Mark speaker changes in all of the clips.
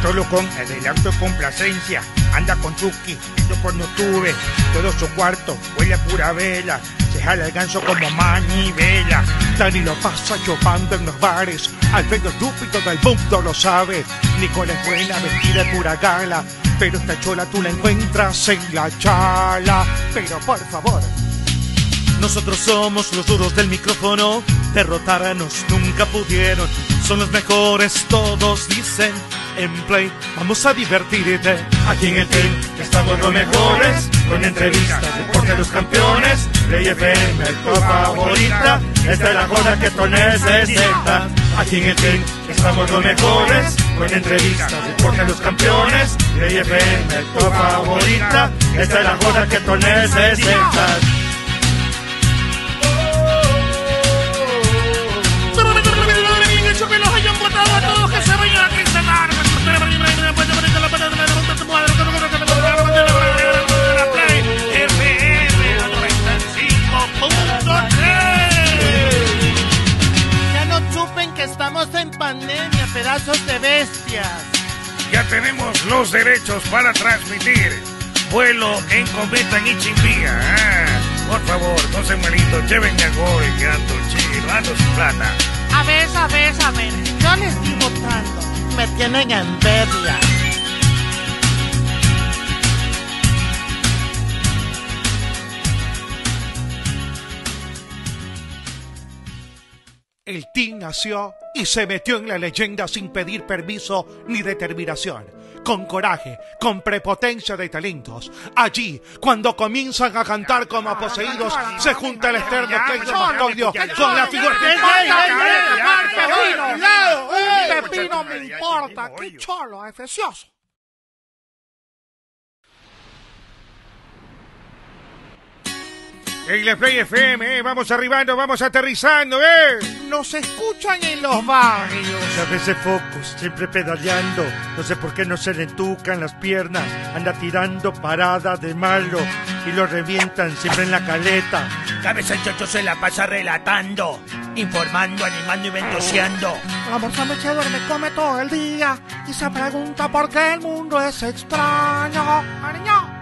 Speaker 1: Solo con adelanto y complacencia. Anda con Chucky, yo cuando tuve todo su cuarto, huele a pura vela. Se jala el ganso como manivela.
Speaker 2: Dani lo pasa chupando en los bares. Alfredo estúpido del mundo lo sabe. Nicole es buena, vestida de pura gala. Pero esta chola tú la encuentras en la chala. Pero por favor,
Speaker 3: Nosotros somos los duros del micrófono, derrotarnos nunca pudieron. Son los mejores, todos dicen. En Play, vamos a divertirte.
Speaker 4: Aquí en el team estamos los mejores, con entrevistas, deporte de los campeones, Play FM, tu favorita, esta es la joda que tú necesitas. Aquí en el team estamos los mejores, con entrevistas, deporte de los campeones, Play FM, tu favorita, esta es la joda que tú necesitas.
Speaker 5: Ya no chupen que estamos en pandemia, pedazos de bestias.
Speaker 1: Ya tenemos los derechos para transmitir vuelo en cometa en Ichimbía. Ah, por favor, no sean malitos, llévenme a gol, que ando chido, ando sin plata.
Speaker 5: A ver, a ver, a ver. Yo les estoy votando. Me tienen envidia.
Speaker 2: el team nació y se metió en la leyenda sin pedir permiso ni determinación. Con coraje, con prepotencia de talentos. Allí, cuando comienzan a cantar como poseídos, se junta el externo Keylor Macoglio con la figura
Speaker 5: ¡Qué
Speaker 1: ya, ya, ya,
Speaker 5: pepino! ¡Pepino me
Speaker 1: ya,
Speaker 5: importa!
Speaker 1: ya,
Speaker 5: ¡Qué
Speaker 1: ya,
Speaker 5: cholo, es precioso!
Speaker 1: En la Play FM, eh, vamos arribando, vamos aterrizando, ¿eh?
Speaker 5: Nos escuchan en los barrios.
Speaker 2: A veces focos, siempre pedaleando. No sé por qué no se le entucan las piernas. Anda tirando paradas de malo y lo revientan siempre en la caleta.
Speaker 6: Cabeza el chocho se la pasa relatando, informando, animando y ventoseando.
Speaker 5: La morsa me se duerme, come todo el día y se pregunta por qué el mundo es extraño. Ariño.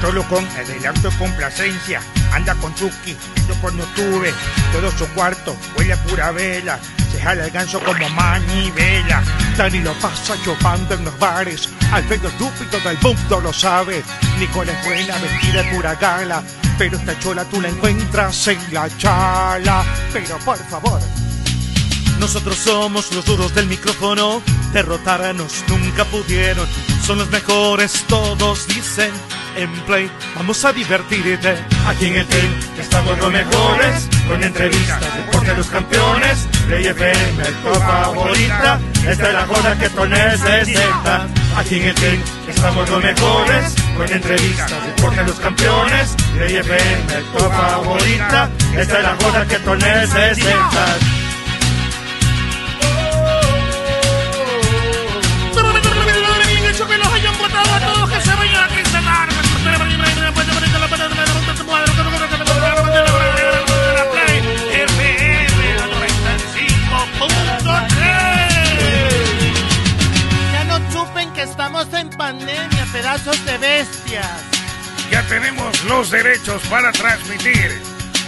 Speaker 1: Solo con adelanto y complacencia. Anda con Chucky, yo cuando tuve todo su cuarto, huele a pura vela. Se jala el ganso como manivela.
Speaker 2: Dani lo pasa chupando en los bares. Alfredo estúpido del mundo lo sabe. Nicole es buena, vestida de pura gala. Pero esta chola tú la encuentras en la chala. Pero por favor,
Speaker 3: Nosotros somos los duros del micrófono, derrotarnos nunca pudieron. Son los mejores, todos dicen. En Play, vamos a divertirte.
Speaker 4: Aquí en el team estamos los mejores, con entrevistas, deporte de los campeones, Play FM, tu favorita, esta es la joda que tú necesitas. Aquí en el team estamos los mejores, con entrevistas, deporte de los campeones, Play FM, tu favorita, esta es la joda que tú necesitas.
Speaker 5: Ya no chupen que estamos en pandemia, pedazos de bestias.
Speaker 1: Ya tenemos los derechos para transmitir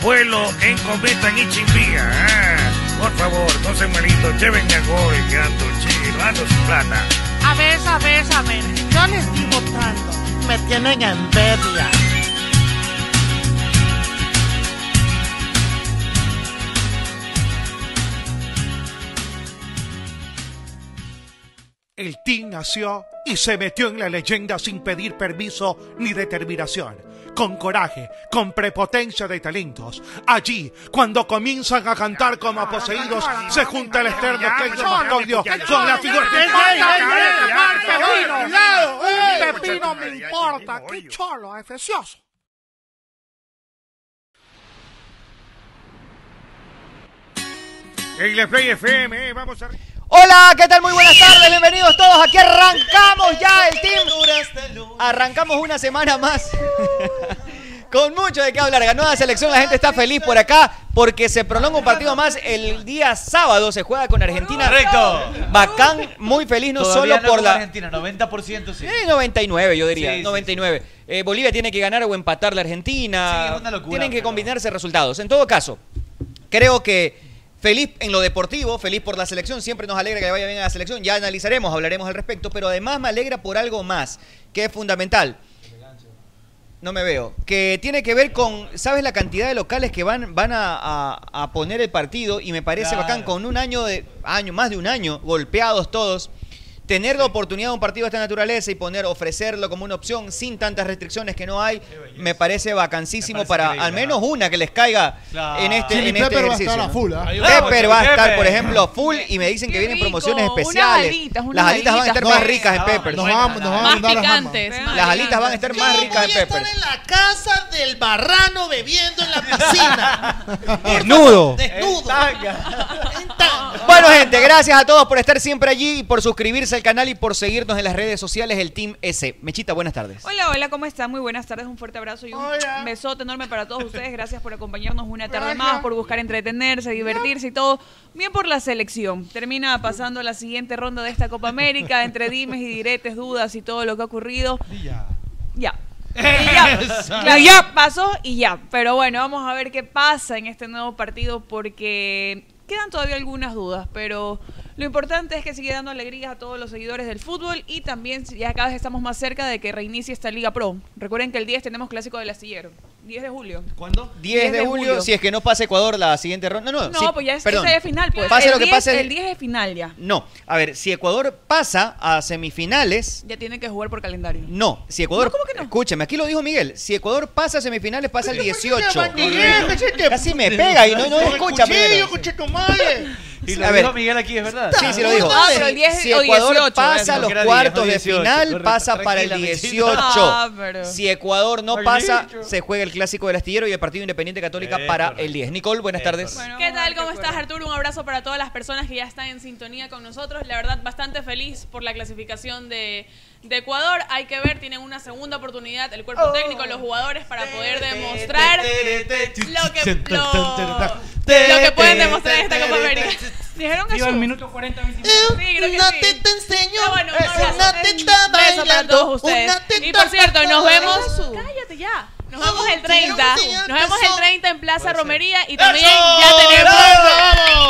Speaker 1: vuelo en cometa en Ichimbía. Ah, por favor, no sean malitos, llévenme a gol, que ando chido, ando sin plata.
Speaker 5: A ver, a ver, a ver. Yo les estoy votando. Me tienen envidia.
Speaker 2: el team nació y se metió en la leyenda sin pedir permiso ni determinación. Con coraje, con prepotencia de talentos. Allí, cuando comienzan a cantar como poseídos, se junta el externo
Speaker 3: eh,
Speaker 2: Keylor Macoglio con la figura
Speaker 1: ¡Ey, ey, ey!
Speaker 5: ¡Pepino
Speaker 7: importa,
Speaker 8: mismo
Speaker 7: qué
Speaker 8: hoyo.
Speaker 7: cholo, efecioso.
Speaker 8: Inglés Play FM, eh, vamos a...
Speaker 9: Hola, ¿qué tal? Muy buenas tardes, bienvenidos todos. Aquí arrancamos ya el team. Arrancamos una semana más. Con mucho de qué hablar. Ganó la selección, la gente está feliz por acá porque se prolonga un partido más. El día sábado se juega con Argentina.
Speaker 10: Correcto.
Speaker 9: Bacán, muy feliz, no
Speaker 10: Todavía
Speaker 9: solo por
Speaker 10: como
Speaker 9: la.
Speaker 10: Argentina, 90% sí.
Speaker 9: Eh, 99, yo diría.
Speaker 10: Sí, sí,
Speaker 9: 99. Eh, Bolivia tiene que ganar o empatar la Argentina.
Speaker 10: Sí, es una locura,
Speaker 9: Tienen que
Speaker 10: pero-
Speaker 9: combinarse resultados. En todo caso, creo que feliz en lo deportivo, feliz por la selección. Siempre nos alegra que le vaya bien a la selección. Ya analizaremos, hablaremos al respecto. Pero además me alegra por algo más, que es fundamental. No me veo. Que tiene que ver con, ¿sabes la cantidad de locales que van, van a, a- a poner el partido? Y me parece
Speaker 10: Claro.
Speaker 9: bacán, con un año de, año, más de un año, golpeados todos, tener la oportunidad de un partido de esta naturaleza y poner, ofrecerlo como una opción sin tantas restricciones que no hay, me parece vacancísimo
Speaker 10: Me parece
Speaker 9: para
Speaker 10: increíble,
Speaker 9: al menos una que les caiga
Speaker 10: Claro.
Speaker 9: en este,
Speaker 11: Chili
Speaker 9: en este
Speaker 11: Pepper va a
Speaker 9: ejercicio.
Speaker 11: estar a
Speaker 9: ¿no?
Speaker 11: full, ¿ah?
Speaker 9: Pepper va a estar, por
Speaker 10: Pepper.
Speaker 9: ejemplo, full y me dicen que
Speaker 12: Qué
Speaker 9: vienen
Speaker 12: rico,
Speaker 9: promociones
Speaker 12: unas
Speaker 9: especiales.
Speaker 12: alitas, unas
Speaker 9: Las alitas van a estar
Speaker 12: alitas.
Speaker 9: más ricas en
Speaker 10: Buena,
Speaker 9: Pepper.
Speaker 11: Nos
Speaker 10: Buena,
Speaker 11: vamos, nos
Speaker 10: nada.
Speaker 11: vamos a
Speaker 12: Más
Speaker 11: mandar las ambas.
Speaker 12: picantes. más
Speaker 9: Las alitas van a
Speaker 12: picantes.
Speaker 9: estar más ricas en Pepper.
Speaker 5: la casa del barrano bebiendo en la piscina. Ah.
Speaker 9: Desnudo.
Speaker 5: Desnudo. En tanga.
Speaker 9: Bueno, gente, gracias a todos por estar siempre allí y por suscribirse al canal y por seguirnos en las redes sociales, el Team S. Mechita, buenas tardes.
Speaker 12: Hola, hola, ¿cómo están? Muy buenas tardes, un fuerte abrazo y un
Speaker 11: Hola.
Speaker 12: besote enorme para todos ustedes. Gracias por acompañarnos una tarde
Speaker 11: Gracias.
Speaker 12: más, por buscar entretenerse, divertirse y todo. Bien por la selección. Termina pasando la siguiente ronda de esta Copa América, entre dimes y diretes, dudas y todo lo que ha ocurrido. Ya. Y ya. Claro, ya pasó y ya. Pero bueno, vamos a ver qué pasa en este nuevo partido porque quedan todavía algunas dudas, pero lo importante es que sigue dando alegrías a todos los seguidores del fútbol y también ya cada vez estamos más cerca de que reinicie esta Liga Pro. Recuerden que el 10 tenemos Clásico del Astillero. 10 de julio.
Speaker 10: ¿Cuándo?
Speaker 9: 10 de julio, si es que no pasa Ecuador la siguiente ronda. No, no,
Speaker 12: No,
Speaker 9: Ah, sí,
Speaker 12: pues ya es,
Speaker 9: perdón.
Speaker 12: esa es final. Pues.
Speaker 9: Pase
Speaker 12: el
Speaker 9: lo que
Speaker 12: 10
Speaker 9: pase.
Speaker 12: El 10 es final ya.
Speaker 9: No, a ver, si Ecuador pasa a semifinales,
Speaker 12: Ya tienen que jugar por calendario.
Speaker 9: no. Si Ecuador.
Speaker 12: No, ¿cómo que no?
Speaker 9: Escúchame, aquí lo dijo Miguel. Si Ecuador pasa a semifinales, pasa el
Speaker 5: Coño,
Speaker 9: 18.
Speaker 5: Miguel, que se te-
Speaker 9: Casi me pega y no, no
Speaker 5: Con el
Speaker 9: escucha.
Speaker 5: cuchillo,
Speaker 9: primero.
Speaker 5: coche tu madre.
Speaker 10: Y
Speaker 9: A
Speaker 10: lo
Speaker 9: ver.
Speaker 10: dijo Miguel aquí, es verdad.
Speaker 9: Sí, sí lo dijo.
Speaker 12: Ah, pero el 10
Speaker 9: si
Speaker 12: o
Speaker 9: Ecuador
Speaker 12: 18,
Speaker 9: pasa a
Speaker 12: ¿verdad?
Speaker 9: los
Speaker 10: Creo que era
Speaker 9: cuartos de
Speaker 10: 18,
Speaker 9: final,
Speaker 10: correcto.
Speaker 9: pasa para el
Speaker 10: Tranquila, Mechita.
Speaker 9: 18.
Speaker 12: Ah, pero-
Speaker 9: Si Ecuador no
Speaker 10: Ay,
Speaker 9: pasa,
Speaker 10: bicho.
Speaker 9: se juega el clásico del astillero y el partido Independiente Católica
Speaker 10: Eh,
Speaker 9: para
Speaker 10: correcto.
Speaker 9: el 10. Nicole, buenas
Speaker 10: Eh,
Speaker 9: tardes.
Speaker 10: correcto.
Speaker 13: ¿Qué tal? ¿Cómo estás, Arturo? Un abrazo para todas las personas que ya están en sintonía con nosotros. La verdad, bastante feliz por la clasificación de, de Ecuador. Hay que ver, tienen una segunda oportunidad el cuerpo técnico, los jugadores, para poder demostrar lo que, lo, lo que pueden demostrar en esta Copa América.
Speaker 12: Dijeron que
Speaker 13: Iba al
Speaker 12: su-
Speaker 13: minuto 40,
Speaker 12: Sí, creo que
Speaker 5: Eh, Una
Speaker 12: sí.
Speaker 5: teta enseño,
Speaker 13: Ah, bueno, un abrazo.
Speaker 5: una teta
Speaker 13: Beso para
Speaker 5: bailando,
Speaker 13: todos ustedes.
Speaker 5: una teta
Speaker 13: Y por cierto, nos vemos.
Speaker 5: bailando.
Speaker 13: Cállate ya. Nos vemos
Speaker 5: Vamos,
Speaker 13: el
Speaker 5: sigamos,
Speaker 13: 30.
Speaker 5: sigamos,
Speaker 13: Nos vemos el
Speaker 5: eso.
Speaker 13: 30 en Plaza Romería y también ya tenemos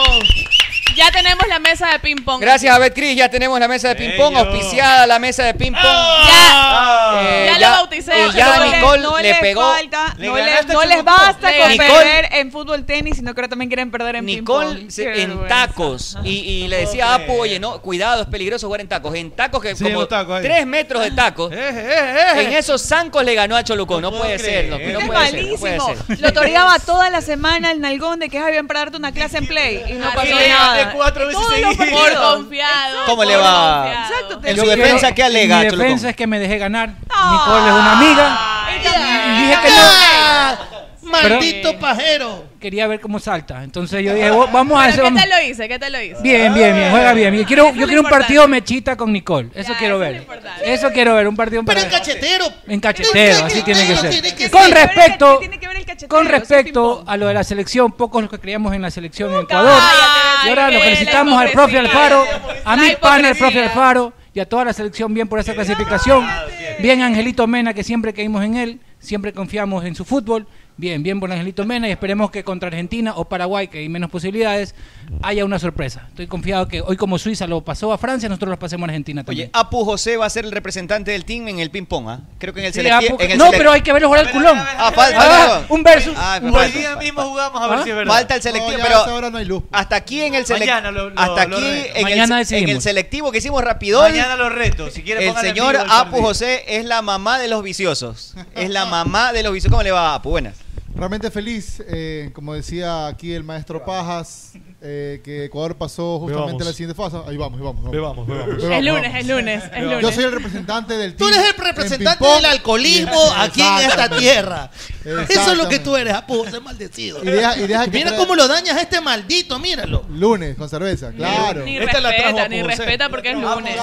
Speaker 13: ya tenemos la mesa de ping pong.
Speaker 9: Gracias a Betcris, ya tenemos la mesa de ping-pong,
Speaker 10: Bello.
Speaker 9: auspiciada la mesa de ping-pong.
Speaker 13: Ya.
Speaker 9: Eh,
Speaker 13: Ya lo bauticé.
Speaker 9: Y ya
Speaker 13: No le-
Speaker 9: Nicole
Speaker 12: no
Speaker 9: le
Speaker 12: les
Speaker 9: pegó.
Speaker 12: falta,
Speaker 10: Le
Speaker 12: no, le-
Speaker 10: ganaste
Speaker 12: no
Speaker 10: el
Speaker 12: les
Speaker 10: fútbol.
Speaker 12: basta
Speaker 13: Le
Speaker 12: con
Speaker 9: ganaste.
Speaker 12: perder en fútbol tenis, sino creo que también quieren perder en
Speaker 9: Nicole
Speaker 12: ping-pong.
Speaker 9: se-
Speaker 12: Qué
Speaker 9: en
Speaker 12: vergüenza.
Speaker 9: tacos y, y le decía a Apu, oye, no, cuidado, es peligroso jugar en tacos. En tacos que
Speaker 14: Sí,
Speaker 9: como
Speaker 14: un taco ahí.
Speaker 9: tres metros de tacos. En esos zancos le ganó a Cholucó. No,
Speaker 10: No
Speaker 9: puede
Speaker 10: puedo creer.
Speaker 9: ser, loco,
Speaker 10: Este
Speaker 9: no
Speaker 12: es
Speaker 9: puede ser, no puede
Speaker 12: malísimo.
Speaker 9: ser.
Speaker 12: Lo toreaba toda la semana el nalgón de que Javier para darte una clase en play y no
Speaker 13: Ah,
Speaker 12: pasó
Speaker 13: sí,
Speaker 12: nada.
Speaker 10: de cuatro
Speaker 12: Y
Speaker 10: veces
Speaker 12: todos los
Speaker 10: seguidas.
Speaker 13: Por
Speaker 12: partidos.
Speaker 13: confiado.
Speaker 9: ¿Cómo
Speaker 13: por
Speaker 9: le va?
Speaker 13: confiado.
Speaker 12: Exacto, te
Speaker 9: En su defensa, ¿qué alega,
Speaker 11: Mi
Speaker 9: Cholucón?
Speaker 11: defensa es que me dejé ganar.
Speaker 12: Ah.
Speaker 11: Nicole es una amiga.
Speaker 12: Y también-
Speaker 11: Y dije que
Speaker 5: Ah, Maldito pajero.
Speaker 11: Quería ver cómo salta. Entonces yo dije, "Vo- vamos a
Speaker 13: Pero
Speaker 11: hacer.
Speaker 13: ¿Qué
Speaker 11: Vamos.
Speaker 13: tal lo hice? ¿Qué tal lo hice?
Speaker 11: Bien, bien, bien. Juega bien. Yo quiero,
Speaker 13: Eso es
Speaker 11: yo
Speaker 13: lo
Speaker 11: quiero un
Speaker 13: importante.
Speaker 11: partido mechita con Nicole. Eso
Speaker 13: Ya,
Speaker 11: quiero
Speaker 13: eso es
Speaker 11: ver.
Speaker 13: lo importante.
Speaker 11: Eso quiero ver. Un partido un
Speaker 5: Pero en
Speaker 11: partido.
Speaker 5: cachetero.
Speaker 11: En cacheteo, así tiene que
Speaker 5: tiene
Speaker 11: ser.
Speaker 5: que
Speaker 11: Con
Speaker 5: ser.
Speaker 12: Tiene que ver el
Speaker 11: respecto,
Speaker 12: cacheteo, tiene que ver el cacheteo,
Speaker 11: con
Speaker 12: eso es
Speaker 11: respecto
Speaker 12: ping-pong.
Speaker 11: a lo de la selección, pocos los que creíamos en la selección en Ecuador.
Speaker 13: cállate,
Speaker 11: Y ahora lo
Speaker 13: la
Speaker 11: felicitamos al profe
Speaker 13: hipocresía.
Speaker 11: Alfaro, a
Speaker 13: La
Speaker 11: mi pana el profe
Speaker 13: hipocresía.
Speaker 11: Alfaro y a toda la selección bien por esa clasificación.
Speaker 13: Ah,
Speaker 11: Bien Angelito Mena, que siempre creímos en él, siempre confiamos en su fútbol. Bien, bien por Angelito Mena y esperemos que contra Argentina o Paraguay, que hay menos posibilidades, haya una sorpresa. Estoy confiado que hoy como Suiza lo pasó a Francia, nosotros lo pasemos a Argentina también.
Speaker 9: Oye, Apu José va a ser el representante del team en el ping-pong, ¿ah? Creo que en el
Speaker 11: Sí,
Speaker 9: selecti-
Speaker 11: Apu-
Speaker 9: en el
Speaker 11: no,
Speaker 9: selec-
Speaker 11: pero hay que verlo jugar al culón.
Speaker 9: Ah, falta.
Speaker 11: Ah,
Speaker 9: perdón.
Speaker 11: un versus.
Speaker 9: Ah, me
Speaker 10: Hoy
Speaker 9: falta.
Speaker 10: día mismo jugamos a
Speaker 11: ¿Ah?
Speaker 10: ver si es verdad.
Speaker 9: Falta el selectivo, pero
Speaker 11: no hay luz.
Speaker 9: hasta aquí en el selectivo.
Speaker 10: Mañana lo- lo-
Speaker 9: Hasta
Speaker 10: lo
Speaker 9: aquí
Speaker 10: reto.
Speaker 9: en
Speaker 11: Mañana
Speaker 9: el, en
Speaker 11: decidimos.
Speaker 9: el selectivo que hicimos rapidón.
Speaker 10: Mañana los retos. Si quieren,
Speaker 9: El
Speaker 10: pónganle en
Speaker 9: señor
Speaker 10: vivo el
Speaker 9: Apu
Speaker 10: partido.
Speaker 9: José es la mamá de los viciosos. Es la mamá de los viciosos. ¿Cómo le va, Apu? Buenas.
Speaker 11: Realmente feliz, eh, como decía aquí el maestro Pajas,
Speaker 15: eh, que Ecuador pasó justamente a la siguiente fase. Ahí vamos, ahí vamos.
Speaker 3: Bebamos, bebamos.
Speaker 12: Es lunes, es lunes, es lunes.
Speaker 15: Yo soy el representante del
Speaker 5: Tú
Speaker 15: team
Speaker 5: eres el
Speaker 15: en
Speaker 5: representante
Speaker 15: ping-pong.
Speaker 5: del alcoholismo aquí en esta
Speaker 15: Exactamente.
Speaker 5: tierra. Eso es lo que
Speaker 15: Exactamente.
Speaker 5: tú eres, Apu, ser maldecido.
Speaker 15: Y deja- y deja que
Speaker 5: Mira
Speaker 15: tra-
Speaker 5: cómo lo dañas a este maldito, míralo.
Speaker 15: Lunes, con cerveza, claro.
Speaker 12: Ni
Speaker 5: Esta la
Speaker 12: respeta,
Speaker 5: trajo a
Speaker 12: ni
Speaker 5: José.
Speaker 12: respeta porque es lunes.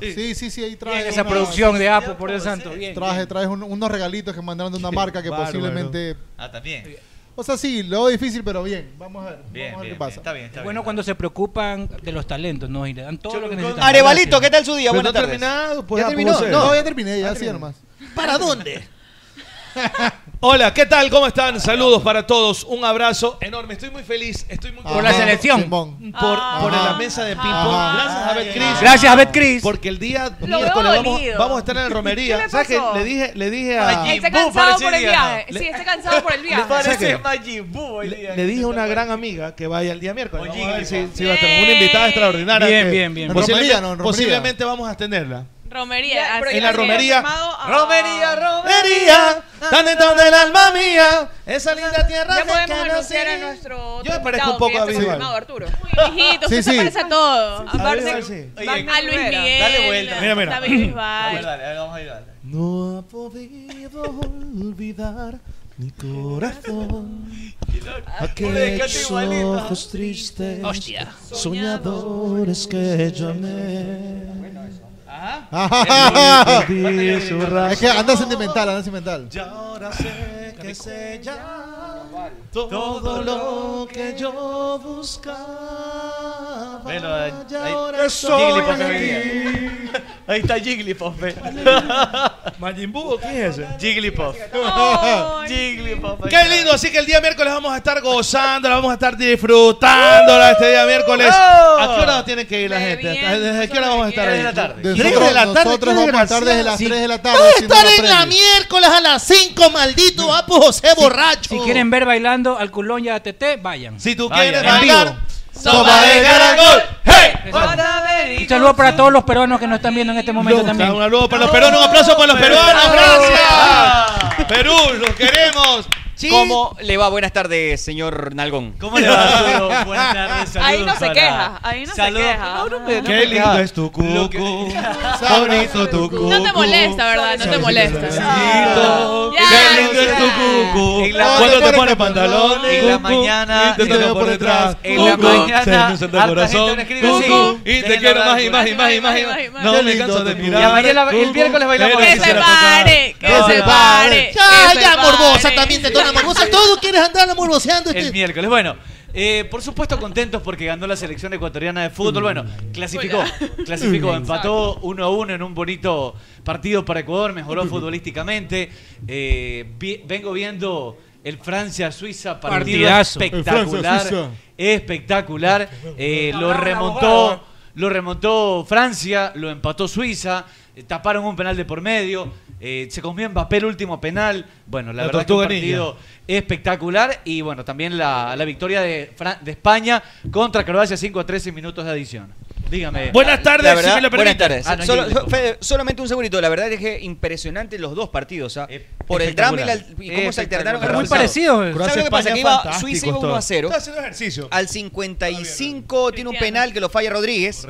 Speaker 15: Sí, sí, sí, ahí trae.
Speaker 11: Bien, esa
Speaker 15: unos-
Speaker 11: producción de Apo, por el santo. Bien,
Speaker 15: Traje, traje un- unos regalitos que mandaron de una marca que
Speaker 10: bárbaro.
Speaker 15: posiblemente.
Speaker 10: Ah, también.
Speaker 15: O sea, sí, lo difícil, pero bien. Vamos a ver.
Speaker 10: Bien,
Speaker 15: vamos a ver
Speaker 10: bien,
Speaker 15: qué pasa.
Speaker 10: está bien, está bien.
Speaker 11: Bueno, cuando se preocupan de los talentos, ¿no? Y le dan todo lo que necesitan.
Speaker 9: Arevalito, ¿qué tal su día? Buenas tardes.
Speaker 15: pues,
Speaker 9: ¿Ya
Speaker 15: ah,
Speaker 9: terminó?
Speaker 15: pues,
Speaker 9: No.
Speaker 15: No, ya terminé, ya así nomás.
Speaker 5: Ah, ¿Para dónde?
Speaker 3: Hola, ¿qué tal? ¿Cómo están? Saludos para todos. Un abrazo enorme. Estoy muy feliz. Estoy muy
Speaker 11: Por la selección.
Speaker 3: Por, por la mesa de ping
Speaker 11: Ajá.
Speaker 3: Gracias a Betcris.
Speaker 11: Gracias a Betcris.
Speaker 3: Porque el día
Speaker 11: veo
Speaker 3: miércoles vamos,
Speaker 11: dolido.
Speaker 3: vamos a estar en la romería.
Speaker 11: ¿Qué le
Speaker 3: ¿Sabes qué?
Speaker 11: pasó?
Speaker 3: Le dije, le dije a.
Speaker 6: Está cansado por el viaje. Sí, está cansado por el viaje.
Speaker 3: ¿Sabes qué?
Speaker 10: Majin Buu hoy día.
Speaker 3: Le dije a una gran amiga que vaya el día miércoles. Vamos a ver si,
Speaker 10: Jigglypuff.
Speaker 3: si va a tener una invitada extraordinaria.
Speaker 11: Bien,
Speaker 3: que
Speaker 11: bien, bien. En
Speaker 3: Posiblemente,
Speaker 11: romería, ¿no? En romería.
Speaker 3: posiblemente vamos a tenerla.
Speaker 12: Romería. así
Speaker 3: en la
Speaker 12: es.
Speaker 3: romería.
Speaker 12: Romería,
Speaker 3: Romería, tan dentro del alma mía. Esa linda tierra de
Speaker 12: Ya podemos
Speaker 3: Canacería.
Speaker 12: anunciar a nuestro otro
Speaker 3: Yo me parezco
Speaker 12: invitado,
Speaker 3: un poco
Speaker 12: que ya
Speaker 3: a
Speaker 12: está
Speaker 3: Bisbal.
Speaker 12: confirmado, Arturo. Muy viejito,
Speaker 3: Sí,
Speaker 12: usted se
Speaker 3: sí.
Speaker 12: parece a todo.
Speaker 3: sí.
Speaker 12: Aparte,
Speaker 3: A ver, sí.
Speaker 12: Oye, a Luis Miguel.
Speaker 10: Dale vuelta.
Speaker 3: Mira, mira.
Speaker 12: está Bisbal.
Speaker 10: Dale, vamos a ayudar.
Speaker 3: No ha podido olvidar mi corazón. Aquellos ojos tristes,
Speaker 5: Hostia.
Speaker 3: soñadores que llamé.
Speaker 15: Ajá.
Speaker 3: Perdí su
Speaker 15: Es que anda sentimental, anda sentimental.
Speaker 3: Ahora sé que sé ya todo lo que yo buscaba.
Speaker 10: Velo, ahí-
Speaker 3: Y
Speaker 10: ahí-
Speaker 3: ahora soy
Speaker 10: Jigglypuff
Speaker 3: aquí.
Speaker 10: Ahí está Jigglypuff, ve.
Speaker 3: ¿Majin Buu o quién es ese?
Speaker 10: Jigglypuff. Jigglypuff. ahí
Speaker 3: Qué
Speaker 10: está.
Speaker 3: lindo, así que el día miércoles vamos a estar gozándola, vamos a estar disfrutándola este día miércoles.
Speaker 15: ¡Oh!
Speaker 3: ¿A qué hora tiene que ir la gente? ¿Desde qué hora vamos a estar ahí?
Speaker 15: Desde
Speaker 3: Tres
Speaker 15: nosotros-
Speaker 3: de la tarde,
Speaker 15: nosotros
Speaker 3: qué
Speaker 15: vamos a
Speaker 3: desgraciado.
Speaker 15: estar desde las
Speaker 3: Sí.
Speaker 15: 3 de la tarde.
Speaker 5: Voy a
Speaker 15: haciendo
Speaker 5: estar
Speaker 15: la
Speaker 5: en la
Speaker 15: previa.
Speaker 5: miércoles a las 5, maldito Apu José borracho.
Speaker 11: Si quieren ver bailando al culón y a TT, vayan.
Speaker 3: Si tú
Speaker 5: quieres bailar,
Speaker 3: sopa de caracol,
Speaker 11: Un saludo para todos los peruanos que nos están viendo en este momento también.
Speaker 3: Un saludo para los peruanos, un aplauso para los peruanos, gracias. Perú, los queremos.
Speaker 9: ¿Cómo le va? Buenas tardes, señor Nalgón.
Speaker 10: ¿Cómo le va? Arturo? Buenas tardes, saludos
Speaker 6: Ahí no se
Speaker 10: para-
Speaker 6: queja, ahí no se
Speaker 10: Saludos-
Speaker 6: queja.
Speaker 10: No, no me- no
Speaker 3: Qué
Speaker 10: me
Speaker 3: lindo
Speaker 10: queja.
Speaker 3: es tu cuco, bonito tu cuco.
Speaker 6: No te molesta, ¿verdad? No te molesta.
Speaker 3: Suavecito,
Speaker 6: Ya,
Speaker 3: Qué lindo es tu cuco. Cuando te pones pantalones,
Speaker 10: En la
Speaker 3: cucú,
Speaker 10: mañana,
Speaker 3: y te toca por detrás.
Speaker 10: en la
Speaker 3: cucú,
Speaker 10: mañana,
Speaker 3: se desnuda el
Speaker 10: harta
Speaker 3: corazón,
Speaker 10: gente me escribe así,
Speaker 3: cucú, y te
Speaker 10: déjenlo
Speaker 3: quiero más
Speaker 10: hablar,
Speaker 3: y más y más y más y
Speaker 10: más y
Speaker 3: más.
Speaker 10: más.
Speaker 3: No
Speaker 10: Qué
Speaker 3: me
Speaker 10: lindo
Speaker 3: canso de
Speaker 10: tu
Speaker 3: mirar.
Speaker 10: cuco. Ya baila- el miércoles bailamos.
Speaker 3: Pero
Speaker 10: Que
Speaker 3: quisiera
Speaker 10: se pare,
Speaker 3: tocar.
Speaker 10: que se pare.
Speaker 5: Ya,
Speaker 10: Que se
Speaker 5: ya,
Speaker 10: pare.
Speaker 5: morbosa también te torna morbosa. Todo quieres andar morboseando. este-
Speaker 10: El miércoles. Bueno, eh, por supuesto contentos porque ganó la selección ecuatoriana de fútbol. Bueno,
Speaker 5: Mm.
Speaker 10: clasificó, clasificó,
Speaker 3: Hola.
Speaker 10: empató 1 a 1 en un bonito partido para Ecuador,
Speaker 5: Mm.
Speaker 10: mejoró futbolísticamente. Eh, vi- vengo viendo el Francia-Suiza partido
Speaker 11: Partidazo. El
Speaker 10: espectacular,
Speaker 11: Francia-Suiza.
Speaker 10: espectacular. Eh, lo
Speaker 11: Hablaba el
Speaker 10: remontó,
Speaker 11: abogado.
Speaker 10: lo remontó Francia, lo empató Suiza. eh, Taparon un penal de por medio, eh, se comió Mbappé el último penal. Bueno, la,
Speaker 3: La
Speaker 10: verdad que un
Speaker 3: tortuga ninja.
Speaker 10: partido espectacular y bueno, también la, la victoria de, Fran- de España contra Croacia 5 a 13 minutos de adición. Dígame.
Speaker 9: La- la verdad- Buenas tardes.
Speaker 10: Ah, no,
Speaker 9: Solo-
Speaker 10: Jigglypuff.
Speaker 9: Fede, solamente un segundito. La verdad es que impresionante los dos partidos. ¿ah? Por el drama y, la- y cómo se
Speaker 11: Espectacular.
Speaker 9: alternaron.
Speaker 11: Muy parecido.
Speaker 9: ¿Sabes lo que pasa?
Speaker 11: Croacia-España
Speaker 9: Que iba,
Speaker 11: fantástico
Speaker 9: Suiza iba
Speaker 11: está.
Speaker 9: 1 a 0.
Speaker 3: Está haciendo ejercicio.
Speaker 9: Al 55 tiene un penal que lo falla Rodríguez.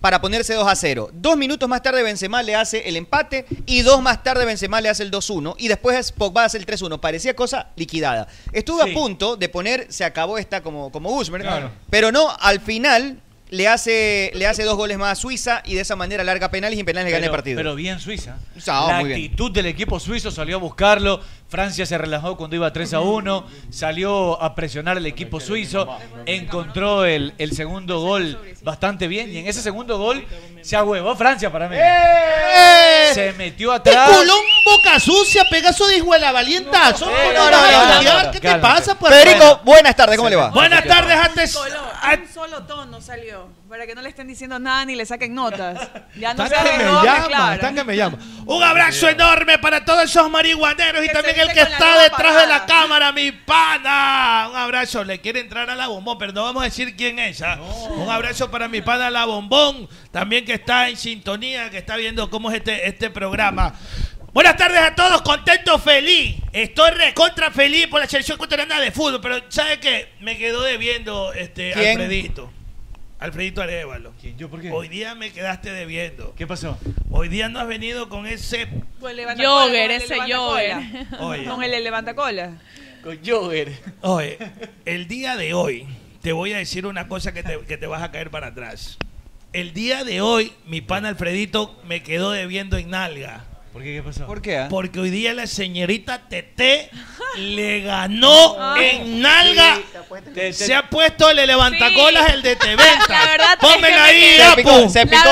Speaker 9: Para ponerse 2 a 0. Dos minutos más tarde Benzema le hace el empate y dos más tarde Benzema le hace el 2-1 y después Pogba hace el 3-1. Parecía cosa liquidada. Estuvo a punto de poner, se acabó esta como, como Guzmán,
Speaker 3: Claro.
Speaker 9: pero no, al final le hace, le hace dos goles más a Suiza y de esa manera larga penales y en penales le gana el
Speaker 10: Pero-
Speaker 9: partido.
Speaker 10: Pero bien Suiza.
Speaker 9: Ah,
Speaker 10: la
Speaker 9: muy bien.
Speaker 10: actitud del equipo suizo salió a buscarlo. Francia se relajó cuando iba 3 a 1. Salió a presionar al equipo suizo. Encontró el, el segundo gol bastante bien. Y en ese segundo gol se ahuevó Francia para mí.
Speaker 6: ¡Eh!
Speaker 10: Se metió
Speaker 5: Te
Speaker 10: atrás.
Speaker 5: culó un boca sucia, pegazo de hijuela valientazo.
Speaker 10: Eh,
Speaker 5: No, no,
Speaker 10: no, no,
Speaker 5: no,
Speaker 10: no,
Speaker 5: no,
Speaker 10: no,
Speaker 5: ¿Qué te
Speaker 10: cálmate.
Speaker 5: pasa, pues?
Speaker 9: Federico, buenas tardes, ¿cómo le va?
Speaker 3: Buenas tardes, antes. Ah.
Speaker 6: Solo, un solo tono salió. Para que no le estén diciendo nada ni le saquen notas. Ya no
Speaker 3: Están que
Speaker 6: saben
Speaker 3: me
Speaker 6: no habla
Speaker 3: llama,
Speaker 6: claro.
Speaker 3: están que me llama. Un abrazo enorme para todos esos marihuaneros y también el que
Speaker 6: con la
Speaker 3: está
Speaker 6: ropa
Speaker 3: detrás de la
Speaker 6: parada.
Speaker 3: cámara, mi pana. Un abrazo, le quiere entrar a la bombón, pero no vamos a decir quién es. ¿ah? Un abrazo para mi pana la bombón, también que está en sintonía, que está viendo cómo es este, este programa.
Speaker 6: Buenas tardes a todos, contento, feliz. Estoy recontra feliz por la selección ecuatoriana de fútbol, pero ¿sabe qué? Me quedó debiendo este
Speaker 3: Eh,
Speaker 9: ¿Quién?
Speaker 6: Alfredito. Alfredito Arevalo.
Speaker 10: ¿Yo por qué?
Speaker 6: Hoy día me quedaste debiendo.
Speaker 10: ¿Qué pasó?
Speaker 6: Hoy día no has venido con ese
Speaker 12: Yogger, ese yogger.
Speaker 6: Oye.
Speaker 12: Con el de levantacola.
Speaker 10: Con Joger.
Speaker 6: Oye, el día de hoy te voy a decir una cosa que te, que te vas a caer para atrás. El día de hoy, mi pan Alfredito me quedó debiendo en nalga.
Speaker 10: ¿Por qué? ¿Qué pasó?
Speaker 9: ¿Por qué? ah?
Speaker 6: Porque hoy día la señorita Tete le ganó en nalga.
Speaker 5: pues.
Speaker 6: Se ha puesto el de levantacolas, el de te venta. Pónmela ahí,
Speaker 9: Se picó,
Speaker 6: Apu.
Speaker 9: se picó.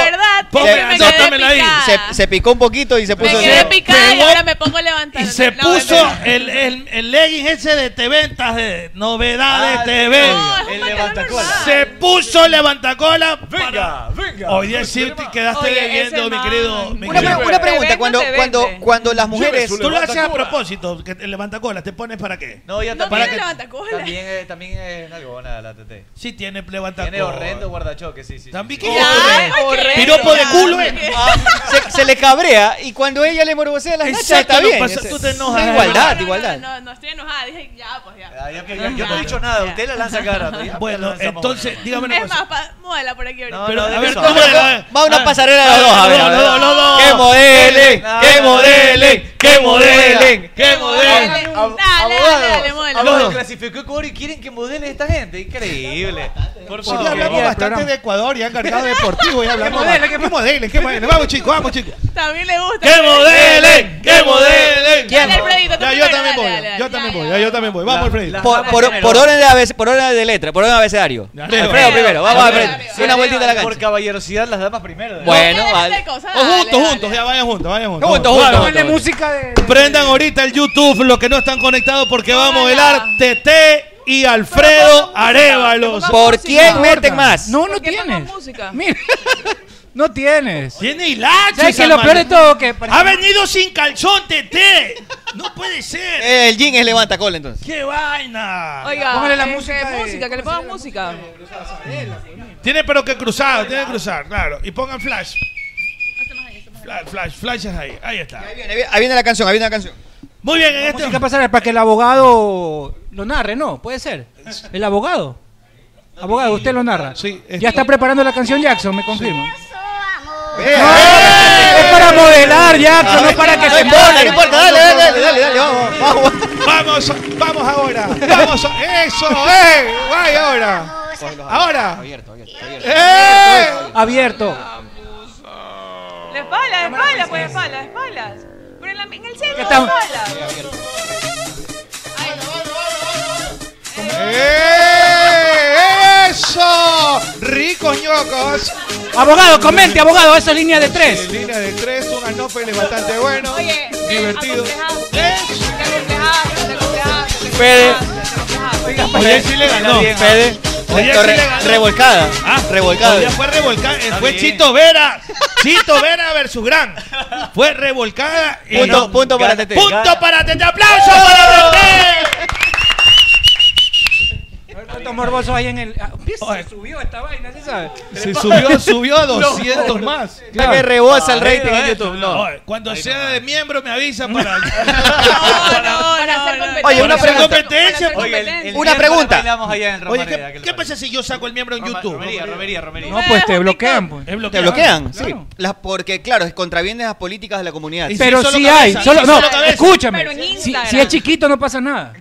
Speaker 6: Pónmela,
Speaker 9: se-
Speaker 6: anótamela ahí.
Speaker 9: Se, se picó un poquito y se puso.
Speaker 6: quedé
Speaker 5: Picada y ahora me pongo a levantar.
Speaker 6: Y se puso el, el, el legging ese de te ventas, de novedades
Speaker 10: Ah,
Speaker 6: te
Speaker 10: no,
Speaker 6: ventas.
Speaker 10: es un El pantalón levantacola. normal.
Speaker 6: Se puso levantacola. para-
Speaker 10: venga.
Speaker 6: Hoy día sí te quedaste
Speaker 9: Oye,
Speaker 6: debiendo,
Speaker 9: ese
Speaker 6: mi
Speaker 9: man.
Speaker 6: querido. mi
Speaker 9: Una
Speaker 6: querido.
Speaker 9: pre- una pregunta, cuando- Te vende, cuando- te vende. cuando las mujeres-
Speaker 6: Tú lo haces a
Speaker 9: levantacola.
Speaker 6: propósito, que el levantacolas, ¿te pones para qué?
Speaker 10: No, ya
Speaker 6: No
Speaker 10: también.
Speaker 6: tiene
Speaker 5: levantacola.
Speaker 10: También, eh, también es nalgona la TT.
Speaker 6: Sí, tiene levantacola.
Speaker 10: Tiene horrendo guardachoque, sí, sí.
Speaker 6: También
Speaker 10: sí.
Speaker 6: que Ya, horrendo. Piropo de culo, eh.
Speaker 9: Ah, se, se le cabrea y cuando ella le morbosea las nachas
Speaker 6: Exacto,
Speaker 9: está
Speaker 6: lo
Speaker 9: bien.
Speaker 6: pasa-
Speaker 9: Ese-
Speaker 6: tú te enojas. eh.
Speaker 9: Sí,
Speaker 6: No,
Speaker 9: Igualdad,
Speaker 6: no,
Speaker 9: igualdad.
Speaker 5: No, no estoy enojada. Dije, ya, pues ya.
Speaker 10: yo no he dicho nada, usted la lanza cara. ya.
Speaker 6: Bueno, entonces, dígame una
Speaker 5: Es
Speaker 6: cosa.
Speaker 5: más, pa- modela por aquí ahorita.
Speaker 6: Pero, a ver,
Speaker 10: eso.
Speaker 6: ¿cómo
Speaker 10: No, Ah.
Speaker 6: era? A ver.
Speaker 9: Va a una pasarela de los dos, a ver. a ver.
Speaker 6: Ah. No, no, no.
Speaker 9: ¡Que modelen! ¡Que modelen! ¡Que modelen!
Speaker 6: ¡Que modelen!
Speaker 10: Ab-
Speaker 5: Dale,
Speaker 10: abogado,
Speaker 5: dale, dale, modela.
Speaker 10: abogado,
Speaker 5: Modela.
Speaker 10: clasificó Ecuador y quieren que modele esta gente. Increíble. Por
Speaker 3: Hoy
Speaker 10: favor.
Speaker 3: día hablamos bastante de Ecuador y han cargado deportivo. Ya hablamos.
Speaker 10: modelen,
Speaker 3: que modelen, que modelen. Vamos, chicos, vamos, chicos.
Speaker 5: También le gusta.
Speaker 3: ¡Que modelen! ¡Que modelen!
Speaker 5: Dale, Alfredito, tú
Speaker 3: Ya, yo
Speaker 5: primero,
Speaker 3: también
Speaker 5: dale,
Speaker 3: voy.
Speaker 5: dale, dale.
Speaker 3: Yo también voy. ya, Yo también voy. Vamos, Alfredo.
Speaker 9: Por, por, por orden de abe- por orden de letra, por orden de abecedario.
Speaker 3: Alfredo.
Speaker 9: Alfredo primero, vamos Alfredo. Una vueltita a la
Speaker 10: Por
Speaker 9: cancha.
Speaker 10: caballerosidad, las damas primero. ¿no?
Speaker 9: Bueno,
Speaker 5: Dale,
Speaker 9: vale.
Speaker 5: dale, cosa,
Speaker 3: O
Speaker 5: dale,
Speaker 3: juntos,
Speaker 5: dale.
Speaker 3: juntos, ya vayan juntos, vayan juntos.
Speaker 9: Juntos,
Speaker 3: Vamos,
Speaker 9: juntos,
Speaker 3: vamos.
Speaker 9: juntos.
Speaker 11: música de.
Speaker 3: Prendan ahorita el YouTube los que no están conectados porque va a modelar TT y Alfredo Arevalos.
Speaker 9: ¿Por quién meten más?
Speaker 11: No, no tienes.
Speaker 12: Música.
Speaker 11: Mira, no tienes.
Speaker 6: Tiene hilacho.
Speaker 11: ¿Sabes
Speaker 6: esa
Speaker 11: qué? Lo peor de
Speaker 6: mano.
Speaker 11: todo que.
Speaker 6: Ha venido sin calzón, Tete. No puede ser.
Speaker 9: Eh, El jean es eh, levanta cola entonces.
Speaker 6: ¡Qué vaina!
Speaker 12: Oiga,
Speaker 11: Póngale la
Speaker 12: este,
Speaker 11: música de-
Speaker 12: música, que le pongan música.
Speaker 6: Tiene pero que cruzar, tiene que cruzar, claro. Y pongan flash. Flash, flash, flash es ahí. Ahí está.
Speaker 9: Ahí viene, ahí viene la canción, ahí viene la canción.
Speaker 6: Muy bien, en
Speaker 11: ¿Qué
Speaker 6: este.
Speaker 11: pasar para que el abogado lo narre? No, puede ser. El abogado. Abogado, usted lo narra.
Speaker 3: Sí, es-
Speaker 11: Ya está preparando la canción Jackson, me confirma. Ah,
Speaker 9: ¡Eh!
Speaker 11: Es para modelar, Jackson, no para que
Speaker 9: No
Speaker 11: se
Speaker 9: importa, no
Speaker 11: pare.
Speaker 9: importa, dale, dale, dale, dale, dale, vamos, vamos.
Speaker 3: Vamos, vamos ahora. Vamos, a- eso, eh. Guay, ahora. Ahora.
Speaker 9: Abierto, abierto, abierto.
Speaker 3: ¡Eh!
Speaker 11: Abierto.
Speaker 12: La espalda, la espalda, pues espalda, espalda. Pero en, la, en el centro,
Speaker 11: ¿Qué
Speaker 12: la
Speaker 11: tal?
Speaker 12: espalda.
Speaker 3: ¡Eh! ¡Eso! ¡Ricos ñocos!
Speaker 11: Abogado, comente, abogado, eso es línea de tres.
Speaker 3: En línea de tres, un anófeles bastante bueno.
Speaker 12: Oye,
Speaker 3: Divertido.
Speaker 9: Fede.
Speaker 6: Oye, sí le ganó.
Speaker 9: Fede.
Speaker 6: Oye,
Speaker 9: Esto
Speaker 6: sí
Speaker 9: re-
Speaker 6: le ganó.
Speaker 9: revolcada.
Speaker 6: Ah,
Speaker 9: Revolcada.
Speaker 6: Ya fue revolcada. eh, Fue
Speaker 10: bien.
Speaker 6: Chito Vera. Chito Vera versus Gran. Fue revolcada. y
Speaker 9: Punto,
Speaker 6: no-
Speaker 9: punto para Tete.
Speaker 6: Punto para Tete. ¡Aplauso
Speaker 11: ¡Oh!
Speaker 6: para Tete!
Speaker 11: ¿Cuántos morbosos hay en el.? ah,
Speaker 12: Oh,
Speaker 11: Se subió esta vaina, ¿sí sabe?
Speaker 3: Se subió, subió a 200 más.
Speaker 9: Mira que rebosa el
Speaker 6: Ah,
Speaker 9: rating en YouTube. No.
Speaker 6: Oye, Cuando sea de miembro me avisa para.
Speaker 5: Para hacer competencia.
Speaker 9: Oye,
Speaker 6: para
Speaker 9: una
Speaker 6: hacer
Speaker 9: pregunta.
Speaker 6: competencia.
Speaker 10: Oye, el- el
Speaker 5: Una
Speaker 10: miércoles
Speaker 9: pregunta.
Speaker 10: bailamos allá en
Speaker 6: Oye,
Speaker 10: Romareda,
Speaker 6: ¿qué,
Speaker 10: que
Speaker 6: qué
Speaker 10: lo-
Speaker 6: pasa si yo saco el miembro en
Speaker 10: Roma-
Speaker 6: YouTube?
Speaker 10: Romería, Romería, Romería.
Speaker 11: No, pues te bloquean, pues.
Speaker 6: Es
Speaker 9: Te
Speaker 6: bloqueado.
Speaker 9: bloquean, sí.
Speaker 11: Claro.
Speaker 9: Las- porque, claro, contraviene las políticas de la comunidad.
Speaker 6: Y si
Speaker 11: Pero
Speaker 6: solo
Speaker 11: sí
Speaker 6: cabeza,
Speaker 11: hay,
Speaker 6: si
Speaker 11: solo. No,
Speaker 6: solo cabeza.
Speaker 12: Pero en
Speaker 11: escúchame. Si,
Speaker 12: Instagram.
Speaker 11: si es chiquito, no pasa nada.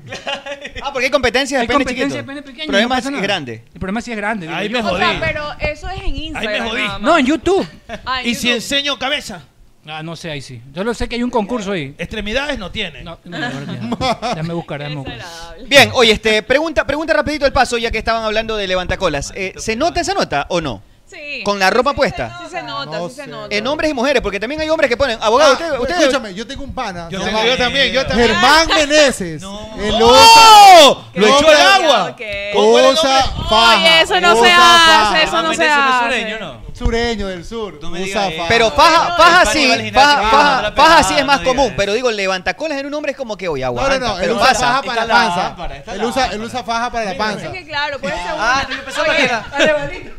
Speaker 9: Ah, porque hay competencia de
Speaker 11: Hay
Speaker 9: pene
Speaker 11: competencia de
Speaker 9: chiquito.
Speaker 11: pene pequeño.
Speaker 9: El problema
Speaker 11: no
Speaker 9: es
Speaker 11: pasa nada.
Speaker 9: grande.
Speaker 11: El problema sí es grande. digo
Speaker 6: Ahí
Speaker 11: yo.
Speaker 6: me
Speaker 12: O
Speaker 6: jodí.
Speaker 12: sea, pero eso es en Instagram.
Speaker 6: jodí.
Speaker 12: nada más.
Speaker 11: No, en YouTube.
Speaker 12: Ah, en
Speaker 6: ¿Y si
Speaker 12: YouTube.
Speaker 6: enseño cabeza?
Speaker 11: Ah, no sé, ahí sí. Yo lo sé que hay un concurso ahí.
Speaker 6: Extremidades no tiene.
Speaker 11: No, no, la verdad. Déjame buscar, déjame buscar.
Speaker 9: Bien, oye, este, pregunta, pregunta rapidito el paso, ya que estaban hablando de levantacolas. Eh, ¿Se nota esa nota o no?
Speaker 12: Sí.
Speaker 9: Con la ropa
Speaker 12: Sí se
Speaker 9: puesta.
Speaker 12: nota, Sí se nota, sí se nota.
Speaker 9: En hombres y mujeres, porque también hay hombres que ponen.
Speaker 15: Ah,
Speaker 9: Abogado, usted, usted-
Speaker 15: escúchame, yo tengo un pana.
Speaker 3: Yo,
Speaker 15: se
Speaker 3: tengo-
Speaker 15: llama
Speaker 3: yo también, yo también.
Speaker 15: Germán Meneses. El
Speaker 3: ¡Oh! ¡Lo
Speaker 15: No,
Speaker 3: echó
Speaker 15: pero-
Speaker 3: al agua!
Speaker 12: Ok.
Speaker 15: Usa faja.
Speaker 12: Oye, eso no
Speaker 15: usa
Speaker 12: se hace,
Speaker 15: faja.
Speaker 3: Ah,
Speaker 12: eso no
Speaker 10: Mamen,
Speaker 12: se
Speaker 10: eso es
Speaker 12: hace.
Speaker 10: sureño, ¿no?
Speaker 15: Sureño del sur.
Speaker 10: No me
Speaker 15: usa
Speaker 10: digas, eh.
Speaker 15: faja.
Speaker 9: pero faja,
Speaker 10: el
Speaker 9: faja
Speaker 10: pan
Speaker 9: sí,
Speaker 10: iba al gimnasio, ah,
Speaker 9: faja,
Speaker 10: no
Speaker 9: faja,
Speaker 10: la
Speaker 9: faja
Speaker 10: pelaba,
Speaker 9: sí es más
Speaker 10: no
Speaker 9: común,
Speaker 10: digas.
Speaker 9: pero digo, levantacolas en un hombre es como que, oye,
Speaker 15: No, no,
Speaker 9: aguanta,
Speaker 15: no. Él
Speaker 9: pero
Speaker 15: usa faja para
Speaker 9: pasa.
Speaker 10: Está
Speaker 15: la
Speaker 10: la
Speaker 15: panza.
Speaker 10: lámpara, está
Speaker 15: Él
Speaker 10: la
Speaker 15: usa, él
Speaker 10: lámpara.
Speaker 15: usa faja para la
Speaker 12: Es
Speaker 15: panza.
Speaker 12: que claro, puede ser
Speaker 10: Ah,
Speaker 12: una.
Speaker 10: yo pensaba que era.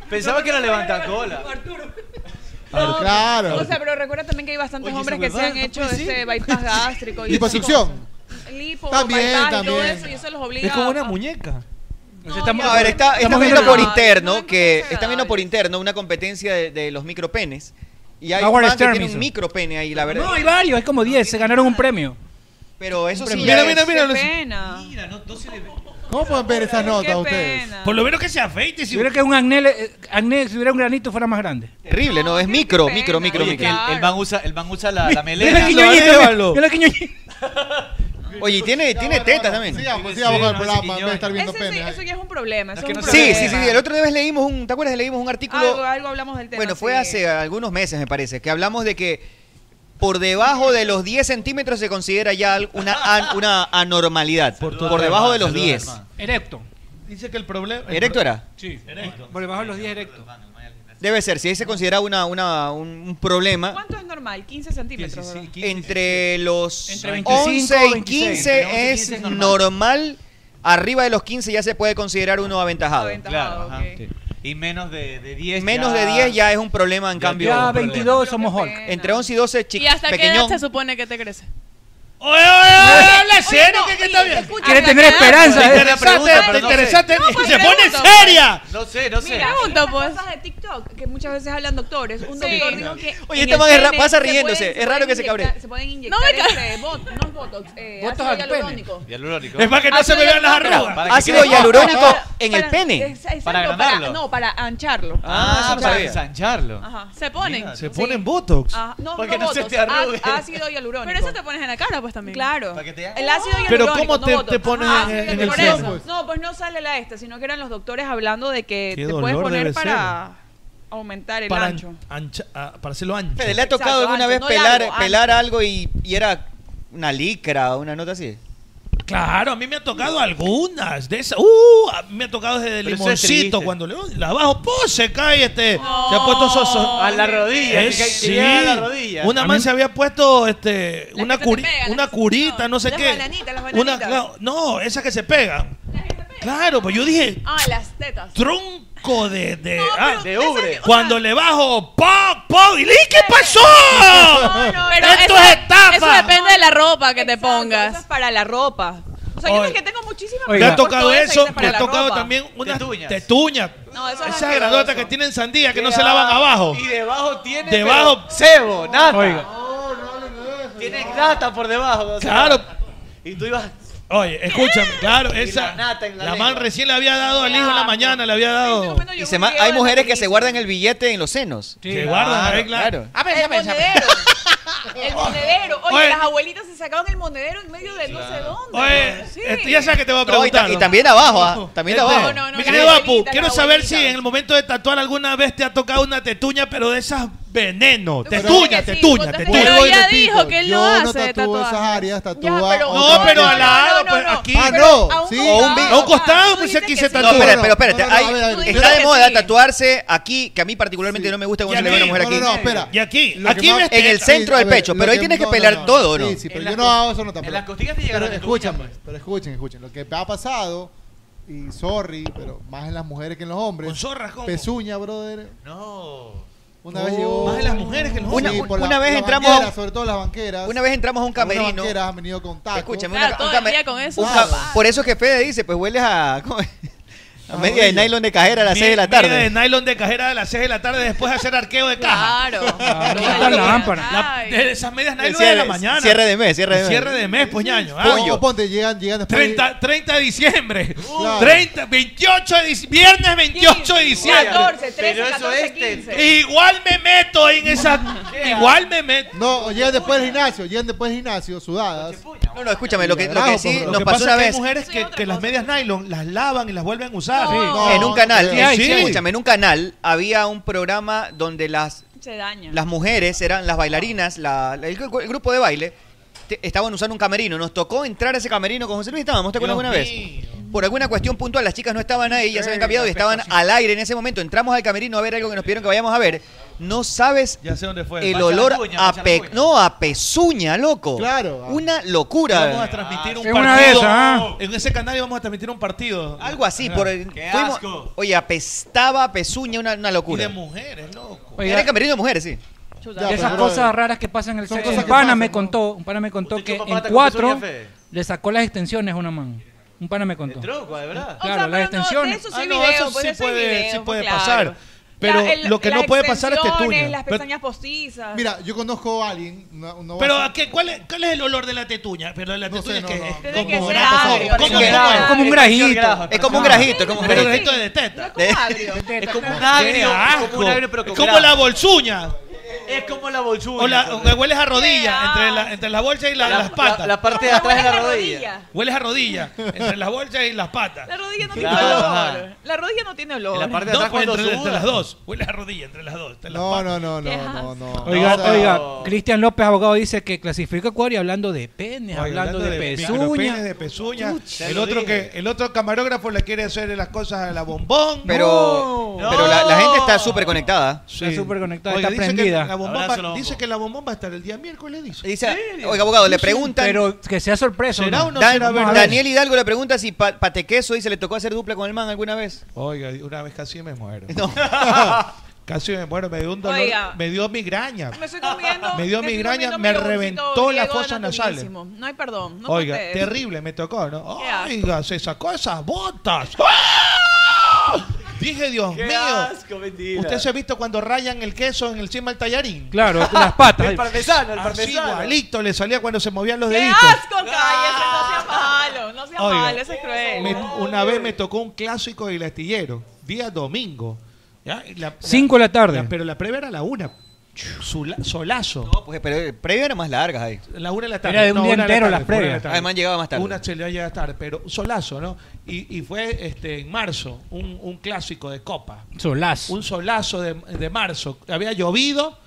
Speaker 10: Pensaba que era levantacola.
Speaker 12: No,
Speaker 15: Claro.
Speaker 12: O sea, pero recuerda también que hay bastantes
Speaker 15: Oye,
Speaker 12: hombres
Speaker 15: eso
Speaker 12: que
Speaker 15: es
Speaker 12: se
Speaker 15: verdad,
Speaker 12: han
Speaker 15: no
Speaker 12: hecho
Speaker 15: puede
Speaker 12: este
Speaker 15: ser.
Speaker 12: bypass gástrico. y
Speaker 15: Liposucción.
Speaker 12: Lipo,
Speaker 15: También,
Speaker 12: bypass y todo
Speaker 15: también.
Speaker 12: eso, y eso los obliga
Speaker 3: Es como una
Speaker 12: a-
Speaker 3: muñeca.
Speaker 9: No, a ver, está, está viendo por interno que está viendo por interno una competencia de, de los micropenes y hay
Speaker 11: Howard
Speaker 9: un man que
Speaker 11: Stern
Speaker 9: tiene
Speaker 11: hizo.
Speaker 9: un micropene ahí, la verdad.
Speaker 11: No, hay varios, hay como 10, se ganaron un premio.
Speaker 9: Pero eso sí.
Speaker 11: Mira,
Speaker 9: ya
Speaker 11: mira,
Speaker 9: es-
Speaker 11: mira, los-
Speaker 12: pena.
Speaker 6: Mira, no, no se le ve.
Speaker 15: ¿Cómo pueden ver esas notas
Speaker 12: Qué
Speaker 15: ustedes?
Speaker 6: Por lo menos que se afeite.
Speaker 11: Si hubiera que un acné, eh, acné, si hubiera un granito fuera más grande.
Speaker 9: Terrible, no, es micro, micro, micro,
Speaker 10: Oye, que
Speaker 9: micro.
Speaker 10: el, el man usa, el man usa la, la melena.
Speaker 9: mira la quiñoñita,
Speaker 11: Llévalo. mira
Speaker 9: Oye, y tiene, tiene tetas también.
Speaker 15: Sigamos, sigamos con el programa, en vez de estar viendo
Speaker 12: Ese sí,
Speaker 15: penes.
Speaker 12: eso ya es un problema. Eso es un
Speaker 9: Sí,
Speaker 12: problema.
Speaker 9: sí, sí. El otro día leímos un, ¿te acuerdas? Leímos un artículo.
Speaker 12: Algo, algo hablamos del tema.
Speaker 9: Bueno, fue
Speaker 12: sí.
Speaker 9: hace algunos meses, me parece, que hablamos de que por debajo de los 10 centímetros se considera ya al- una, an- una anormalidad. Por, debajo de los 10.
Speaker 11: Erecto.
Speaker 3: Dice que el problema.
Speaker 9: ¿Erecto era?
Speaker 11: Sí. Por debajo de los 10 erecto.
Speaker 9: Debe ser, si ahí se considera una, una- un, un problema,
Speaker 12: ¿Cuánto es normal? 15 centímetros. ¿verdad?
Speaker 9: entre los
Speaker 12: Entre 25
Speaker 9: 11 y
Speaker 12: 26,
Speaker 9: 15
Speaker 12: entre 11 y
Speaker 9: es
Speaker 12: 15 es
Speaker 9: normal.
Speaker 12: normal.
Speaker 9: arriba de los 15 ya se puede considerar uno aventajado.
Speaker 10: Claro, ajá. Ah, Y menos de, de 10.
Speaker 9: Menos
Speaker 10: ya-
Speaker 9: de 10 ya es un problema, en cambio.
Speaker 10: ya
Speaker 11: 22 somos Hulk.
Speaker 9: Entre 11 y 12,
Speaker 13: ¿Y
Speaker 9: chicas,
Speaker 13: hasta
Speaker 9: pequeñón.
Speaker 13: qué edad se supone que te crece?
Speaker 6: ¡Oye, oye, oye! ¡Habla
Speaker 13: Oye,
Speaker 6: serio!
Speaker 13: no,
Speaker 6: que- que
Speaker 13: oye,
Speaker 6: está bien?
Speaker 13: escucha,
Speaker 11: Quiere
Speaker 13: hasta
Speaker 11: tener
Speaker 13: qué edad?
Speaker 11: esperanza,
Speaker 6: Te
Speaker 11: ¿eh?
Speaker 6: interesaste,
Speaker 11: Pregunta,
Speaker 6: te
Speaker 11: pero no sé.
Speaker 6: interesaste.
Speaker 11: No, pues,
Speaker 6: ¡Se pone
Speaker 11: pregunto,
Speaker 6: seria!
Speaker 10: No sé, no
Speaker 12: Mira, pregunto, pues. cosas de TikTok que muchas veces hablan doctores. Un doctor dijo que.
Speaker 9: Oye,
Speaker 12: en
Speaker 9: este
Speaker 12: el
Speaker 9: man es ra-
Speaker 12: pene
Speaker 9: pasa
Speaker 12: se
Speaker 9: riéndose,
Speaker 12: pueden-
Speaker 9: es raro que se
Speaker 12: inyectar-
Speaker 9: cabree.
Speaker 12: Se pueden inyectar
Speaker 13: No me ca-
Speaker 12: este, bot, no es botox, eh,
Speaker 13: Botox
Speaker 12: ácido
Speaker 13: al pene.
Speaker 12: hialurónico.
Speaker 10: Hialurónico.
Speaker 6: Es para que no se me vean las
Speaker 12: Ácido
Speaker 6: arrugas.
Speaker 12: hialurónico.
Speaker 9: Ha sido hialurónico en el pene.
Speaker 12: Ex- exacto,
Speaker 10: Para agrandarlo.
Speaker 12: no, para ancharlo.
Speaker 10: Ah,
Speaker 12: Ancharlo.
Speaker 10: para ensancharlo.
Speaker 12: Ajá. Se ponen.
Speaker 3: Se
Speaker 12: Sí.
Speaker 3: ponen botox.
Speaker 12: Ah, no,
Speaker 3: Para que
Speaker 12: no,
Speaker 3: no se
Speaker 12: botox,
Speaker 3: te arrugue.
Speaker 12: á- Ácido hialurónico.
Speaker 13: Pero eso te pones en la cara, pues también.
Speaker 12: Claro.
Speaker 13: Para que te haga-
Speaker 12: El ácido hialurónico.
Speaker 3: Pero ¿cómo te-
Speaker 12: no
Speaker 3: te pones
Speaker 12: botox. Ah,
Speaker 3: en- en
Speaker 12: por
Speaker 3: el
Speaker 12: eso.
Speaker 3: seno?
Speaker 12: No, pues no sale la esta, sino que eran los doctores hablando de que
Speaker 3: Qué
Speaker 12: te puedes
Speaker 3: dolor debe
Speaker 12: poner para aumentar el
Speaker 3: Para
Speaker 12: ancho.
Speaker 6: Ancha- ah, para hacerlo ancho.
Speaker 9: Fede, ¿Le ha tocado
Speaker 12: Exacto,
Speaker 9: alguna
Speaker 12: ancho,
Speaker 9: vez
Speaker 12: no
Speaker 9: pelar,
Speaker 12: largo,
Speaker 9: pelar
Speaker 12: ancho.
Speaker 9: algo y, y era una licra o una nota así?
Speaker 6: Claro, a mí me ha tocado algunas de esas. Uh, a mí me ha tocado desde
Speaker 10: Pero eso es
Speaker 6: limoncito
Speaker 10: triste.
Speaker 6: cuando le uh, la bajo, ¡pum! se cae este. Se
Speaker 15: Oh.
Speaker 6: ha puesto soso.
Speaker 10: A la rodilla,
Speaker 6: Eh,
Speaker 10: que- que
Speaker 6: sí.
Speaker 10: llega a la rodilla.
Speaker 6: Una
Speaker 10: A
Speaker 6: man
Speaker 10: mí-
Speaker 6: se había puesto este una
Speaker 12: que se
Speaker 6: curi-
Speaker 12: pegan,
Speaker 6: una
Speaker 12: las-
Speaker 6: curita, no sé
Speaker 12: las
Speaker 6: qué.
Speaker 12: bananitas, las
Speaker 6: Una-
Speaker 12: bananitas.
Speaker 6: claro, no, esas que se pegan. Claro, pues yo dije,
Speaker 12: Ah, las tetas.
Speaker 6: tronco de de,
Speaker 12: No,
Speaker 6: ah,
Speaker 12: pero De esa- ubre. o sea-
Speaker 6: Cuando le bajo, ¡pum! ¡pum! ¿Y qué pasó?
Speaker 13: Pero
Speaker 6: Esto
Speaker 13: eso-
Speaker 6: es estafa.
Speaker 13: Eso depende de la ropa que te pongas.
Speaker 12: para la ropa. O sea, yo
Speaker 6: Oye.
Speaker 12: sé que tengo muchísimas
Speaker 6: Me ha tocado eso, me
Speaker 12: me
Speaker 6: ha tocado también unas
Speaker 10: Tetuñas.
Speaker 6: tetuñas.
Speaker 12: No, eso es
Speaker 6: Esas
Speaker 12: asqueroso.
Speaker 6: grandotas que tienen sandía que no se lavan abajo.
Speaker 10: Y debajo tiene.
Speaker 6: Debajo-
Speaker 10: pero Cebo, nata.
Speaker 6: Oiga.
Speaker 10: Tiene nata por debajo. o sea,
Speaker 6: Claro.
Speaker 10: Y tú ibas.
Speaker 6: Oye, escúchame,
Speaker 12: Ah,
Speaker 6: claro,
Speaker 10: Y
Speaker 6: esa.
Speaker 10: la nata en la
Speaker 6: La
Speaker 10: lengua.
Speaker 6: man recién le había dado al hijo en la mañana, le había dado.
Speaker 9: Y se ma- hay mujeres que se guardan el billete en los senos.
Speaker 6: Se guardan, ¿eh? Claro.
Speaker 9: A ver,
Speaker 12: El monedero. El monedero. Oye,
Speaker 6: Oye.
Speaker 12: las abuelitas se sacaban el monedero en medio de no sé dónde.
Speaker 6: Oye,
Speaker 12: Sí.
Speaker 6: este, ya sabes que te voy a
Speaker 9: No, y,
Speaker 6: preguntar.
Speaker 9: ta- y también abajo, ¿ah? También
Speaker 6: Este,
Speaker 9: abajo.
Speaker 12: no, no,
Speaker 6: Mi
Speaker 12: la
Speaker 6: querido
Speaker 12: abuelita,
Speaker 6: Apu,
Speaker 12: la
Speaker 6: quiero saber si
Speaker 12: abuelita.
Speaker 6: en el momento de tatuar alguna vez te ha tocado una tetuña, pero de esas veneno.
Speaker 12: Pero-
Speaker 6: Tetuña,
Speaker 12: Sí,
Speaker 6: tetuña,
Speaker 12: contaste-
Speaker 6: tetuña.
Speaker 12: Pero
Speaker 15: Vuelvo y
Speaker 12: ya
Speaker 15: repito,
Speaker 12: dijo que él
Speaker 15: yo
Speaker 12: no
Speaker 15: no
Speaker 12: hace
Speaker 15: tatúo esas
Speaker 12: tatuajes.
Speaker 15: áreas, tatúa
Speaker 12: pero-
Speaker 15: otras
Speaker 6: No, pero
Speaker 15: áreas.
Speaker 6: al lado,
Speaker 12: no,
Speaker 6: pues
Speaker 12: no.
Speaker 6: aquí.
Speaker 15: Ah,
Speaker 12: pero
Speaker 15: no,
Speaker 12: a un
Speaker 15: sí.
Speaker 12: costado.
Speaker 9: O un bi-
Speaker 6: A un costado, pues aquí se
Speaker 9: No,
Speaker 6: tatúa.
Speaker 9: espérate, pero espérate.
Speaker 15: No, no, no,
Speaker 9: hay-
Speaker 15: a ver, a ver. Tú
Speaker 9: está
Speaker 12: dijiste
Speaker 9: de
Speaker 12: que
Speaker 9: moda
Speaker 12: sí.
Speaker 9: tatuarse aquí, que a mí particularmente no me gusta cuando
Speaker 6: Y
Speaker 9: se le ve a una mujer
Speaker 6: aquí.
Speaker 9: aquí.
Speaker 15: No, no, no, espera.
Speaker 6: Y aquí,
Speaker 15: Lo que
Speaker 6: aquí
Speaker 15: más-
Speaker 6: ves
Speaker 9: En el
Speaker 6: teta.
Speaker 9: centro del
Speaker 15: a ver,
Speaker 9: pecho,
Speaker 15: lo
Speaker 9: pero ahí
Speaker 15: que-
Speaker 9: tienes que
Speaker 15: no,
Speaker 9: pelar
Speaker 15: no, no.
Speaker 9: todo, ¿no?
Speaker 15: Sí, sí, pero
Speaker 10: En
Speaker 15: yo
Speaker 10: la-
Speaker 15: no hago eso, no
Speaker 10: En
Speaker 15: tampoco.
Speaker 10: las costillas te
Speaker 15: Pero
Speaker 10: llegaron
Speaker 15: escuchen, pues, pero escuchen, escuchen. Lo que ha pasado, y sorry, pero más en las mujeres que en los hombres.
Speaker 6: Con zorras, ¿cómo?
Speaker 15: Pezuña, brother.
Speaker 10: No.
Speaker 15: Una vez llegó.
Speaker 6: Más en las mujeres que en los
Speaker 9: Una-
Speaker 6: hombres.
Speaker 15: Sí, por
Speaker 9: una vez
Speaker 15: las
Speaker 9: entramos-
Speaker 15: banqueras, sobre todo las banqueras.
Speaker 9: Una vez entramos a un
Speaker 15: Algunas
Speaker 9: camerino.
Speaker 15: banqueras han venido con tacos.
Speaker 9: Escúchame,
Speaker 13: Claro,
Speaker 9: una-
Speaker 13: todo
Speaker 9: un
Speaker 13: el
Speaker 9: came-
Speaker 13: día con eso.
Speaker 9: un ca- por eso es que Fede dice, pues hueles a, ¿cómo es? a
Speaker 15: Ah,
Speaker 9: media de
Speaker 15: bueno.
Speaker 9: nylon de cajera a las 6 de la
Speaker 6: Mira,
Speaker 9: tarde.
Speaker 6: de nylon de cajera a las 6 de la tarde después de hacer arqueo de caja.
Speaker 13: Claro.
Speaker 11: Está la lámpara.
Speaker 6: La-
Speaker 13: Ay.
Speaker 6: de esas medias nylon
Speaker 9: Cierre-
Speaker 6: de la mañana.
Speaker 9: cierre de mes, cierre de mes.
Speaker 6: Cierre de mes, pues ñaño. ah.
Speaker 15: Ah,
Speaker 9: Pollo.
Speaker 15: o ponte, llegan, llegan después.
Speaker 6: 30, 30 de diciembre.
Speaker 15: Claro.
Speaker 6: 30, 28 de diciembre. Viernes 28 de diciembre.
Speaker 12: 14, 13,
Speaker 10: Pero eso
Speaker 12: 14,
Speaker 10: es
Speaker 12: 15.
Speaker 6: Igual me meto en esa. Igual me meto.
Speaker 15: No, o llegan después del gimnasio, llegan después del gimnasio, sudadas. pues,
Speaker 9: No, no, escúchame, lo que, lo que
Speaker 15: Carajo,
Speaker 9: sí
Speaker 15: pero
Speaker 6: Lo
Speaker 9: nos
Speaker 6: que
Speaker 9: pasó
Speaker 6: pasa
Speaker 9: una
Speaker 6: es que
Speaker 9: vez
Speaker 6: hay mujeres que, que las medias nylon las lavan y las vuelven a
Speaker 3: Ah,
Speaker 6: usar.
Speaker 15: No,
Speaker 9: en un canal,
Speaker 15: sí hay,
Speaker 9: sí,
Speaker 15: sí hay.
Speaker 9: escúchame, en un canal había un programa donde las,
Speaker 12: Se daña.
Speaker 9: las mujeres eran las bailarinas, la- la- el, gru- el grupo de baile, te- estaban usando un camerino. Nos tocó entrar a ese camerino con José Luis, estábamos, ¿te acuerdas alguna vez? Por alguna cuestión puntual, las chicas no estaban ahí, ya se habían cambiado y estaban al aire en ese momento. Entramos al camerino a ver algo que nos pidieron que vayamos a ver. no sabes
Speaker 3: Ya sé dónde fue.
Speaker 9: el olor a, pe- no, a pezuña, loco.
Speaker 3: Claro. ah.
Speaker 9: Una
Speaker 3: Vamos
Speaker 9: locura.
Speaker 3: a transmitir un
Speaker 9: en
Speaker 3: partido.
Speaker 9: una de esas, ¿ah?
Speaker 3: En ese canal íbamos a transmitir un partido. Ah.
Speaker 9: Algo así.
Speaker 3: Ajá.
Speaker 9: Por el, fuimos- Oye, apestaba a pezuña, una, una locura.
Speaker 3: Y de mujeres, loco.
Speaker 11: Oiga.
Speaker 9: Era camerino de mujeres, sí.
Speaker 11: De esas cosas raras que pasan en el
Speaker 9: Son
Speaker 11: sexo.
Speaker 9: cosas
Speaker 11: Un
Speaker 9: que
Speaker 11: pana
Speaker 9: pasan,
Speaker 11: me contó, un pana me contó que
Speaker 16: chupa
Speaker 11: en
Speaker 16: pata con
Speaker 11: cuatro
Speaker 16: pezuña, Fede?
Speaker 11: le sacó las extensiones a una man. Un pana me contó.
Speaker 16: truco, de verdad.
Speaker 11: Claro, las extensiones.
Speaker 12: eso sí hay
Speaker 3: Ah, no,
Speaker 12: video,
Speaker 3: eso
Speaker 12: pues,
Speaker 3: sí
Speaker 12: eso hay
Speaker 3: puede-
Speaker 12: video,
Speaker 3: sí
Speaker 12: pues,
Speaker 3: puede
Speaker 12: claro.
Speaker 3: pasar, pero
Speaker 12: el-
Speaker 3: lo que
Speaker 12: las
Speaker 3: no puede pasar es
Speaker 11: este
Speaker 12: extensiones,
Speaker 3: tetuña.
Speaker 12: Las
Speaker 3: Pero-
Speaker 12: pestañas postizas.
Speaker 15: Mira, yo conozco a alguien. No, no voy
Speaker 6: Pero
Speaker 15: a-
Speaker 6: ¿a qué, cuál, es, ¿cuál es el olor de la tetuña? Pero la tetuña es que es
Speaker 15: Tiene que
Speaker 6: como
Speaker 15: ser
Speaker 6: grajo.
Speaker 15: agrio,
Speaker 6: ¿Cómo-
Speaker 15: parece
Speaker 6: cómo
Speaker 15: grajo.
Speaker 6: es?
Speaker 15: Como un grajito.
Speaker 9: Es como un grajito, es como un
Speaker 6: Pero
Speaker 9: grajito.
Speaker 6: grajito de teta.
Speaker 9: De-
Speaker 6: Eh, Es como un
Speaker 9: Qué
Speaker 6: agrio,
Speaker 9: asco.
Speaker 6: como un agrio, pero
Speaker 9: Es
Speaker 6: con
Speaker 9: como
Speaker 6: grajo.
Speaker 9: la
Speaker 6: bolsuña.
Speaker 16: Es como la bolsuña.
Speaker 6: O la, o que hueles a rodilla, entre la, entre la bolsa y la- las patas.
Speaker 16: la parte de atrás de la rodilla.
Speaker 6: Hueles a rodilla, entre las bolsas y las patas.
Speaker 12: La rodilla no
Speaker 6: Claro,
Speaker 12: tiene olor.
Speaker 6: ajá.
Speaker 12: La rodilla no tiene olor.
Speaker 6: no, pues, entre, entre las dos. Hueles a rodilla, entre las dos. entre las
Speaker 15: No,
Speaker 6: patas.
Speaker 15: no, no,
Speaker 12: Qué
Speaker 15: no, no, no.
Speaker 11: Oiga,
Speaker 15: No,
Speaker 11: oiga,
Speaker 15: no.
Speaker 11: Cristian López, abogado, dice que clasifica a Ecuador y hablando de penes,
Speaker 3: Oye,
Speaker 11: hablando, de, pezuña.
Speaker 3: micropenes, de pezuña.
Speaker 11: Chucha.
Speaker 3: el otro que el otro camarógrafo le quiere hacer las cosas a la bombón.
Speaker 9: Pero,
Speaker 3: No.
Speaker 9: pero la, la gente está súper conectada.
Speaker 11: Está súper conectada,
Speaker 3: Oiga,
Speaker 11: está
Speaker 3: dice
Speaker 11: prendida.
Speaker 3: Que la bombón
Speaker 9: Abrazo,
Speaker 3: va-
Speaker 9: la bombón.
Speaker 3: dice que la bombón va a estar el día miércoles, dice.
Speaker 9: Dice, Oiga, abogado, le preguntan.
Speaker 11: Pero que sea sorpresa.
Speaker 9: Dan-
Speaker 11: ¿o no?
Speaker 9: Daniel Hidalgo le pregunta si pa- Patequeso dice, ¿le tocó hacer dupla con el man alguna vez?
Speaker 3: Oiga, una vez casi me muero. casi me muero, me dio un dolor,
Speaker 12: Oiga.
Speaker 3: me dio migraña.
Speaker 12: Me estoy comiendo.
Speaker 3: Me dio
Speaker 12: estoy
Speaker 3: migraña,
Speaker 12: comiendo
Speaker 3: me
Speaker 12: mi jaboncito
Speaker 3: reventó las
Speaker 12: griego
Speaker 3: fosas nasales.
Speaker 12: naturalísimo. No hay perdón. No
Speaker 3: Oiga,
Speaker 12: conté.
Speaker 3: terrible, me tocó, ¿no?
Speaker 12: Qué asco.
Speaker 3: Oiga, se sacó esas botas. ¡Ah! Dije, Dios
Speaker 16: Qué
Speaker 3: mío.
Speaker 16: asco, mentira.
Speaker 3: ¿Usted se ha visto cuando rayan el queso en el cima del tallarín?
Speaker 11: Claro, las patas.
Speaker 16: El parmesano, el
Speaker 3: Así
Speaker 16: parmesano.
Speaker 3: igualito le salía cuando se movían los
Speaker 12: ¡Qué
Speaker 3: deditos.
Speaker 12: asco! Cállese, no sea malo. No sea
Speaker 3: Oiga,
Speaker 12: malo, eso es cruel.
Speaker 3: me- una vez me tocó un clásico del astillero, día domingo. ¿ya? Y la-
Speaker 11: Cinco de la tarde.
Speaker 3: la- pero la previa era la una. Sula- solazo.
Speaker 9: No, pues pero previo eran más largas ahí.
Speaker 3: La una de la tarde.
Speaker 11: Era de un
Speaker 3: No,
Speaker 11: día
Speaker 3: una de la
Speaker 11: entero
Speaker 3: tarde,
Speaker 11: las
Speaker 3: fue una de la
Speaker 11: previas.
Speaker 3: tarde.
Speaker 9: Además llegaba más tarde.
Speaker 3: Una se le llegaba tarde, pero solazo, ¿no? Y, y fue este, en marzo, un, un clásico de copa.
Speaker 11: Solazo.
Speaker 3: Un solazo de, de marzo. Había llovido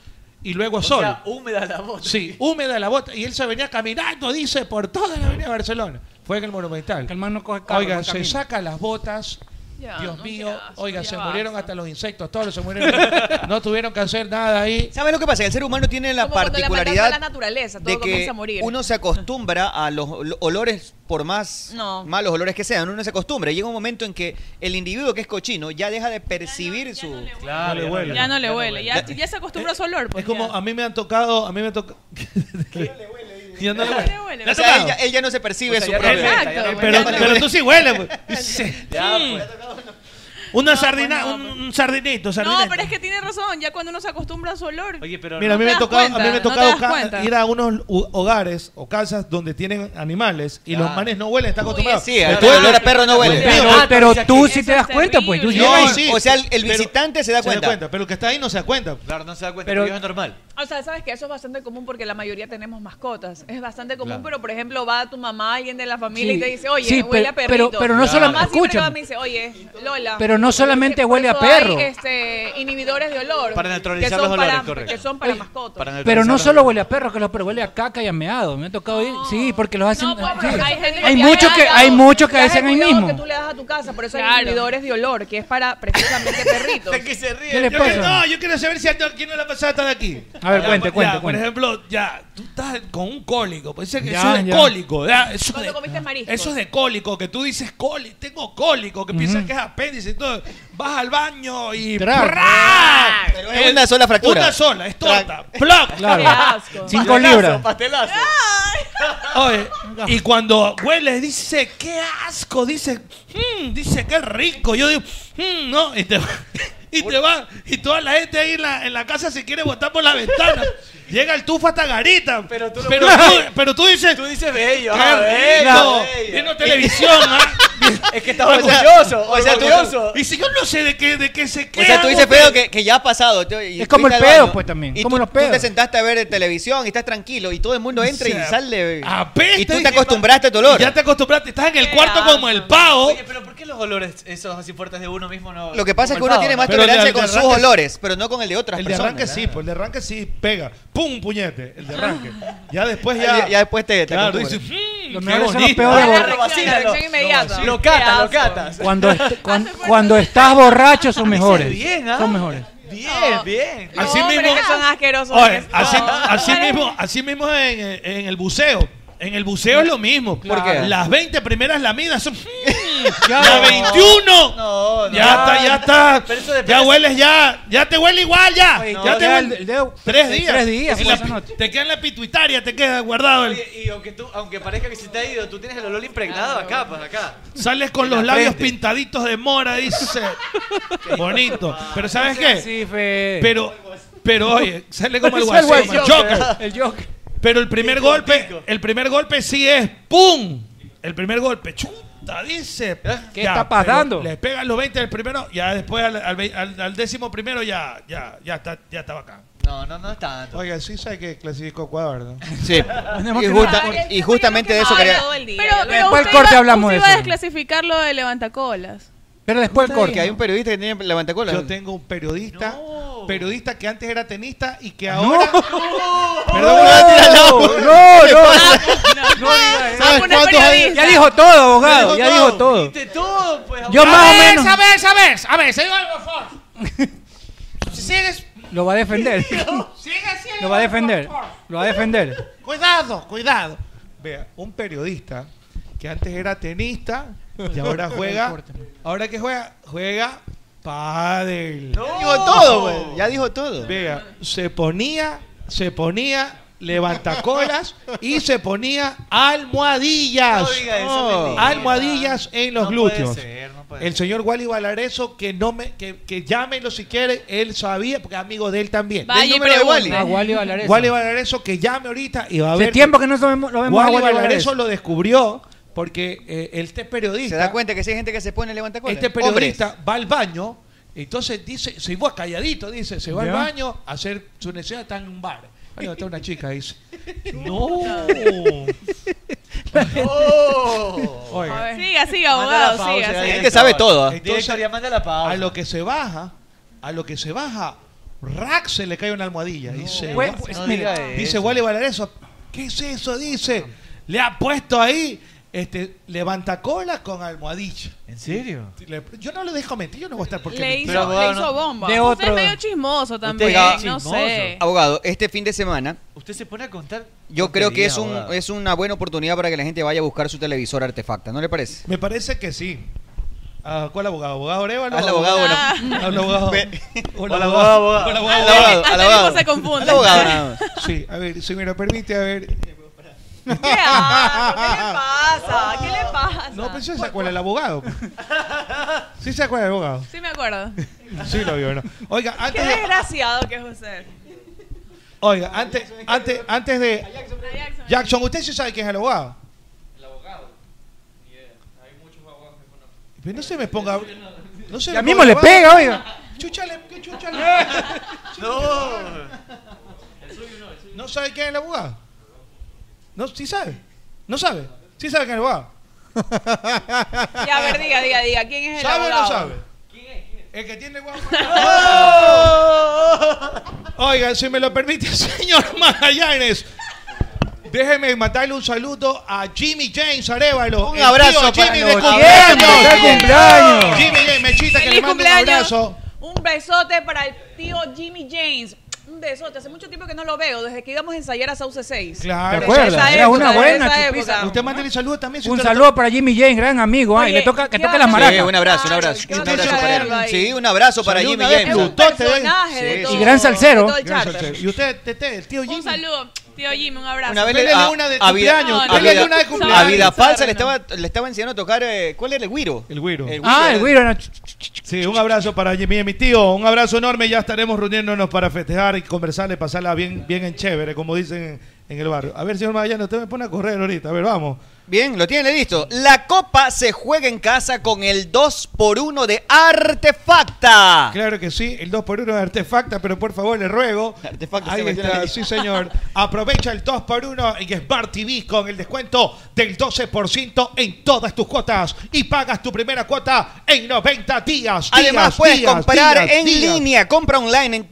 Speaker 3: y luego
Speaker 16: O
Speaker 3: sol.
Speaker 16: sea, húmeda la voz.
Speaker 3: Sí, húmeda la bota. Y él se venía caminando, dice, por toda la avenida de Barcelona. Fue en el Monumental.
Speaker 11: carro,
Speaker 3: Oiga,
Speaker 11: no
Speaker 3: se
Speaker 11: camina.
Speaker 3: saca las botas.
Speaker 12: Ya,
Speaker 3: Dios
Speaker 12: Ah, no,
Speaker 3: mío,
Speaker 12: qué asco,
Speaker 3: oiga,
Speaker 12: ya
Speaker 3: se
Speaker 12: basta.
Speaker 3: murieron hasta los insectos, todos se murieron. no tuvieron que hacer nada ahí.
Speaker 9: ¿Sabes lo que pasa? El ser humano tiene la
Speaker 12: Como cuando le mandaste a la
Speaker 9: particularidad
Speaker 12: naturaleza, todo
Speaker 9: de que
Speaker 12: comienza a morir.
Speaker 9: uno se acostumbra a los ol- olores, por más
Speaker 12: No.
Speaker 9: malos olores que sean, uno se acostumbra. Llega un momento en que el individuo que es cochino ya deja de percibir su...
Speaker 3: No le huele.
Speaker 12: Ya no le huele. Ya, ya se acostumbra a su olor. Pues,
Speaker 3: Es como a mí me han tocado, a mí me toca. Ya no le
Speaker 12: Ya no le
Speaker 3: huele.
Speaker 12: huele.
Speaker 3: ¿Le ha
Speaker 9: O sea, él
Speaker 3: tocado?
Speaker 9: ya, él ya no se percibe
Speaker 16: O sea,
Speaker 9: su
Speaker 16: ya
Speaker 9: propio...
Speaker 16: no- Exacto,
Speaker 9: Ya no-
Speaker 3: Pero,
Speaker 9: ya no-
Speaker 3: pero tú sí hueles. pues.
Speaker 16: Ya,
Speaker 3: Mm.
Speaker 16: pues.
Speaker 6: Una sardina, un, un sardinito,
Speaker 12: No,
Speaker 6: sardinito.
Speaker 12: pero es que tiene razón. Ya cuando uno se acostumbra a su olor.
Speaker 16: Oye, pero
Speaker 3: Mira, a mí
Speaker 12: No te
Speaker 3: me ha
Speaker 12: das
Speaker 3: tocado, a mí
Speaker 12: cuenta,
Speaker 3: me ha
Speaker 12: no te
Speaker 3: tocado
Speaker 12: das
Speaker 3: ca-
Speaker 12: cuenta.
Speaker 3: ir a unos u- hogares o casas donde tienen animales y los manes no huelen, están acostumbrados.
Speaker 9: Sí, el
Speaker 3: Estuve-
Speaker 9: olor a perro no huele.
Speaker 11: Pero,
Speaker 3: Ah,
Speaker 11: pero
Speaker 3: pero
Speaker 11: tú
Speaker 3: si
Speaker 11: sí te das cuenta, pues. Tú
Speaker 3: No,
Speaker 11: llegas y-
Speaker 3: sí,
Speaker 9: O sea, el, el
Speaker 3: pero-
Speaker 9: visitante se da
Speaker 3: se da
Speaker 9: cuenta.
Speaker 3: cuenta, pero el que está ahí no se da cuenta.
Speaker 16: Claro, no se da cuenta,
Speaker 11: Pero-
Speaker 16: pero, es normal.
Speaker 12: O sea, sabes que eso es bastante común porque la mayoría tenemos mascotas. Es bastante común, pero por ejemplo, va tu mamá, alguien de la familia
Speaker 11: Sí.
Speaker 12: y te dice, oye,
Speaker 11: Sí,
Speaker 12: huele
Speaker 11: pero-
Speaker 12: a perrito.
Speaker 11: pero- pero no
Speaker 12: Mi
Speaker 11: solam-
Speaker 12: mamá siempre
Speaker 11: escúchame.
Speaker 12: va y me dice, oye, Lola.
Speaker 11: Pero no solamente
Speaker 12: por
Speaker 11: huele a
Speaker 12: eso
Speaker 11: perro.
Speaker 12: Hay, este, inhibidores de olor.
Speaker 16: Para neutralizar
Speaker 12: que son
Speaker 16: los olores,
Speaker 12: para-
Speaker 16: correcto.
Speaker 12: Que son para mascotas.
Speaker 16: Para
Speaker 11: Pero no
Speaker 16: neutralizar
Speaker 11: solo huele a perro, que los perros huele a caca y a meado. Me ha tocado ir. Sí, porque los hacen.
Speaker 12: No, pues,
Speaker 11: sí.
Speaker 12: pero hay gente
Speaker 11: Hay
Speaker 12: te
Speaker 11: muchos
Speaker 12: hace
Speaker 11: que,
Speaker 12: cuidado,
Speaker 11: hay muchos que
Speaker 12: te hace
Speaker 11: hacen ahí
Speaker 12: cuidado
Speaker 11: mismo.
Speaker 12: que tú le das a tu casa, por eso hay
Speaker 13: Claro.
Speaker 12: inhibidores de olor, que es para precisamente perritos.
Speaker 16: que se ríe.
Speaker 11: ¿Qué le
Speaker 6: Yo quiero-
Speaker 11: pasa?
Speaker 6: no, yo quiero saber si a quién no la pasada está de aquí.
Speaker 11: A ver,
Speaker 6: Ya,
Speaker 11: cuente,
Speaker 6: ya,
Speaker 11: cuente,
Speaker 6: Por
Speaker 11: cuente.
Speaker 6: ejemplo, ya, tú estás con un cólico. Pues dice que
Speaker 11: Ya,
Speaker 6: eso es de
Speaker 11: ya.
Speaker 6: cólico. ya, Eso,
Speaker 12: Cuando
Speaker 6: de,
Speaker 12: comiste mariscos.
Speaker 6: eso es de cólico, que tú dices cólico, tengo cólico, que piensas que es apéndice y todo. Vas al baño y.
Speaker 11: Tra-
Speaker 6: ¡prá!
Speaker 9: Pero es una sola fractura.
Speaker 6: Una sola, es torta.
Speaker 9: Tra-
Speaker 6: ¡Ploc!
Speaker 12: Qué asco.
Speaker 11: Cinco libras.
Speaker 16: Pastelazo.
Speaker 6: Oye, y cuando hueles, dice, qué asco, dice, "Mm", dice, qué rico. Yo digo, "Mm,
Speaker 3: eh,
Speaker 6: no, y te, y te va, y toda la gente ahí en la, en la casa se quiere botar por la ventana. Llega el tufo hasta garita.
Speaker 16: Pero tú lo
Speaker 6: pero,
Speaker 16: puedes-
Speaker 6: tú, pero tú dices,
Speaker 16: Tú
Speaker 6: qué
Speaker 16: dices bello. ah, bello,
Speaker 6: rico,
Speaker 16: bello.
Speaker 6: viendo televisión, ¿ah?"
Speaker 16: Es que estás
Speaker 9: O sea,
Speaker 16: orgulloso.
Speaker 9: o sea, tú-
Speaker 16: orgulloso.
Speaker 6: Y si yo no sé de qué, de qué se queda.
Speaker 9: O sea, tú dices pedo que, que ya ha pasado. te- y
Speaker 11: Es como el
Speaker 9: fuiste al
Speaker 11: pedo,
Speaker 9: baño,
Speaker 11: pues, también,
Speaker 9: Y
Speaker 11: como
Speaker 9: tú,
Speaker 11: los
Speaker 9: tú
Speaker 11: pedos.
Speaker 9: te sentaste a ver televisión y estás tranquilo y todo el mundo entra
Speaker 6: O sea,
Speaker 9: y sale.
Speaker 6: apesta,
Speaker 9: y tú te
Speaker 6: dice,
Speaker 9: acostumbraste a tu olor.
Speaker 6: Ya te acostumbraste, estás en el
Speaker 12: Qué
Speaker 6: cuarto como el pavo.
Speaker 16: Oye, pero ¿por qué los olores esos así fuertes de uno mismo no?
Speaker 9: Lo que pasa es que
Speaker 16: como
Speaker 9: uno
Speaker 16: el
Speaker 9: tiene
Speaker 16: pavo,
Speaker 9: más
Speaker 3: Pero
Speaker 9: tolerancia
Speaker 3: de-
Speaker 9: con
Speaker 3: de
Speaker 9: sus
Speaker 3: arranque-
Speaker 9: olores, pero no con el de otras
Speaker 3: El de
Speaker 9: personas.
Speaker 3: arranque sí, pues el de arranque sí pega. ¡Pum, puñete! El de arranque. Ya después
Speaker 9: Ya,
Speaker 3: ya.
Speaker 9: ya después te, te
Speaker 3: claro,
Speaker 9: acostumbras.
Speaker 3: dices, "Mm,
Speaker 11: Los
Speaker 3: qué
Speaker 11: mejores son los
Speaker 3: bonito".
Speaker 11: peores.
Speaker 12: La
Speaker 16: ¿no?
Speaker 12: reacción,
Speaker 16: Vacílalo.
Speaker 12: la reacción inmediata.
Speaker 16: Lo
Speaker 12: Qué
Speaker 16: catas, lo
Speaker 12: asco.
Speaker 16: catas.
Speaker 11: Cuando, est- cuan- cuando estás borracho son mejores.
Speaker 16: bien, ¿ah?
Speaker 11: Son mejores.
Speaker 10: Bien, bien.
Speaker 3: Así
Speaker 17: No, hombre,
Speaker 3: mismo.
Speaker 17: que son asquerosos.
Speaker 3: Oye,
Speaker 17: No.
Speaker 3: así, así mismo, así mismo en, en el buceo. En el buceo es lo mismo.
Speaker 10: qué?
Speaker 3: Las 20 primeras lamidas son. mm, la 21.
Speaker 10: No, no.
Speaker 3: ya está, ya está.
Speaker 10: Pero eso depende-
Speaker 3: Ya hueles, ya. Ya te huele igual, ya.
Speaker 10: Oye,
Speaker 3: Pues, ya
Speaker 10: no,
Speaker 3: te
Speaker 10: ya
Speaker 3: huele.
Speaker 10: el dedo-
Speaker 3: tres
Speaker 10: tres
Speaker 3: días.
Speaker 10: días,
Speaker 3: Y
Speaker 10: pues,
Speaker 3: la-
Speaker 10: esa noche.
Speaker 3: te queda en la pituitaria, te queda guardado. el-
Speaker 10: Oye, y aunque, tú, aunque parezca que se te ha ido, tú tienes el olor impregnado acá, pues acá.
Speaker 3: Sales con los
Speaker 10: la
Speaker 3: labios
Speaker 10: frente.
Speaker 3: pintaditos de mora, dice. Bonito. Pero ¿sabes qué? Pero, pero oye, sale como el
Speaker 5: Es el
Speaker 3: guasón, el
Speaker 5: Joker.
Speaker 3: Joker. Pero el primer golpe, el primer golpe sí es ¡pum! El primer golpe, chuta, dice.
Speaker 5: ¿Qué
Speaker 3: Ya,
Speaker 5: está
Speaker 3: pero
Speaker 5: pasando?
Speaker 3: Les pegan los 20 del primero, ya después pues, al, al ve- al- al décimo primero ya, ya, ya está, ya está bacán.
Speaker 10: No, no, no es tanto.
Speaker 5: Oiga, sí sabe que clasificó Ecuador, ¿no?
Speaker 9: Sí. Y, justa- y justamente de eso quería.
Speaker 12: Pero,
Speaker 9: ¿En
Speaker 12: pero
Speaker 9: cuál
Speaker 12: usted
Speaker 9: corte
Speaker 12: iba-
Speaker 9: hablamos
Speaker 12: usted
Speaker 9: de
Speaker 12: iba a
Speaker 9: eso?
Speaker 12: desclasificar lo de levantacolas.
Speaker 11: Pero después el
Speaker 9: Porque hay un periodista que tiene levantacola.
Speaker 3: Yo tengo un periodista, periodista que antes era tenista y que
Speaker 9: No.
Speaker 3: ahora.
Speaker 9: No,
Speaker 3: Perdón, me voy a tirar la
Speaker 9: no,
Speaker 3: boca.
Speaker 9: no,
Speaker 3: ¿Qué
Speaker 9: no.
Speaker 3: pasa?
Speaker 12: Ah,
Speaker 9: ¿Sabes cuántos hay? Ya dijo todo, abogado, ya dijo todo.
Speaker 11: Yo más o menos
Speaker 5: A ver, a ver, a ver, señor Alfonsón. Si sigues,
Speaker 11: lo va a defender.
Speaker 5: sigue siendo.
Speaker 11: Lo va a defender. Lo va a defender.
Speaker 5: Cuidado, cuidado.
Speaker 3: Vea, un periodista que antes era tenista y ahora juega. ahora que juega, juega pádel.
Speaker 9: Ya dijo todo,
Speaker 10: pues,
Speaker 9: güey. Ya dijo todo.
Speaker 3: Vea, se ponía, se ponía levantacolas y se ponía almohadillas.
Speaker 10: No diga eso,
Speaker 3: Oh.
Speaker 10: mentira.
Speaker 3: almohadillas en los
Speaker 10: No puede
Speaker 3: glúteos.
Speaker 10: ser, no puede
Speaker 3: El señor Wally Valareso, que no me, que, que llámenlo si quiere, él sabía, porque es amigo de él también.
Speaker 12: Vaya
Speaker 3: Del
Speaker 12: y
Speaker 3: número de
Speaker 12: pregunte.
Speaker 11: Ah, Wally Valareso.
Speaker 3: Wally Valareso, que llame ahorita y va a
Speaker 11: Hace
Speaker 3: ver.
Speaker 11: tiempo que no lo vemos, lo vemos a
Speaker 3: Wally
Speaker 11: Wally
Speaker 3: Valareso
Speaker 11: Valareso.
Speaker 3: lo descubrió porque eh, este periodista.
Speaker 9: ¿Se da cuenta que si hay gente que se pone levantacola?
Speaker 3: Este
Speaker 9: Hombres.
Speaker 3: periodista va al baño, entonces dice, se va calladito, dice, se va
Speaker 5: Ya.
Speaker 3: al baño a hacer su necesidad, está en un bar. Bueno, está una chica, dice. ¡No!
Speaker 12: A ver. Siga, siga, abogado, siga, siga.
Speaker 3: Entonces, A lo que se baja, a lo que se baja, rack se le cae una almohadilla. dice,
Speaker 5: Pues,
Speaker 3: "Wa-
Speaker 5: pues,
Speaker 3: no
Speaker 5: mira,
Speaker 3: diga
Speaker 5: eso.
Speaker 3: dice Wally Valareso, ¿qué es eso? Dice, le ha puesto ahí este, levanta cola con almohadilla.
Speaker 10: ¿En serio?
Speaker 3: yo no le dejo mentir, yo no voy a estar porque
Speaker 12: Le
Speaker 3: me-
Speaker 12: hizo, le hizo bomba.
Speaker 9: De
Speaker 12: Usted
Speaker 9: otro-
Speaker 12: es medio chismoso también, no sé.
Speaker 9: Abogado, este fin de semana
Speaker 10: Usted se pone a contar.
Speaker 9: yo creo que
Speaker 10: tonterías,
Speaker 9: es, un,
Speaker 10: abogado.
Speaker 9: es una buena oportunidad para que la gente vaya a buscar su televisor artefacta, ¿no le parece?
Speaker 3: Me parece que sí. Ah, ¿Cuál abogado? ¿Abogado Arevalo?
Speaker 9: Al abogado, bueno.
Speaker 3: Al abogado.
Speaker 9: Ve-
Speaker 3: Hola,
Speaker 9: Al
Speaker 3: abogado.
Speaker 9: abogado,
Speaker 3: Hola,
Speaker 9: al abogado, al Hasta abogado. mismo se confunde. Al abogado, nada
Speaker 3: Sí, a ver, si me lo permite, a ver.
Speaker 12: ¿Qué ah, ¿Qué le pasa? ¿Qué le pasa?
Speaker 3: No, pero
Speaker 9: Ah,
Speaker 3: sí se acuerda el abogado. Sí se acuerda el abogado.
Speaker 12: Sí me acuerdo.
Speaker 3: Sí lo vio, ¿no? Oiga,
Speaker 12: Qué
Speaker 3: antes de,
Speaker 12: desgraciado que es usted.
Speaker 3: oiga, antes, antes, antes de... Jackson, ¿usted sí sabe quién es el abogado? Pero no se me ponga... No se
Speaker 11: Ya
Speaker 3: me
Speaker 11: mismo le
Speaker 3: ponga bravo.
Speaker 11: pega, oiga.
Speaker 3: Chúchale, que chúchale. No. ¿No sabe quién es el abogado? No, sí sabe. No sabe. Sí sabe quién es el abogado.
Speaker 12: Ya, a ver, diga, diga, diga. ¿Quién es Oh. el
Speaker 3: ¿Sabe o
Speaker 12: abogado?
Speaker 3: no sabe? El que tiene guapo. ¡Oh! Oigan, si me lo permite, señor Magallanes. Déjeme mandarle un saludo a Jimmy James Arevalo.
Speaker 9: Un
Speaker 3: el
Speaker 9: abrazo
Speaker 3: tío
Speaker 9: para
Speaker 3: Jimmy
Speaker 9: los
Speaker 3: de
Speaker 9: tiempos,
Speaker 3: cumpleaños.
Speaker 9: de cumpleaños.
Speaker 3: Jimmy James, mechita, que
Speaker 12: Feliz
Speaker 3: le mando un
Speaker 12: cumpleaños.
Speaker 3: abrazo.
Speaker 12: Un besote para el tío Jimmy James. Un besote. Hace mucho tiempo que no lo veo, desde que íbamos a ensayar a Sauce 6.
Speaker 3: Claro.
Speaker 11: ¿Te acuerdas?
Speaker 12: Esa
Speaker 11: Era una
Speaker 12: época,
Speaker 11: buena
Speaker 12: esa
Speaker 11: chupiza.
Speaker 12: época.
Speaker 3: Usted mándale saludos también. si
Speaker 11: Un
Speaker 3: usted lo-
Speaker 11: saludo para Jimmy Jane, gran amigo. ah, y
Speaker 12: Oye,
Speaker 11: le toca, que
Speaker 12: ya
Speaker 11: toque las
Speaker 12: no-
Speaker 11: maracas.
Speaker 9: Sí, un abrazo, un abrazo.
Speaker 12: Ay,
Speaker 9: Un
Speaker 12: yo
Speaker 9: abrazo
Speaker 12: quiero
Speaker 9: para
Speaker 12: verlo
Speaker 9: él.
Speaker 12: ahí.
Speaker 9: Sí, un abrazo para
Speaker 3: Saluda
Speaker 9: Jimmy
Speaker 3: a él,
Speaker 9: James.
Speaker 3: Pluto. Tote, ven.
Speaker 12: personaje de
Speaker 9: Sí.
Speaker 12: todo-
Speaker 11: Y gran salsero.
Speaker 12: de todo el
Speaker 3: Gran
Speaker 12: charter.
Speaker 3: salsero. Y usted, Tete, el tío Jimmy.
Speaker 12: Un saludo, tío Jimmy, un abrazo.
Speaker 9: Una vez
Speaker 3: Dele
Speaker 9: le a-
Speaker 3: una de
Speaker 9: a vida-
Speaker 3: cumpleaños,
Speaker 9: a
Speaker 3: dele
Speaker 9: vida-
Speaker 3: una de
Speaker 9: a
Speaker 3: cumpleaños.
Speaker 9: vida falsa le
Speaker 12: Sabrina.
Speaker 9: estaba, le estaba enseñando a tocar. eh, ¿Cuál era el güiro?
Speaker 3: El güiro.
Speaker 11: Ah, el güiro era.
Speaker 3: Sí, un abrazo para Jimmy, mi tío, un abrazo enorme. Ya estaremos reuniéndonos para festejar y conversar y pasarla bien, bien en chévere, como dicen en, en el barrio. A ver, señor Magallanes, usted me pone a correr ahorita. A ver, vamos.
Speaker 9: Bien, lo tiene listo. La copa se juega en casa con el 2x1 de Artefacta.
Speaker 3: Claro que sí, el 2x1 es artefacta, pero por favor le ruego.
Speaker 9: Artefacta se
Speaker 3: Ahí
Speaker 9: metió en la
Speaker 3: está,
Speaker 9: lista.
Speaker 3: sí señor. Aprovecha el 2x1 en Smart TV con el descuento del 12% en todas tus cuotas y pagas tu primera cuota en 90 días.
Speaker 9: Además,
Speaker 3: días,
Speaker 9: puedes
Speaker 3: días,
Speaker 9: comprar
Speaker 3: días,
Speaker 9: en
Speaker 3: días.
Speaker 9: línea. Compra online en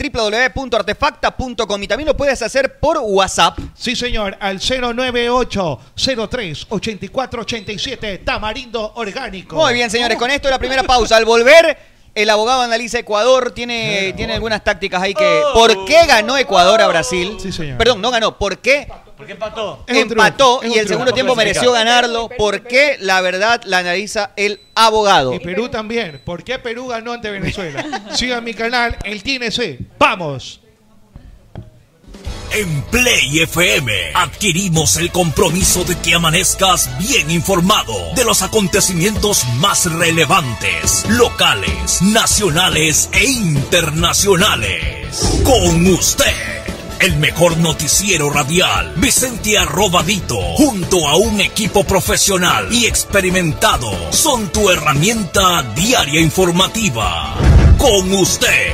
Speaker 9: www.artefacta.com y también lo puedes hacer por WhatsApp.
Speaker 3: Sí, señor, al 098-03-8487, Tamarindo Orgánico.
Speaker 18: Uh.
Speaker 9: Muy bien, señores, con esto la primera pausa. Al volver,
Speaker 10: El abogado analiza Ecuador, tiene, tiene algunas tácticas ahí que...
Speaker 6: Oh.
Speaker 10: ¿Por qué ganó Ecuador a Brasil? Perdón, no ganó. ¿Por qué
Speaker 19: ¿Por qué empató?
Speaker 10: empató y el segundo tiempo mereció ganarlo? ¿Por qué? La verdad la analiza el abogado.
Speaker 18: Y Perú también. ¿Por qué Perú ganó ante Venezuela? Sigan mi canal, el TNC. ¡Vamos!
Speaker 20: En Play FM adquirimos el compromiso de que amanezcas bien informado de los acontecimientos más relevantes, locales, nacionales e internacionales. Con usted, el mejor noticiero radial, Vicente Arrobadito, junto a un equipo profesional y experimentado, son tu herramienta diaria informativa. Con usted,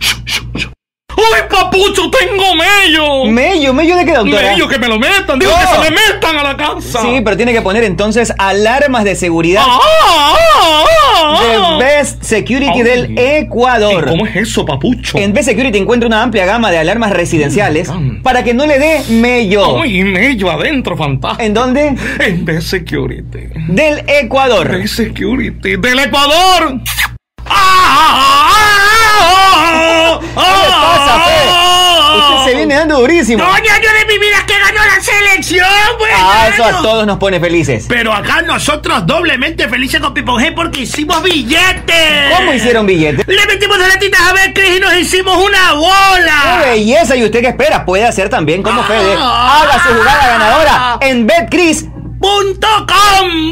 Speaker 9: ¡Uy, papucho, tengo mello! ¿Mello? ¿Mello de qué, doctora?
Speaker 6: Mello, que me lo metan, digo que se me metan a la casa.
Speaker 9: Sí, pero tiene que poner entonces alarmas de seguridad.
Speaker 6: Ah, ah, ah.
Speaker 9: De Best Security
Speaker 6: Ay.
Speaker 9: del Ecuador.
Speaker 6: ¿Y cómo es eso, papucho?
Speaker 9: En Best Security encuentra una amplia gama de alarmas residenciales para que no le dé mello.
Speaker 6: Ay, mello adentro, fantástico.
Speaker 9: ¿En dónde?
Speaker 6: En Best Security.
Speaker 9: Del e- Ecuador.
Speaker 6: Best Security. ¡Del Ecuador!
Speaker 21: Ah,
Speaker 9: ¿Qué le
Speaker 21: ah,
Speaker 9: pasa, Fe? Usted se viene dando durísimo.
Speaker 21: yo de mi vida que ganó la selección, güey.
Speaker 9: Ah, eso a todos nos pone felices.
Speaker 21: Pero acá nosotros doblemente felices con Pipon G porque hicimos billetes.
Speaker 9: ¿Cómo hicieron billetes?
Speaker 21: Le metimos dos latitas a ver Cris y nos hicimos una bola.
Speaker 9: ¡Qué belleza! ¿Y usted qué espera? Puede hacer también como Fede.
Speaker 6: Ah.
Speaker 21: Ah.
Speaker 9: Haga su jugada ganadora en BetCris.com.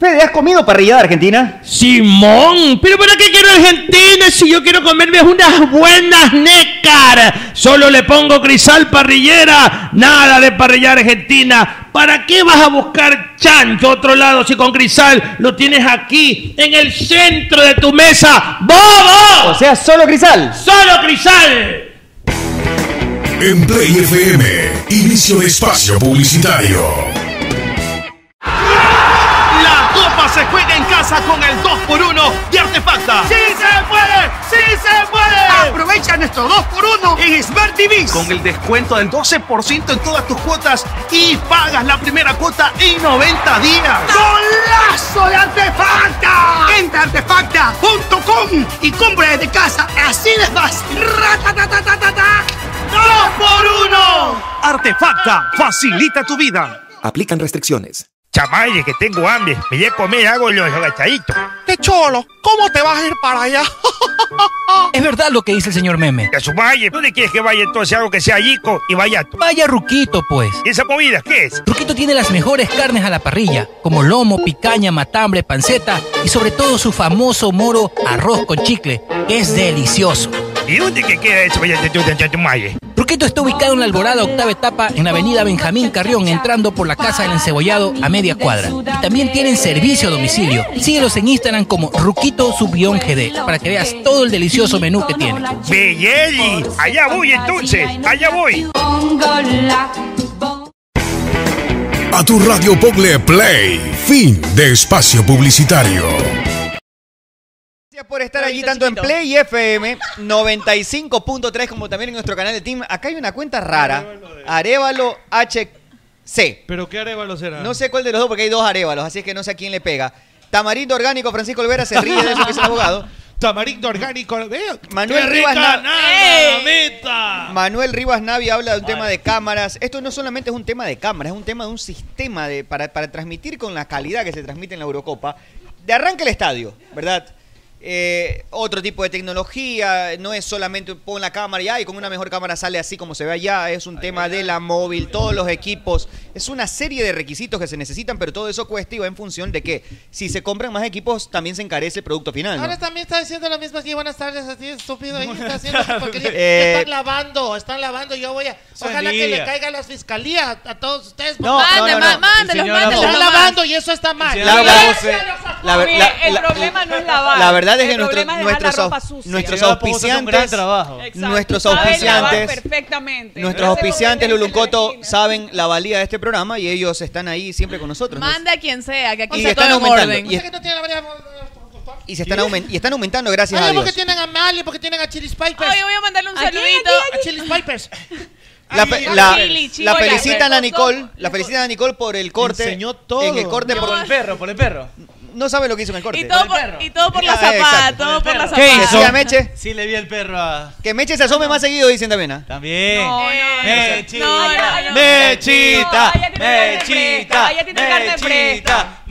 Speaker 9: Fede, ¿has comido parrillada argentina?
Speaker 6: Simón, pero ¿para qué quiero Argentina si yo quiero comerme unas buenas nécar? Solo le pongo crisal parrillera, nada de parrilla argentina. ¿Para qué vas a buscar chancho a otro lado si con crisal lo tienes aquí, en el centro de tu mesa? ¡Bobo!
Speaker 9: O sea, solo crisal.
Speaker 6: ¡Solo crisal!
Speaker 22: En Play FM, inicio de espacio publicitario.
Speaker 6: La copa se juega en casa con el 2x1 de Artefacta.
Speaker 21: ¡Sí se puede! ¡Sí se puede! Aprovecha nuestro 2x1 en Smart TV.
Speaker 6: Con el descuento del 12% en todas tus cuotas y pagas la primera cuota en 90 días.
Speaker 21: ¡Golazo de Artefacta! Entra a artefacta.com y compra desde casa. Así de fácil. ¡Ratatatatata! ¡Dos por uno!
Speaker 3: Artefacta, facilita tu vida.
Speaker 23: Aplican restricciones.
Speaker 1: Chamaye, que tengo hambre. Me voy a comer hago los agachaditos.
Speaker 24: ¡Qué cholo! ¿Cómo te vas a ir para allá?
Speaker 1: Es verdad lo que dice el señor Meme. A su valle. ¿Dónde quieres que vaya entonces algo que sea yico y vaya? Vaya Ruquito, pues. ¿Y esa comida qué es?
Speaker 25: Ruquito tiene las mejores carnes a la parrilla, como lomo, picaña, matambre, panceta y sobre todo su famoso moro arroz con chicle, que es delicioso.
Speaker 1: ¿Y dónde que queda eso? Vaya, de- de- de- de- de- maye?
Speaker 25: Ruquito está ubicado en la Alborada Octava Etapa en la avenida Benjamín Carrión, entrando por la Casa del Encebollado a media cuadra. Y también tienen servicio a domicilio. Síguelos en Instagram como Ruquito Subión GD para que veas todo el delicioso menú que tiene.
Speaker 1: Belleli. Allá voy entonces. Allá voy.
Speaker 22: A tu radio Poble Play, fin de espacio publicitario.
Speaker 10: Gracias por estar allí tanto en Play FM 95.3 como también en nuestro canal de Team. Acá hay una cuenta rara. Arevalo HC.
Speaker 18: ¿Pero qué Arevalo será?
Speaker 10: No sé cuál de los dos porque hay dos Arevalos, así es que no sé a quién le pega. Tamarindo Orgánico Francisco Olvera se ríe de eso que es el abogado.
Speaker 3: Tamarindo orgánico.
Speaker 9: Manuel
Speaker 3: ¡Qué
Speaker 9: Rivas
Speaker 3: rica
Speaker 9: Nav-
Speaker 3: nada,
Speaker 9: ¡Ey!
Speaker 3: mamita!
Speaker 9: Manuel Rivas Navi habla de un tema de cámaras. Esto no solamente es un tema de cámaras, es un tema de un sistema de, para, para transmitir con la calidad que se transmite en la Eurocopa. De arranque el estadio, ¿verdad? Eh, otro tipo de tecnología, no es solamente pon la cámara ya y con una mejor cámara sale así como se ve allá, es un tema de la móvil, todos los equipos, es una serie de requisitos que se necesitan, pero todo eso cuesta y va en función de que si se compran más equipos también se encarece el producto final. ¿no?
Speaker 5: Ahora también está diciendo lo mismo aquí. Buenas tardes a ti, estúpido. Ahí está haciendo su porquería.
Speaker 9: Eh,
Speaker 5: están lavando, están lavando. Yo voy a. Ojalá que le
Speaker 9: envidia.
Speaker 5: caiga a las fiscalías a, a todos ustedes.
Speaker 9: No,
Speaker 5: Mande,
Speaker 9: no, no, no.
Speaker 5: ma-
Speaker 9: El señor Abdo.
Speaker 5: Están
Speaker 9: nomás.
Speaker 5: lavando y eso está mal.
Speaker 9: La- la- la- la-
Speaker 12: Mire, el
Speaker 9: la-
Speaker 12: problema no es lavar.
Speaker 9: La verdad es que
Speaker 12: El
Speaker 9: nuestro-
Speaker 12: problema es dejar
Speaker 9: nuestros,
Speaker 12: la ropa
Speaker 9: au-
Speaker 12: sucia.
Speaker 9: nuestros
Speaker 12: Señora Pozo hace
Speaker 9: auspiciantes,
Speaker 12: un gran trabajo. Exacto.
Speaker 9: nuestros
Speaker 12: Sabe lavar
Speaker 9: auspiciantes,
Speaker 12: perfectamente.
Speaker 9: nuestros
Speaker 12: No hace
Speaker 9: auspiciantes Lulucoto saben la valía de este programa y ellos están ahí siempre con nosotros. ¿no?
Speaker 13: Manda a quien sea, que aquí
Speaker 9: Y
Speaker 13: está
Speaker 9: están
Speaker 13: todo en
Speaker 9: aumentando.
Speaker 13: orden.
Speaker 9: Y, es- y se están, aumen- y están aumentando gracias a
Speaker 5: Oye,
Speaker 9: Dios.
Speaker 5: porque tienen a Mali, porque tienen a Chili Pipers.
Speaker 13: Oye, voy a mandarle un
Speaker 5: ¿A quién,
Speaker 13: saludito.
Speaker 5: a quién, a Chili Pipers.
Speaker 9: La,
Speaker 5: Ay,
Speaker 9: fe-
Speaker 5: ay,
Speaker 9: la-
Speaker 5: Chili,
Speaker 9: la
Speaker 5: Chibola,
Speaker 9: felicitan
Speaker 5: güey.
Speaker 9: a Nicole, la felicitan a Nicole por el corte.
Speaker 16: Enseñó todo.
Speaker 9: En el corte
Speaker 16: No,
Speaker 9: por
Speaker 16: por el perro, por el perro.
Speaker 9: No sabe lo que hizo en el corte.
Speaker 13: Y todo por, y todo por la
Speaker 9: Ah,
Speaker 13: zapada,
Speaker 9: exacto.
Speaker 13: todo por la zapada.
Speaker 9: ¿Qué hizo? Decía Meche,
Speaker 16: Sí, le vi el perro a.
Speaker 9: que Meche se asome más seguido, dicen también. ¿ah?
Speaker 16: También.
Speaker 13: No, no,
Speaker 16: Mechita.
Speaker 13: no, no, no.
Speaker 16: Mechita.
Speaker 13: No, ella tiene carne fresca,
Speaker 16: Mechita.
Speaker 13: ella tiene carne
Speaker 16: Mechita.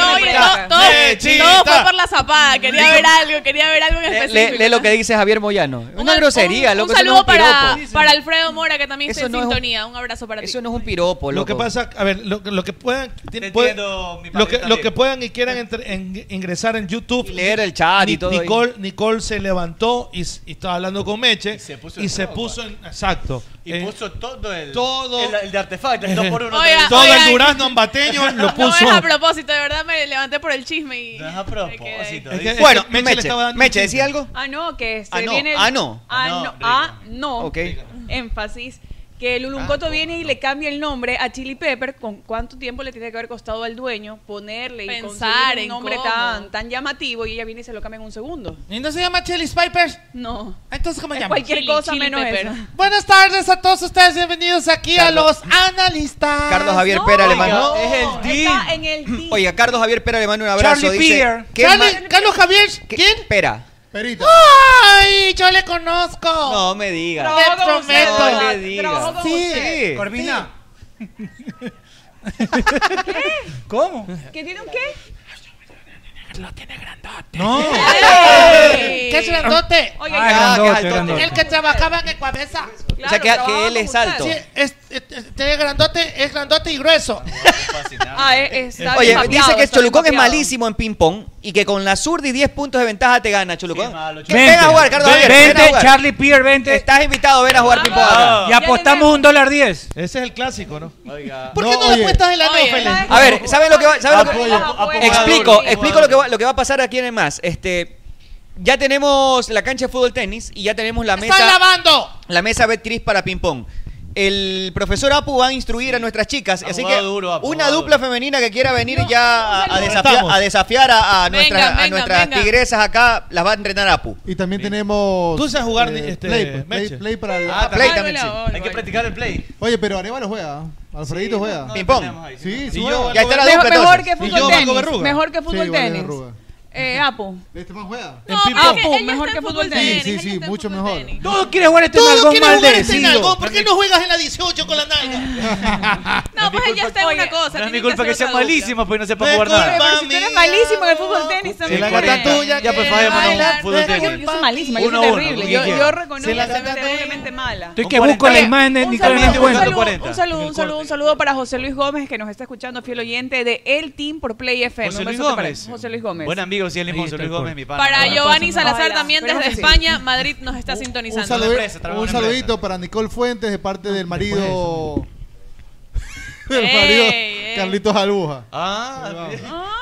Speaker 13: No, y
Speaker 16: Mechita.
Speaker 13: todo, todo- todo fue por
Speaker 16: Mechita.
Speaker 13: la zapada. Quería ver algo, quería ver algo en
Speaker 9: Le-
Speaker 13: específico.
Speaker 9: le- Lee lo que dice Javier Moyano. Una grosería,
Speaker 13: Un
Speaker 9: loco. eso no es
Speaker 13: saludo
Speaker 9: un
Speaker 13: para,
Speaker 9: piropo.
Speaker 13: para Alfredo Mora, que también está
Speaker 9: Eso
Speaker 13: en
Speaker 9: no es un-
Speaker 13: sintonía. Un abrazo para ti.
Speaker 9: Eso no es un piropo,
Speaker 3: Lo
Speaker 9: loco.
Speaker 3: que pasa, a ver, lo, lo que puedan, tienen- pueden-
Speaker 16: entiendo, mi padre
Speaker 3: lo, que, lo
Speaker 16: también.
Speaker 3: que puedan y quieran entre- en- ingresar en YouTube, y
Speaker 9: leer el chat y todo ahí.
Speaker 3: Nicole, Nicole se levantó y, s- y estaba hablando con Meche y se puso,
Speaker 16: el trago,
Speaker 3: en, exacto,
Speaker 16: Y
Speaker 3: Eh,
Speaker 16: puso todo el.
Speaker 3: Todo.
Speaker 16: El, el de artefacto, el 2 por 1
Speaker 13: Oiga,
Speaker 3: todo
Speaker 13: oiga.
Speaker 3: el durazno ambateño lo
Speaker 13: No
Speaker 3: puso.
Speaker 13: es a propósito, de verdad me levanté por el chisme y. No es a propósito.
Speaker 9: Es que- Bueno, Meche, Meche, ¿decía algo?
Speaker 12: Ah, no, que se
Speaker 9: Ah, no,
Speaker 12: viene. el-
Speaker 9: ah, no.
Speaker 12: Ah,
Speaker 9: No,
Speaker 12: no. Ah, no.
Speaker 9: Ok.
Speaker 12: Énfasis. Que Luluncoto
Speaker 15: Ah,
Speaker 12: viene y le cambia el nombre a Chili Pepper. ¿Con cuánto tiempo le tiene que haber costado al dueño ponerle y
Speaker 13: Pensar
Speaker 12: conseguir
Speaker 13: en
Speaker 12: un nombre
Speaker 13: cómo.
Speaker 12: tan, tan llamativo? Y ella viene y se lo cambia en un segundo.
Speaker 5: ¿Y no se llama Chili Pipers?
Speaker 12: No.
Speaker 5: Entonces, ¿cómo
Speaker 12: Es
Speaker 5: llama?
Speaker 12: cualquier
Speaker 5: Chili,
Speaker 12: cosa
Speaker 5: Chili
Speaker 12: menos
Speaker 5: Pepper.
Speaker 12: eso.
Speaker 5: Buenas tardes a todos ustedes. Bienvenidos aquí
Speaker 9: Carlos-
Speaker 5: a los analistas.
Speaker 9: Carlos Javier Pera le manda-
Speaker 5: no.
Speaker 9: Es
Speaker 12: el Está en el team.
Speaker 9: Oiga, Carlos Javier Pera le manda un abrazo.
Speaker 5: Charlie
Speaker 9: dice,
Speaker 5: Pierre.
Speaker 9: ¿qué
Speaker 5: Charlie-
Speaker 9: ma-
Speaker 5: Carlos Javier, ¿quién?
Speaker 9: Pera.
Speaker 5: ¡Ay! Yo le conozco.
Speaker 9: No me diga.
Speaker 5: Trabajó con
Speaker 9: No
Speaker 5: usted, ¿verdad?
Speaker 9: le diga.
Speaker 5: Trabajó con usted.
Speaker 9: Sí.
Speaker 5: Corvina.
Speaker 6: ¿Cómo?
Speaker 12: ¿Que tiene un qué?
Speaker 6: No.
Speaker 5: ¿Qué es
Speaker 9: tota?
Speaker 5: grandote?
Speaker 12: Oye,
Speaker 6: Ah, grandote,
Speaker 9: qué
Speaker 6: grandote.
Speaker 5: El que trabajaba en Ecuavesa.
Speaker 9: O sea, que, que él es alto.
Speaker 5: Sí, es, es- es grandote, es grandote y grueso.
Speaker 12: Ah, es, está
Speaker 9: Oye,
Speaker 12: bien papeado,
Speaker 9: dice que
Speaker 12: está bien
Speaker 9: Cholucón es
Speaker 12: papeado.
Speaker 9: malísimo en ping-pong y que con la zurda y 10 puntos de ventaja te gana, Cholucón.
Speaker 11: Vente.
Speaker 9: Que venga a jugar, Carlos Javier.
Speaker 11: Vente,
Speaker 9: ven a jugar.
Speaker 11: Charlie Pierre, vente.
Speaker 9: Estás invitado a ver a jugar ping-pong. ahora.
Speaker 11: Y apostamos un dólar diez.
Speaker 3: Ese es el clásico, ¿no?
Speaker 5: ¿Por qué no, le cuentas el ano, Felipe?
Speaker 9: A ver, ¿saben lo que va, saben lo que-
Speaker 5: Apoyo, apoyo.
Speaker 9: explico,
Speaker 5: Apoyo.
Speaker 9: explico lo que va, lo que va a pasar aquí en el más. Este, ya tenemos la cancha de fútbol tenis y ya tenemos la
Speaker 5: ¡Están
Speaker 9: mesa,
Speaker 5: lavando!
Speaker 9: la mesa Betcris para ping pong. El profesor Apu va a instruir a nuestras chicas, así que
Speaker 16: duro, Apu,
Speaker 9: una
Speaker 16: jugado
Speaker 9: dupla femenina que quiera venir ya a, a desafiar,
Speaker 15: Estamos.
Speaker 9: a desafiar a, a
Speaker 15: Venga,
Speaker 9: nuestras, a
Speaker 15: venga,
Speaker 9: nuestras
Speaker 15: venga.
Speaker 9: tigresas acá, las va a entrenar Apu.
Speaker 15: Y también tenemos.
Speaker 9: Tú sabes jugar, este,
Speaker 15: play, pues, play,
Speaker 9: Meche.
Speaker 15: play para el.
Speaker 9: Ah, play también sí.
Speaker 16: Hay que practicar el play.
Speaker 15: Oye, pero Arevalo juega. Alfredito juega.
Speaker 9: Ping pong.
Speaker 15: Sí,
Speaker 9: Y
Speaker 15: sí.
Speaker 9: yo,
Speaker 15: juega.
Speaker 9: ya está la
Speaker 12: Mejor,
Speaker 9: dupla
Speaker 12: mejor
Speaker 9: entonces.
Speaker 12: que fútbol tenis. Mejor que fútbol
Speaker 15: Sí, Valero
Speaker 12: tenis.
Speaker 15: Arruga.
Speaker 12: Eh, Apo.
Speaker 15: ¿Este man juega?
Speaker 12: No, Apo, mejor que fútbol
Speaker 15: Sí,
Speaker 12: tenis.
Speaker 15: sí, sí, mucho mejor.
Speaker 11: Todo quiere jugar este
Speaker 5: Todo
Speaker 11: nalgón
Speaker 5: quiere jugar este
Speaker 11: maldecido.
Speaker 5: nalgón, ¿Por qué no juegas en la 18 con la nalga?
Speaker 13: No, pues ya está en una cosa.
Speaker 16: No es mi
Speaker 13: tiene
Speaker 16: culpa que
Speaker 13: hacer
Speaker 16: sea
Speaker 13: otra dupla.
Speaker 16: malísimo, pues no sepa
Speaker 13: No es
Speaker 16: jugar nada.
Speaker 13: culpa
Speaker 12: Si tú eres malísimo en el fútbol tenis,
Speaker 16: Si
Speaker 12: también.
Speaker 16: la gata tuya, ya pues falla mano un fútbol
Speaker 12: Yo
Speaker 16: tenis.
Speaker 12: yo soy malísima, yo
Speaker 16: Uno
Speaker 12: soy
Speaker 16: a uno,
Speaker 12: terrible.
Speaker 16: ¿quién
Speaker 12: Yo,
Speaker 16: quiere?
Speaker 12: yo reconozco
Speaker 16: Se la
Speaker 12: que soy terriblemente mala.
Speaker 11: Estoy que busco la imagen de
Speaker 12: Un
Speaker 11: Nicolás
Speaker 12: saludo, un
Speaker 11: Nahuel.
Speaker 12: saludo, un saludo, un saludo, un saludo para José Luis Gómez que nos está escuchando, fiel oyente de El Team por Play FM.
Speaker 16: José
Speaker 12: Un
Speaker 16: Luis
Speaker 12: besote para-
Speaker 16: Gómez.
Speaker 12: José Luis Gómez.
Speaker 16: Buen amigo, sí, el mismo José Luis Gómez, mi pana.
Speaker 13: Para Giovanni Salazar
Speaker 12: Hola.
Speaker 13: también desde
Speaker 12: Esperemos que sí.
Speaker 13: España, Madrid nos está sintonizando.
Speaker 15: Un, saludo-
Speaker 16: empresa, trabaja
Speaker 15: un
Speaker 16: en una
Speaker 15: saludito para Nicole Fuentes de parte del marido. del
Speaker 13: Ey,
Speaker 15: marido
Speaker 13: ey.
Speaker 15: Carlitos Aluja.
Speaker 16: Ah,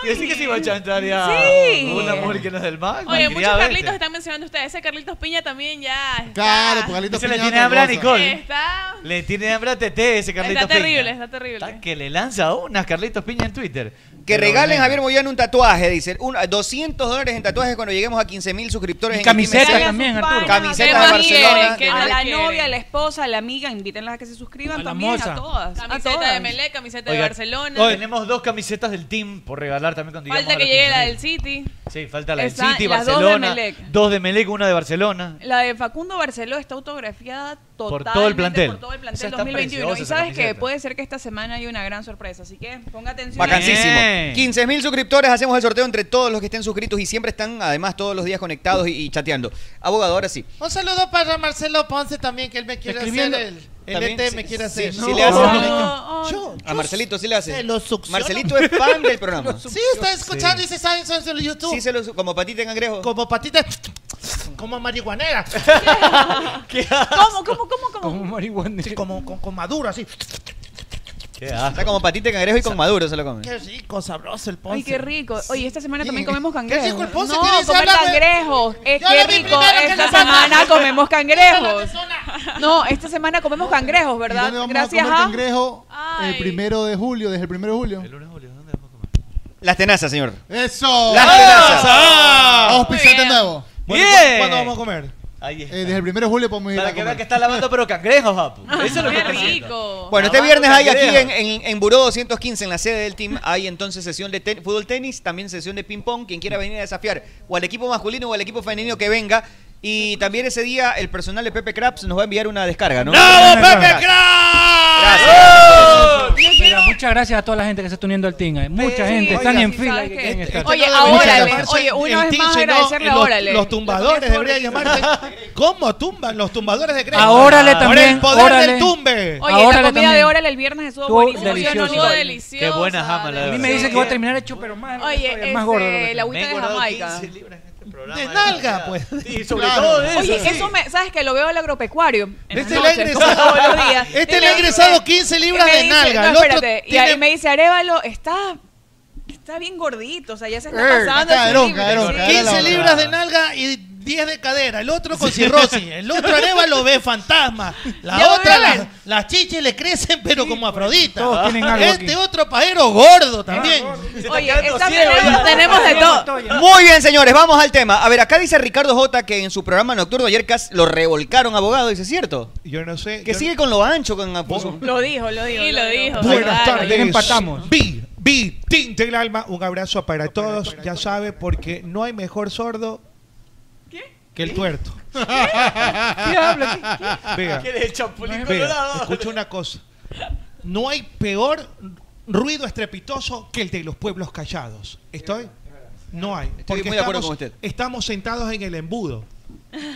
Speaker 16: y así que se iba a chantar ya.
Speaker 13: Sí.
Speaker 16: Una mujer que no es del mar.
Speaker 13: Oye, muchos
Speaker 16: malcriada,
Speaker 13: Carlitos
Speaker 16: vete.
Speaker 13: están mencionando ustedes. Ese Carlitos Piña también ya. está-
Speaker 15: Claro, pues Carlitos
Speaker 16: Se le
Speaker 15: Piña
Speaker 16: tiene
Speaker 15: otra
Speaker 16: hambre a
Speaker 15: cosa.
Speaker 16: Nicole.
Speaker 13: Está,
Speaker 16: Le tiene hambre a TT ese Carlitos
Speaker 13: está terrible,
Speaker 16: Piña.
Speaker 13: está terrible.
Speaker 16: Que le lanza unas Carlitos Piña en Twitter.
Speaker 9: Que
Speaker 16: Pero
Speaker 9: regalen
Speaker 16: bueno.
Speaker 9: a Javier Moyano un tatuaje, dice. un- 200 dólares en tatuajes cuando lleguemos a 15 mil suscriptores.
Speaker 11: Y
Speaker 9: en
Speaker 11: camiseta
Speaker 9: Intimesec.
Speaker 11: también, Arturo.
Speaker 12: ¿Qué
Speaker 9: Camiseta de
Speaker 12: más
Speaker 9: Barcelona.
Speaker 12: quieren? Que a la
Speaker 13: quieren.
Speaker 12: novia, a la esposa, a la amiga, invítenlas a que se suscriban
Speaker 11: la
Speaker 12: también,
Speaker 11: moza.
Speaker 12: a todas. a
Speaker 13: Camiseta
Speaker 12: todas.
Speaker 13: de Melé, camiseta
Speaker 16: Oiga,
Speaker 13: de
Speaker 12: Barcelona.
Speaker 10: Hoy tenemos dos camisetas del team por regalar también cuando
Speaker 12: Falta
Speaker 10: lleguemos a
Speaker 12: que
Speaker 10: la
Speaker 12: llegue la
Speaker 10: 15.000.
Speaker 12: del City.
Speaker 10: Sí, falta la del
Speaker 12: Está-
Speaker 10: City,
Speaker 12: las dos de
Speaker 10: Barcelona.
Speaker 12: Melec.
Speaker 10: Dos de Melec, una de Barcelona.
Speaker 12: La de Facundo Barceló está autografiada
Speaker 10: todo el
Speaker 12: totalmente
Speaker 10: plantel.
Speaker 12: por todo el plantel
Speaker 10: Esa está
Speaker 12: 2021.
Speaker 10: preciosa
Speaker 12: Y
Speaker 10: esa
Speaker 12: sabes que
Speaker 10: camiseta.
Speaker 12: puede ser que esta semana haya una gran sorpresa, así que ponga atención.
Speaker 9: Vacancísimo.
Speaker 12: Bien.
Speaker 9: 15 mil suscriptores, hacemos el sorteo entre todos los que estén suscritos y siempre están, además, todos los días conectados y, y chateando. Abogado, ahora sí.
Speaker 5: Un saludo para Marcelo Ponce también, que él me quiere hacer
Speaker 9: Escribiendo-
Speaker 5: el. El
Speaker 9: También,
Speaker 5: ET
Speaker 9: sí,
Speaker 5: me quiere
Speaker 9: sí,
Speaker 5: hacer.
Speaker 9: sí le hace.
Speaker 12: Oh,
Speaker 5: Yo-
Speaker 9: A Marcelito sí le hace.
Speaker 5: Se lo succiona.
Speaker 9: Marcelito es fan del programa.
Speaker 5: Sí, está escuchando y se sabe en su YouTube.
Speaker 9: Sí, se lo su- como patita en cangrejo.
Speaker 5: Como patita. Como marihuanera.
Speaker 12: ¿Cómo, cómo, cómo, cómo?
Speaker 11: Como marihuana.
Speaker 5: como con, con maduro, así.
Speaker 9: Está como patita de cangrejo y con maduro se lo come.
Speaker 5: Qué rico, sabroso el ponce.
Speaker 12: Ay, qué rico. Oye, esta semana también comemos cangrejos.
Speaker 5: Qué rico el ponce, ¿qué
Speaker 12: no,
Speaker 5: dice?
Speaker 12: comer
Speaker 5: Habla, güey.
Speaker 12: cangrejos. Es
Speaker 5: Yo
Speaker 12: que
Speaker 5: lo vi
Speaker 12: rico.
Speaker 5: primero que
Speaker 12: Esta
Speaker 5: lo saca.
Speaker 12: semana comemos cangrejos.
Speaker 5: Habla
Speaker 12: No, esta semana comemos cangrejos,
Speaker 15: ¿Y
Speaker 12: ¿verdad?
Speaker 15: dónde vamos
Speaker 12: Gracias
Speaker 15: a comer
Speaker 12: a...
Speaker 15: cangrejo
Speaker 12: Ay.
Speaker 15: el primero de julio, desde el primero de julio?
Speaker 9: Las tenazas, señor.
Speaker 15: ¡Eso!
Speaker 9: Las tenazas.
Speaker 15: ¡Ah! Vamos a pisar de nuevo.
Speaker 10: Bueno, ¿cu- Bien.
Speaker 15: ¿Cuándo
Speaker 10: cuándo
Speaker 15: vamos
Speaker 10: vamos
Speaker 15: a comer?
Speaker 10: Ahí está.
Speaker 15: desde el primero de
Speaker 9: Pues
Speaker 15: julio podemos ir
Speaker 10: Para
Speaker 15: a
Speaker 10: que
Speaker 15: comer.
Speaker 10: vean que está lavando pero cangrejos, papu. Eso es lo que está haciendo.
Speaker 9: Bueno, este
Speaker 10: Lavando
Speaker 9: viernes hay aquí
Speaker 10: cangrejos.
Speaker 9: en, en, en Buró 215, en la sede del team, hay entonces sesión de ten- fútbol tenis, también sesión de ping pong, quien quiera venir a desafiar o al equipo masculino o al equipo femenino que venga. Y también ese día el personal de Pepe Craps nos va a enviar una descarga, ¿no?
Speaker 11: ¡Bravo, Pepe
Speaker 9: Gracias.
Speaker 10: ¡Uh!
Speaker 11: Mira, muchas gracias a toda la gente que se está uniendo al Tinga. eh. Mucha
Speaker 6: Sí,
Speaker 11: gente,
Speaker 6: oiga,
Speaker 11: están en
Speaker 6: sí,
Speaker 11: fila.
Speaker 6: ¿sabes
Speaker 11: que
Speaker 6: qué?
Speaker 11: quieren
Speaker 6: Este-
Speaker 11: estar.
Speaker 6: este no debería llamarse
Speaker 12: oye, una
Speaker 6: el
Speaker 12: vez
Speaker 6: Tinche,
Speaker 12: más
Speaker 6: no,
Speaker 12: agradecerle a
Speaker 6: los-
Speaker 12: Órale.
Speaker 6: Los tumbadores deberían llamarse. ¿Cómo tumban? Los tumbadores de Grecia.
Speaker 11: A Órale
Speaker 6: Por el
Speaker 11: también,
Speaker 6: poder
Speaker 11: Órale.
Speaker 6: del tumbe.
Speaker 11: Ahora
Speaker 12: Oye, la
Speaker 11: le
Speaker 12: comida
Speaker 11: también.
Speaker 12: de Órale el viernes estuvo,
Speaker 11: Estuvo
Speaker 12: buenísima.
Speaker 11: deliciosa.
Speaker 12: Estuvo
Speaker 11: Qué
Speaker 12: deliciosa.
Speaker 10: Qué buena jama, la
Speaker 11: A
Speaker 10: verdad.
Speaker 11: mí me dice que voy a terminar hecho, pero más.
Speaker 12: Oye,
Speaker 11: más
Speaker 12: ese-
Speaker 11: gordo, lo que-
Speaker 12: el agüita
Speaker 10: Me he
Speaker 12: de
Speaker 10: engordado
Speaker 12: Jamaica.
Speaker 10: 15 libras en este programa.
Speaker 6: De nalga, pues.
Speaker 10: Sí, sobre
Speaker 6: Claro.
Speaker 10: todo de eso.
Speaker 12: Oye,
Speaker 10: sí.
Speaker 12: eso me, ¿sabes que Lo veo al agropecuario. en
Speaker 6: Este
Speaker 12: las
Speaker 6: le ha
Speaker 12: noches,
Speaker 6: ingresado-
Speaker 12: como todos los días.
Speaker 6: este
Speaker 12: Y
Speaker 6: le ha
Speaker 12: me
Speaker 6: ingresado
Speaker 12: dice-
Speaker 6: 15 libras
Speaker 12: y me
Speaker 6: de
Speaker 12: dice-
Speaker 6: nalga,
Speaker 12: No,
Speaker 6: el otro
Speaker 12: espérate. Y
Speaker 6: tiene-
Speaker 12: ahí me dice, Arevalo, está, está bien gordito, o sea, ya se está pasando. ese
Speaker 15: caerón,
Speaker 12: límite".
Speaker 15: caerón,
Speaker 12: Sí.
Speaker 15: caerón.
Speaker 6: 15 libras de nalga y 10 de cadera. El otro con cirrosis. El otro areva lo ve fantasma. La
Speaker 15: Ya lo
Speaker 6: otra,
Speaker 15: voy a
Speaker 6: la-
Speaker 15: ver.
Speaker 6: las chiches le crecen, pero como
Speaker 3: pues,
Speaker 6: Afrodita.
Speaker 15: todos tienen algo
Speaker 6: este
Speaker 15: aquí.
Speaker 6: otro pajero
Speaker 3: Ah,
Speaker 6: gordo también.
Speaker 12: Oye, esta tenemos, tenemos de todo.
Speaker 9: Muy bien, señores, vamos al tema. A ver, acá dice Ricardo J que en su programa nocturno ayer casi lo revolcaron abogado, dice cierto.
Speaker 3: Yo no sé.
Speaker 9: Que sigue con lo ancho, con con-
Speaker 12: Lo dijo, lo dijo. Y lo dijo.
Speaker 3: Buenas
Speaker 12: Claro.
Speaker 3: tardes. Vi, vi, tinte el alma. Un abrazo para todos. Ya sabe, porque no hay mejor sordo que el tuerto. Vea,
Speaker 6: ¿Qué el chapulín
Speaker 3: vea,
Speaker 6: colorado?
Speaker 3: escucha una cosa. No hay peor ruido estrepitoso que el de los pueblos callados. ¿Estoy? No hay. Porque
Speaker 9: muy de acuerdo
Speaker 3: estamos,
Speaker 9: con usted.
Speaker 3: estamos sentados en el embudo.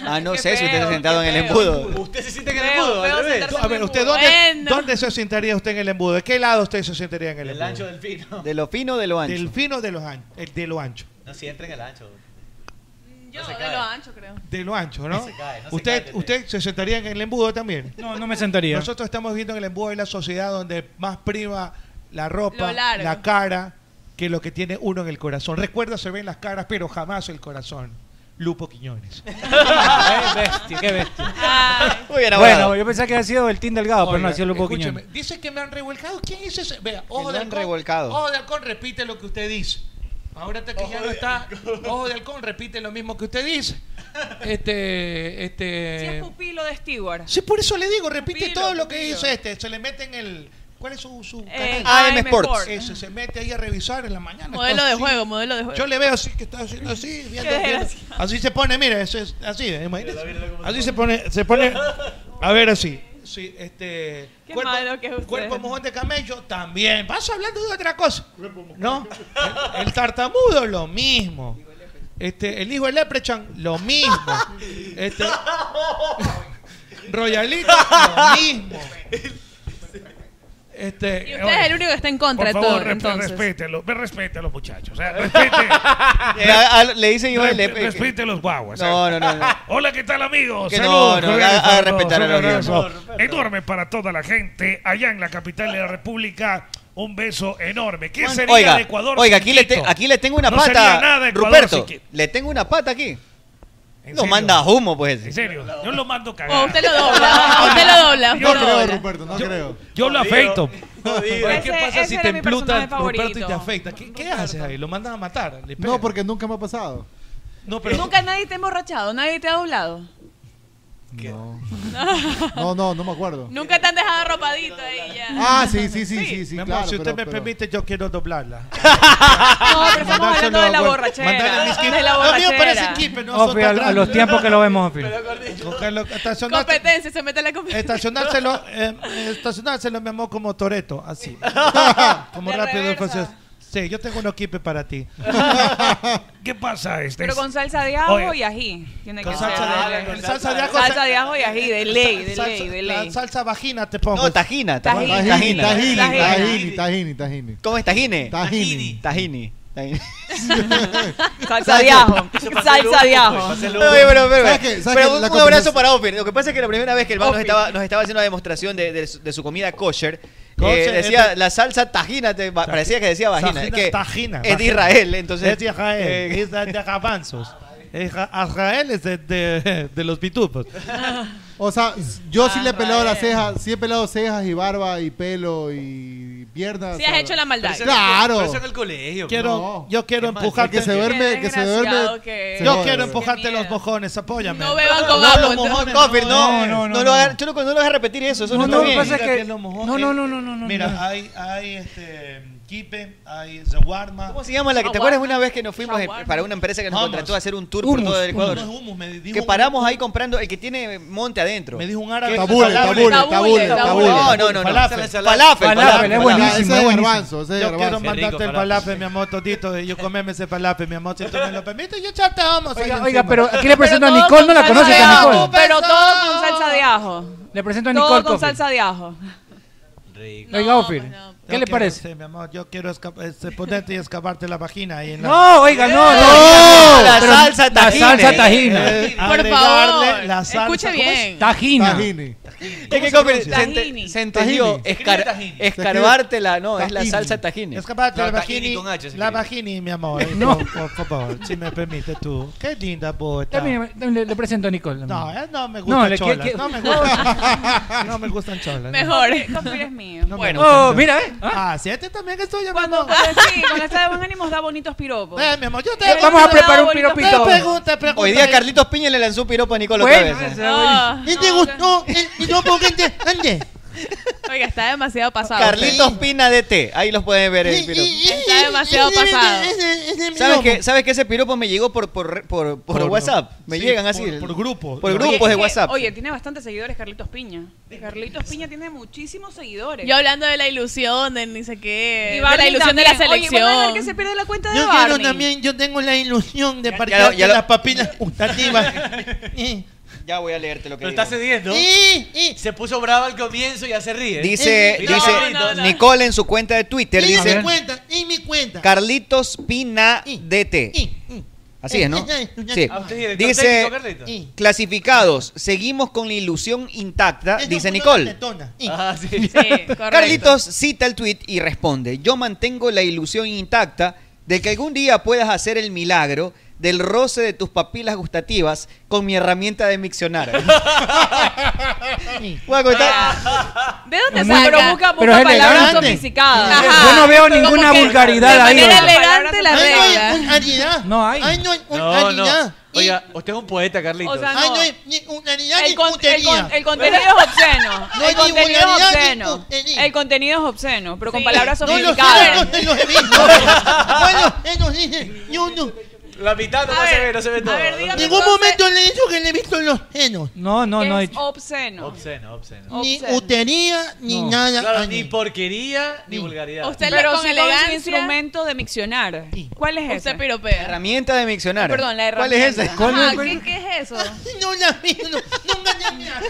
Speaker 9: Ah, no sé si usted está sentado en el embudo.
Speaker 10: Usted se siente en
Speaker 12: Feo,
Speaker 10: el mudo,
Speaker 12: feo
Speaker 10: al revés.
Speaker 12: sentarse
Speaker 3: A ver, ¿usted dónde, dónde se sentaría usted en el embudo? ¿De qué lado usted se sentaría en el
Speaker 10: El
Speaker 3: embudo?
Speaker 10: ancho del fino.
Speaker 9: De lo fino o de lo ancho.
Speaker 3: Del fino o de, los an- el de lo ancho.
Speaker 10: No, si entra en el ancho.
Speaker 12: Yo, de lo ancho, creo.
Speaker 3: De lo ancho, ¿no?
Speaker 10: No se cae, no se
Speaker 3: usted,
Speaker 10: cae, Tete.
Speaker 3: ¿Usted se sentaría en el embudo también?
Speaker 11: No, no me sentaría.
Speaker 3: Nosotros estamos viendo en el embudo de la sociedad donde más prima la ropa,
Speaker 12: Lo largo.
Speaker 3: la cara, que lo que tiene uno en el corazón. Recuerda, se ven las caras, pero jamás el corazón. Lupo Quiñones.
Speaker 11: Qué bestia, qué bestia. Bueno, yo pensaba que había sido el Team Delgado, pero no, ha sido Lupo
Speaker 3: Escúcheme,
Speaker 11: Quiñones.
Speaker 3: dice que me han revolcado. ¿Quién es ese? Vea, ojo
Speaker 6: lo
Speaker 3: de
Speaker 6: han
Speaker 3: halcón.
Speaker 6: revolcado.
Speaker 3: Ojo de halcón, repite lo que usted dice. Ahora que ya no está, ojo de halcón, repite lo mismo que usted dice. Este,
Speaker 12: Si
Speaker 3: este.
Speaker 12: es pupilo de Stewart.
Speaker 3: Sí, por eso le digo, repite
Speaker 12: Pupilo,
Speaker 3: todo lo que
Speaker 12: pupilo.
Speaker 3: dice este. Se le mete en el. ¿Cuál es su, su
Speaker 12: Eh,
Speaker 3: canal?
Speaker 12: AM AM Sports. Sports.
Speaker 3: Eso, se mete ahí a revisar en la mañana.
Speaker 12: Modelo
Speaker 3: está
Speaker 12: de
Speaker 3: así.
Speaker 12: juego, modelo de juego.
Speaker 3: Yo le veo así que está haciendo así, viendo,
Speaker 12: Qué
Speaker 3: viendo.
Speaker 12: desgracia.
Speaker 3: Así se pone, mira, eso es así, eh, imagínate. Así se pone, se pone. A ver, así. Sí, este.
Speaker 12: Qué
Speaker 5: Ah,
Speaker 12: malo que es usted.
Speaker 3: Cuerpo mojón de camello también. Vas hablando de otra cosa. ¿No? El, el tartamudo, lo mismo. Este, el hijo del Leprechan, lo mismo. Este, Royalito, lo mismo. Este,
Speaker 12: Y usted es el único que está en contra de
Speaker 8: Por favor,
Speaker 12: todo,
Speaker 8: re-
Speaker 12: entonces.
Speaker 8: respételo, ve, respete a los muchachos. o sea, respete.
Speaker 9: a- a- le dicen yo,
Speaker 8: Re-
Speaker 9: le-
Speaker 8: respete a los guaguas.
Speaker 9: No,
Speaker 8: o
Speaker 1: ¿eh?
Speaker 9: no,
Speaker 8: sea.
Speaker 9: no, no.
Speaker 8: Hola, ¿qué tal, amigos?
Speaker 9: Que
Speaker 8: Saludos,
Speaker 9: no, no,
Speaker 8: cordiales
Speaker 9: haga- haga
Speaker 8: para todos,
Speaker 9: respetar a
Speaker 8: un
Speaker 9: los
Speaker 8: abrazo
Speaker 9: niños.
Speaker 8: Enorme para toda la gente allá en la capital de la República. Un beso enorme. ¿Qué sería
Speaker 9: Oiga,
Speaker 8: de Ecuador
Speaker 9: oiga,
Speaker 8: sin
Speaker 9: aquí le, te-
Speaker 8: Quito?
Speaker 9: aquí le tengo una
Speaker 8: No sería
Speaker 9: pata,
Speaker 8: nada Ecuador
Speaker 9: Ruperto.
Speaker 8: sin Quito.
Speaker 9: Le tengo una pata aquí.
Speaker 8: ¿En
Speaker 9: Lo
Speaker 8: serio?
Speaker 9: manda a humo, pues.
Speaker 8: En serio, yo lo mando cagar.
Speaker 12: O Oh, usted lo dobla, usted lo dobla.
Speaker 8: Yo
Speaker 12: usted lo dobla.
Speaker 15: Ruperto, no
Speaker 8: Yo-
Speaker 15: creo.
Speaker 8: Yo lo afeito.
Speaker 12: Ese-
Speaker 3: ¿Qué pasa
Speaker 12: ese
Speaker 3: si
Speaker 12: era
Speaker 3: te
Speaker 12: mi
Speaker 3: empluta
Speaker 12: personaje
Speaker 3: Roberto y te
Speaker 12: favorito.
Speaker 3: afecta? ¿Qué, qué haces ahí? ¿Lo mandas a matar? ¿Le pegas?
Speaker 15: No, porque nunca me ha pasado.
Speaker 3: No, pero
Speaker 12: Nunca nadie te ha emborrachado, nadie te ha doblado.
Speaker 15: No, no, no me acuerdo.
Speaker 13: Nunca te han dejado arropadito ahí ya.
Speaker 15: Ah, sí, sí, sí, sí, sí,
Speaker 3: Mi amor,
Speaker 15: claro.
Speaker 3: si usted
Speaker 15: pero-
Speaker 3: me
Speaker 15: pero-
Speaker 3: permite, yo quiero doblarla.
Speaker 13: No, pero estamos hablando de la
Speaker 3: Mandárselo a-
Speaker 13: borrachera.
Speaker 3: mandarle mis
Speaker 13: De la
Speaker 3: kits. Los míos
Speaker 13: borrachera.
Speaker 3: parecen kits, pero no son
Speaker 11: Ofi,
Speaker 3: tan
Speaker 11: a, a los
Speaker 3: grandes.
Speaker 11: tiempos que lo vemos, Ofi.
Speaker 3: Cogerlo, estacionar-
Speaker 13: Competencia, se mete la competencia.
Speaker 3: Estacionárselo, eh, estacionárselo, mi amor, como Toreto, así. como
Speaker 13: De
Speaker 3: rápido y
Speaker 13: reversa.
Speaker 3: furioso. Sí, yo tengo unos kits para ti.
Speaker 8: ¿Qué pasa? Este
Speaker 12: Pero
Speaker 8: es-
Speaker 12: con salsa de ajo
Speaker 8: Oye,
Speaker 12: y ají. Tiene
Speaker 3: Con
Speaker 12: que
Speaker 3: salsa
Speaker 12: ser.
Speaker 3: de ajo, con salsa de ajo.
Speaker 12: Salsa de ajo y ají, de ley, de
Speaker 3: Salsa-
Speaker 12: ley, de
Speaker 3: la
Speaker 12: ley.
Speaker 3: salsa vagina te pongo.
Speaker 9: No, tajina. Tajina.
Speaker 15: Tajini, tajini,
Speaker 9: Tajina.
Speaker 15: tajini,
Speaker 9: Tajini.
Speaker 15: tajini, tajini.
Speaker 9: ¿Cómo es tajine?
Speaker 15: Tajini.
Speaker 9: Tajini. Tajini.
Speaker 12: Salsa de ajo. Salsa de ajo.
Speaker 9: Oye, pero, pero,
Speaker 15: pues, ¿Sabes qué? ¿Sabes qué?
Speaker 9: pero un,
Speaker 15: La
Speaker 9: un
Speaker 15: competencia-
Speaker 9: abrazo para Ofer. Lo que pasa es que la primera vez que el man nos
Speaker 12: Ofer.
Speaker 9: estaba, nos estaba haciendo una demostración de, de su, de su comida kosher, eh,
Speaker 3: Kosher,
Speaker 9: decía
Speaker 3: este-
Speaker 9: la salsa tajina, te- pa- parecía que decía vagina. Es que
Speaker 3: Tajina,
Speaker 9: es de
Speaker 3: vagina.
Speaker 9: Israel, entonces.
Speaker 3: Es de Israel.
Speaker 9: eh,
Speaker 3: es de, de Javanzos. Es ja- Israel es de, de- de los Ah, pitupos.
Speaker 15: O sea, yo sí le he pelado las cejas, sí he pelado cejas y barba y pelo y piernas.
Speaker 13: Sí has hecho la maldad. Pero eso en el- pero
Speaker 15: Claro.
Speaker 13: eso en el colegio,
Speaker 3: Quiero,
Speaker 15: No.
Speaker 3: Yo quiero
Speaker 15: mal,
Speaker 3: empujarte.
Speaker 15: que se duerme- que se duerme-
Speaker 13: desgraciado que-
Speaker 15: se
Speaker 3: Yo
Speaker 15: jode.
Speaker 3: quiero empujarte los mojones, apóyame.
Speaker 13: No beban con
Speaker 3: No,
Speaker 13: agua,
Speaker 3: los
Speaker 13: no.
Speaker 3: mojones,
Speaker 9: Ofer, no,
Speaker 3: eh.
Speaker 9: no, no, lo hagas- Churuco, no lo vas a repetir eso. Eso no,
Speaker 11: No,
Speaker 9: está
Speaker 11: no, lo
Speaker 9: bien.
Speaker 11: que pasa es
Speaker 3: Mira
Speaker 11: que-
Speaker 3: que los mojones-
Speaker 11: No, no, no, no, no, no.
Speaker 3: Mira,
Speaker 11: no.
Speaker 3: hay, hay este, kipe, hay zaguarma.
Speaker 9: ¿Cómo se llama la que te acuerdas una vez que nos fuimos en- para una empresa que nos
Speaker 3: Hummus.
Speaker 9: contrató a hacer un tour por
Speaker 3: Hummus,
Speaker 9: todo el Ecuador?
Speaker 3: hummus, hummus, me dijo
Speaker 9: Que
Speaker 3: un-
Speaker 9: paramos ahí comprando el que tiene monte adentro.
Speaker 3: Me dijo un árabe.
Speaker 15: Tabule,
Speaker 3: Falafel.
Speaker 15: tabule, tabule, tabule.
Speaker 9: No, no, no.
Speaker 3: Falafel.
Speaker 9: no. Falafel, falafel,
Speaker 11: es
Speaker 9: falafel.
Speaker 15: Ese es garbanzo, ese es
Speaker 3: Yo quiero
Speaker 15: garbanzo.
Speaker 3: mandarte el palape, mi amor, todito. Y yo comerme ese palape, mi amor. Si tú me lo permites, yo echarte vamos. ahí
Speaker 11: Oiga,
Speaker 3: encima.
Speaker 11: oiga, pero aquí le presento a
Speaker 12: todo
Speaker 11: Nicole, no la
Speaker 12: con salsa
Speaker 11: conoces
Speaker 12: de
Speaker 11: a
Speaker 12: ajo,
Speaker 11: Nicole.
Speaker 12: Pero todo
Speaker 3: eh,
Speaker 12: con salsa de ajo.
Speaker 11: Le presento a
Speaker 12: Todo
Speaker 11: Nicole.
Speaker 12: con
Speaker 11: Coffey.
Speaker 12: salsa de ajo.
Speaker 11: Oiga, Ofir, ¿qué
Speaker 3: Yo
Speaker 11: le
Speaker 3: quiero,
Speaker 11: parece?
Speaker 3: sí, mi amor, yo quiero esca- este, ponerte y escaparte la vagina. ahí en la-
Speaker 11: No, oiga, no, no.
Speaker 9: No, la
Speaker 11: Pero
Speaker 9: salsa tajine.
Speaker 11: La salsa tajina.
Speaker 3: Eh,
Speaker 13: Por
Speaker 3: agregarle
Speaker 13: favor,
Speaker 3: la salsa.
Speaker 13: escuche
Speaker 3: ¿Cómo es?
Speaker 13: bien.
Speaker 11: Tajina.
Speaker 15: Tajini.
Speaker 9: Es que Cofer, se,
Speaker 13: pronuncia?
Speaker 9: ente-
Speaker 13: Tajini.
Speaker 9: se entendió
Speaker 15: Tajini.
Speaker 9: escar- escarbártela, no, es la
Speaker 15: Tajini.
Speaker 9: salsa tajini.
Speaker 3: Escaparte
Speaker 16: No,
Speaker 3: la
Speaker 16: tajini con
Speaker 3: vagina.
Speaker 16: H, si
Speaker 3: La
Speaker 16: quieres.
Speaker 3: vagina, mi amor. eh,
Speaker 11: No.
Speaker 3: por, por favor, si me permite tú. Qué linda bota.
Speaker 11: También también le, le presento a Nicole.
Speaker 3: No,
Speaker 11: también.
Speaker 3: eh, no me
Speaker 11: No,
Speaker 3: gustan
Speaker 11: le-
Speaker 3: cholas.
Speaker 11: que- que-
Speaker 3: No me gustan. no me gustan cholas.
Speaker 13: Mejor.
Speaker 12: Coffee es mío.
Speaker 3: No me
Speaker 13: Bueno.
Speaker 3: gustan
Speaker 11: Oh,
Speaker 3: cholas.
Speaker 11: mira, ¿ves? Ah,
Speaker 3: Ah, sí, este también estoy
Speaker 12: Cuando,
Speaker 3: llamando.
Speaker 12: sí, cuando está de buen ánimo da bonitos piropos.
Speaker 3: Eh, mi amor, yo te
Speaker 12: Pero
Speaker 11: Vamos
Speaker 12: yo
Speaker 11: a
Speaker 12: no
Speaker 11: preparar
Speaker 12: daba
Speaker 11: un
Speaker 12: bonitos
Speaker 11: piropito.
Speaker 12: piropos.
Speaker 3: pregunta, pregunta.
Speaker 9: Hoy día Carlitos Piña le lanzó un piropo a Nicolo
Speaker 11: Bueno,
Speaker 9: otra vez. ¿eh?
Speaker 13: Ah,
Speaker 5: Y te
Speaker 13: no,
Speaker 5: gustó, y no pongan ande.
Speaker 13: Oiga, está demasiado pasado.
Speaker 9: Carlitos Pina DT, ahí los pueden ver el piropo.
Speaker 13: Está demasiado pasado.
Speaker 9: ¿Sabes que, ¿Sabes que ese piropo me llegó por, por, por, por WhatsApp? Me
Speaker 3: Sí,
Speaker 9: llegan
Speaker 3: por-
Speaker 9: así.
Speaker 3: Por grupos.
Speaker 9: por
Speaker 3: No,
Speaker 9: grupos
Speaker 12: Oye,
Speaker 9: de
Speaker 12: es que-
Speaker 9: WhatsApp.
Speaker 12: Oye, tiene bastantes seguidores Carlitos Piña. Carlitos Piña tiene muchísimos seguidores.
Speaker 13: Yo hablando de la ilusión, de ni sé qué.
Speaker 12: Y
Speaker 13: de la
Speaker 12: Barney
Speaker 13: ilusión de la
Speaker 12: también. Oye,
Speaker 13: selección.
Speaker 12: ¿van a dejar que se pierde la cuenta de
Speaker 3: Yo
Speaker 12: Barney?
Speaker 3: quiero también, yo tengo la ilusión de
Speaker 9: ya
Speaker 3: parquearte
Speaker 9: lo- ya lo-
Speaker 3: las papilas gustativas. Eh,
Speaker 9: Ya voy a leerte lo que
Speaker 16: Lo
Speaker 9: digo.
Speaker 16: está cediendo.
Speaker 5: Y, y,
Speaker 16: Se puso bravo al comienzo y ya se ríe.
Speaker 9: Dice,
Speaker 16: Mira,
Speaker 9: dice
Speaker 16: Carlitos.
Speaker 9: Nicole en su cuenta de Twitter,
Speaker 5: y mi
Speaker 9: dice
Speaker 5: cuenta, y mi cuenta. Mm.
Speaker 9: Carlitos Pina
Speaker 5: Y-
Speaker 9: DT.
Speaker 5: Y, y,
Speaker 9: Así es, ¿no?
Speaker 5: Eh, eh, eh,
Speaker 9: Sí.
Speaker 16: Ah, usted es director
Speaker 9: Dice,
Speaker 16: técnico, Carlitos.
Speaker 5: y.
Speaker 9: clasificados, seguimos con la ilusión intacta,
Speaker 5: Es un
Speaker 9: Ah, dice
Speaker 5: culo de
Speaker 9: Nicole.
Speaker 5: tetona. Y-
Speaker 16: Ah, sí.
Speaker 13: Sí, correcto.
Speaker 9: Carlitos cita el tweet y responde, yo mantengo la ilusión intacta de que algún día puedas hacer el milagro del roce de tus papilas gustativas con mi herramienta de miccionar. Voy a contar-
Speaker 12: Ah. ¿De dónde
Speaker 11: Muy
Speaker 12: saca? Pero
Speaker 11: acá.
Speaker 12: busca, busca
Speaker 11: Pero es
Speaker 12: palabras
Speaker 11: elegante.
Speaker 12: sofisticadas.
Speaker 13: Ajá.
Speaker 11: Yo no veo
Speaker 13: Como
Speaker 11: ninguna
Speaker 13: que
Speaker 11: vulgaridad
Speaker 13: de
Speaker 11: ahí.
Speaker 13: manera
Speaker 11: oiga.
Speaker 13: elegante la
Speaker 12: Ay,
Speaker 5: Ay, no
Speaker 13: regla.
Speaker 5: hay unanimidad.
Speaker 11: No hay.
Speaker 5: Ay, no hay
Speaker 16: No, no.
Speaker 5: unanimidad. Y-
Speaker 16: Oiga, usted es un poeta, Carlitos.
Speaker 12: O sea,
Speaker 5: Ay,
Speaker 12: no.
Speaker 5: no hay ni unanimidad ni
Speaker 12: El, con- el,
Speaker 5: puntería.
Speaker 12: con- el contenido es obsceno.
Speaker 5: No
Speaker 12: el
Speaker 5: hay
Speaker 12: contenido es
Speaker 5: vulgaridad ni
Speaker 12: obsceno.
Speaker 5: puntería.
Speaker 12: El contenido es obsceno, pero con
Speaker 13: Sí.
Speaker 12: palabras
Speaker 5: No los
Speaker 12: sofisticadas.
Speaker 5: sé, no los he visto. Bueno, ellos dicen, yo no.
Speaker 16: la mitad no,
Speaker 12: A
Speaker 16: se
Speaker 12: ver,
Speaker 16: ve, no se ve
Speaker 12: a
Speaker 16: todo.
Speaker 12: ver, dígame.
Speaker 5: Ningún
Speaker 12: Entonces-
Speaker 5: momento le he dicho que le he visto los senos.
Speaker 11: No, no, no.
Speaker 12: es obsceno.
Speaker 16: Obsceno, obsceno.
Speaker 5: Ni
Speaker 12: Obsceno.
Speaker 5: utería, ni
Speaker 11: No.
Speaker 5: nada.
Speaker 16: Claro,
Speaker 5: Ay,
Speaker 16: ni porquería ni vulgaridad.
Speaker 13: Usted la-
Speaker 12: Pero
Speaker 13: con
Speaker 12: sí con
Speaker 13: elegancia.
Speaker 12: un instrumento de miccionar. ¿Cuál es ese?
Speaker 13: Usted piropea.
Speaker 9: herramienta de miccionar.
Speaker 12: Perdón, la
Speaker 9: ¿Cuál
Speaker 12: herramienta.
Speaker 9: es ese?
Speaker 11: ¿Cuál
Speaker 12: Ajá,
Speaker 11: es- cuál
Speaker 12: ¿qué,
Speaker 11: es?
Speaker 12: qué es eso?
Speaker 5: No la vi, no, nunca la vi.
Speaker 12: Ninja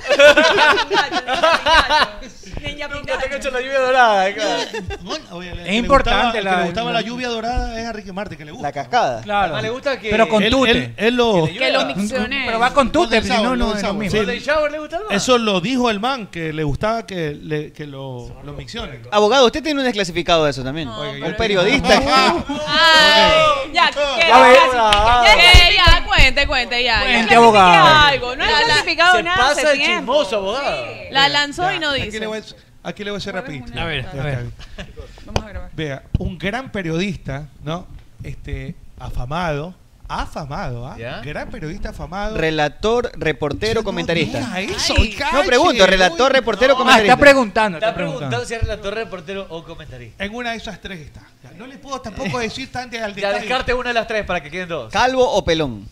Speaker 16: Nunca te han
Speaker 12: Pikachu.
Speaker 16: hecho la lluvia dorada. ¿eh? cara.
Speaker 3: bueno, oye, le-
Speaker 11: Es
Speaker 3: que le
Speaker 11: importante
Speaker 3: gustaba-
Speaker 11: la-
Speaker 3: que le gustaba la lluvia dorada es a Ricky Martin que le gusta.
Speaker 9: La cascada.
Speaker 11: Claro.
Speaker 16: Ah, le gusta que-
Speaker 11: Pero con
Speaker 16: Él-
Speaker 11: tute.
Speaker 3: Él, él lo, Ah,
Speaker 16: Que
Speaker 12: Que lo
Speaker 16: Ayuda.
Speaker 12: miccioné.
Speaker 11: Pero va con tute,
Speaker 15: Condensado,
Speaker 11: si no, no es lo
Speaker 15: condensado.
Speaker 11: mismo.
Speaker 16: ¿Golden Shower le gusta el man?
Speaker 3: eso lo dijo el man que le gustaba que, le, que lo, lo miccionen.
Speaker 9: Abogado, usted tiene un desclasificado de eso también.
Speaker 3: Oiga, yo
Speaker 9: un
Speaker 3: tengo-
Speaker 9: periodista. que-
Speaker 3: Ah,
Speaker 12: Ay, ya, que
Speaker 9: A ver,
Speaker 12: casi- ya,
Speaker 13: Que
Speaker 12: ya,
Speaker 13: ya, cuente, cuente, ya.
Speaker 11: Cuente,
Speaker 13: ya.
Speaker 12: ya.
Speaker 11: abogado.
Speaker 12: algo, no he clasificado
Speaker 16: Se
Speaker 12: nada.
Speaker 16: pasa
Speaker 12: hace
Speaker 16: el
Speaker 12: tiempo.
Speaker 16: chismoso, abogado.
Speaker 13: La lanzó y
Speaker 16: Ah,
Speaker 13: no
Speaker 3: Aquí le voy
Speaker 13: dice.
Speaker 3: a, aquí le voy a hacer rapidito.
Speaker 11: A ver, a ver.
Speaker 12: Vamos a grabar.
Speaker 3: Vea, un gran periodista, ¿no? Este, afamado, Afamado, ¿ah? Gran periodista afamado.
Speaker 9: Relator, reportero, comentarista.
Speaker 3: diga eso,
Speaker 9: No
Speaker 3: calle.
Speaker 9: pregunto, relator,
Speaker 3: Uy,
Speaker 9: reportero,
Speaker 3: no.
Speaker 9: comentarista.
Speaker 16: Ah, Está preguntando si es relator, reportero o comentarista. Eh,
Speaker 3: En una de esas tres está. Ya, No le puedo tampoco decir tanto al
Speaker 16: Ya
Speaker 3: detalle.
Speaker 16: descarte una de las tres para que queden dos.
Speaker 9: ¿Calvo o pelón?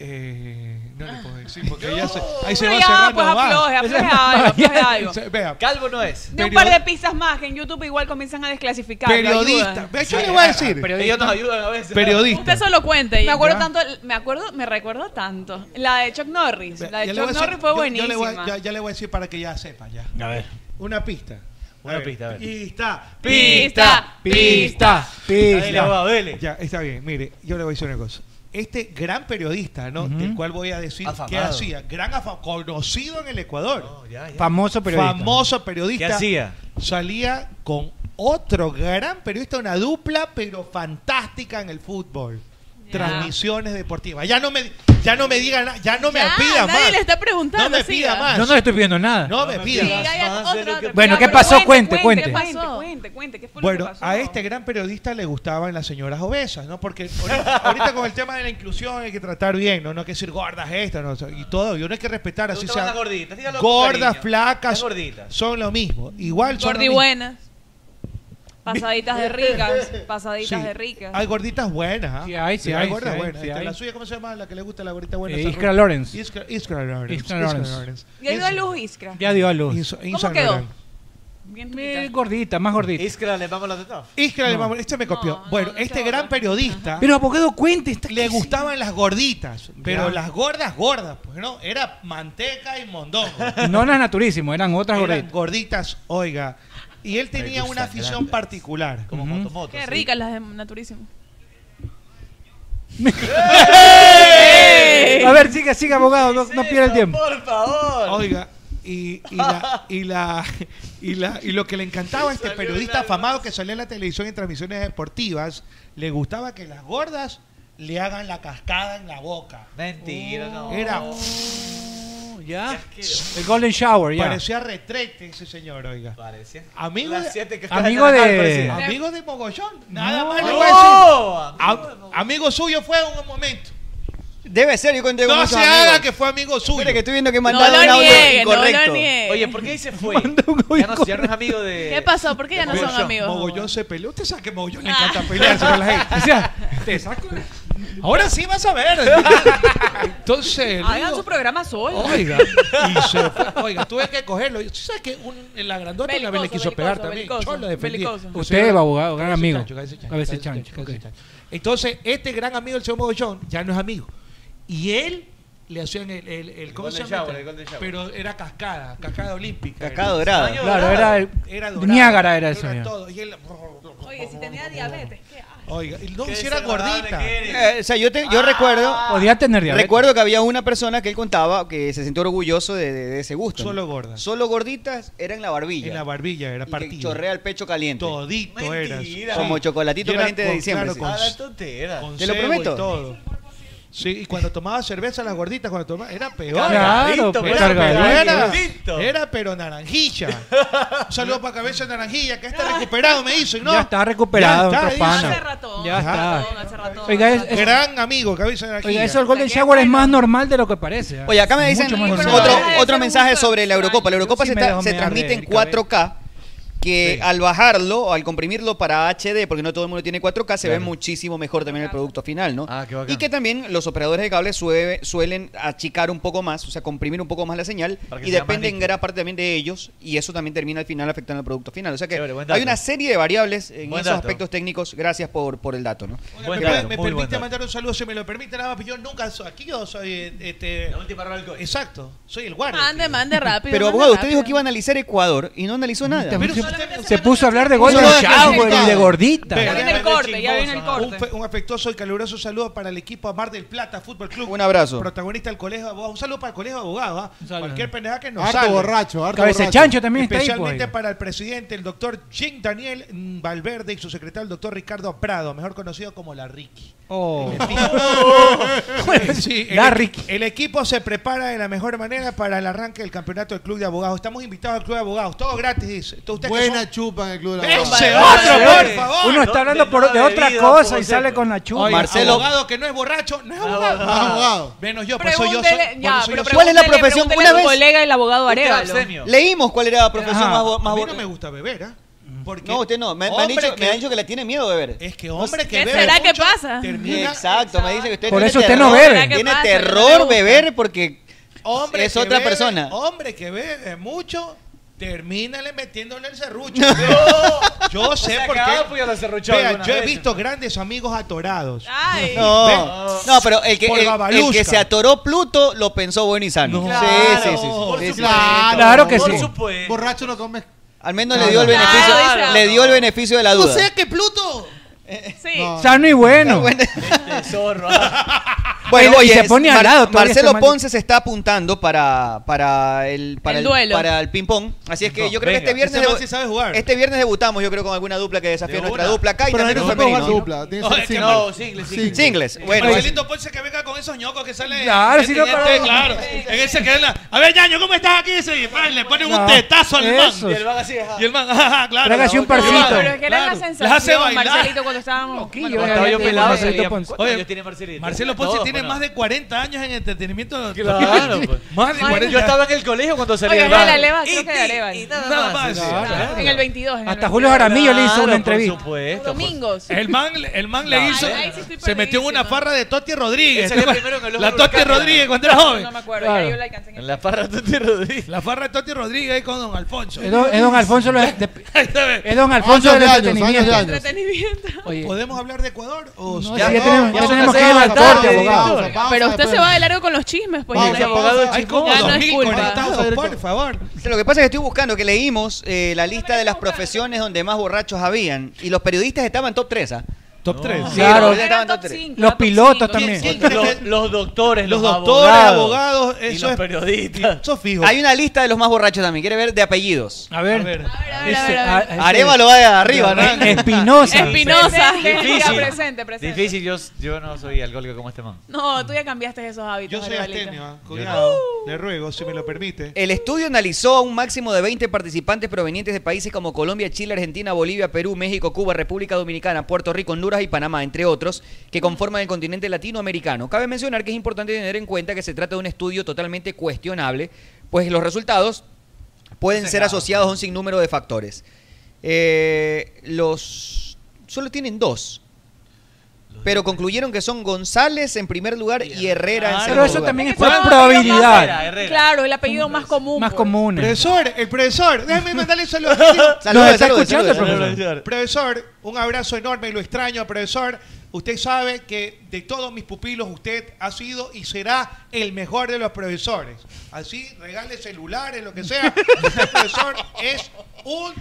Speaker 3: Eh, no le puedo decir porque ya se, ahí se
Speaker 12: Ah. Pero
Speaker 3: va
Speaker 12: ya,
Speaker 3: cerrando
Speaker 12: pues,
Speaker 3: más.
Speaker 12: afloje, afloje algo, afloje algo.
Speaker 3: Se- Vea,
Speaker 16: Calvo no es.
Speaker 12: De un par de pizzas más que en YouTube igual comienzan a desclasificar.
Speaker 3: Periodista. Ve, yo le voy a
Speaker 10: ah,
Speaker 3: decir.
Speaker 16: Ellos nos ayudan a veces.
Speaker 3: Periodista.
Speaker 12: Usted solo cuente. Me acuerdo
Speaker 3: Ya.
Speaker 12: tanto, me acuerdo, me recuerdo tanto. La de Chuck Norris. La de
Speaker 3: Ya le voy
Speaker 12: Chuck
Speaker 3: a
Speaker 12: Norris
Speaker 3: decir-
Speaker 12: fue
Speaker 3: yo- yo
Speaker 12: buenísima.
Speaker 3: le voy a- ya- ya le voy a decir para que ya sepa ya.
Speaker 16: A ver.
Speaker 3: Una pista.
Speaker 16: Una pista, a ver.
Speaker 3: Pista,
Speaker 16: Pista, pista, pista. Dale, abogado, dale.
Speaker 3: Ya, está bien. Mire, yo le voy a decir una cosa. Este gran periodista, ¿no? Del cual voy a decir
Speaker 16: Afamado.
Speaker 3: qué hacía. Gran afa- conocido en el Ecuador.
Speaker 8: Oh,
Speaker 11: Famoso periodista.
Speaker 3: Famoso periodista.
Speaker 11: ¿Qué hacía?
Speaker 3: Salía con otro gran periodista, una dupla, pero fantástica en el fútbol. Transmisiones deportivas. Ya no me, ya no me digan, na- ya no me
Speaker 12: Ya,
Speaker 3: pida
Speaker 12: nadie
Speaker 3: más.
Speaker 12: le está preguntando,
Speaker 3: No me
Speaker 12: siga.
Speaker 3: pida más.
Speaker 11: Yo no le estoy pidiendo nada.
Speaker 3: No me pida
Speaker 12: Sí,
Speaker 3: más.
Speaker 12: hay otra, otra, otra.
Speaker 11: Bueno,
Speaker 12: Ya,
Speaker 11: ¿qué
Speaker 12: pero
Speaker 11: pasó? Cuente,
Speaker 12: ¿Qué
Speaker 11: cuente.
Speaker 12: pasó? Cuente, cuente, ¿qué fue lo
Speaker 3: Bueno,
Speaker 12: que pasó?
Speaker 3: a este gran periodista le gustaban las señoras obesas, ¿no? Porque ahorita, ahorita con el tema de la inclusión hay que tratar bien, ¿no? No hay que decir gordas estas, ¿no? O sea, Y todo, y uno hay que respetar así
Speaker 16: gustaban
Speaker 3: sea.
Speaker 16: las gorditas, dígalo con
Speaker 3: gordas,
Speaker 16: cariño.
Speaker 3: flacas.
Speaker 16: Las gorditas.
Speaker 3: Son lo mismo. Igual son. lo
Speaker 12: Gordi
Speaker 3: mismo.
Speaker 12: buenas. Pasaditas de ricas. Pasaditas
Speaker 3: Sí,
Speaker 12: de ricas.
Speaker 3: Hay gorditas buenas, ¿ah?
Speaker 11: Sí hay, sí hay, sí
Speaker 3: gordas
Speaker 11: hay,
Speaker 3: buenas.
Speaker 11: sí
Speaker 3: Este,
Speaker 11: hay.
Speaker 3: La suya, ¿cómo se llama? La que le gusta la gordita buena.
Speaker 11: Eh,
Speaker 3: esa
Speaker 11: Iskra
Speaker 3: rubia.
Speaker 11: Lawrence.
Speaker 3: Iskra, Iskra Lawrence.
Speaker 11: Iskra Lawrence.
Speaker 12: Ya dio a luz Iskra.
Speaker 11: Ya dio a luz.
Speaker 12: ¿Cómo quedó? Bien
Speaker 11: Eh, gordita, más gordita.
Speaker 16: Iskra, le vamos a la teta.
Speaker 3: Iskra, le vamos- este me copió. bueno, este gran periodista.
Speaker 11: Pero abogado, cuente.
Speaker 3: le gustaban las gorditas, pero
Speaker 11: Ya.
Speaker 3: las gordas, gordas, pues no, era manteca y mondongo.
Speaker 11: No las naturísimo, eran otras
Speaker 3: Eran
Speaker 11: gorditas.
Speaker 3: gorditas, oiga. Y él tenía
Speaker 11: Me
Speaker 3: una
Speaker 11: gustan
Speaker 3: afición particular. Como
Speaker 16: motomoto.
Speaker 12: Qué ricas las de Naturísimo.
Speaker 3: ¡Eh!
Speaker 11: A ver, siga, siga, abogado, no, no pierda el tiempo.
Speaker 16: Por favor.
Speaker 3: Oiga, y, y la, y, la, y, la- y lo que le encantaba a este periodista afamado que salía en la televisión en transmisiones deportivas, le gustaba que las gordas le hagan la cascada en la boca.
Speaker 16: Mentira, no.
Speaker 3: Oh. Era...
Speaker 11: ¿Ya? El Golden Shower, ya.
Speaker 3: Parecía retrete ese señor, oiga.
Speaker 16: Parecía.
Speaker 3: Amigo
Speaker 16: Las
Speaker 3: de,
Speaker 16: siete cascadas
Speaker 11: Amigo
Speaker 16: de Naranjo,
Speaker 11: de.
Speaker 16: parecía.
Speaker 3: Amigo de Mogollón. Nada
Speaker 11: No.
Speaker 3: más le voy a decir. Am- amigo suyo fue en un momento.
Speaker 9: Debe ser, yo conté con
Speaker 3: No
Speaker 9: muchos
Speaker 3: se haga
Speaker 9: amigos.
Speaker 3: que fue amigo suyo.
Speaker 9: Espere, que estoy viendo que mandaron un audio incorrecto.
Speaker 16: Oye, ¿por qué ahí se fue? Ya no, ya no es amigo de.
Speaker 12: ¿Qué pasó? ¿Por qué ya no son
Speaker 3: Mogollón-
Speaker 12: amigos? Ah.
Speaker 3: Mogollón se peleó. Usted sabe que Mogollón le encanta pelearse con la gente.
Speaker 11: O sea,
Speaker 3: te saco. Ahora sí vas a ver. Entonces. le
Speaker 12: Hagan
Speaker 3: digo,
Speaker 12: su programa solo.
Speaker 3: Oiga, y se fue. Oiga, tuve que cogerlo. ¿Sí ¿Sabes que un, la grandota una vez le quiso
Speaker 12: Belicoso,
Speaker 3: pegar
Speaker 12: belicoso,
Speaker 3: también?
Speaker 12: belicoso,
Speaker 3: Yo lo defendí.
Speaker 12: belicoso.
Speaker 11: Usted,
Speaker 3: Yo-
Speaker 11: abogado, gran
Speaker 3: Cabeza
Speaker 11: amigo.
Speaker 3: chancho, cabeza chancho,
Speaker 11: Cabeza
Speaker 3: cabeza
Speaker 11: chancho,
Speaker 3: chancho,
Speaker 11: ok.
Speaker 3: cabeza chancho. Entonces, este gran amigo del señor Mogollón ya no es amigo. Y él le hacían el. el, el- ¿Cómo se
Speaker 16: Golden
Speaker 3: llama? este?
Speaker 16: Shower, el Golden Shower.
Speaker 3: Pero era cascada, cascada olímpica. era.
Speaker 9: Cascada dorada.
Speaker 3: Año
Speaker 11: Claro,
Speaker 3: dorado.
Speaker 11: era el-
Speaker 3: dorada,
Speaker 11: Niágara era el señor.
Speaker 3: todo, y él-
Speaker 12: Oye, si tenía diabetes, ¿qué haces?
Speaker 3: Oiga, y no,
Speaker 16: Qué
Speaker 3: si era
Speaker 16: desagradable
Speaker 3: gordita.
Speaker 16: que eres.
Speaker 9: Eh, o sea, yo, te- yo recuerdo.
Speaker 11: Podía tener diabetes.
Speaker 9: Recuerdo que había una persona que él contaba que se sintió orgulloso de, de- de ese gusto. ¿no?
Speaker 3: Solo gorda.
Speaker 9: Solo gorditas era en la barbilla.
Speaker 3: En la barbilla era
Speaker 9: Y que
Speaker 3: partida.
Speaker 9: chorrea el pecho caliente.
Speaker 3: Todito eras.
Speaker 16: Mentira.
Speaker 9: Como chocolatito
Speaker 3: Y era
Speaker 9: caliente de
Speaker 3: con-
Speaker 9: diciembre, sí.
Speaker 3: con-
Speaker 16: A la tontera.
Speaker 3: con
Speaker 9: Te lo
Speaker 3: cebo y
Speaker 9: prometo.
Speaker 3: todo. Sí, y cuando tomaba cerveza las gorditas, cuando tomaba, era peor.
Speaker 11: Claro,
Speaker 16: Cargadito,
Speaker 11: pues,
Speaker 16: pues,
Speaker 11: cargadito.
Speaker 3: Pero era,
Speaker 16: Cargadito.
Speaker 3: era pero naranjilla. Un saludo para cabeza de naranjilla, que está recuperado, me hizo. y No,
Speaker 11: Ya está recuperado,
Speaker 3: Ya está,
Speaker 11: nuestro pana.
Speaker 3: dice.
Speaker 11: Ya está.
Speaker 12: Hace rato.
Speaker 11: Oiga, es- es-
Speaker 3: Gran amigo, cabeza de naranjilla.
Speaker 11: Oiga, eso del Golden Shower es más normal de lo que parece. ¿eh?
Speaker 9: Oye, acá me dicen
Speaker 11: Mucho más normal.
Speaker 9: otro,
Speaker 12: Debe ser
Speaker 9: otro
Speaker 12: un
Speaker 9: mensaje
Speaker 12: gusto
Speaker 9: sobre la Eurocopa. La Eurocopa
Speaker 11: Yo sí
Speaker 9: se,
Speaker 11: me
Speaker 9: tra-
Speaker 11: dejo
Speaker 9: se
Speaker 11: mear
Speaker 9: transmite
Speaker 11: de
Speaker 9: en
Speaker 11: cabeza.
Speaker 9: 4K, que al bajarlo o al comprimirlo para HD, porque no todo el mundo tiene 4K, se ve muchísimo mejor también el producto final, ¿no?
Speaker 16: Ah,
Speaker 9: y que también los operadores de cable sue- suelen achicar un poco más, o sea, comprimir un poco más la señal,
Speaker 16: Para que
Speaker 9: y
Speaker 16: sea más
Speaker 9: depende en
Speaker 16: nítido.
Speaker 9: gran parte también de ellos, y eso también termina al final afectando al producto final. O sea que
Speaker 16: Chévere, buen
Speaker 9: hay
Speaker 16: dato.
Speaker 9: una serie de variables en
Speaker 16: Buen
Speaker 9: esos
Speaker 16: dato.
Speaker 9: aspectos técnicos. Gracias por, por el dato, ¿no?
Speaker 3: Oiga,
Speaker 16: Buen
Speaker 3: ¿Me,
Speaker 16: dato,
Speaker 3: puede- me
Speaker 16: muy buen
Speaker 3: permite
Speaker 16: dato.
Speaker 3: mandar un saludo? Se me lo permite, nada más, pero yo nunca soy aquí, yo soy eh, este.
Speaker 16: La última rola del coche.
Speaker 3: Exacto, soy el guardia.
Speaker 12: Mande, mande rápido.
Speaker 9: Pero
Speaker 12: mande
Speaker 9: abogado, usted dijo
Speaker 12: rápido.
Speaker 9: que iba a analizar Ecuador y no analizó nada.
Speaker 11: Pero
Speaker 3: si
Speaker 11: se,
Speaker 3: usted-
Speaker 11: se puso a hablar de Golden
Speaker 3: Solo de
Speaker 11: Shower
Speaker 3: clasificado.
Speaker 11: y de gordita.
Speaker 3: Pero-
Speaker 12: Ya viene el corte, ya viene el
Speaker 3: Un,
Speaker 12: corte.
Speaker 3: fe- un afectuoso y caluroso saludo para el equipo Mar del Plata Fútbol Club.
Speaker 9: Un abrazo.
Speaker 3: Protagonista del Colegio de Abogados. Un saludo para el Colegio de Abogados. ¿ah?
Speaker 11: saludo.
Speaker 3: Cualquier pendeja que nos
Speaker 15: Harto
Speaker 3: salga.
Speaker 15: borracho, harto
Speaker 11: Cabeza
Speaker 15: borracho.
Speaker 11: chancho también está ahí,
Speaker 3: Especialmente
Speaker 11: pues.
Speaker 3: para el presidente, el doctor Jim Daniel Valverde y su secretario, el doctor Ricardo Prado, mejor conocido como la Ricky.
Speaker 11: Oh.
Speaker 3: Sí, el-
Speaker 11: La Ricky.
Speaker 3: El equipo se prepara de la mejor manera para el arranque del campeonato del Club de Abogados. Estamos invitados al Club de Abogados. Todo gratis, dice. Entonces, usted
Speaker 15: buena chupa en el club de la
Speaker 3: ¡Ese
Speaker 15: Guardia.
Speaker 3: otro, por favor!
Speaker 11: Uno está hablando por- de otra cosa y sale con la chupa.
Speaker 3: Oye, abogado que no es borracho, no es abogado.
Speaker 11: Abogado.
Speaker 3: Menos yo, por eso yo soy.
Speaker 12: Pregúntele- ya,
Speaker 3: por eso yo
Speaker 12: pero
Speaker 3: soy-
Speaker 9: ¿Cuál es la profesión?
Speaker 12: pregúntele a tu colega, el abogado
Speaker 9: Usted
Speaker 12: Arevalo. Ah.
Speaker 9: abstemio. Leímos cuál era la profesión
Speaker 3: Ajá.
Speaker 9: más bo-
Speaker 3: A
Speaker 9: más
Speaker 3: mí
Speaker 9: bo-
Speaker 3: no me gusta beber, ¿ah? Porque
Speaker 9: No, usted no. Me, me han
Speaker 3: Hombre
Speaker 9: dicho,
Speaker 3: que-
Speaker 9: me han dicho que le tiene miedo beber. Es
Speaker 3: que hombre
Speaker 12: que ¿Qué bebe será que mucho pasa? termina-
Speaker 9: Exacto, me dice que usted
Speaker 11: Por
Speaker 9: tiene
Speaker 11: eso usted
Speaker 9: terror-
Speaker 11: no bebe. ¿Será que
Speaker 9: Tiene
Speaker 11: pasa?
Speaker 9: terror
Speaker 11: No le
Speaker 9: beber porque
Speaker 3: hombre
Speaker 9: es
Speaker 3: que
Speaker 9: otra
Speaker 3: bebe-
Speaker 9: persona.
Speaker 3: Hombre que bebe mucho, termínale metiéndole el serrucho. yo, yo sé
Speaker 5: sea,
Speaker 3: por
Speaker 5: que
Speaker 3: qué.
Speaker 5: Apio la serruchó
Speaker 3: Vea,
Speaker 5: alguna
Speaker 3: yo he
Speaker 5: vez.
Speaker 3: visto grandes amigos atorados.
Speaker 9: No, no, pero el que,
Speaker 3: Por
Speaker 9: el- el,
Speaker 3: babalusca.
Speaker 9: que se atoró Pluto lo pensó bueno y sano. Sí, sí, sí, sí. Sí, sí.
Speaker 15: Borracho no comes.
Speaker 9: Al menos le dio el beneficio,
Speaker 15: Claro, dice.
Speaker 9: le dio el beneficio de la duda. Eh,
Speaker 15: O sea que Pluto.
Speaker 12: Sí.
Speaker 11: Sano y bueno.
Speaker 9: Bueno,
Speaker 11: Y
Speaker 9: oye,
Speaker 11: se pone al lado todavía
Speaker 9: Marcelo
Speaker 11: este man-
Speaker 9: Ponce se está apuntando para, para el para
Speaker 12: El duelo.
Speaker 9: para el ping pong, así es que yo creo
Speaker 3: Venga.
Speaker 9: que este viernes
Speaker 3: Ese man
Speaker 9: debu-
Speaker 3: sí sabe jugar.
Speaker 9: este viernes debutamos, yo creo con alguna dupla que desafíe
Speaker 3: De
Speaker 9: nuestra
Speaker 3: una.
Speaker 9: dupla acá y
Speaker 3: Pero
Speaker 9: también
Speaker 3: no
Speaker 9: un
Speaker 3: se puede jugar
Speaker 9: femenino.
Speaker 3: dupla, tiene que No, ser es que single. no, single, single.
Speaker 9: Singles. Bueno,
Speaker 3: Marcelito Ponce que venga con esos ñocos que salen.
Speaker 11: Claro,
Speaker 3: Eh, en
Speaker 11: si no
Speaker 3: TNT,
Speaker 11: para-
Speaker 3: claro. En ese que en la- A ver, ñaño, ¿cómo estás aquí? Dice, y, pa, le ponen un
Speaker 11: No,
Speaker 3: tetazo al man.
Speaker 11: esos. Y el
Speaker 3: man así, Y el man, ajá, ajá, claro.
Speaker 11: Trágase un
Speaker 3: Claro,
Speaker 11: parcito.
Speaker 3: claro,
Speaker 12: Pero es que era la
Speaker 3: claro.
Speaker 12: sensación,
Speaker 3: Las hace bailar.
Speaker 12: Marcelito, cuando estábamos... Loquillo,
Speaker 3: Cuando
Speaker 11: era
Speaker 3: estaba yo
Speaker 11: gente
Speaker 3: pelado,
Speaker 11: Marcelito
Speaker 3: sabía-
Speaker 11: Ponce.
Speaker 3: Oye,
Speaker 10: años tiene Marcelito?
Speaker 3: Marcelo Ponce
Speaker 10: Todos,
Speaker 3: tiene
Speaker 10: ¿no?
Speaker 3: más de 40 años en entretenimiento.
Speaker 10: Claro, pues.
Speaker 3: Más de
Speaker 10: Ay,
Speaker 3: 40.
Speaker 10: yo estaba en el colegio cuando salió el
Speaker 12: Oye, era
Speaker 10: bar.
Speaker 12: la leva, creo que era Arevalo.
Speaker 3: nada más.
Speaker 12: En el 22. en el
Speaker 11: Hasta Julio Jaramillo le hizo una entrevista.
Speaker 10: Por supuesto.
Speaker 12: Domingos.
Speaker 3: El man, el man
Speaker 12: No,
Speaker 3: le hizo.
Speaker 12: ahí- ahí sí estoy
Speaker 3: se metió en una farra de Toti Rodríguez.
Speaker 10: Él salió primero en el ojo
Speaker 3: la
Speaker 10: del
Speaker 3: Toti
Speaker 10: huracán.
Speaker 3: Rodríguez cuando era joven.
Speaker 12: No me acuerdo, ya Claro. yo la alcancé
Speaker 10: En la farra de Toti Rodríguez.
Speaker 3: La farra de Toti Rodríguez ahí con Don Alfonso.
Speaker 11: Es Eh, don, es don Alfonso lo- de- es don Alfonso
Speaker 3: Años
Speaker 11: del
Speaker 3: de años,
Speaker 11: entretenimiento.
Speaker 3: años de años.
Speaker 11: Oye.
Speaker 3: ¿Podemos hablar de Ecuador? O
Speaker 11: No, sí, ya tenemos- ya tenemos que ir al corte, abogado.
Speaker 12: Pero usted se va de largo con los chismes, pues.
Speaker 9: Pausa,
Speaker 12: ya no-
Speaker 9: abogado,
Speaker 12: ya
Speaker 9: chicos.
Speaker 12: no es
Speaker 3: 2000
Speaker 12: culpa.
Speaker 3: conectados, por favor.
Speaker 9: Lo que pasa es que estoy buscando que leímos eh, la lista de las profesiones donde más borrachos habían y los periodistas estaban top ¿ah? 3.
Speaker 3: Top 3.
Speaker 11: Claro.
Speaker 9: estaban top
Speaker 12: Top
Speaker 9: 3.
Speaker 12: cinco,
Speaker 11: Los pilotos
Speaker 3: ¿Quién
Speaker 11: también.
Speaker 3: cree que-
Speaker 10: Los, los doctores, los,
Speaker 3: Los doctores,
Speaker 10: abogados.
Speaker 3: abogados, eh,
Speaker 10: y
Speaker 3: eso
Speaker 10: los
Speaker 3: es.
Speaker 10: periodistas.
Speaker 3: Eso es fijo.
Speaker 9: Hay una lista de los más borrachos también. ¿Quiere ver de apellidos?
Speaker 11: A ver.
Speaker 12: ver, a ver.
Speaker 9: Arevalo va de arriba, ¿no?
Speaker 11: Espinosa.
Speaker 12: Espinosa.
Speaker 10: Difícil.
Speaker 12: Presente, presente.
Speaker 10: Difícil, yo, yo no soy alcohólico como este man.
Speaker 12: No, tú ya cambiaste esos hábitos.
Speaker 3: Yo soy
Speaker 12: Arevalito.
Speaker 3: astenio, ah, cuidado. Le ruego, si me lo permite.
Speaker 9: El estudio analizó a un máximo de 20 participantes provenientes de países como Colombia, Chile, Argentina, Bolivia, Perú, México, Cuba, República Dominicana, Puerto Rico, Honduras y Panamá, entre otros, que conforman el continente latinoamericano. Cabe mencionar que es importante tener en cuenta que se trata de un estudio totalmente cuestionable, pues los resultados pueden ser asociados a un sinnúmero de factores. Eh, los solo tienen dos. Pero concluyeron que son González en primer lugar y Herrera en
Speaker 11: Pero
Speaker 9: segundo
Speaker 11: eso
Speaker 9: lugar.
Speaker 11: también es
Speaker 12: Son
Speaker 11: por
Speaker 12: los
Speaker 11: probabilidad.
Speaker 12: apellidos más- Claro, el apellido más común.
Speaker 11: Más
Speaker 12: pues.
Speaker 11: comunes.
Speaker 3: Profesor, el profesor, déjeme mandarle un saludo.
Speaker 11: Nos está escuchando el
Speaker 3: profesor. Profesor, un abrazo enorme, lo extraño, profesor. Usted sabe que de todos mis pupilos usted ha sido y será el mejor de los profesores. Así, regale celulares, lo que sea. Usted, profesor, es un,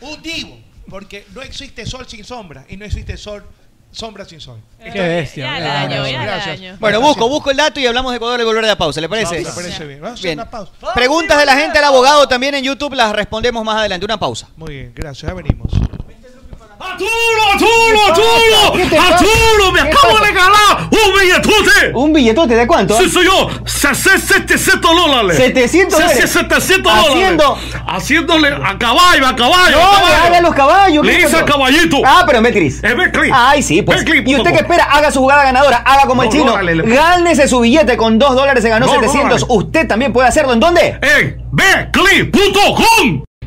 Speaker 3: un divo, porque no existe sol sin sombra y no existe sol sombra sin sol.
Speaker 11: Qué bestia.
Speaker 12: Ya
Speaker 11: Ah,
Speaker 12: la daño, ya la
Speaker 3: Gracias.
Speaker 12: daño.
Speaker 9: Bueno, busco, busco el dato y hablamos de Ecuador al volver de la pausa, ¿le parece?
Speaker 3: Me parece bien. Vamos a hacer
Speaker 9: Bien.
Speaker 3: una pausa.
Speaker 9: Preguntas de la gente al abogado también en YouTube las respondemos más adelante. Una pausa.
Speaker 3: Muy bien, gracias, ya venimos.
Speaker 6: ¡Arturo, Arturo! ¡Arturo! ¡Me acabo de regalar un billetote!
Speaker 8: ¿Un billetote de cuánto?
Speaker 6: Sí, soy yo. Se- se- 700 dólares.
Speaker 8: 700
Speaker 6: Se- se-
Speaker 8: dólares.
Speaker 6: 700 dólares.
Speaker 8: Haciendo-
Speaker 6: Haciéndole a caballo, a caballo.
Speaker 8: No,
Speaker 6: a caballo.
Speaker 8: hagan los caballos.
Speaker 6: Le
Speaker 8: ¿qué
Speaker 6: hice
Speaker 8: pasó?
Speaker 6: a caballito.
Speaker 8: Ah, pero en Betcris.
Speaker 6: En Betcris.
Speaker 8: Ay, sí, pues.
Speaker 6: Betcris,
Speaker 8: y usted
Speaker 6: punto
Speaker 8: que
Speaker 6: com.
Speaker 8: espera, haga su jugada ganadora, haga como el
Speaker 6: No,
Speaker 8: chino.
Speaker 6: dólares le-
Speaker 8: Gánese su billete con 2 dólares, se ganó
Speaker 6: No,
Speaker 8: 700.
Speaker 6: dólares.
Speaker 8: Usted también puede hacerlo. ¿En dónde?
Speaker 6: En Betcris.com.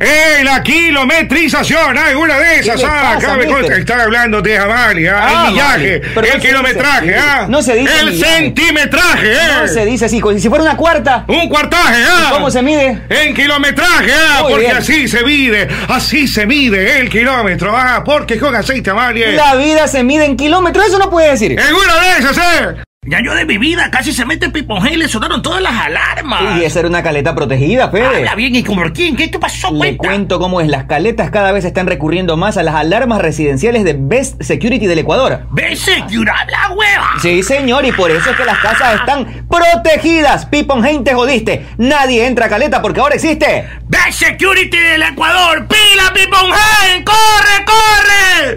Speaker 1: ¡Ey, la kilometrización! ¡Hay una de esas!
Speaker 8: ¿Qué le
Speaker 1: ¡Ah!
Speaker 8: pasa,
Speaker 1: Acá me
Speaker 8: mister?
Speaker 1: consta- están hablando de Jamalia,
Speaker 8: Ah,
Speaker 1: el millaje,
Speaker 8: vale. Pero
Speaker 1: el
Speaker 8: no se
Speaker 1: kilometraje,
Speaker 8: dice.
Speaker 1: ¿ah?
Speaker 8: No se dice
Speaker 1: ¡El
Speaker 8: millaje.
Speaker 1: centimetraje, ¿eh?
Speaker 8: No se dice así, como si fuera una cuarta.
Speaker 1: ¡Un cuartaje, ¿ah?
Speaker 8: ¿Cómo se mide?
Speaker 1: En kilometraje, ah,
Speaker 8: Muy
Speaker 1: porque
Speaker 8: bien.
Speaker 1: así se mide, así se mide el kilómetro, ah, porque con aceite amarillo.
Speaker 8: La vida se mide en kilómetros, eso no puede decir.
Speaker 1: En una de esas, eh.
Speaker 6: Ya yo de mi vida, casi se mete Pipongel, le sonaron todas las alarmas.
Speaker 1: eh.
Speaker 10: Y esa era una caleta protegida, Fede.
Speaker 6: Habla bien, ¿y como quién? ¿Qué, qué pasó,
Speaker 10: Le cuento cómo es. Las caletas cada vez están recurriendo más a las alarmas residenciales de Best Security del Ecuador.
Speaker 6: ¡Vese, curá la hueva!
Speaker 10: Sí, señor, y por eso es que las casas están protegidas. Pipon, gente, jodiste. Nadie entra a caleta porque ahora existe.
Speaker 6: Best Security del Ecuador, pila Pipongel, corre, corre.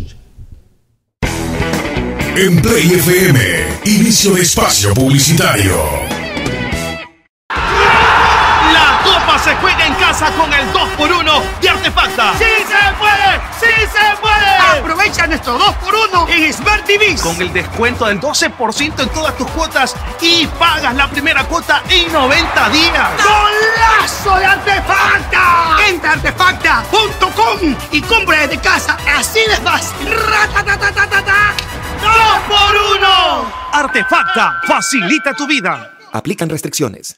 Speaker 22: En Play FM, inicio de espacio publicitario.
Speaker 16: La copa se juega en casa con el 2x1 de Artefacta. ¡Sí se puede! ¡Sí se puede! Aprovecha nuestro 2x1 en Smart TV. Con el descuento del 12% en todas tus cuotas y pagas la primera cuota en 90 días.
Speaker 6: ¡Golazo de Artefacta! Entra a artefacta.com y compra desde casa, así de fácil. ¡Ratatatatata! ¡Dos por uno!
Speaker 16: Artefacta facilita tu vida.
Speaker 26: Aplican restricciones.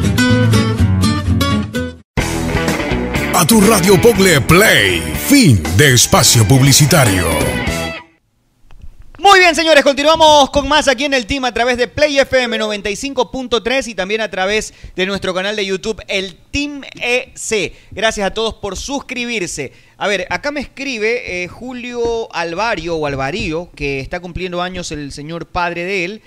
Speaker 22: A tu radio Pogle Play, fin de espacio publicitario.
Speaker 9: Muy bien, señores, continuamos con más aquí en el team a través de Play FM 95.3 y también a través de nuestro canal de YouTube, el Team EC. Gracias a todos por suscribirse. A ver, acá me escribe eh, Julio Alvario o Alvarío, que está cumpliendo años el señor padre de él.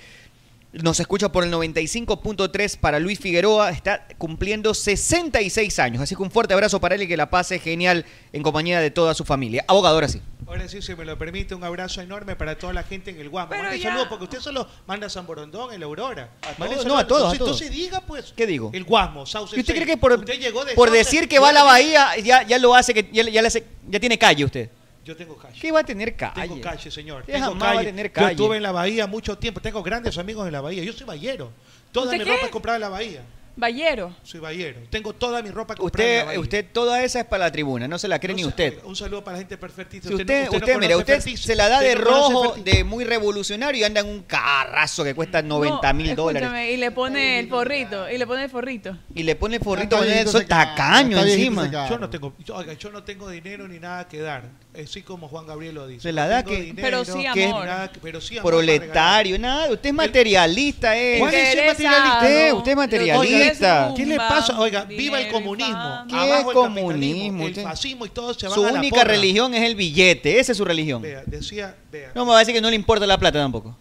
Speaker 9: Nos escucha por el 95.3 para Luis Figueroa, está cumpliendo 66 años. Así que un fuerte abrazo para él y que la pase genial en compañía de toda su familia. Abogado, ahora sí.
Speaker 3: Ahora sí, si me lo permite, un abrazo enorme para toda la gente en el Guam. Mande saludos, porque usted solo manda a San Borondón, el Aurora. Mande
Speaker 9: todos,
Speaker 3: saludos.
Speaker 9: no, a todos, a
Speaker 3: Entonces,
Speaker 9: todos.
Speaker 3: entonces diga, pues.
Speaker 9: ¿Qué digo?
Speaker 3: El Guasmo, Sauce.
Speaker 9: ¿Y usted
Speaker 3: Seis.
Speaker 9: cree que por,
Speaker 3: Usted llegó de
Speaker 9: por
Speaker 3: Sauce-
Speaker 9: decir que va a la Bahía ya, ya lo hace, que ya, le- ya le hace- ya tiene calle usted?
Speaker 3: Yo tengo calle.
Speaker 9: ¿Qué va a tener calle?
Speaker 3: Tengo calle, señor.
Speaker 9: Usted
Speaker 3: Tengo
Speaker 9: jamás va a
Speaker 3: calle.
Speaker 9: tener
Speaker 3: Yo
Speaker 9: calle.
Speaker 3: estuve en la Bahía mucho tiempo. Tengo grandes amigos en la Bahía. Yo soy ballero. Toda mi
Speaker 12: ¿Usted qué?
Speaker 3: ropa es comprada en la Bahía.
Speaker 12: Ballero.
Speaker 3: Soy ballero. Tengo toda mi ropa comprada en la
Speaker 9: Usted,
Speaker 3: Bahía.
Speaker 9: usted, toda esa es para la tribuna, no se la cree ni usted.
Speaker 3: Un saludo para la gente perfectista.
Speaker 9: Si usted,
Speaker 3: no-
Speaker 9: usted,
Speaker 3: no conoce
Speaker 9: mira, usted
Speaker 3: Fertiz.
Speaker 9: se la da
Speaker 3: Usted
Speaker 9: de
Speaker 3: no conoce
Speaker 9: rojo,
Speaker 3: Fertiz.
Speaker 9: de muy revolucionario y anda en un carrazo que cuesta 90 mil dólares.
Speaker 12: Escúchame, y le pone el forrito, y le pone el forrito.
Speaker 9: Y le pone
Speaker 3: Está
Speaker 9: forrito con el
Speaker 3: viejito
Speaker 9: sol
Speaker 3: ese cara,
Speaker 9: tacaño
Speaker 3: está viejito
Speaker 9: encima.
Speaker 3: ese cara. Yo no tengo, yo, oiga, yo no tengo dinero ni nada que dar. Eh, Soy como Juan Gabriel lo dice.
Speaker 9: Se la
Speaker 3: No
Speaker 9: da
Speaker 3: tengo
Speaker 9: que-
Speaker 3: dinero,
Speaker 9: Pero sí,
Speaker 3: que es
Speaker 9: amor.
Speaker 3: nada que- pero sí, amor, para regalar.
Speaker 9: Proletario, nada, usted es materialista, eh.
Speaker 3: ¿Cuál es el materialista?
Speaker 9: Usted, usted es materialista.
Speaker 3: Oiga, ¿Qué le pasa? Oiga, viva el comunismo.
Speaker 9: ¿Qué
Speaker 3: Abajo el
Speaker 9: comunismo?
Speaker 3: capitalismo, El
Speaker 9: Usted-
Speaker 3: fascismo y todo se van
Speaker 9: Su
Speaker 3: a la
Speaker 9: única
Speaker 3: porra.
Speaker 9: religión es el billete, esa es su religión.
Speaker 3: Vea, decía, vea.
Speaker 9: No me va a decir que no le importa la plata tampoco.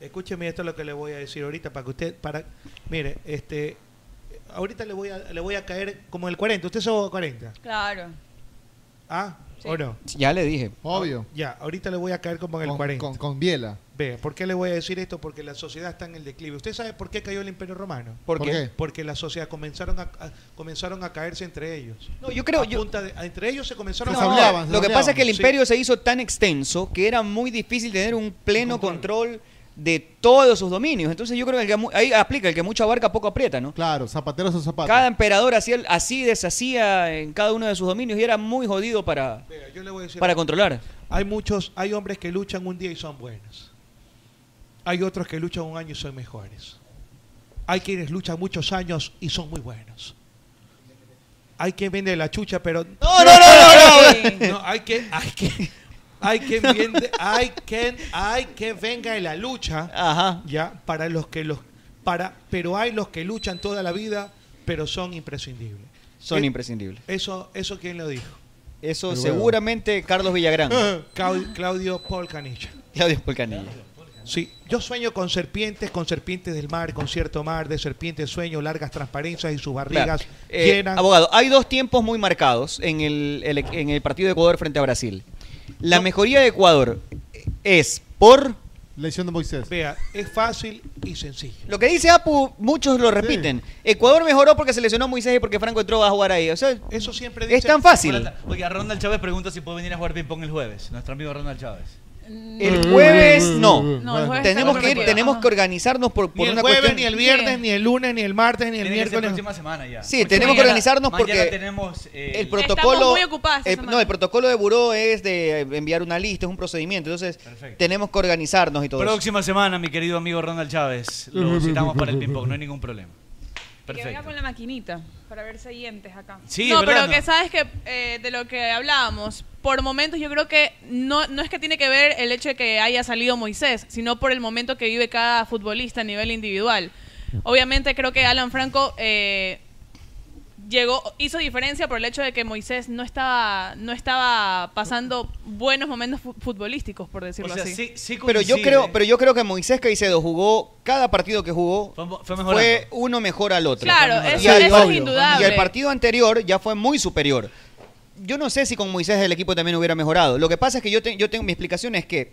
Speaker 3: Escúcheme esto es lo que le voy a decir ahorita para que usted para mire, este ahorita le voy a le voy a caer como el 40. ¿Usted sos 40?
Speaker 12: Claro.
Speaker 3: ¿Ah? ¿O no?
Speaker 9: Ya le dije.
Speaker 3: Obvio. Ah, Ya, ahorita le voy a caer como en el
Speaker 27: Con-
Speaker 3: 40.
Speaker 27: con- con biela.
Speaker 3: Vea, ¿por qué le voy a decir esto? Porque la sociedad está en el declive. ¿Usted sabe por qué cayó el Imperio Romano?
Speaker 27: ¿Por ¿Por qué? qué?
Speaker 3: Porque la sociedad comenzaron a, a- comenzaron a caerse entre ellos.
Speaker 9: No, yo creo-
Speaker 3: A punta de- entre ellos se comenzaron
Speaker 9: No,
Speaker 3: a
Speaker 9: lo que pasa es que el imperio se hizo tan extenso que era muy difícil tener un pleno control de todos sus dominios. Entonces yo creo que el que mu- ahí aplica, el que mucho abarca poco aprieta, ¿no?
Speaker 27: Claro, zapatero a sus zapatos.
Speaker 9: Cada emperador hacía el- así deshacía en cada uno de sus dominios y era muy jodido para,
Speaker 3: Yo le voy a decir
Speaker 9: para
Speaker 3: algo.
Speaker 9: controlar.
Speaker 3: Hay muchos, hay hombres que luchan un día y son buenos. Hay otros que luchan un año y son mejores. Hay quienes luchan muchos años y son muy buenos. Hay quien vende la chucha, pero no, no,
Speaker 9: no,
Speaker 3: no, hay que, hay que, hay quien vende, hay quien, hay que venga en la lucha, ya para los que los, para, pero hay los que luchan toda la vida, pero son imprescindibles.
Speaker 9: Son
Speaker 3: Eh,
Speaker 9: imprescindibles.
Speaker 3: Eso, eso quién lo dijo.
Speaker 9: Eso
Speaker 3: Pero bueno.
Speaker 9: seguramente Carlos Villagrán.
Speaker 3: Clau- Claudio Paul Canilla.
Speaker 9: Claudio Polcanilla.
Speaker 1: Sí, yo sueño con serpientes, con serpientes del mar, con cierto mar, de serpientes sueño, largas transparencias y sus barrigas
Speaker 9: Claro. Eh,
Speaker 1: llenan.
Speaker 9: abogado, hay dos tiempos muy marcados en el, el- en el partido de Ecuador frente a Brasil. La mejoría de Ecuador es por...
Speaker 15: Lesión de Moisés.
Speaker 1: Vea, es fácil y sencillo.
Speaker 9: Lo que dice Apu, muchos lo repiten. Ecuador mejoró porque se lesionó Moisés y porque Franco entró a jugar ahí. O sea,
Speaker 1: Eso siempre
Speaker 9: Es tan fácil.
Speaker 10: Oiga, Ronald Chávez pregunta si puede venir a jugar ping-pong el jueves. Nuestro amigo Ronald Chávez.
Speaker 12: Mm.
Speaker 9: El jueves no.
Speaker 10: No, el jueves
Speaker 9: tenemos
Speaker 10: no
Speaker 9: que ir-
Speaker 10: puedo.
Speaker 9: tenemos que organizarnos por, por
Speaker 1: Ni el
Speaker 9: una
Speaker 1: jueves,
Speaker 9: cuestión.
Speaker 1: ni el viernes, ni el lunes, ni el martes, ni el
Speaker 10: Tiene que ser
Speaker 1: miércoles.
Speaker 10: próxima semana ya.
Speaker 9: Sí,
Speaker 10: Porque
Speaker 9: tenemos que
Speaker 10: mañana-
Speaker 9: organizarnos
Speaker 10: mañana
Speaker 9: porque
Speaker 10: tenemos, eh,
Speaker 9: el protocolo
Speaker 13: muy ocupadas
Speaker 9: el- no, el protocolo de buró es de eh, enviar una lista, es un procedimiento, entonces tenemos que organizarnos y todo. eso.
Speaker 10: Próxima semana, mi querido amigo Ronald Chávez. Lo citamos para el ping-pong, no hay ningún problema.
Speaker 12: Que venga
Speaker 10: Perfecto.
Speaker 12: con la maquinita para ver dientes acá.
Speaker 10: Sí,
Speaker 13: no,
Speaker 10: ¿verdad?
Speaker 13: pero
Speaker 10: No.
Speaker 13: que sabes que eh, de lo que hablábamos, por momentos yo creo que no, no es que tiene que ver el hecho de que haya salido Moisés, sino por el momento que vive cada futbolista a nivel individual. Obviamente creo que Alan Franco eh, llegó, hizo diferencia por el hecho de que Moisés no estaba, no estaba pasando buenos momentos fu- futbolísticos, por decirlo así.
Speaker 9: pero yo creo, pero yo creo que Moisés Caicedo jugó cada partido que jugó
Speaker 10: fue,
Speaker 13: mejorando.
Speaker 9: uno mejor al otro.
Speaker 13: Claro,
Speaker 9: Y
Speaker 13: eso-
Speaker 9: al-
Speaker 13: eso es
Speaker 9: y al-
Speaker 13: indudable.
Speaker 9: Y el partido anterior ya fue muy superior. Yo no sé si con Moisés el equipo también hubiera mejorado. Lo que pasa es que yo, te- yo tengo mi explicación es que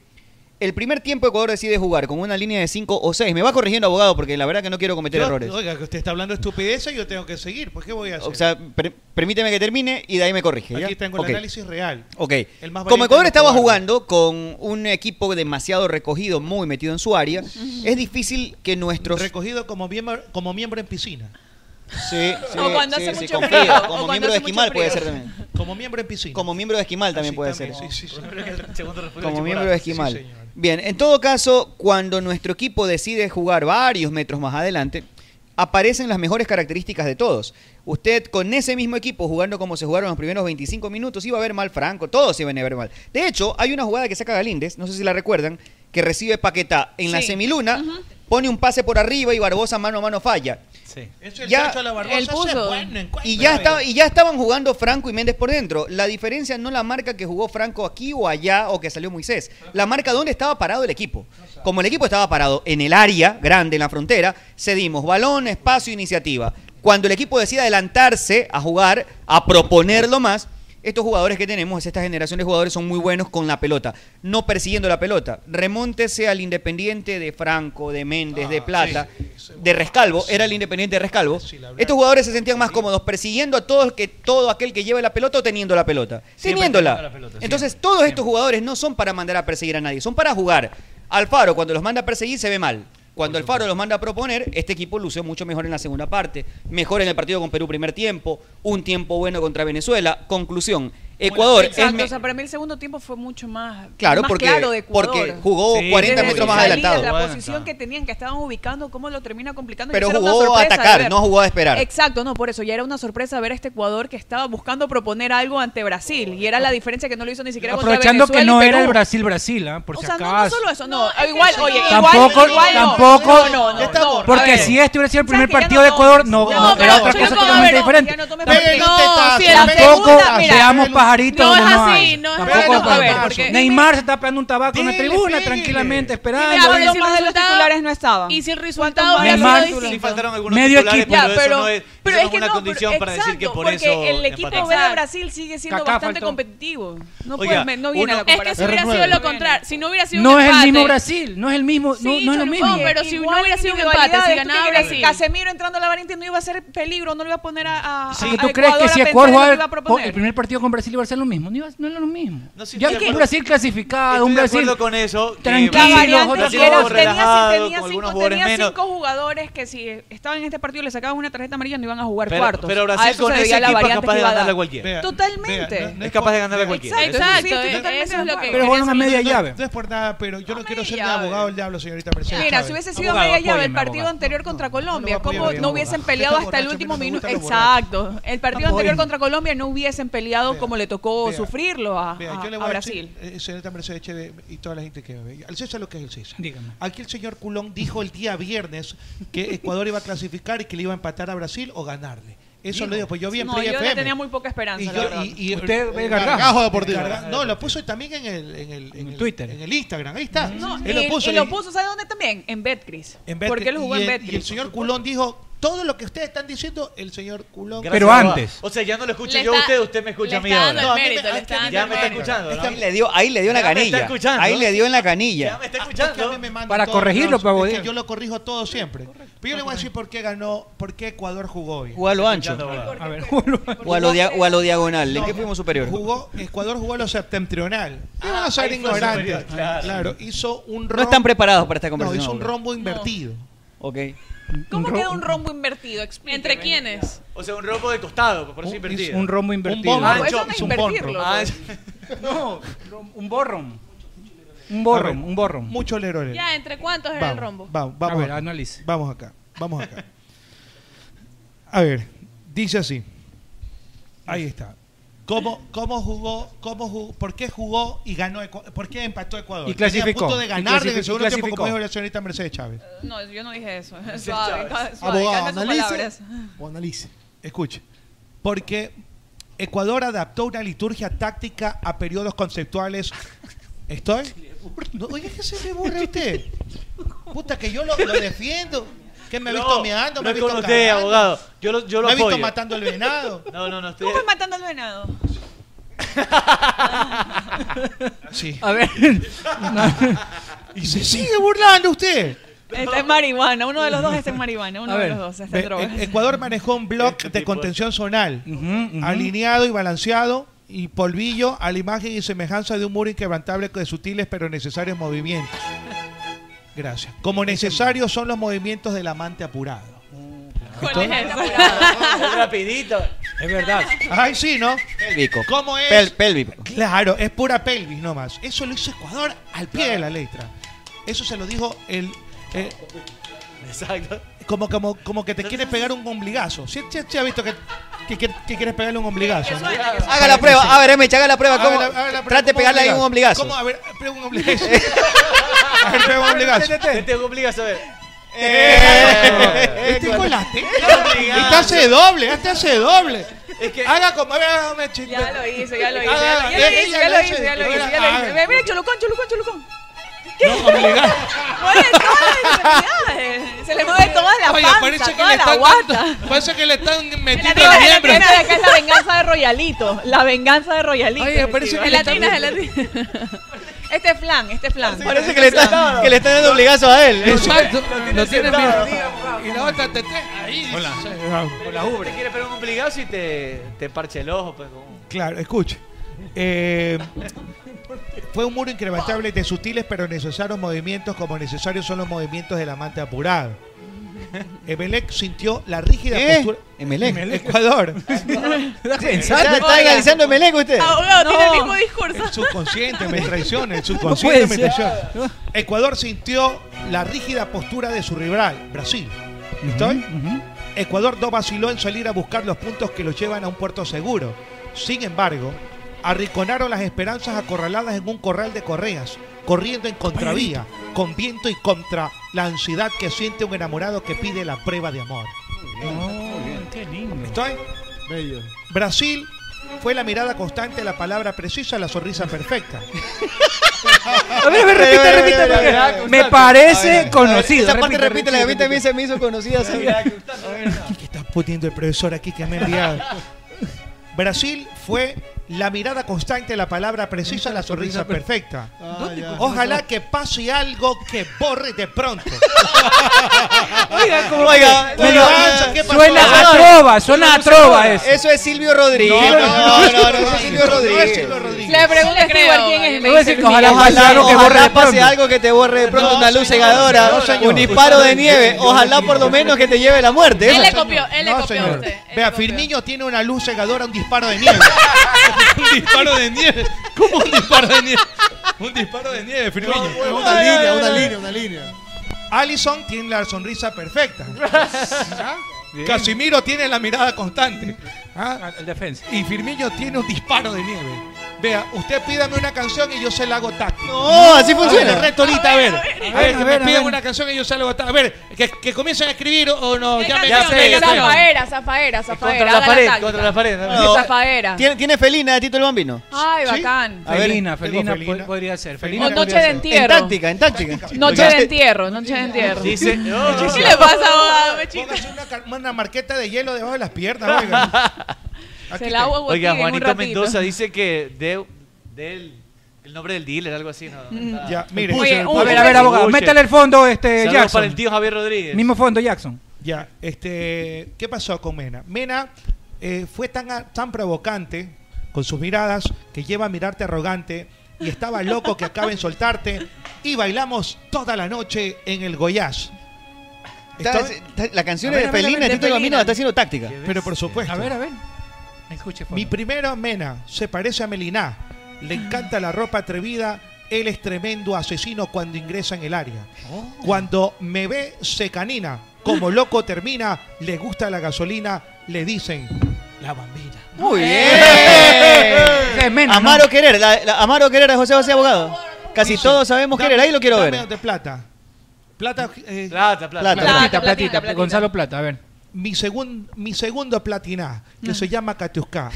Speaker 9: el primer tiempo Ecuador decide jugar con una línea de 5 o 6. Me va corrigiendo abogado porque la verdad que no quiero cometer
Speaker 1: Yo-
Speaker 9: errores.
Speaker 1: Oiga, que usted está hablando de estupideces, yo tengo que seguir. ¿Pues qué voy a hacer?
Speaker 9: O sea, per- permíteme que termine y de ahí me corrige. ¿ya?
Speaker 1: Aquí tengo el
Speaker 9: Ok.
Speaker 1: análisis real.
Speaker 9: Ok.
Speaker 1: El más
Speaker 9: Como
Speaker 1: valiente
Speaker 9: Ecuador
Speaker 1: de los
Speaker 9: estaba
Speaker 1: cobardes.
Speaker 9: jugando con un equipo demasiado recogido, muy metido en su área, es difícil que nuestros.
Speaker 1: Recogido como miembro, como miembro en piscina.
Speaker 9: Sí, sí,
Speaker 13: O cuando
Speaker 9: sí,
Speaker 13: hace
Speaker 9: sí,
Speaker 13: mucho
Speaker 9: confío.
Speaker 13: frío, o
Speaker 9: Como
Speaker 13: cuando
Speaker 9: miembro de
Speaker 13: hace mucho
Speaker 9: esquimal puede
Speaker 13: frío.
Speaker 9: ser también.
Speaker 1: Como miembro en piscina. Ah,
Speaker 9: Como miembro de esquimal también puede ser.
Speaker 10: Segundo refugio
Speaker 9: Como
Speaker 10: Chimborazo.
Speaker 9: miembro de esquimal. Bien, en todo caso, cuando nuestro equipo decide jugar varios metros más adelante, aparecen las mejores características de todos. Usted con ese mismo equipo jugando como se jugaron los primeros 25 minutos, iba a ver mal Franco, todos iban a ver mal. De hecho, hay una jugada que saca Galíndez, no sé si la recuerdan, que recibe Paquetá en la
Speaker 13: Sí.
Speaker 9: semiluna, pone un pase por arriba y Barbosa mano a mano falla.
Speaker 1: Eso el
Speaker 9: Ya-
Speaker 1: Chacho la Barbosa
Speaker 13: Él
Speaker 1: se
Speaker 13: puso.
Speaker 1: bueno en
Speaker 9: Y
Speaker 1: cuenta,
Speaker 9: ya,
Speaker 1: oiga.
Speaker 9: estaba, y ya estaban jugando Franco y Méndez por dentro. La diferencia no la marca que jugó Franco aquí o allá o que salió Moisés. La marca donde estaba parado el equipo. Como el equipo estaba parado en el área grande, en la frontera, cedimos balón, espacio, iniciativa. Cuando el equipo decide adelantarse a jugar, a proponerlo más, estos jugadores que tenemos, esta generación de jugadores son muy buenos con la pelota, no persiguiendo la pelota. Remóntese al Independiente de Franco, de Méndez, de Plata, de Rescalvo, era el Independiente de Rescalvo. Estos jugadores se sentían más cómodos persiguiendo a todo, el que, todo aquel que lleve la pelota o teniendo la pelota.
Speaker 10: Siempre
Speaker 9: teniéndola.
Speaker 10: teniendo la pelota,
Speaker 9: Entonces, todos estos jugadores no son para mandar a perseguir a nadie, son para jugar. Alfaro, cuando los manda a perseguir, se ve mal. Cuando Alfaro los manda a proponer, este equipo lució mucho mejor en la segunda parte, mejor en el partido con Perú primer tiempo, un tiempo bueno contra Venezuela. Conclusión, Ecuador es
Speaker 12: Exacto,
Speaker 9: me-
Speaker 12: o sea, para mí el segundo tiempo fue mucho más,
Speaker 9: Claro,
Speaker 12: más
Speaker 9: porque-
Speaker 12: claro de Ecuador.
Speaker 9: porque jugó
Speaker 12: Desde
Speaker 9: 40
Speaker 12: su
Speaker 9: metros más
Speaker 12: salida,
Speaker 9: adelantado.
Speaker 12: La
Speaker 9: Bueno,
Speaker 12: posición que tenían, que estaban ubicando, cómo lo termina complicando. y
Speaker 9: Pero
Speaker 12: esa era una
Speaker 9: jugó a
Speaker 12: sorpresa de
Speaker 9: atacar,
Speaker 12: ver.
Speaker 9: no jugó a esperar.
Speaker 12: Exacto, no, por eso ya era una sorpresa ver a este Ecuador que estaba buscando proponer algo ante Brasil. Y era la diferencia que no lo hizo ni siquiera contra
Speaker 11: Aprovechando que
Speaker 12: Venezuela y
Speaker 11: no era el
Speaker 12: Perú.
Speaker 11: Brasil-Brasil, ¿ah? por
Speaker 12: O
Speaker 11: si
Speaker 12: sea, no, no
Speaker 11: acaso.
Speaker 12: solo eso, no, igual, oye,
Speaker 11: Tampoco,
Speaker 12: igual, igual no.
Speaker 11: tampoco.
Speaker 12: no, no, no, no, a
Speaker 11: porque
Speaker 12: ver.
Speaker 11: si este hubiera sido el primer partido de Ecuador, no, no,
Speaker 12: pero
Speaker 11: era otra
Speaker 12: Churuco,
Speaker 11: cosa
Speaker 12: a
Speaker 11: totalmente
Speaker 12: ver,
Speaker 11: diferente.
Speaker 12: Pégale un
Speaker 11: Tampoco-
Speaker 12: tetazo, pégale un
Speaker 11: Tampoco
Speaker 12: tetazo. Mira,
Speaker 11: veamos pajaritos
Speaker 12: no es
Speaker 11: donde
Speaker 12: así,
Speaker 11: hay.
Speaker 12: no es
Speaker 11: Tampoco
Speaker 12: así.
Speaker 11: veamos
Speaker 12: A ver,
Speaker 11: pajaritos.
Speaker 12: porque-
Speaker 11: Neymar se está pegando un tabaco en la tribuna tranquilamente esperando.
Speaker 12: Ya, pero
Speaker 11: ahí.
Speaker 12: si los titulares no estaban.
Speaker 13: Y si el
Speaker 12: resultado
Speaker 11: hubiera
Speaker 12: Neymar,
Speaker 11: sido
Speaker 12: distinto?
Speaker 11: distinto?
Speaker 12: Sí
Speaker 10: faltaron algunos
Speaker 11: Medio
Speaker 10: titulares,
Speaker 11: equipo.
Speaker 10: pero,
Speaker 12: Ya, pero-
Speaker 10: eso no es, eso
Speaker 12: pero
Speaker 10: no
Speaker 12: es
Speaker 10: es
Speaker 12: que
Speaker 10: una
Speaker 12: no,
Speaker 10: condición
Speaker 12: por-
Speaker 10: para decir que
Speaker 12: exacto,
Speaker 10: por
Speaker 12: porque
Speaker 10: eso
Speaker 12: el equipo
Speaker 10: empataron.
Speaker 12: B de Brasil sigue siendo
Speaker 10: Kaká
Speaker 12: bastante
Speaker 10: faltó.
Speaker 12: competitivo. No,
Speaker 10: Oiga,
Speaker 12: puede- no viene a
Speaker 13: uno-
Speaker 12: la
Speaker 13: es que
Speaker 12: comparación.
Speaker 13: si hubiera
Speaker 12: R9.
Speaker 13: sido lo contrario, si no hubiera sido
Speaker 11: No
Speaker 13: un
Speaker 11: es el
Speaker 13: empate-
Speaker 11: mismo Brasil, no es el mismo, no, no es lo mismo.
Speaker 13: Ojo, pero si
Speaker 12: Igual
Speaker 13: no hubiera sido un empate,
Speaker 12: individualidades,
Speaker 13: si
Speaker 12: ¿tú
Speaker 13: ganaba
Speaker 12: qué crees?
Speaker 13: Brasil.
Speaker 12: Casemiro entrando a la variante no iba a ser peligro, no lo iba a poner a. a
Speaker 11: Sí,
Speaker 12: a
Speaker 11: ¿Tú crees
Speaker 12: Ecuador
Speaker 11: que
Speaker 12: a
Speaker 11: si
Speaker 12: pensar
Speaker 11: Ecuador
Speaker 12: en lo que
Speaker 11: jugaba
Speaker 12: iba a
Speaker 11: el,
Speaker 12: proponer?
Speaker 11: el primer partido con Brasil iba a ser lo mismo? No, iba, no era lo mismo.
Speaker 10: sí,
Speaker 11: ya
Speaker 10: estoy
Speaker 11: un
Speaker 10: de acuerdo.
Speaker 11: Brasil clasificado,
Speaker 10: Estoy
Speaker 11: un
Speaker 10: de
Speaker 11: Brasil
Speaker 10: acuerdo con eso. que
Speaker 11: tranquilo,
Speaker 10: Brasil
Speaker 11: otro
Speaker 10: jugó
Speaker 11: equipo.
Speaker 12: Tenía,
Speaker 10: relajado,
Speaker 12: tenía
Speaker 10: con
Speaker 12: cinco,
Speaker 10: algunos jugadores
Speaker 12: tenía
Speaker 10: menos.
Speaker 12: cinco jugadores que si estaban en este partido y le sacaban una tarjeta amarilla no iban a jugar
Speaker 10: Pero-
Speaker 12: cuartos.
Speaker 10: pero Brasil
Speaker 12: A eso
Speaker 10: con
Speaker 12: se
Speaker 10: ese
Speaker 12: veía la
Speaker 10: equipo es
Speaker 12: variante
Speaker 10: capaz
Speaker 12: que
Speaker 10: de
Speaker 12: iba a dar.
Speaker 10: ganarle a cualquiera.
Speaker 12: Totalmente.
Speaker 10: Es capaz de ganar a cualquiera.
Speaker 12: Exacto,
Speaker 10: Eso-
Speaker 12: exacto,
Speaker 1: estoy
Speaker 12: eh,
Speaker 1: totalmente
Speaker 12: eso es lo que.
Speaker 11: Pero
Speaker 12: en
Speaker 11: jugaron
Speaker 12: eso
Speaker 11: a media
Speaker 12: no-
Speaker 11: llave.
Speaker 1: No es por nada, pero yo no quiero ser de
Speaker 12: llave.
Speaker 1: abogado del diablo, señorita presidenta.
Speaker 12: Mira, si hubiese sido
Speaker 1: Abogado,
Speaker 12: media llave el
Speaker 1: apóyeme,
Speaker 12: partido
Speaker 1: abogado.
Speaker 12: anterior contra Colombia,
Speaker 1: no lo
Speaker 12: ¿cómo
Speaker 1: apoyo,
Speaker 12: no
Speaker 1: abogado.
Speaker 12: hubiesen
Speaker 1: Usted
Speaker 12: peleado
Speaker 1: está
Speaker 12: hasta el
Speaker 1: borracho,
Speaker 12: último
Speaker 1: pero me
Speaker 12: minuto?
Speaker 1: gusta lo
Speaker 12: Exacto. El partido anterior
Speaker 1: Apóyeme.
Speaker 12: contra Colombia no hubiesen peleado como le tocó sufrirlo a,
Speaker 1: Vea,
Speaker 12: a-
Speaker 1: yo le
Speaker 12: a
Speaker 1: voy a,
Speaker 12: Brasil.
Speaker 1: decir, eh, señorita Mercedes Echeve y toda la gente que me ve. Al César lo que es el César. Aquí el señor Culón dijo el día viernes que Ecuador iba a clasificar y que le iba a empatar a Brasil o ganarle.
Speaker 3: Eso lo digo, pues yo vi en
Speaker 12: No,
Speaker 3: Play
Speaker 12: yo le
Speaker 3: FM.
Speaker 12: tenía muy poca esperanza,
Speaker 3: Y
Speaker 12: la
Speaker 3: yo-
Speaker 12: verdad.
Speaker 3: y- y-
Speaker 12: Usted
Speaker 3: el
Speaker 12: ve Gargajo.
Speaker 3: deportivo.
Speaker 12: Gargajo.
Speaker 3: No, lo puso también en el, en el, en el- en el Instagram. Ahí está.
Speaker 12: No,
Speaker 3: Él
Speaker 12: y, y lo puso,
Speaker 3: y-
Speaker 12: ¿sabe dónde también? En Betcris.
Speaker 3: en
Speaker 12: Porque
Speaker 3: Betcris.
Speaker 12: él jugó
Speaker 3: Y
Speaker 12: en
Speaker 3: el-
Speaker 12: Betcris.
Speaker 3: Y el señor Culón dijo, todo lo que ustedes están diciendo, el señor Culón.
Speaker 16: Gracias, Pero Roa. antes. O sea, ya no lo escucho Le yo a está- usted, usted me escucha le a mí está ahora. dando el
Speaker 3: No, a mí
Speaker 16: mérito,
Speaker 3: me-
Speaker 16: le
Speaker 3: a-
Speaker 16: está
Speaker 3: a mí
Speaker 16: dando el mérito. Es que a
Speaker 9: Ahí le dio, ahí le dio en la
Speaker 3: Ya me está
Speaker 9: canilla.
Speaker 3: escuchando.
Speaker 9: Ahí le dio en la canilla.
Speaker 3: está escuchando.
Speaker 9: Para corregirlo, pavo, diga.
Speaker 3: yo lo corrijo todo siempre. Pero yo le voy a decir por qué ganó, por qué Ecuador jugó hoy.
Speaker 9: Jugó a lo ancho.
Speaker 3: A ver,
Speaker 9: O a lo, dia- o a lo diagonal. ¿En
Speaker 3: No,
Speaker 9: qué fuimos superior?
Speaker 3: Jugó, Ecuador jugó a lo septentrional.
Speaker 12: Ah,
Speaker 3: Iban a ser
Speaker 9: ahí fue
Speaker 3: ignorantes.
Speaker 9: superior,
Speaker 3: Claro.
Speaker 9: claro.
Speaker 3: hizo un rombo.
Speaker 9: No están preparados para esta conversación.
Speaker 3: hizo un
Speaker 9: bro.
Speaker 3: rombo invertido.
Speaker 9: Ok.
Speaker 12: ¿Cómo queda un rombo invertido? ¿Entre quiénes?
Speaker 16: O sea, un rombo de costado, por eso invertido.
Speaker 11: un rombo invertido.
Speaker 16: bombo.
Speaker 11: Ah,
Speaker 16: Ancho,
Speaker 11: eso no es
Speaker 16: es un
Speaker 11: invertirlo,
Speaker 16: bombo.
Speaker 11: ¿no?
Speaker 16: Ah, es-
Speaker 11: No, rom- un borrón. Un borrón, un borrón.
Speaker 3: Mucho lero, lero.
Speaker 13: Ya, ¿entre cuántos era el
Speaker 3: Vamos,
Speaker 13: rombo?
Speaker 3: Vamos, vamos.
Speaker 11: A ver,
Speaker 3: acá. Vamos acá, vamos acá. A ver, dice así. Ahí está. ¿Cómo, cómo jugó, cómo jugó, por qué jugó y ganó, Ecu- por qué empató Ecuador?
Speaker 11: Y clasificó.
Speaker 3: Tenía punto de
Speaker 11: Y
Speaker 3: ganar desde
Speaker 11: clasificó.
Speaker 3: el segundo
Speaker 11: Y
Speaker 3: tiempo,
Speaker 11: clasificó.
Speaker 3: como dijo la señorita Mercedes Chávez.
Speaker 12: No, yo no dije eso. Suave,
Speaker 3: Chávez.
Speaker 12: suave, calme sus palabras.
Speaker 3: o analice. Escuche. Porque Ecuador adaptó una liturgia táctica a periodos conceptuales. ¿Estoy? No, oye, ¿qué se le burra a usted? Puta, que yo lo, lo defiendo. Que me he visto
Speaker 16: No,
Speaker 3: meando,
Speaker 16: no
Speaker 3: me he
Speaker 16: es
Speaker 3: visto
Speaker 16: con usted,
Speaker 3: cagando.
Speaker 16: abogado. Yo lo, yo lo
Speaker 3: me he visto
Speaker 16: apoyo.
Speaker 3: matando al venado.
Speaker 16: No, no, no. Estoy...
Speaker 12: ¿Cómo es matando al venado?
Speaker 3: Sí.
Speaker 11: A ver.
Speaker 3: y se sigue burlando usted.
Speaker 12: Está en Este, marihuana. Uno de los dos está en marihuana. Uno de los dos está
Speaker 3: ve,
Speaker 12: en drogas.
Speaker 3: E- Ecuador manejó un block
Speaker 16: Este
Speaker 3: de contención zonal, alineado y balanceado y polvillo a la imagen y semejanza de un muro inquebrantable de sutiles pero necesarios movimientos. Gracias. Como
Speaker 16: Este
Speaker 3: necesarios son los movimientos del amante apurado.
Speaker 13: ¿Cuál es eso?
Speaker 16: Rapidito.
Speaker 11: Es verdad.
Speaker 3: Ay, sí, ¿no?
Speaker 9: Pélvico.
Speaker 3: ¿Cómo es?
Speaker 9: Pel- pélvico.
Speaker 3: Claro, es pura pelvis nomás. Eso lo hizo Ecuador al pie de la letra. Eso se lo dijo el. eh,
Speaker 16: Exacto.
Speaker 3: como, como, como que te quiere pegar un ombligazo. ¿Sí, sí, sí ha visto que, que, que- que quieres pegarle un ombligazo? ¿no?
Speaker 9: Haga la prueba. A ver, Emecha, haga la prueba.
Speaker 3: Haga
Speaker 9: ¿Cómo?
Speaker 3: la- haga la prueba.
Speaker 9: Trate de
Speaker 3: ¿Cómo
Speaker 9: pegarle ahí un
Speaker 3: ombligazo?
Speaker 9: ombligazo.
Speaker 3: ¿Cómo? A ver, pega un ombligazo. A ver, pega un ombligazo.
Speaker 16: Te obligas a ver.
Speaker 3: Eh, Este con las tetas. Este hace doble, este hace doble. Haga como. A ver, haga una chiste.
Speaker 12: Ya lo hice, ya lo hice.
Speaker 3: Haga-
Speaker 12: Ya lo hice,
Speaker 3: ella
Speaker 12: ya
Speaker 3: lo
Speaker 12: lo
Speaker 3: hace.
Speaker 12: hice, ya lo
Speaker 3: Ahora,
Speaker 12: hice. ya lo
Speaker 3: a
Speaker 12: hice.
Speaker 3: ver.
Speaker 12: Mira, cholucón, cholucón, cholucón. Se le mueve toda la
Speaker 3: Oye,
Speaker 12: panza,
Speaker 3: parece que
Speaker 12: toda
Speaker 3: le
Speaker 12: la
Speaker 3: están
Speaker 12: guata.
Speaker 3: dando- Parece que le están
Speaker 12: La
Speaker 3: metiendo
Speaker 12: tina
Speaker 3: la
Speaker 12: es la
Speaker 3: miembro.
Speaker 12: tina de acá es la venganza de Royalito. La venganza de Royalito.
Speaker 3: Oye, parece que le está-
Speaker 12: gelatina, gelatina. Este es flan, este es flan.
Speaker 9: Parece que le está, que le está dando obligazo a él.
Speaker 3: Exacto.
Speaker 16: Lo tiene miedo.
Speaker 3: Y la otra te ahí.
Speaker 16: Hola. Con la ubre. Te quiere pegar un ombligazo y te, te parche el ojo. Pues, con-
Speaker 3: Claro, escuche. Eh, fue un muro incrementable de sutiles pero necesarios movimientos, como necesarios son los movimientos del amante apurado. Emelec sintió la rígida
Speaker 9: ¿Qué?
Speaker 3: postura.
Speaker 9: Emelec.
Speaker 3: Ecuador.
Speaker 9: pensando, está analizando Emelec usted.
Speaker 12: Abogado, tiene el mismo discurso.
Speaker 3: El subconsciente me traiciona, el
Speaker 9: No
Speaker 3: subconsciente me
Speaker 9: puede
Speaker 3: traiciona. Ecuador sintió la rígida postura de su rival, Brasil. ¿Estoy? Ecuador no vaciló en salir a buscar los puntos que los llevan a un puerto seguro. Sin embargo, arrinconaron las esperanzas acorraladas en un corral de correas, corriendo en contravía, con viento y contra la ansiedad que siente un enamorado que pide la prueba de amor.
Speaker 11: Oh, Qué lindo.
Speaker 3: ¿Estoy?
Speaker 15: Bello.
Speaker 3: Brasil fue la mirada constante, la palabra precisa, la sonrisa perfecta.
Speaker 9: A ver, a ver, repita, repita, porque me parece conocido.
Speaker 3: Esa parte
Speaker 9: repite,
Speaker 3: repite, la
Speaker 9: repite,
Speaker 3: repite,
Speaker 9: a mí se me hizo conocida. así.
Speaker 3: está poniendo el profesor aquí que me ha enviado? Brasil fue la mirada constante, la palabra precisa, la sonrisa perfecta.
Speaker 9: Ah,
Speaker 3: Ojalá que pase algo que borre de pronto.
Speaker 9: Oiga,
Speaker 3: como que-
Speaker 9: oiga,
Speaker 3: Avanza, ¿qué pasó?
Speaker 9: suena a trova, suena a trova eso.
Speaker 3: Eso
Speaker 9: es Silvio Rodríguez.
Speaker 3: No, no, no, no, no,
Speaker 9: eso
Speaker 3: no,
Speaker 9: es Silvio
Speaker 3: no, no es
Speaker 9: Rodríguez.
Speaker 3: Silvio Rodríguez.
Speaker 12: Le pregunto a
Speaker 13: creo,
Speaker 12: Stewart quién es.
Speaker 13: yo
Speaker 12: me
Speaker 9: No,
Speaker 12: dice
Speaker 9: es que
Speaker 12: que
Speaker 9: ojalá,
Speaker 12: Miguel.
Speaker 9: pase algo que borre de pronto. pase algo que te borre de pronto,
Speaker 3: No,
Speaker 9: una luz
Speaker 3: señor,
Speaker 9: cegadora,
Speaker 3: no, señor.
Speaker 9: un disparo de nieve, ojalá por lo menos que te lleve la muerte.
Speaker 13: Él
Speaker 6: ¿eh?
Speaker 9: eso.
Speaker 13: le copió, él le
Speaker 3: No,
Speaker 13: copió a
Speaker 3: señor.
Speaker 13: usted.
Speaker 3: Vea, Firmino tiene una luz cegadora, un disparo de nieve.
Speaker 6: un disparo de nieve. ¿Cómo un disparo de nieve? Un disparo de nieve, Firmino.
Speaker 15: Una línea, una línea, una línea.
Speaker 3: Allison tiene la sonrisa perfecta. ¿Ah? Casimiro tiene la mirada constante. ¿Ah?
Speaker 11: El defensa.
Speaker 3: Y Firmino tiene un disparo de nieve. Vea, usted pídame una canción y yo se la hago táctica.
Speaker 6: No, así funciona.
Speaker 3: A ver, reto ahorita, a ver. A ver,
Speaker 6: A ver,
Speaker 3: que
Speaker 6: a ver,
Speaker 3: me
Speaker 6: a
Speaker 3: pidan
Speaker 6: ver.
Speaker 3: una canción y yo se la hago táctica. A ver, que, que comiencen a escribir o, o no. Ya, me-
Speaker 12: Ya
Speaker 3: ya me-
Speaker 12: sé, zafaera, zafaera, zafaera.
Speaker 3: Contra la
Speaker 12: haga
Speaker 3: pared,
Speaker 12: táctica.
Speaker 3: contra la pared.
Speaker 12: No. Zafaera.
Speaker 9: ¿Tiene, tiene felina de Tito el Bambino?
Speaker 12: Ay, bacán.
Speaker 3: Ah,
Speaker 9: A ver,
Speaker 11: Felina,
Speaker 9: tengo
Speaker 11: felina, po- podría ser. Felina
Speaker 12: O noche
Speaker 11: podría
Speaker 12: de
Speaker 11: ser.
Speaker 12: entierro.
Speaker 9: En táctica, en táctica.
Speaker 12: Noche
Speaker 9: este,
Speaker 12: de entierro, noche de entierro.
Speaker 9: Dice-
Speaker 12: ¿Qué sí le pasa, abogado?
Speaker 3: Póngase una, car- una marqueta de hielo debajo de las piernas, oiga.
Speaker 12: Se la hago
Speaker 10: Oiga,
Speaker 12: aquí en un
Speaker 10: Juanito
Speaker 12: ratito.
Speaker 10: Mendoza dice que de, del el nombre del dealer, algo así, ¿no?
Speaker 12: Mm.
Speaker 10: Está-
Speaker 3: Ya,
Speaker 11: mire. Oye,
Speaker 10: uh,
Speaker 11: a ver, a ver, abogado,
Speaker 10: Pusher.
Speaker 11: métale el fondo, este,
Speaker 10: Saludos
Speaker 11: Jackson.
Speaker 10: para el tío Javier Rodríguez.
Speaker 11: Mismo fondo, Jackson.
Speaker 3: Ya, este, ¿qué pasó con Mena? Mena eh, fue tan, a- tan provocante con sus miradas que lleva a mirarte arrogante y estaba loco que acaben soltarte y bailamos toda la noche en el Goyage.
Speaker 9: Está- está- la canción de Felina, de Tito el Bambino, la está haciendo táctica.
Speaker 3: Pero por supuesto.
Speaker 11: A ver, a ver. Escuche, Ah. fondo.
Speaker 3: Mi primero Mena se parece a Meliná. Le encanta la ropa atrevida. Él es tremendo asesino cuando ingresa en el área. Cuando me ve, se canina. Como loco termina, le gusta la gasolina, le dicen la bambina.
Speaker 9: Muy bien.
Speaker 3: Ese es Mena,
Speaker 9: Amar
Speaker 3: ¿no?
Speaker 9: o querer, la- la- amar o querer a José José Abogado. Casi todos sabemos
Speaker 3: Dame-
Speaker 9: querer, ahí lo quiero
Speaker 3: dame
Speaker 9: ver.
Speaker 3: de plata. Plata, eh,
Speaker 10: plata,
Speaker 9: Plata.
Speaker 11: Platita, platita, Gonzalo Plata, a ver. Mm.
Speaker 3: mi, segun- mi segundo platiná, que se llama Katiuska.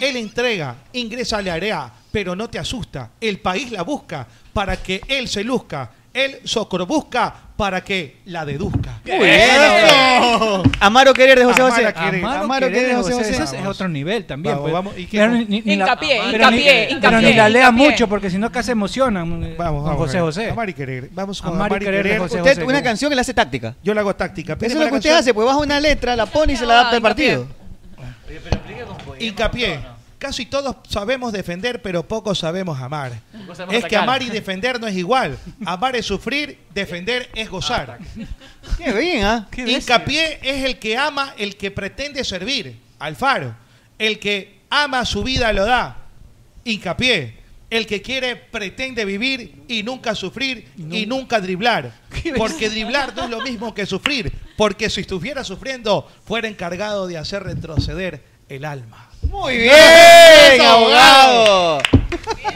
Speaker 3: Él entrega, ingresa al área, pero no te asusta. El país la busca para que él se luzca. Él socorbusca para que la deduzca.
Speaker 9: Muy bien. Amar o querer de José
Speaker 3: Amar
Speaker 9: José.
Speaker 3: a querer.
Speaker 11: Amaro
Speaker 3: Amaro
Speaker 11: Querer,
Speaker 3: Querer,
Speaker 11: José
Speaker 3: José
Speaker 11: José,
Speaker 3: José.
Speaker 11: ese es otro nivel también.
Speaker 3: Vamos,
Speaker 11: pues.
Speaker 3: vamos, ¿y qué?
Speaker 11: Pero ni- ni la-
Speaker 12: Hincapié,
Speaker 11: pero
Speaker 12: hincapié,
Speaker 11: ni-
Speaker 12: hincapié,
Speaker 11: Pero ni la lea
Speaker 12: hincapié.
Speaker 11: mucho porque si no acá se
Speaker 9: eh,
Speaker 11: emocionan. Vamos,
Speaker 3: Vamos
Speaker 11: José
Speaker 3: a ver.
Speaker 11: José.
Speaker 3: Amar y querer. Vamos con
Speaker 11: Amar y
Speaker 3: amar y
Speaker 11: querer de
Speaker 3: querer.
Speaker 11: José
Speaker 9: Usted una canción que le hace táctica.
Speaker 3: Yo la hago táctica.
Speaker 9: Eso es lo que usted hace, pues baja una letra, la pone y se la adapta al partido.
Speaker 3: Hincapié. Casi todos sabemos defender, pero pocos sabemos amar.
Speaker 6: Pocos sabemos
Speaker 3: Es que
Speaker 6: atacar.
Speaker 3: amar y defender no es igual. Amar es sufrir, defender es
Speaker 6: Ah,
Speaker 3: gozar.
Speaker 9: Qué bien, ¿ah?
Speaker 3: Hincapié es el que ama, el que pretende servir. Alfaro. El que ama su vida lo da. Hincapié. El que quiere pretende vivir y nunca sufrir y nunca driblar. Porque driblar no es lo mismo que sufrir. Porque si estuviera sufriendo, fuera encargado de hacer retroceder el alma.
Speaker 9: Muy bien, abogado.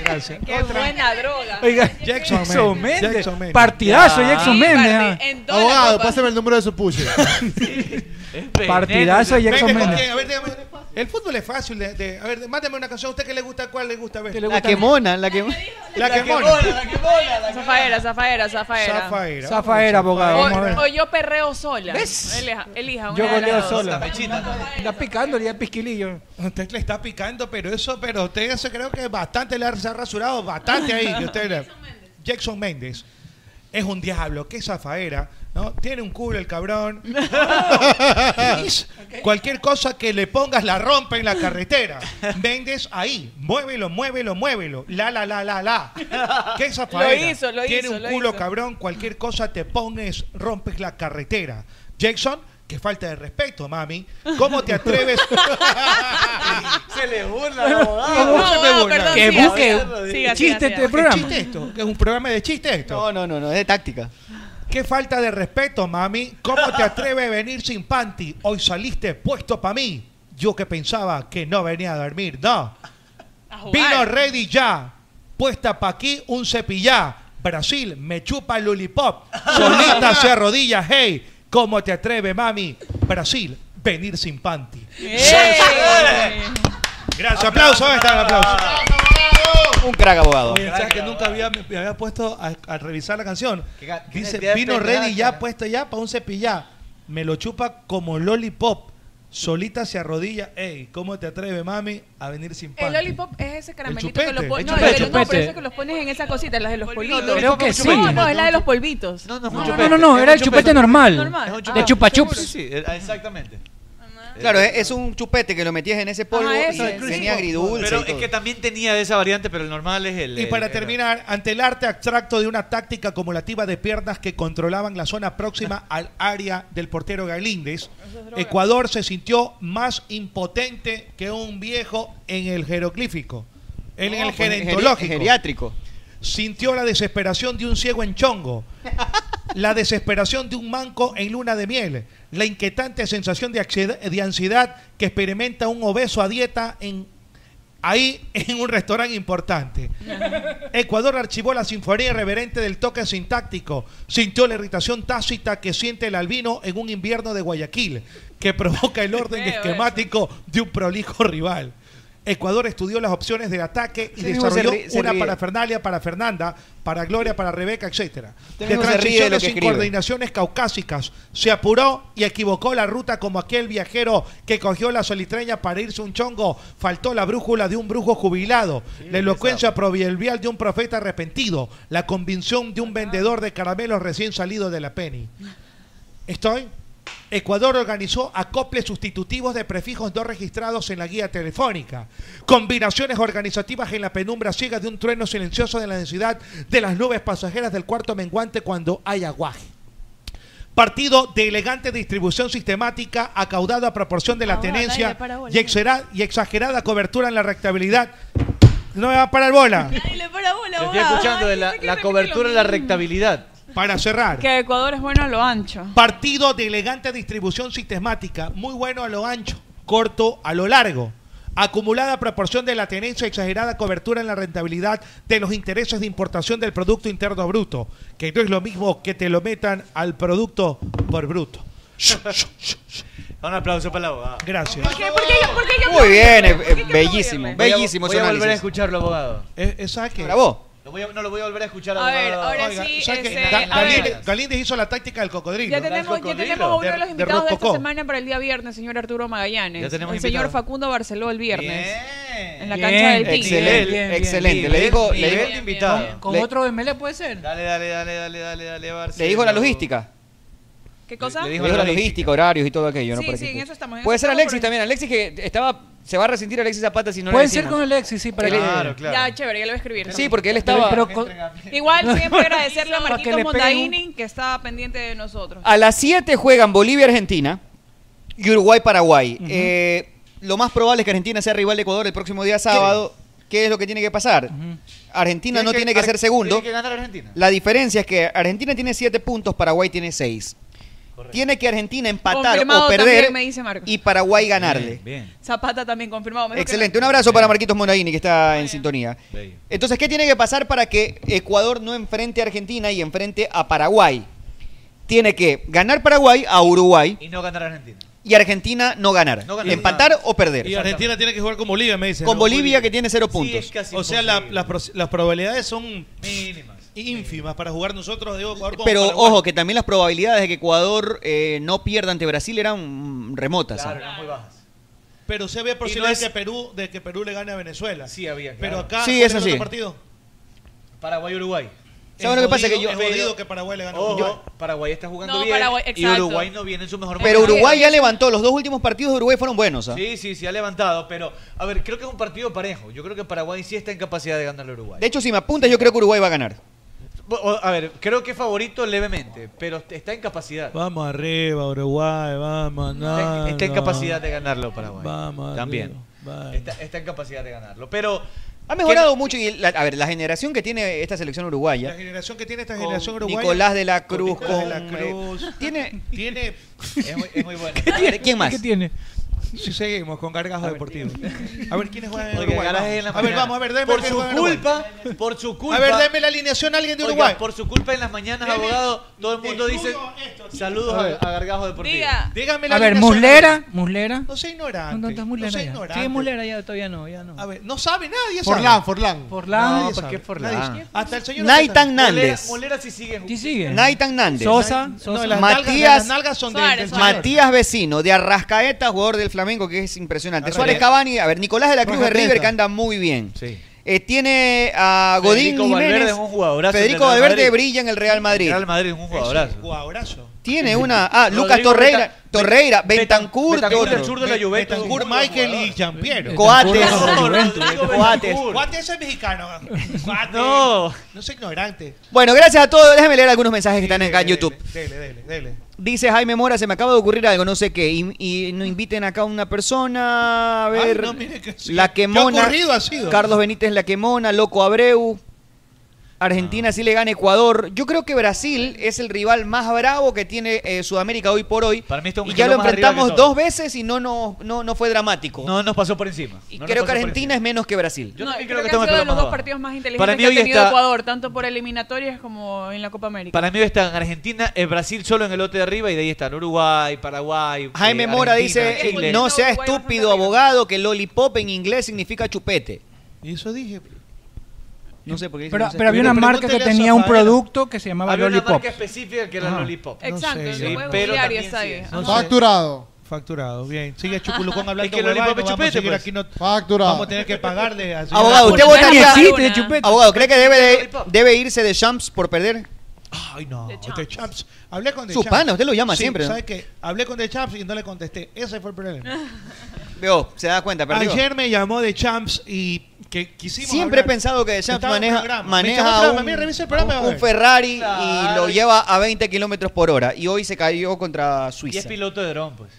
Speaker 3: Gracias.
Speaker 12: Qué buena droga.
Speaker 11: Oiga,
Speaker 3: Jackson
Speaker 11: Jackson
Speaker 3: Mendes.
Speaker 11: Mendes.
Speaker 3: Jackson Mendes.
Speaker 11: Partidazo, Jackson
Speaker 12: Sí,
Speaker 11: Mendes.
Speaker 12: parti-
Speaker 11: ah.
Speaker 12: en toda la
Speaker 15: Abogado,
Speaker 12: copa.
Speaker 15: pásame el número de su pusher.
Speaker 11: Partidazo de Jackson
Speaker 3: Vente con
Speaker 11: Mendes.
Speaker 3: quién, a ver, dígame. El fútbol es fácil. de- de- a ver, mándeme una canción. ¿A usted qué le gusta? ¿Cuál le gusta? A ver.
Speaker 9: La que mona, la que
Speaker 3: La que mona.
Speaker 12: Zafaera, zafaera, zafaera.
Speaker 3: Zafaera.
Speaker 11: Zafaera, abogado. Vamos a ver.
Speaker 12: O, o yo perreo sola.
Speaker 11: ¿Ves?
Speaker 12: Elija, elija una
Speaker 11: Yo
Speaker 12: de las
Speaker 11: goleo
Speaker 12: dos.
Speaker 11: sola. Está picando, ya pisquilillo.
Speaker 3: Usted le está picando, pero eso, pero usted se creo que bastante le ha se ha rasurado, bastante ahí. que usted le- Jackson Méndez. Es un diablo, qué zafaera, ¿no? Tiene un culo el cabrón. Luis, Cualquier cosa que le pongas la rompe en la carretera. Méndez ahí, muévelo, muévelo, muévelo. La, la, la, la, la. Qué zafaera.
Speaker 12: Lo hizo, lo
Speaker 3: Tiene
Speaker 12: hizo,
Speaker 3: un
Speaker 12: lo
Speaker 3: culo
Speaker 12: hizo.
Speaker 3: cabrón, cualquier cosa te pones, rompes la carretera. Jackson, qué falta de respeto, mami. ¿Cómo te atreves?
Speaker 16: Se le burla al abogado.
Speaker 3: ¿Cómo se me burla?
Speaker 11: Que
Speaker 16: siga,
Speaker 11: busque
Speaker 16: siga,
Speaker 11: un
Speaker 16: siga,
Speaker 11: chiste
Speaker 16: siga,
Speaker 11: este
Speaker 16: siga.
Speaker 11: programa.
Speaker 3: ¿Chiste esto? ¿Es un programa de chiste esto?
Speaker 9: No, no, no, no, es de táctica.
Speaker 3: Qué falta de respeto, mami. ¿Cómo te atreves a venir sin panty? Hoy saliste puesto para mí. Yo que pensaba que no venía a dormir, no. Vino ready ya. Puesta pa' aquí un cepillá. Brasil, me chupa el lollipop. Solita se arrodilla, hey. ¿Cómo te atreves, mami? Brasil, venir sin panty.
Speaker 11: ¡Eh!
Speaker 3: Gracias, aplauso, ahí está el aplauso.
Speaker 9: Un crack abogado.
Speaker 3: Oye, ¿sabes que nunca había, me había puesto a, a revisar la canción?
Speaker 9: qué
Speaker 3: Dice,
Speaker 9: cantidad de
Speaker 3: vino ready
Speaker 9: pendejadas,
Speaker 3: ya, puesto ya para un cepillá. Me lo chupa como lollipop. Solita se arrodilla. Ey, ¿cómo te atreves, mami, a venir sin pan?
Speaker 12: El lollipop es ese caramelito que
Speaker 3: chupete,
Speaker 12: lo
Speaker 3: el
Speaker 12: pones. No,
Speaker 3: chupete,
Speaker 12: pero no, pero
Speaker 3: chupete.
Speaker 12: eso que los pones en esas cositas, las de los polvitos.
Speaker 11: Creo que sí.
Speaker 12: No, no, es la de los polvitos.
Speaker 10: No, no,
Speaker 11: No, no, no, no, era el chupete normal.
Speaker 12: Normal.
Speaker 9: Ah,
Speaker 11: De chupa chups.
Speaker 10: Sí, eh, exactamente.
Speaker 9: Claro, es, es un chupete que lo metías en ese polvo
Speaker 12: Ajá,
Speaker 9: y
Speaker 12: eso, el
Speaker 9: tenía agridulce.
Speaker 10: Pero
Speaker 9: y
Speaker 10: es
Speaker 9: todo.
Speaker 10: que también tenía de esa variante, pero el normal es el.
Speaker 3: Y
Speaker 10: el-
Speaker 3: para
Speaker 10: el-
Speaker 3: terminar, ante el arte abstracto de una táctica acumulativa de piernas que controlaban la zona próxima al área del portero Galíndez, Ecuador se sintió más impotente que un viejo en el jeroglífico, en el
Speaker 9: No, pues, geri-
Speaker 3: gerontológico.
Speaker 9: Geriátrico.
Speaker 3: Sintió la desesperación de un ciego en chongo, la desesperación de un manco en luna de miel, la inquietante sensación de, ansiedad- de ansiedad que experimenta un obeso a dieta en ahí en un restaurante importante. Ecuador archivó la sinfonía irreverente del toque sintáctico. Sintió la irritación tácita que siente el albino en un invierno de Guayaquil, que provoca el orden
Speaker 6: Qué feo
Speaker 3: esquemático de un prolijo rival. Ecuador estudió las opciones del ataque y
Speaker 6: Usted mismo se
Speaker 3: desarrolló
Speaker 6: ríe- se
Speaker 3: una
Speaker 6: ríe.
Speaker 3: para Fernalia, para Fernanda, para Gloria, para Rebeca, etc. De
Speaker 6: Usted mismo se ríe de lo
Speaker 3: transiciones
Speaker 6: que
Speaker 3: sin
Speaker 6: escribe.
Speaker 3: coordinaciones caucásicas, se apuró y equivocó la ruta como aquel viajero que cogió la solitreña para irse un chongo. Faltó la brújula de un brujo jubilado, la elocuencia proverbial de un profeta arrepentido, la convicción de un vendedor de caramelos recién salido de la penny. ¿Estoy? Ecuador organizó acoples sustitutivos de prefijos no registrados en la guía telefónica, combinaciones organizativas en la penumbra ciega de un trueno silencioso de la densidad de las nubes pasajeras del cuarto menguante cuando hay aguaje. Partido de elegante distribución sistemática, acaudado a proporción de la
Speaker 6: Ahora,
Speaker 3: tenencia
Speaker 6: dale, para bola.
Speaker 3: y, exera- y exagerada cobertura en la rectabilidad. No me va a parar bola.
Speaker 12: bola,
Speaker 16: Estoy escuchando de la, la cobertura y la rectabilidad.
Speaker 3: Para cerrar.
Speaker 12: Que Ecuador es bueno a lo ancho.
Speaker 3: Partido de elegante distribución sistemática, muy bueno a lo ancho, corto a lo largo. Acumulada proporción de la tenencia, exagerada cobertura en la rentabilidad de los intereses de importación del Producto Interno Bruto, que no es lo mismo que te lo metan al producto por bruto.
Speaker 10: Un aplauso para la abogada.
Speaker 3: Gracias.
Speaker 9: Muy bien, eh, eh, bellísimo,
Speaker 10: Voy a-
Speaker 9: bellísimo
Speaker 10: Voy
Speaker 9: su
Speaker 10: a volver a
Speaker 9: análisis.
Speaker 10: escucharlo, abogado.
Speaker 3: Eh, ¿Sabes qué?
Speaker 9: Bravo.
Speaker 10: Lo voy a- no lo voy a volver a escuchar,
Speaker 12: A ver,
Speaker 10: abogado.
Speaker 12: ahora
Speaker 10: Oiga,
Speaker 12: sí,
Speaker 10: ¿sabe qué?
Speaker 12: ese-
Speaker 10: Da-
Speaker 12: a
Speaker 10: Galíndez-
Speaker 12: ver.
Speaker 3: Galíndez hizo la táctica del cocodrilo.
Speaker 12: Ya tenemos, ya tenemos a uno de los invitados de, esta
Speaker 3: Rococó.
Speaker 12: semana para el día viernes, señor Arturo Magallanes.
Speaker 3: Ya tenemos
Speaker 12: el
Speaker 3: invitado.
Speaker 12: señor Facundo Barceló el viernes. En la
Speaker 11: Bien,
Speaker 12: cancha del Tigre.
Speaker 11: excelente, Bien, bien, excelente. bien. Le digo- le digo-
Speaker 9: invitado.
Speaker 11: Con
Speaker 9: Le-
Speaker 11: otro em- de Mele puede ser.
Speaker 10: Dale, dale, dale, dale, dale, dale, Barcelona.
Speaker 9: Le dijo la logística.
Speaker 12: ¿Qué cosa?
Speaker 9: Le dijo la logística, horarios y todo aquello. ¿no?
Speaker 12: Sí,
Speaker 9: Por
Speaker 12: sí,
Speaker 9: aquí.
Speaker 12: en eso estamos, en
Speaker 9: Puede
Speaker 12: eso
Speaker 9: ser
Speaker 12: estamos,
Speaker 9: Alexis también. Alexis que estaba. Se va a resentir Alexis Zapata si no
Speaker 11: Pueden
Speaker 9: le
Speaker 11: ser con Alexis, sí, para que-
Speaker 9: Claro,
Speaker 12: Ya, chévere, ya lo voy a escribir.
Speaker 9: Sí, porque él estaba.
Speaker 11: Pero con-
Speaker 12: Igual siempre agradecerle a
Speaker 11: Para que
Speaker 12: Marquito
Speaker 11: le peguen un-
Speaker 12: Mondaini que está pendiente de nosotros.
Speaker 9: A las 7 juegan Bolivia-Argentina y Uruguay-Paraguay. Eh, lo más probable es que Argentina sea rival de Ecuador el próximo día sábado. ¿Qué es lo que tiene que pasar? Argentina no tiene que, ser segundo.
Speaker 16: Tiene que ganar Argentina.
Speaker 9: La diferencia es que Argentina tiene 7 puntos, Paraguay tiene 6. Tiene que Argentina empatar
Speaker 12: Confirmado
Speaker 9: o perder
Speaker 12: también, me dice Marco.
Speaker 9: y Paraguay ganarle.
Speaker 12: Zapata también confirmado. me dijo que-
Speaker 9: Excelente. Un abrazo para Marquitos Monaini, que está en sintonía. Entonces, ¿qué tiene que pasar para que Ecuador no enfrente a Argentina y enfrente a Paraguay? Tiene que ganar Paraguay a Uruguay
Speaker 10: Y no ganar Argentina.
Speaker 9: y Argentina no ganar.
Speaker 10: No ganar.
Speaker 9: empatar o perder.
Speaker 3: Y Argentina tiene que jugar con Bolivia, me dicen.
Speaker 9: Con
Speaker 3: ¿no?
Speaker 9: Bolivia, que tiene cero puntos.
Speaker 3: o sea, la- las pro- las probabilidades son mínimas, ínfimas para jugar nosotros. Digo, jugar con
Speaker 9: Pero
Speaker 3: Paraguay.
Speaker 9: ojo, que también las probabilidades de que Ecuador eh, no pierda ante Brasil eran mm, remotas. ¿ah?
Speaker 10: muy bajas.
Speaker 3: Pero se había
Speaker 10: Y no
Speaker 3: posibilidad
Speaker 10: es-
Speaker 3: de, que Perú, de que Perú le gane a Venezuela. Sí,
Speaker 10: había.
Speaker 3: Pero
Speaker 10: claro.
Speaker 3: acá.
Speaker 9: Sí,
Speaker 3: ¿cuál
Speaker 9: es
Speaker 3: el otro
Speaker 9: así.
Speaker 3: partido?
Speaker 10: Paraguay-Uruguay.
Speaker 9: ¿Sabes lo que pasa? Que yo-
Speaker 3: Es jodido que Paraguay le gane a
Speaker 10: Ojo,
Speaker 3: Uruguay.
Speaker 10: Paraguay está jugando
Speaker 3: No,
Speaker 10: bien
Speaker 3: Paraguay,
Speaker 10: y
Speaker 3: exacto.
Speaker 10: Uruguay no viene en su mejor
Speaker 9: Pero
Speaker 10: momento.
Speaker 9: Uruguay ya levantó. Los dos últimos partidos de Uruguay fueron buenos. ¿ah?
Speaker 10: Sí, sí, sí, ha levantado, pero a ver, creo que es un partido parejo. Yo creo que Paraguay sí está en capacidad de ganarle a Uruguay.
Speaker 9: De hecho, si me apuntas, yo creo que Uruguay va a ganar.
Speaker 10: Bo- o- A ver, creo que es favorito levemente, pero está en capacidad.
Speaker 3: Vamos arriba, Uruguay, vamos.
Speaker 10: Está en- está en capacidad de ganarlo Paraguay.
Speaker 3: Vamos.
Speaker 10: También. Está, está en capacidad de ganarlo. Pero
Speaker 9: Ha mejorado mucho. Y la- a ver, la generación que tiene esta selección uruguaya.
Speaker 3: La generación que tiene esta generación uruguaya.
Speaker 9: Nicolás de la
Speaker 3: con
Speaker 9: Cruz,
Speaker 3: Nicolás de
Speaker 9: con,
Speaker 3: la Cruz.
Speaker 9: Tiene.
Speaker 3: Tiene.
Speaker 10: Es muy, bueno.
Speaker 9: ¿Qué tiene? ¿Quién más? ¿Qué
Speaker 11: tiene?
Speaker 3: Si seguimos con Gargajo Deportivo. A ver, ¿quiénes juegan en
Speaker 10: Porque
Speaker 3: Uruguay?
Speaker 10: Galas
Speaker 3: Vamos.
Speaker 10: es en la
Speaker 3: a ver,
Speaker 10: mañana.
Speaker 3: vamos, a ver, deme
Speaker 10: Por
Speaker 3: quién
Speaker 10: su
Speaker 3: juega en Uruguay.
Speaker 10: culpa, por su culpa.
Speaker 3: A ver, deme la alineación a alguien de
Speaker 10: Oiga,
Speaker 3: Uruguay.
Speaker 10: por su culpa en las mañanas, abogado, todo el mundo dice saludos
Speaker 3: A ver.
Speaker 10: a, a Gargajo Deportivo.
Speaker 3: Diga. Dígame la
Speaker 11: A ver,
Speaker 3: alineación.
Speaker 11: Muslera, Muslera.
Speaker 3: No soy ignorante.
Speaker 11: No, no, estás Muslera
Speaker 3: soy
Speaker 11: ya.
Speaker 3: ignorante.
Speaker 11: Sí, Muslera ya, todavía no, ya no.
Speaker 3: A ver, no sabe nadie. sabe.
Speaker 15: Forlán, Forlán.
Speaker 11: Forlán.
Speaker 3: Nadie
Speaker 11: No, ¿por
Speaker 3: sabe,
Speaker 11: qué Forlán?
Speaker 3: nadie sabe. Hasta el señor.
Speaker 9: Naitan
Speaker 3: Molera-
Speaker 9: Nández.
Speaker 10: Molera sí sigue.
Speaker 11: Sí sigue.
Speaker 9: Naitan Nández.
Speaker 11: Sosa,
Speaker 9: No,
Speaker 11: Sosa.
Speaker 3: las nalgas-
Speaker 9: Matías,
Speaker 3: las nalgas son de-
Speaker 9: Suárez,
Speaker 3: del
Speaker 9: Suárez.
Speaker 3: señor.
Speaker 9: Matías Vecino, de Arrascaeta, jugador del Flamengo, que es impresionante.
Speaker 3: Arrascaeta.
Speaker 9: Suárez Cavani, a ver, Nicolás de la Cruz de
Speaker 3: Arrascaeta.
Speaker 9: River, que anda muy bien. Eh, tiene a Godín
Speaker 10: Federico
Speaker 9: Jiménez.
Speaker 10: Valverde es un jugadorazo
Speaker 9: Federico
Speaker 10: del Real
Speaker 9: Valverde
Speaker 10: Madrid.
Speaker 9: brilla en el Real Madrid.
Speaker 10: Real Madrid es un jugadorazo.
Speaker 3: Jugadorazo.
Speaker 9: Tiene una. Ah,
Speaker 10: Rodrigo
Speaker 9: Lucas Torreira.
Speaker 10: Beta-
Speaker 9: Torreira, Bentancur.
Speaker 10: Betancur, el sur de la Juventus.
Speaker 3: Bentancur, Michael y Jampiero.
Speaker 9: Coates.
Speaker 3: Coates.
Speaker 9: Coates.
Speaker 3: Coates es mexicano. Coates.
Speaker 9: No.
Speaker 3: No soy ignorante.
Speaker 9: Bueno, gracias a todos. Déjame leer algunos mensajes que están acá en YouTube.
Speaker 3: Dele, dele, dele.
Speaker 9: Dice Jaime Mora, se me acaba de ocurrir algo, no sé qué. Y, y no inviten acá a una persona. A ver.
Speaker 3: no, mire que sí.
Speaker 9: la
Speaker 3: Qué
Speaker 9: quemona.
Speaker 3: ocurrido ha sido.
Speaker 9: Carlos Benítez, la quemona. Loco Abreu. Argentina sí le gana a Ecuador. Yo creo que Brasil es el rival más bravo que tiene eh, Sudamérica hoy por hoy.
Speaker 10: Para mí está un
Speaker 9: y ya
Speaker 10: kilo
Speaker 9: lo
Speaker 10: más arriba que
Speaker 9: enfrentamos
Speaker 10: todo.
Speaker 9: dos veces y no, no, no, no fue dramático.
Speaker 10: No nos pasó por encima.
Speaker 9: Y
Speaker 10: No nos
Speaker 9: creo que
Speaker 10: pasó por
Speaker 9: Argentina es menos que Brasil.
Speaker 12: No, creo,
Speaker 10: que
Speaker 12: que,
Speaker 10: estamos
Speaker 12: ha sido
Speaker 10: en
Speaker 12: de
Speaker 10: lo
Speaker 12: los
Speaker 10: más
Speaker 12: dos
Speaker 10: bajo.
Speaker 12: partidos más
Speaker 10: Para
Speaker 12: inteligentes
Speaker 10: mí
Speaker 12: que ha
Speaker 10: hoy
Speaker 12: tenido
Speaker 10: está-
Speaker 12: Ecuador, tanto por eliminatorias como en la Copa América.
Speaker 10: Para mí hoy están Argentina, eh, Brasil solo en el lote de arriba y de ahí están Uruguay, Paraguay.
Speaker 9: Jaime
Speaker 10: eh,
Speaker 9: Mora
Speaker 10: Argentina,
Speaker 9: dice,
Speaker 10: Chile.
Speaker 9: no sea estúpido abogado, que lollipop en inglés significa chupete.
Speaker 3: Y eso dije.
Speaker 9: No sé por qué dice,
Speaker 11: Pero,
Speaker 9: no sé.
Speaker 11: pero había una
Speaker 9: Pregúntale
Speaker 11: marca que
Speaker 9: a
Speaker 11: tenía un
Speaker 9: Zafaera.
Speaker 11: producto que se llamaba
Speaker 10: Había una
Speaker 11: Lollipop.
Speaker 10: marca específica que era
Speaker 3: Ajá.
Speaker 10: Lollipop.
Speaker 3: sé,
Speaker 12: Exacto, lo
Speaker 3: yo-
Speaker 12: puedes
Speaker 3: pero
Speaker 12: googlear y
Speaker 3: también
Speaker 12: está ahí.
Speaker 3: No sé.
Speaker 15: Facturado.
Speaker 3: Facturado, bien. Sigue Chupulucón hablando
Speaker 15: Es que
Speaker 3: huevadas,
Speaker 15: lo
Speaker 3: no
Speaker 15: limpio
Speaker 3: vamos a
Speaker 15: chupete,
Speaker 3: seguir
Speaker 15: pues.
Speaker 3: aquí, no-
Speaker 15: Facturado.
Speaker 3: Vamos a tener que pagarle a
Speaker 9: Abogado, ¿usted votaría?
Speaker 3: chupete.
Speaker 9: Abogado, ¿cree que debe, de- debe irse de Champs por perder?
Speaker 3: Ay, no. De Champs. Hablé con The
Speaker 9: Su
Speaker 3: Champs.
Speaker 9: pana, usted lo llama
Speaker 3: Sí,
Speaker 9: siempre, ¿no?
Speaker 3: ¿Sabe qué? Hablé con The Champs y no le contesté. Ese fue el problema.
Speaker 9: Veo, se da cuenta, perdió.
Speaker 3: Ayer me llamó The Champs y que quisimos
Speaker 9: Siempre he
Speaker 3: hablar.
Speaker 9: pensado que Champs
Speaker 3: Estaba en el
Speaker 9: maneja,
Speaker 3: programa. Me
Speaker 9: maneja
Speaker 3: llamó el programa.
Speaker 9: un,
Speaker 3: Mira, revisa el programa,
Speaker 9: un-
Speaker 3: a ver.
Speaker 9: un Ferrari y
Speaker 3: Claro.
Speaker 9: lo lleva a 20 kilómetros por hora. Y hoy se cayó contra
Speaker 10: Y es
Speaker 9: Suiza.
Speaker 10: piloto de dron, pues.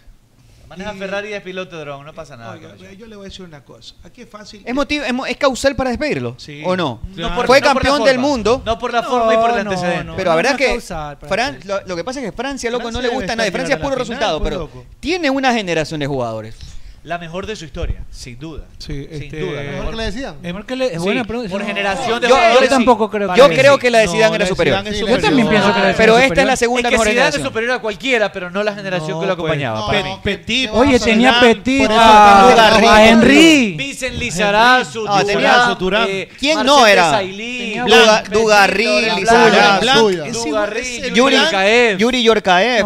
Speaker 10: Maneja Ferrari y es piloto de dron, no pasa nada.
Speaker 3: Oiga,
Speaker 10: con eso.
Speaker 3: yo le voy a decir una cosa. Aquí es fácil.
Speaker 9: ¿Es, motivo, es, mo- es causal para despedirlo?
Speaker 3: Sí.
Speaker 9: ¿O no?
Speaker 3: No por-
Speaker 9: Fue
Speaker 3: no por la
Speaker 9: campeón del
Speaker 3: forma.
Speaker 9: mundo.
Speaker 10: No por la forma y por el No, no, antecedente. no,
Speaker 9: pero
Speaker 10: no
Speaker 9: habrá
Speaker 10: es
Speaker 9: que.
Speaker 10: causal para
Speaker 9: Fran-
Speaker 10: decir.
Speaker 9: lo, lo que pasa es que Francia, loco, no
Speaker 10: Francia
Speaker 9: le
Speaker 10: debe
Speaker 9: gusta a
Speaker 10: estar
Speaker 9: nadie. Francia es
Speaker 10: llegando
Speaker 9: puro
Speaker 10: a la final,
Speaker 9: resultado,
Speaker 10: pues,
Speaker 9: pero
Speaker 10: loco.
Speaker 9: tiene una generación de jugadores.
Speaker 10: La mejor de su historia, sin duda.
Speaker 3: Sí,
Speaker 10: sin duda. la mejor.
Speaker 11: Es buena
Speaker 10: Sí,
Speaker 11: pregunta.
Speaker 10: Por
Speaker 11: No.
Speaker 10: generación de
Speaker 11: Yo-
Speaker 10: jugadores,
Speaker 11: yo
Speaker 10: sí.
Speaker 11: tampoco creo
Speaker 9: Yo
Speaker 11: que-
Speaker 9: creo que la de
Speaker 11: No,
Speaker 9: Zidane
Speaker 11: la
Speaker 9: era
Speaker 11: de
Speaker 9: superior.
Speaker 11: Zidane es superior. Yo también pienso que la de Zidane
Speaker 9: Pero
Speaker 11: es
Speaker 9: esta es la
Speaker 11: superior.
Speaker 9: segunda
Speaker 10: es que
Speaker 9: mejor
Speaker 10: Zidane es
Speaker 9: generación.
Speaker 10: superior a cualquiera, pero no la generación que lo acompañaba.
Speaker 3: pues,
Speaker 10: para mí.
Speaker 3: Petit,
Speaker 11: Oye, tenía Petit,
Speaker 10: Por eso
Speaker 11: a-
Speaker 10: estamos hablando
Speaker 11: a
Speaker 10: de
Speaker 11: Henry.
Speaker 10: Vicen Lizarazu,
Speaker 9: Ah, tenía-
Speaker 10: Durazzo, Turán.
Speaker 9: eh, ¿Quién no era? Tenía Duga- Dugarry, Lizarazu. Yuri, Yuri Yorkaev.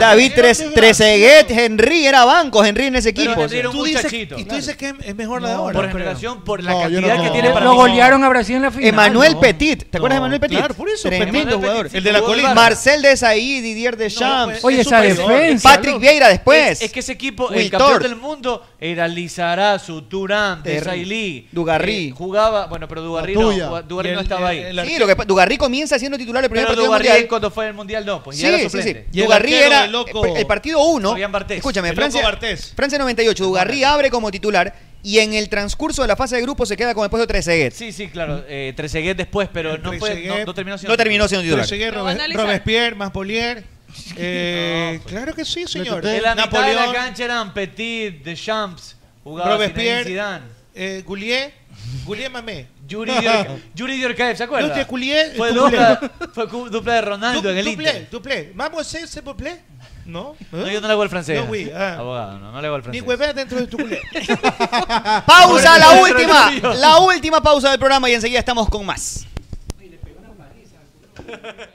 Speaker 9: David Tres- Trezeguet, Henry era banco, Henry en ese equipo. o sea.
Speaker 3: Tú dices- y tú dices que es mejor la de ahora.
Speaker 10: Por
Speaker 3: creo.
Speaker 10: generación, por la
Speaker 9: No, yo no
Speaker 10: cantidad que
Speaker 9: creo.
Speaker 10: tiene para
Speaker 9: Lo
Speaker 10: mí.
Speaker 9: golearon
Speaker 11: a Brasil en la final.
Speaker 9: Emanuel
Speaker 11: No.
Speaker 9: Petit, ¿te acuerdas de Emanuel Petit?
Speaker 11: claro, por eso,
Speaker 9: Tremendo
Speaker 11: Petit.
Speaker 9: jugador.
Speaker 10: El de la colina.
Speaker 9: Marcel Desailly, Didier Deschamps.
Speaker 10: pues, Oye, es esa superior. defensa,
Speaker 9: Patrick
Speaker 10: loco.
Speaker 9: Vieira después.
Speaker 10: Es, es que ese equipo, el
Speaker 9: Will
Speaker 10: campeón
Speaker 9: Tort.
Speaker 10: del mundo, era Lizarazu, Turán,
Speaker 9: Terry,
Speaker 10: Desailly.
Speaker 9: Dugarry.
Speaker 10: eh, jugaba, bueno, pero Dugarry
Speaker 9: La
Speaker 10: no,
Speaker 9: tuya.
Speaker 10: Duga- Dugarry
Speaker 9: Y
Speaker 10: no
Speaker 9: el-
Speaker 10: estaba
Speaker 9: el-
Speaker 10: ahí.
Speaker 9: el Sí, lo que pa- Dugarry comienza siendo titular el primer
Speaker 10: Pero
Speaker 9: partido del
Speaker 10: Dugarry
Speaker 9: mundial.
Speaker 10: cuando fue el mundial no, pues
Speaker 9: Sí,
Speaker 10: ya era
Speaker 9: sí, sí.
Speaker 10: suplente.
Speaker 9: Dugarry era el- el partido 1.
Speaker 10: Fabián Bartés.
Speaker 9: Escúchame,
Speaker 10: El loco
Speaker 9: Francia,
Speaker 10: Bartés.
Speaker 9: Francia 98. Dugarry abre como titular y en el transcurso de la fase de grupo se queda con el puesto 13
Speaker 10: Sí, sí, claro. Eh, Trezeguet después, pero no, fue, no, no terminó siendo
Speaker 9: No terminó siendo titular.
Speaker 3: Trezeguet,
Speaker 9: Lo va a
Speaker 3: Robes-
Speaker 9: analizar.
Speaker 3: Este, eh, Robespierre, Maspolier. Eh,
Speaker 10: pues.
Speaker 3: claro que sí, señor. Eh,
Speaker 10: En la mitad de la
Speaker 3: Napoleón,
Speaker 10: cancha eran Petit, Deschamps, jugaba Zinedine
Speaker 3: Robespierre,
Speaker 10: Zidane.
Speaker 3: eh, Goulier, Goulier Mamé.
Speaker 10: Yuri Dior- Yuri Diorcaev, ¿se acuerda?
Speaker 3: No te culié,
Speaker 10: Fue
Speaker 3: tú culié.
Speaker 10: dupla, fue cu- dupla de Ronaldo en el
Speaker 3: Duplé,
Speaker 10: Inter.
Speaker 3: duplé. Vamos a hacer ese duplé. No.
Speaker 10: No, yo no le hago el francés.
Speaker 3: No, güey, ah.
Speaker 10: Abogado, no, no le hago el francés.
Speaker 3: Ni huevea dentro de tu culé.
Speaker 9: Pausa, la
Speaker 10: Por el
Speaker 9: última.
Speaker 10: contrario.
Speaker 9: La última pausa del programa y enseguida estamos con más.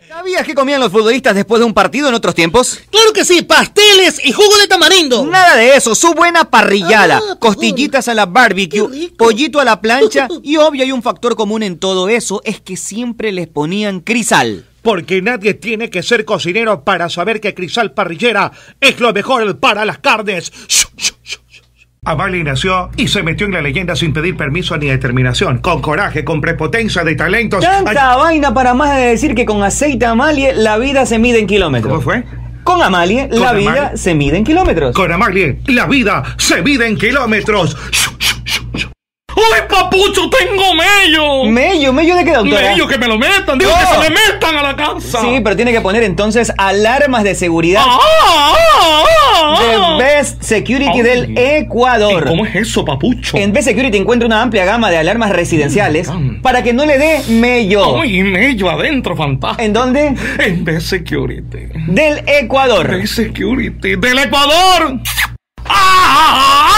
Speaker 2: ¿Sabías que comían los futbolistas después de un partido en otros tiempos? ¡Claro que sí! ¡Pasteles y jugo de tamarindo! Ah, Nada de eso, su buena parrillada, costillitas a la barbecue, pollito a la plancha y obvio hay un factor común en todo eso, es que siempre les ponían crisal.
Speaker 1: Porque nadie tiene que ser cocinero para saber que Crisal Parrillera es lo mejor para las carnes. Amali nació y se metió en la leyenda sin pedir permiso ni determinación, con coraje, con prepotencia de talentos.
Speaker 2: Tanta vaina para más de decir que con aceite Amalie la vida se mide en kilómetros. ¿Cómo fue? Con Amalie la
Speaker 1: Con
Speaker 2: vida
Speaker 1: Amalie.
Speaker 2: se mide en kilómetros.
Speaker 1: Con Amalie, la vida se mide en kilómetros.
Speaker 2: ¡Uy, papucho, tengo mello! ¿Mello? ¿Mello de qué, doctora?
Speaker 14: Mello, que me lo metan, digo que se le metan a la casa.
Speaker 2: Sí, pero tiene que poner entonces alarmas de seguridad.
Speaker 14: Ah, ah, ah.
Speaker 2: The Best Security
Speaker 14: Ay.
Speaker 2: del Ecuador.
Speaker 14: ¿Cómo es eso, papucho?
Speaker 2: En Best Security encuentra una amplia gama de alarmas residenciales para que no le dé mello.
Speaker 14: Ay, mello adentro, fantástico.
Speaker 2: ¿En dónde?
Speaker 14: En Best Security.
Speaker 2: Del Ecuador.
Speaker 14: Best Security. ¡Del Ecuador! Ah,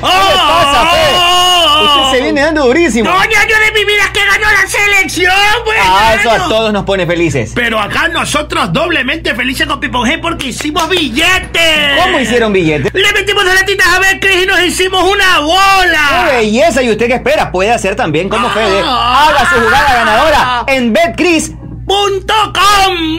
Speaker 2: ¿Qué le pasa, Fe? Usted se viene dando durísimo.
Speaker 14: ah, ¡Coño, yo de mi vida que ganó la selección, pues!
Speaker 2: Ah, eso a todos nos pone felices.
Speaker 14: Pero acá nosotros doblemente felices con Pipon G porque hicimos billetes.
Speaker 2: ¿Cómo hicieron billetes?
Speaker 14: Le metimos las latitas a ver, Cris, y nos hicimos una
Speaker 28: Ah.
Speaker 2: ¡Qué
Speaker 14: bola.
Speaker 2: belleza! ¿Y usted qué espera? Puede hacer también como Fede. Haga su jugada ganadora en BetCris.com.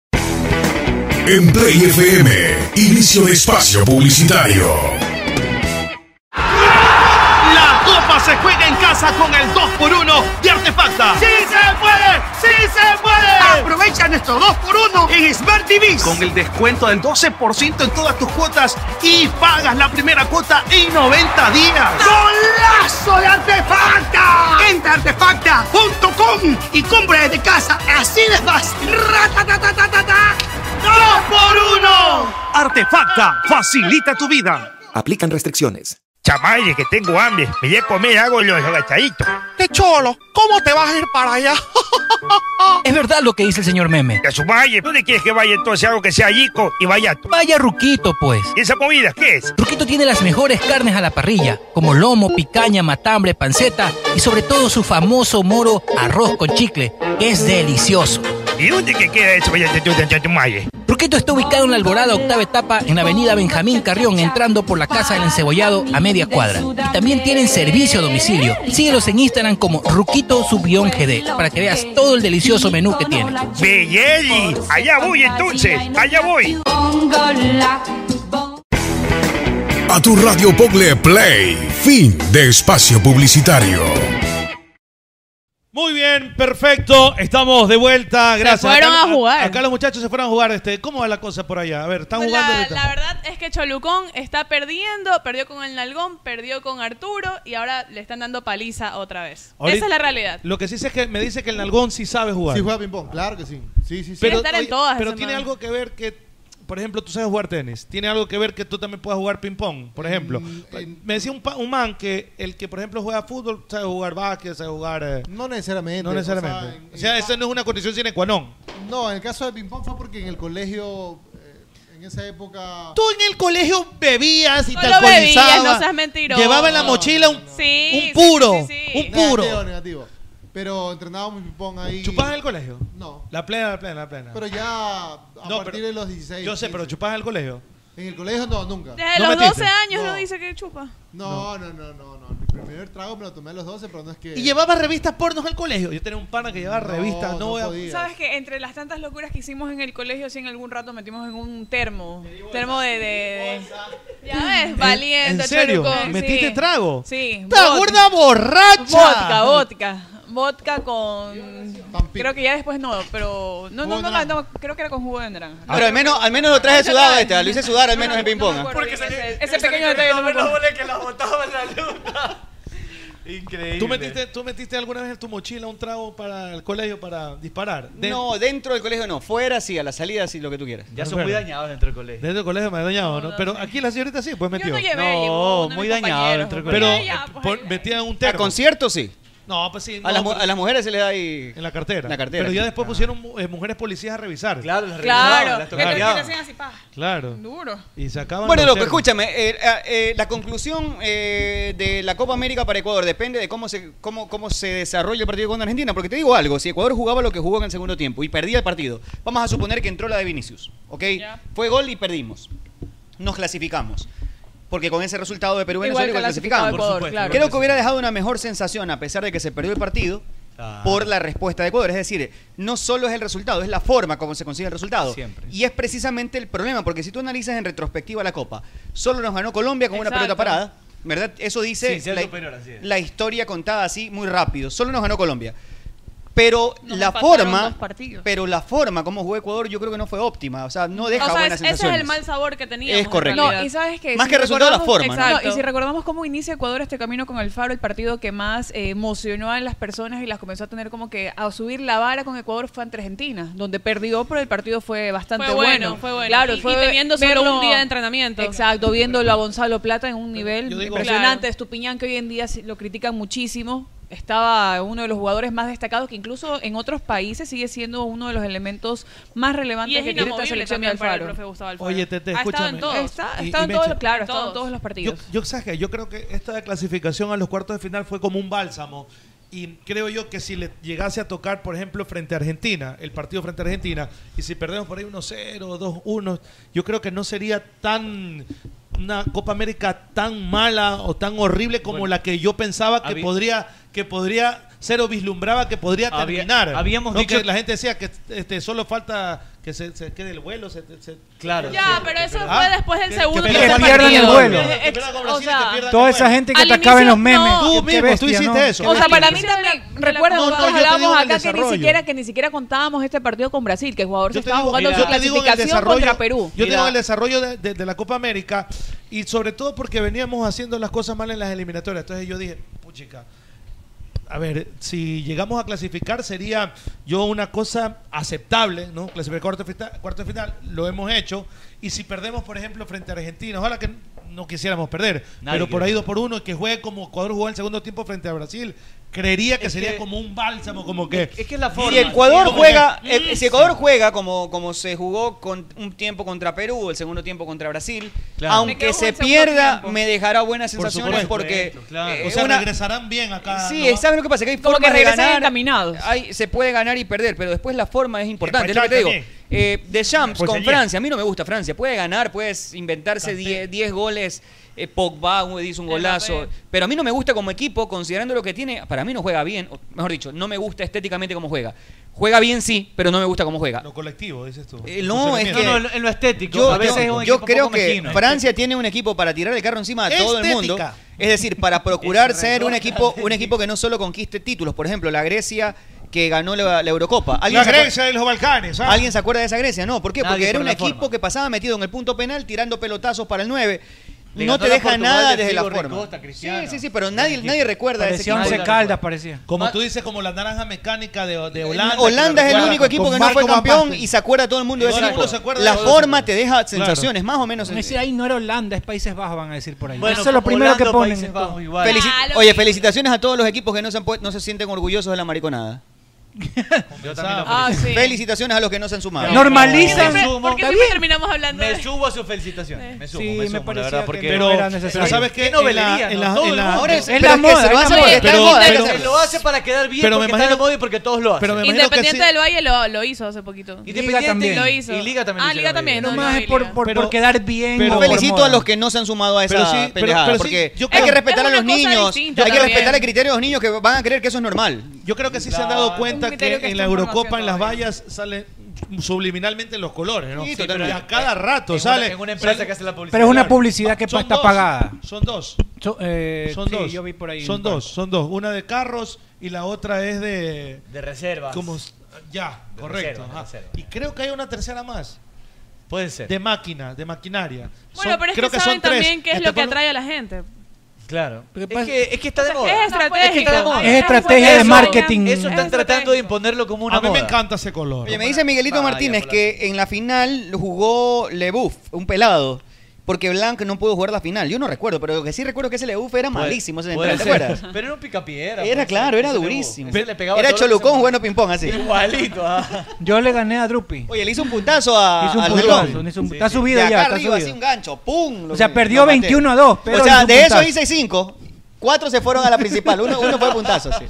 Speaker 22: En Play FM, inicio de espacio publicitario.
Speaker 6: La copa se juega en casa con el 2x1 de Artefacta. ¡Sí se puede! ¡Sí se puede! Aprovecha nuestro 2x1 en Smart TV.
Speaker 29: Con el descuento del 12% en todas tus cuotas y pagas la primera cuota en 90 días.
Speaker 6: ¡Golazo de Artefacta! Entra a artefacta.com y compra desde casa. Así de fácil. ¡Ratatatatata! ¡Dos por uno!
Speaker 29: Artefacta facilita tu vida.
Speaker 30: Aplican restricciones.
Speaker 1: Chamaye, que tengo hambre. Me voy a comer algo los agachaditos.
Speaker 29: ¡Qué cholo! ¿Cómo te vas a ir para allá?
Speaker 25: Es verdad lo que dice el señor Meme.
Speaker 1: A su valle. ¿Dónde quieres que vaya entonces algo que sea yico y vallato?
Speaker 25: Vaya Ruquito, pues.
Speaker 1: ¿Y esa comida qué es?
Speaker 25: Ruquito tiene las mejores carnes a la parrilla, como lomo, picaña, matambre, panceta y sobre todo su famoso moro arroz con chicle, que es delicioso.
Speaker 1: ¿Y dónde que queda eso vaya Chamaye?
Speaker 25: Ruquito está ubicado en la Alborada Octava Etapa en la avenida Benjamín Carrión, entrando por la Casa del Encebollado a media cuadra. Y también tienen servicio a domicilio. Síguelos en Instagram como Ruquito-GD para que veas todo el delicioso menú que tiene.
Speaker 1: Belleli, allá voy entonces, allá voy.
Speaker 22: A tu radio Pogle Play, fin de espacio publicitario.
Speaker 3: Muy bien, perfecto. Estamos de vuelta. Gracias.
Speaker 5: fueron
Speaker 3: Acá-
Speaker 5: a jugar. Pues
Speaker 3: Acá los muchachos se fueron a jugar. Este, ¿Cómo va la cosa por allá? A ver, están
Speaker 12: Pues
Speaker 3: jugando.
Speaker 5: La,
Speaker 3: ahorita.
Speaker 5: la verdad es que Cholucón está perdiendo, perdió con el Nalgón, perdió con Arturo y ahora le están dando paliza otra vez.
Speaker 3: Ahorita-
Speaker 5: Esa es la realidad.
Speaker 3: Lo que sí sé es que me dice que el Nalgón sí sabe jugar.
Speaker 15: Sí juega ping-pong, claro que sí. Sí, sí, sí.
Speaker 5: Quiere estar en todas
Speaker 3: pero
Speaker 5: ese
Speaker 3: tiene
Speaker 5: man.
Speaker 3: algo que ver que, por ejemplo, tú sabes jugar tenis. Tiene algo que ver que tú también puedas jugar ping-pong, por ejemplo.
Speaker 15: Mm, eh,
Speaker 3: me decía un, pa- un man que el que, por ejemplo, juega fútbol sabe jugar básquet, sabe jugar. eh,
Speaker 15: No necesariamente.
Speaker 3: no necesariamente.
Speaker 15: o sea, en-
Speaker 3: O sea, esa no es una condición sine qua non.
Speaker 15: no, en el caso de ping-pong fue porque en el colegio, eh, en esa época...
Speaker 3: Tú en el colegio bebías y
Speaker 5: te Solo alcoholizabas. bebías, no seas mentiroso. Llevaba en la mochila un- Sí, un sí, puro, sí, sí, sí. un puro.
Speaker 15: Negativo, negativo. Pero entrenábamos ping-pong ahí.
Speaker 3: ¿Chupabas en el colegio?
Speaker 15: No.
Speaker 3: La plena, la plena, la plena.
Speaker 15: Pero ya a partir de los 16.
Speaker 3: Yo sé, pero chupabas en el colegio.
Speaker 15: En el colegio no, nunca.
Speaker 5: Desde
Speaker 3: No
Speaker 5: los
Speaker 3: metiste.
Speaker 5: 12 años no dice que chupa.
Speaker 15: No, no, no, no, no. Mi primer trago me lo tomé a los 12, pero no es que...
Speaker 3: Y llevabas revistas pornos al colegio. Yo tenía un pana que llevaba revistas. No, voy a-
Speaker 12: Sabes que entre las tantas locuras que hicimos en el colegio, sí en algún rato metimos en un termo. Termo de. de- de- Ya ves, valiendo,
Speaker 3: ¿En serio?
Speaker 12: Cholucón,
Speaker 3: ¿Metiste
Speaker 12: sí.
Speaker 3: trago?
Speaker 12: Sí.
Speaker 3: ¡Esta
Speaker 12: vodka.
Speaker 3: gorda borracha!
Speaker 12: Vodka, vodka. Vodka con. Creo que ya después no, pero. No, no, no, no, creo que era con jugo de naranja.
Speaker 9: Pero al menos, al menos lo traje sudado este, lo hice sudar al menos en ping-pong. ¿ah?
Speaker 12: Ese, ese pequeño detalle no me acuerdo.
Speaker 3: que la botaba en la luna. Increíble. ¿Tú metiste, ¿Tú metiste alguna vez en tu mochila un trago para el colegio para disparar? De-
Speaker 9: No, dentro del colegio no, fuera sí, a la salida sí, lo que tú quieras.
Speaker 3: Ya son muy dañados
Speaker 9: dentro del colegio.
Speaker 3: Dentro del colegio me he dañado, ¿no? Pero aquí la señorita sí, pues metió.
Speaker 9: no llevé, No, llevó uno de muy mis dañado compañeros, dentro del
Speaker 3: Pero
Speaker 9: colegio. Ya,
Speaker 3: eh, pon- metía en un
Speaker 9: ¿A
Speaker 3: termo.
Speaker 9: conciertos sí?
Speaker 3: No, pues sí.
Speaker 9: A,
Speaker 3: no,
Speaker 9: las, mu-
Speaker 3: pero-
Speaker 9: a las mujeres se les da ahí... En
Speaker 3: la cartera.
Speaker 9: La cartera.
Speaker 3: Pero ya después pusieron mu- eh, mujeres policías a revisar. Claro, las
Speaker 9: Claro, revisaban, las tocaban.
Speaker 12: Entonces, ¿qué te hacían así, pa?
Speaker 3: Claro.
Speaker 12: Duro.
Speaker 3: Y sacaban
Speaker 9: Bueno,
Speaker 3: los
Speaker 9: loco,
Speaker 3: termos.
Speaker 9: escúchame. eh, ah, eh, la conclusión eh, de la Copa América para Ecuador depende de cómo se, cómo, cómo se desarrolla el partido contra Argentina. Porque te digo algo, si Ecuador jugaba lo que jugó en el segundo tiempo y perdía el partido, vamos a suponer que entró la de Vinicius, ¿ok? Fue gol y perdimos. Nos clasificamos. Porque con ese resultado de Perú y
Speaker 12: Igual
Speaker 9: Venezuela igual
Speaker 12: clasificaba
Speaker 9: clasificamos.
Speaker 12: Ecuador, Por supuesto, claro.
Speaker 9: Creo que hubiera dejado una mejor sensación a pesar de que se perdió el partido por la respuesta de Ecuador. Es decir, no solo es el resultado, es la forma como se consigue el resultado.
Speaker 10: Siempre.
Speaker 9: Y es precisamente el problema, porque si tú analizas en retrospectiva la Copa, solo nos ganó Colombia con una
Speaker 10: Exacto.
Speaker 9: pelota parada, ¿verdad? Eso dice
Speaker 10: Sin ser
Speaker 9: la,
Speaker 10: superior, así es.
Speaker 9: la historia contada así muy rápido. Solo nos ganó Colombia. Pero la
Speaker 12: empataron
Speaker 9: forma,
Speaker 12: dos partidos.
Speaker 9: pero la forma como jugó Ecuador yo creo que no fue óptima, o sea, no deja
Speaker 5: o sea,
Speaker 9: buenas
Speaker 5: es- ese es
Speaker 9: sensaciones.
Speaker 5: el mal sabor que teníamos.
Speaker 9: Es correcto.
Speaker 12: No, y sabes que
Speaker 9: Más que resultado, la
Speaker 12: recordamos-
Speaker 9: forma, ¿no?
Speaker 12: Exacto.
Speaker 9: Exacto.
Speaker 12: Y si recordamos cómo inicia Ecuador este camino con el Faro, el partido que más eh, emocionó a las personas y las comenzó a tener como que a subir la vara con Ecuador fue ante Argentina, donde perdió, pero el partido fue bastante
Speaker 5: Fue bueno, fue bueno.
Speaker 12: Claro,
Speaker 5: Y- y
Speaker 12: fue
Speaker 5: teniendo solo
Speaker 12: verlo-
Speaker 5: un día de entrenamiento.
Speaker 12: Exacto, viéndolo a Gonzalo Plata en un nivel
Speaker 5: digo-
Speaker 12: impresionante, Estupiñán que hoy en día sí lo critican muchísimo. estaba uno de los jugadores más destacados que incluso en otros países sigue siendo uno de los elementos más relevantes
Speaker 13: Y es
Speaker 12: que tiene esta
Speaker 13: inamovible
Speaker 12: selección de
Speaker 13: también para el
Speaker 12: Alfaro.
Speaker 13: profe Gustavo Alfaro.
Speaker 3: Oye, Tete,
Speaker 13: Ha estado en
Speaker 3: escúchame.
Speaker 13: todos.
Speaker 12: Está- ha
Speaker 3: Y- y
Speaker 12: estado en
Speaker 3: Meche.
Speaker 12: todos, claro, ha estado en todos los partidos.
Speaker 3: Yo, yo, ¿sabes qué? Yo creo que esta clasificación a los cuartos de final fue como un bálsamo. Y creo yo que si le llegase a tocar, por ejemplo, frente a Argentina, el partido frente a Argentina, y si perdemos por ahí 1-0, 2-1, yo creo que no sería tan una Copa América tan mala o tan horrible como la que yo pensaba que
Speaker 10: había-
Speaker 3: podría que podría ser o vislumbraba que podría
Speaker 10: Había-
Speaker 3: terminar.
Speaker 10: habíamos
Speaker 3: ¿no?
Speaker 10: dicho-
Speaker 3: que la gente decía que este, solo falta que se, se quede el vuelo, se, se-
Speaker 10: Claro.
Speaker 13: Ya, pero eso
Speaker 3: Ah,
Speaker 13: fue después del
Speaker 3: que-
Speaker 13: segundo
Speaker 3: que
Speaker 13: tercer
Speaker 3: pierdan
Speaker 13: partido.
Speaker 3: el vuelo.
Speaker 13: Ex-
Speaker 3: Que pierdan con Brasil
Speaker 13: o
Speaker 3: y que
Speaker 13: sea,
Speaker 3: pierdan
Speaker 15: Toda esa gente que te acaba en los memes.
Speaker 13: no.
Speaker 15: Qué
Speaker 3: Tú mismo, tú
Speaker 15: bestia,
Speaker 3: hiciste
Speaker 15: ¿no?
Speaker 3: eso.
Speaker 12: O sea,
Speaker 3: Qué
Speaker 12: para mí
Speaker 3: bestia.
Speaker 12: también,
Speaker 13: la-
Speaker 12: recuerda,
Speaker 13: no, no,
Speaker 12: nosotros
Speaker 13: yo te
Speaker 12: hablábamos
Speaker 13: digo en el
Speaker 12: acá que ni
Speaker 3: desarrollo.
Speaker 12: siquiera, que ni siquiera contábamos este partido con Brasil, que el jugador se
Speaker 3: Yo te
Speaker 12: estaba
Speaker 3: digo-
Speaker 12: jugando
Speaker 3: mira,
Speaker 12: su clasificación contra Perú.
Speaker 3: Yo
Speaker 12: Mira.
Speaker 3: tengo el desarrollo de, de- de la Copa América y sobre todo porque veníamos haciendo las cosas mal en las eliminatorias. Entonces yo dije, puchica, a ver, si llegamos a clasificar sería yo una cosa aceptable, ¿no? Clasificar cuarto de fita- cuarto de final, lo hemos hecho. Y si perdemos, por ejemplo, frente a Argentina, ojalá que no quisiéramos perder,
Speaker 10: Nadie
Speaker 3: pero por
Speaker 10: quiere.
Speaker 3: ahí dos por uno y que juegue como Ecuador jugó en el segundo tiempo frente a Brasil, creería que
Speaker 10: Es
Speaker 3: sería
Speaker 10: que-
Speaker 3: como un bálsamo, como que...
Speaker 10: Es que es la
Speaker 9: Si
Speaker 10: forma.
Speaker 9: Ecuador
Speaker 3: Como
Speaker 9: juega,
Speaker 3: que,
Speaker 9: eh, si Ecuador juega como, como se jugó con un tiempo contra Perú, el segundo tiempo contra Brasil,
Speaker 3: Claro. Me
Speaker 9: aunque
Speaker 3: quedo con
Speaker 9: se
Speaker 3: el segundo
Speaker 9: pierda,
Speaker 3: tiempo.
Speaker 9: me dejará buenas
Speaker 3: Por
Speaker 9: sensaciones
Speaker 3: supuesto,
Speaker 9: porque
Speaker 3: claro.
Speaker 9: eh,
Speaker 3: O sea,
Speaker 9: una-
Speaker 3: regresarán bien acá.
Speaker 9: Sí,
Speaker 3: ¿no?
Speaker 9: es- ¿sabes lo que pasa? Que hay
Speaker 12: Como
Speaker 9: formas
Speaker 12: que
Speaker 9: de
Speaker 12: regresan
Speaker 9: ganar.
Speaker 12: encaminados.
Speaker 9: Hay, se puede ganar y perder, pero después la forma es importante. Es lo
Speaker 12: Pachá
Speaker 9: que te digo.
Speaker 12: también.
Speaker 9: Eh, Deschamps
Speaker 12: Pues
Speaker 9: con
Speaker 12: ayer.
Speaker 9: Francia. A mí no me gusta Francia. Puede ganar, puedes inventarse 10 10 goles. Eh, Pogba güey, hizo un golazo. Pero a mí no me gusta como equipo, considerando lo que tiene. Para mí no juega bien. o mejor dicho, no me gusta estéticamente cómo juega. Juega bien, sí, pero no me gusta cómo juega.
Speaker 3: Lo colectivo, dices tú.
Speaker 9: Eh, no, es que...
Speaker 10: No, no, en lo estético.
Speaker 9: Yo,
Speaker 10: a veces
Speaker 9: yo-
Speaker 10: es un
Speaker 9: yo
Speaker 10: equipo
Speaker 9: creo
Speaker 10: poco
Speaker 9: que
Speaker 10: mezquino.
Speaker 9: Francia tiene un equipo para tirar el carro encima a todo el mundo.
Speaker 10: Estética.
Speaker 9: Es decir, para procurar ser un equipo, un equipo que no solo conquiste títulos. Por ejemplo, la Grecia que ganó la, la Eurocopa.
Speaker 3: La
Speaker 9: se acuer-
Speaker 3: Grecia de los Balcanes. ¿ah?
Speaker 9: ¿Alguien se acuerda de esa Grecia? No, ¿por qué?
Speaker 3: Nadie,
Speaker 9: Porque era
Speaker 3: por
Speaker 9: un
Speaker 3: la
Speaker 9: equipo que pasaba metido en el punto penal tirando pelotazos para el 9.
Speaker 3: Le
Speaker 9: no
Speaker 3: ganó
Speaker 9: te
Speaker 3: la
Speaker 9: deja
Speaker 3: Portugal
Speaker 9: nada
Speaker 3: de
Speaker 9: desde la
Speaker 3: Figo,
Speaker 9: forma.
Speaker 3: Ricota,
Speaker 9: sí,
Speaker 3: Cristiano.
Speaker 9: sí, sí, pero nadie, nadie recuerda de ese
Speaker 15: Parecía
Speaker 9: equipo.
Speaker 15: Once Caldas, parecía.
Speaker 3: Como tú dices, como la naranja mecánica de, de Holanda.
Speaker 9: Holanda, es el único equipo que no fue campeón y se acuerda todo el mundo de
Speaker 3: Todo
Speaker 9: ese
Speaker 3: el
Speaker 9: equipo.
Speaker 3: mundo se acuerda
Speaker 9: La
Speaker 3: de-
Speaker 9: forma te deja
Speaker 3: Claro.
Speaker 9: sensaciones, más o menos.
Speaker 11: Van a decir, ahí no era Holanda, es Países Bajos, van a decir por ahí.
Speaker 9: Bueno,
Speaker 11: Eso es lo primero
Speaker 9: Holanda
Speaker 11: que
Speaker 9: o
Speaker 11: ponen.
Speaker 9: Países
Speaker 11: en todo.
Speaker 9: Felici- Oye, felicitaciones a todos los equipos que no se, han pu- no se sienten orgullosos de la mariconada.
Speaker 13: Ah, sí.
Speaker 9: Felicitaciones a los que no se han sumado.
Speaker 13: ¿Por qué siempre- ¿Por qué siempre terminamos hablando de
Speaker 10: Me subo a sus felicitaciones. Me subo,
Speaker 9: Sí,
Speaker 10: me
Speaker 9: me
Speaker 10: subo, la
Speaker 9: parecía
Speaker 10: verdad,
Speaker 9: que
Speaker 10: porque...
Speaker 9: no Pero- era necesario.
Speaker 3: Pero sabes qué?
Speaker 10: qué novelería,
Speaker 3: En
Speaker 10: ¿no?
Speaker 3: la-
Speaker 10: Todo
Speaker 3: en
Speaker 10: el
Speaker 3: la-
Speaker 10: mundo.
Speaker 3: Ahora es- pero es que se lo hacen porque está en
Speaker 10: pero-
Speaker 3: moda, hay que
Speaker 10: pero-
Speaker 3: hacerlo.
Speaker 10: lo hace para quedar bien,
Speaker 3: Pero me
Speaker 10: porque está
Speaker 3: imagino-
Speaker 10: de moda y porque todos lo hacen.
Speaker 3: pero me imagino que
Speaker 13: Independiente
Speaker 3: sí.
Speaker 13: del Valle lo, lo hizo hace poquito.
Speaker 10: Independiente también.
Speaker 13: Lo hizo.
Speaker 10: Y Liga también
Speaker 13: Ah,
Speaker 10: hizo
Speaker 13: Liga
Speaker 10: la
Speaker 13: también.
Speaker 10: Liga.
Speaker 13: No,
Speaker 10: Nomás
Speaker 13: no,
Speaker 10: es
Speaker 13: Liga.
Speaker 11: Por, por quedar bien.
Speaker 9: Pero
Speaker 11: o por
Speaker 9: felicito
Speaker 11: moda.
Speaker 9: a los que no se han sumado a esa
Speaker 11: Pero sí, pero-
Speaker 9: pendejada,
Speaker 11: pero sí,
Speaker 9: porque
Speaker 11: yo
Speaker 9: hay
Speaker 11: creo-
Speaker 9: que respetar
Speaker 11: es
Speaker 9: a los
Speaker 11: una cosa
Speaker 9: niños, hay
Speaker 11: distinta
Speaker 9: que
Speaker 11: también.
Speaker 9: respetar el criterio de los niños que van a creer que eso es normal.
Speaker 3: Yo creo que sí se han dado cuenta que,
Speaker 9: criterio que
Speaker 3: en
Speaker 9: está
Speaker 3: la
Speaker 9: en
Speaker 3: Eurocopa,
Speaker 9: formación
Speaker 3: en las vallas, salen subliminalmente los colores, ¿no?
Speaker 10: Sí,
Speaker 3: pero
Speaker 10: totalmente.
Speaker 3: a cada rato
Speaker 10: En una-
Speaker 3: sale.
Speaker 10: en una empresa
Speaker 3: sale-
Speaker 10: que hace la publicidad.
Speaker 11: Pero es una publicidad que
Speaker 3: Son
Speaker 11: está
Speaker 3: dos,
Speaker 11: pagada.
Speaker 3: Son dos.
Speaker 11: So- eh,
Speaker 3: son
Speaker 11: sí,
Speaker 3: dos.
Speaker 11: yo vi por ahí
Speaker 3: son
Speaker 11: un par.
Speaker 3: dos, son dos. Una de carros y la otra es de.
Speaker 10: De reservas.
Speaker 3: Como, pues, ya,
Speaker 10: De
Speaker 3: correcto.
Speaker 10: reservas, de
Speaker 3: ajá.
Speaker 10: reservas.
Speaker 3: Y creo que hay una tercera más.
Speaker 10: Puede ser.
Speaker 3: De máquina, de maquinaria.
Speaker 13: Bueno,
Speaker 3: pues, Son-
Speaker 13: pero es
Speaker 3: creo
Speaker 13: que, saben
Speaker 3: son tres.
Speaker 13: también qué es
Speaker 3: Hasta
Speaker 13: lo que
Speaker 3: por-
Speaker 13: atrae a la gente.
Speaker 10: Claro. Es
Speaker 13: pasa-
Speaker 10: que, es que está
Speaker 13: O
Speaker 10: de
Speaker 13: sea,
Speaker 10: moda.
Speaker 13: es
Speaker 10: que está de
Speaker 13: estratégico.
Speaker 10: moda.
Speaker 11: Es estrategia de
Speaker 10: Eso-
Speaker 11: marketing.
Speaker 10: Eso están
Speaker 11: Es
Speaker 10: tratando de imponerlo como una
Speaker 3: A mí me
Speaker 10: moda.
Speaker 3: encanta ese color.
Speaker 9: Oye, me dice
Speaker 11: Ah,
Speaker 9: Miguelito Martínez que en la final jugó Lebouf, un pelado. Porque Blanc no pudo jugar la final. Yo no recuerdo, pero lo que sí recuerdo es que ese Lebouf era
Speaker 10: Puede-
Speaker 9: malísimo. Ese
Speaker 10: puede
Speaker 9: central, ¿Te
Speaker 10: ser.
Speaker 9: acuerdas?
Speaker 10: Pero era un picapiedra.
Speaker 9: Era
Speaker 10: pues,
Speaker 9: claro, era
Speaker 10: ese le-
Speaker 9: durísimo.
Speaker 10: ese le pegaba
Speaker 9: Era
Speaker 10: todo lo que se
Speaker 9: Cholucón
Speaker 10: movía.
Speaker 9: jugando ping-pong así.
Speaker 10: Igualito, ah.
Speaker 11: Yo le gané a Drupi.
Speaker 9: Oye, le hizo un puntazo a.
Speaker 11: Hizo un
Speaker 9: al
Speaker 11: puntazo,
Speaker 9: Delón.
Speaker 11: le hizo un- está subido
Speaker 9: De
Speaker 11: ya,
Speaker 9: acá
Speaker 11: está
Speaker 9: arriba,
Speaker 11: subido.
Speaker 9: así un gancho, ¡pum! Lo
Speaker 11: O sea,
Speaker 9: que-
Speaker 11: perdió
Speaker 9: lo maté.
Speaker 11: 21 a 2, pero
Speaker 9: o sea,
Speaker 11: hizo
Speaker 9: de
Speaker 11: puntazo.
Speaker 9: esos hice 5. 4 se fueron a la principal. Uno, uno fue puntazo, sí.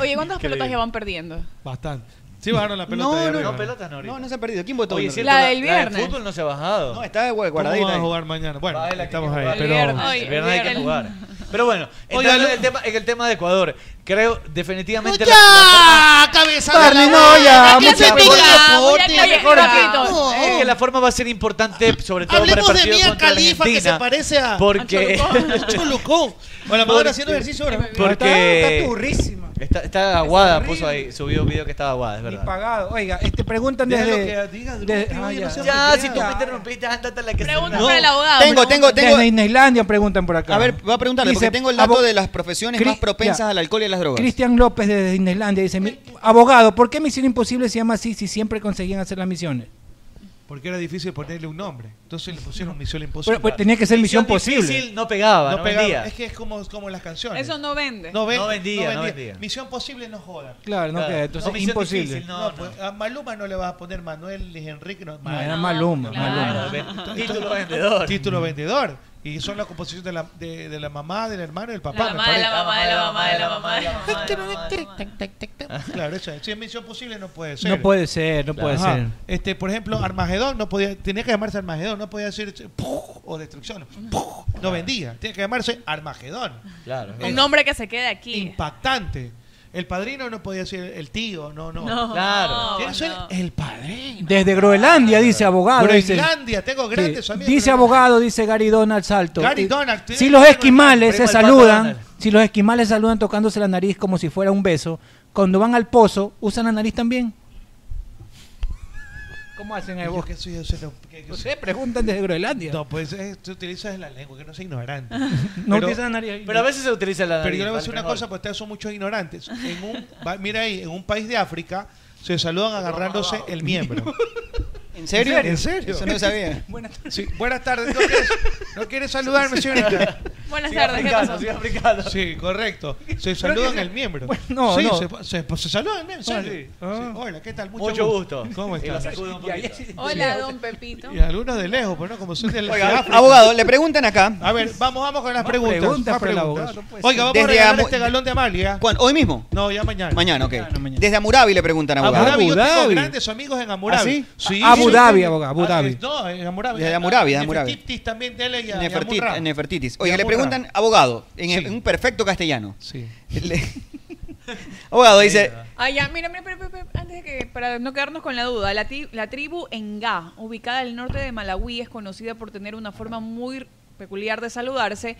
Speaker 12: Oye, ¿cuántas
Speaker 9: Increíble.
Speaker 12: pelotas ya van perdiendo?
Speaker 3: Bastante. Sí bajaron la pelota.
Speaker 9: No,
Speaker 3: ahí
Speaker 9: no,
Speaker 3: arriba.
Speaker 9: no,
Speaker 10: pelotas no ahorita.
Speaker 9: No, no se han perdido. ¿Quién votó?
Speaker 10: Oye,
Speaker 9: No,
Speaker 10: cierto,
Speaker 9: no.
Speaker 10: la- la fútbol no se ha bajado.
Speaker 9: No, está de hue-
Speaker 3: ¿Cómo
Speaker 9: guardadita.
Speaker 3: van a
Speaker 9: ahí.
Speaker 3: jugar mañana? Bueno, estamos ahí.
Speaker 10: El
Speaker 3: Pero...
Speaker 10: viernes,
Speaker 3: Ay,
Speaker 10: el viernes hay que
Speaker 3: el-
Speaker 10: jugar. Pero bueno,
Speaker 3: Oiga,
Speaker 10: entrando
Speaker 3: lo-
Speaker 10: en el tema, en el tema de Ecuador, creo definitivamente...
Speaker 31: ¡Ya! ¡Cabeza de la-
Speaker 10: Darle
Speaker 31: ¡La clasifica!
Speaker 10: forma,
Speaker 31: ¡Ya clasifica! No.
Speaker 10: Es que la forma va a ser importante, sobre todo
Speaker 3: Hablemos
Speaker 10: para el
Speaker 3: de
Speaker 10: partido
Speaker 3: Mia
Speaker 10: contra
Speaker 3: Khalifa, que se
Speaker 10: Argentina,
Speaker 3: parece a-
Speaker 10: porque
Speaker 3: a Cholucó. Cholucó. Bueno, vamos haciendo ejercicio ahora.
Speaker 10: Porque
Speaker 11: Está- está turrísima.
Speaker 10: Está, está aguada, puso ahí, subió un video que estaba aguada, es verdad.
Speaker 11: Pagado. Oiga, este, preguntan
Speaker 10: Déjalo
Speaker 11: desde... desde- ah, ya.
Speaker 10: Ya, si tú me interrumpiste, ándate la que Pregunta
Speaker 9: para el abogado, Tengo, tengo, tengo-
Speaker 11: Desde Islandia preguntan por acá.
Speaker 9: A ver, voy a
Speaker 11: Ah.
Speaker 9: preguntarle,
Speaker 11: Dice,
Speaker 9: porque tengo el dato
Speaker 11: abo-
Speaker 9: de las profesiones
Speaker 11: Cris-
Speaker 9: más propensas
Speaker 11: ya.
Speaker 9: al alcohol y a las drogas.
Speaker 11: Cristian López desde Islandia dice, mi- abogado, ¿por qué Misión Imposible se llama así si siempre conseguían hacer las misiones?
Speaker 3: porque era difícil ponerle un nombre. Entonces le pusieron Misión Imposible.
Speaker 11: Pero, pues, tenía que ser misión posible.
Speaker 3: difícil,
Speaker 10: no pegaba,
Speaker 3: no
Speaker 10: no
Speaker 3: pegaba.
Speaker 10: vendía.
Speaker 3: Es que es como, como las canciones.
Speaker 12: Eso no vende.
Speaker 3: ven-
Speaker 10: No vendía, no vendía.
Speaker 3: Misión Posible no joda.
Speaker 11: Claro, no Claro. queda, entonces
Speaker 3: No, Misión
Speaker 11: imposible.
Speaker 3: Difícil, no, pues, a Maluma no le vas a poner Manuel ni Enrique. No,
Speaker 11: No, era Maluma, Maluma.
Speaker 3: Entonces,
Speaker 11: Título
Speaker 3: entonces,
Speaker 11: vendedor.
Speaker 3: Título vendedor. Y son las composiciones de la, de, de la mamá, del hermano y del papá.
Speaker 12: La mamá, de la mamá, de la mamá, de la mamá, de la mamá.
Speaker 3: mamá. Claro, eso es. Si es Misión Posible no puede ser.
Speaker 11: No puede ser, no puede
Speaker 3: Ajá.
Speaker 11: ser.
Speaker 3: Este, por ejemplo, Armagedón no podía, tenía que llamarse Armagedón, no podía decir "Puj", o destrucción. "Puj", No vendía, tenía que llamarse Armagedón.
Speaker 10: Claro.
Speaker 12: Un nombre que se quede aquí.
Speaker 3: Impactante. El padrino no podía decir el tío, no, no. claro.
Speaker 12: No, Claro.
Speaker 3: Tiene que ser el padrino.
Speaker 11: Desde Groenlandia, dice abogado. dice-
Speaker 3: Groenlandia, tengo grandes
Speaker 11: Sí,
Speaker 3: amigos.
Speaker 11: Dice abogado, dice Gary Donald Salto.
Speaker 3: Gary
Speaker 11: Y-
Speaker 3: Donald,
Speaker 11: Si los esquimales
Speaker 3: primo
Speaker 11: se
Speaker 3: del Pato
Speaker 11: saludan,
Speaker 3: Donald.
Speaker 11: si los esquimales saludan tocándose la nariz como si fuera un beso, cuando van al pozo, ¿usan la nariz también? ¿Cómo hacen
Speaker 3: el bosque? Soy, yo, soy- no, que- yo
Speaker 11: Ustedes preguntan desde Groenlandia.
Speaker 3: No, pues eh, tú utilizas la lengua, que no soy ignorante.
Speaker 11: No utilizas la nariz.
Speaker 10: pero a veces se utiliza la
Speaker 3: Pero
Speaker 10: nariz
Speaker 3: yo le voy a
Speaker 10: para
Speaker 3: decir
Speaker 10: el
Speaker 3: una
Speaker 10: frijol.
Speaker 3: cosa, pues ustedes son muchos ignorantes. En un, va- mira ahí, en un país de África se saludan agarrándose el miembro.
Speaker 9: ¿En serio?
Speaker 3: ¿En serio?
Speaker 9: Eso no sabía.
Speaker 3: Buenas tardes. buenas tardes. ¿No quieres, no quieres saludarme, señorita?
Speaker 12: Buenas
Speaker 3: Sí,
Speaker 12: tardes, ¿qué
Speaker 3: africano,
Speaker 12: pasó?
Speaker 3: sí, africano. Sí, correcto. Se saludan el miembro.
Speaker 11: no,
Speaker 3: sí,
Speaker 11: no.
Speaker 3: Se, se- se saludan el miembro. en serio. Sí, Hola, ¿qué tal? Mucho,
Speaker 10: Mucho gusto.
Speaker 3: ¿Cómo
Speaker 10: Y lo
Speaker 3: estás?
Speaker 10: sacuden un poquito.
Speaker 12: Hola, don Pepito.
Speaker 3: Y algunos de lejos, pero no como son de la
Speaker 9: Oiga,
Speaker 3: de África.
Speaker 9: abogado, le preguntan acá.
Speaker 3: A ver, vamos, vamos con las
Speaker 9: Más
Speaker 3: preguntas.
Speaker 9: preguntas
Speaker 3: más
Speaker 9: para el
Speaker 3: preguntas.
Speaker 9: abogado, no puede
Speaker 3: Oiga, vamos
Speaker 9: ser.
Speaker 3: a
Speaker 9: Desde
Speaker 3: regalar
Speaker 9: Amu-
Speaker 3: este galón de Amalia.
Speaker 9: ¿Cuándo? ¿Hoy mismo?
Speaker 3: No, ya mañana.
Speaker 9: Mañana, ok. Desde Abu Dhabi le preguntan a
Speaker 3: Abu
Speaker 9: abogado.
Speaker 3: Dhabi, yo tengo grandes amigos en Abu
Speaker 9: ¿Ah,
Speaker 3: Dhabi.
Speaker 9: sí?
Speaker 3: Sí,
Speaker 9: Abu
Speaker 3: sí,
Speaker 9: Dhabi,
Speaker 3: sí.
Speaker 9: abogado, Abu
Speaker 3: Ah,
Speaker 9: Dhabi.
Speaker 3: es- No, en Abu Dhabi.
Speaker 9: Desde Abu Dhabi, desde Abu Dhabi.
Speaker 3: Nefertitis también dele y a- y a
Speaker 9: Nefertit-
Speaker 3: Murra.
Speaker 9: Nefertitis.
Speaker 3: Y
Speaker 9: Oiga,
Speaker 3: a
Speaker 9: le
Speaker 3: Murra.
Speaker 9: preguntan, abogado, en, en un perfecto castellano.
Speaker 3: Sí.
Speaker 9: abogado dice,
Speaker 12: Ah, ya, mira, mira, mira, mira, mira, antes de que, para no quedarnos con la duda, la, tri- la tribu Enga, ubicada al norte de Malawi, es conocida por tener una forma muy peculiar de saludarse,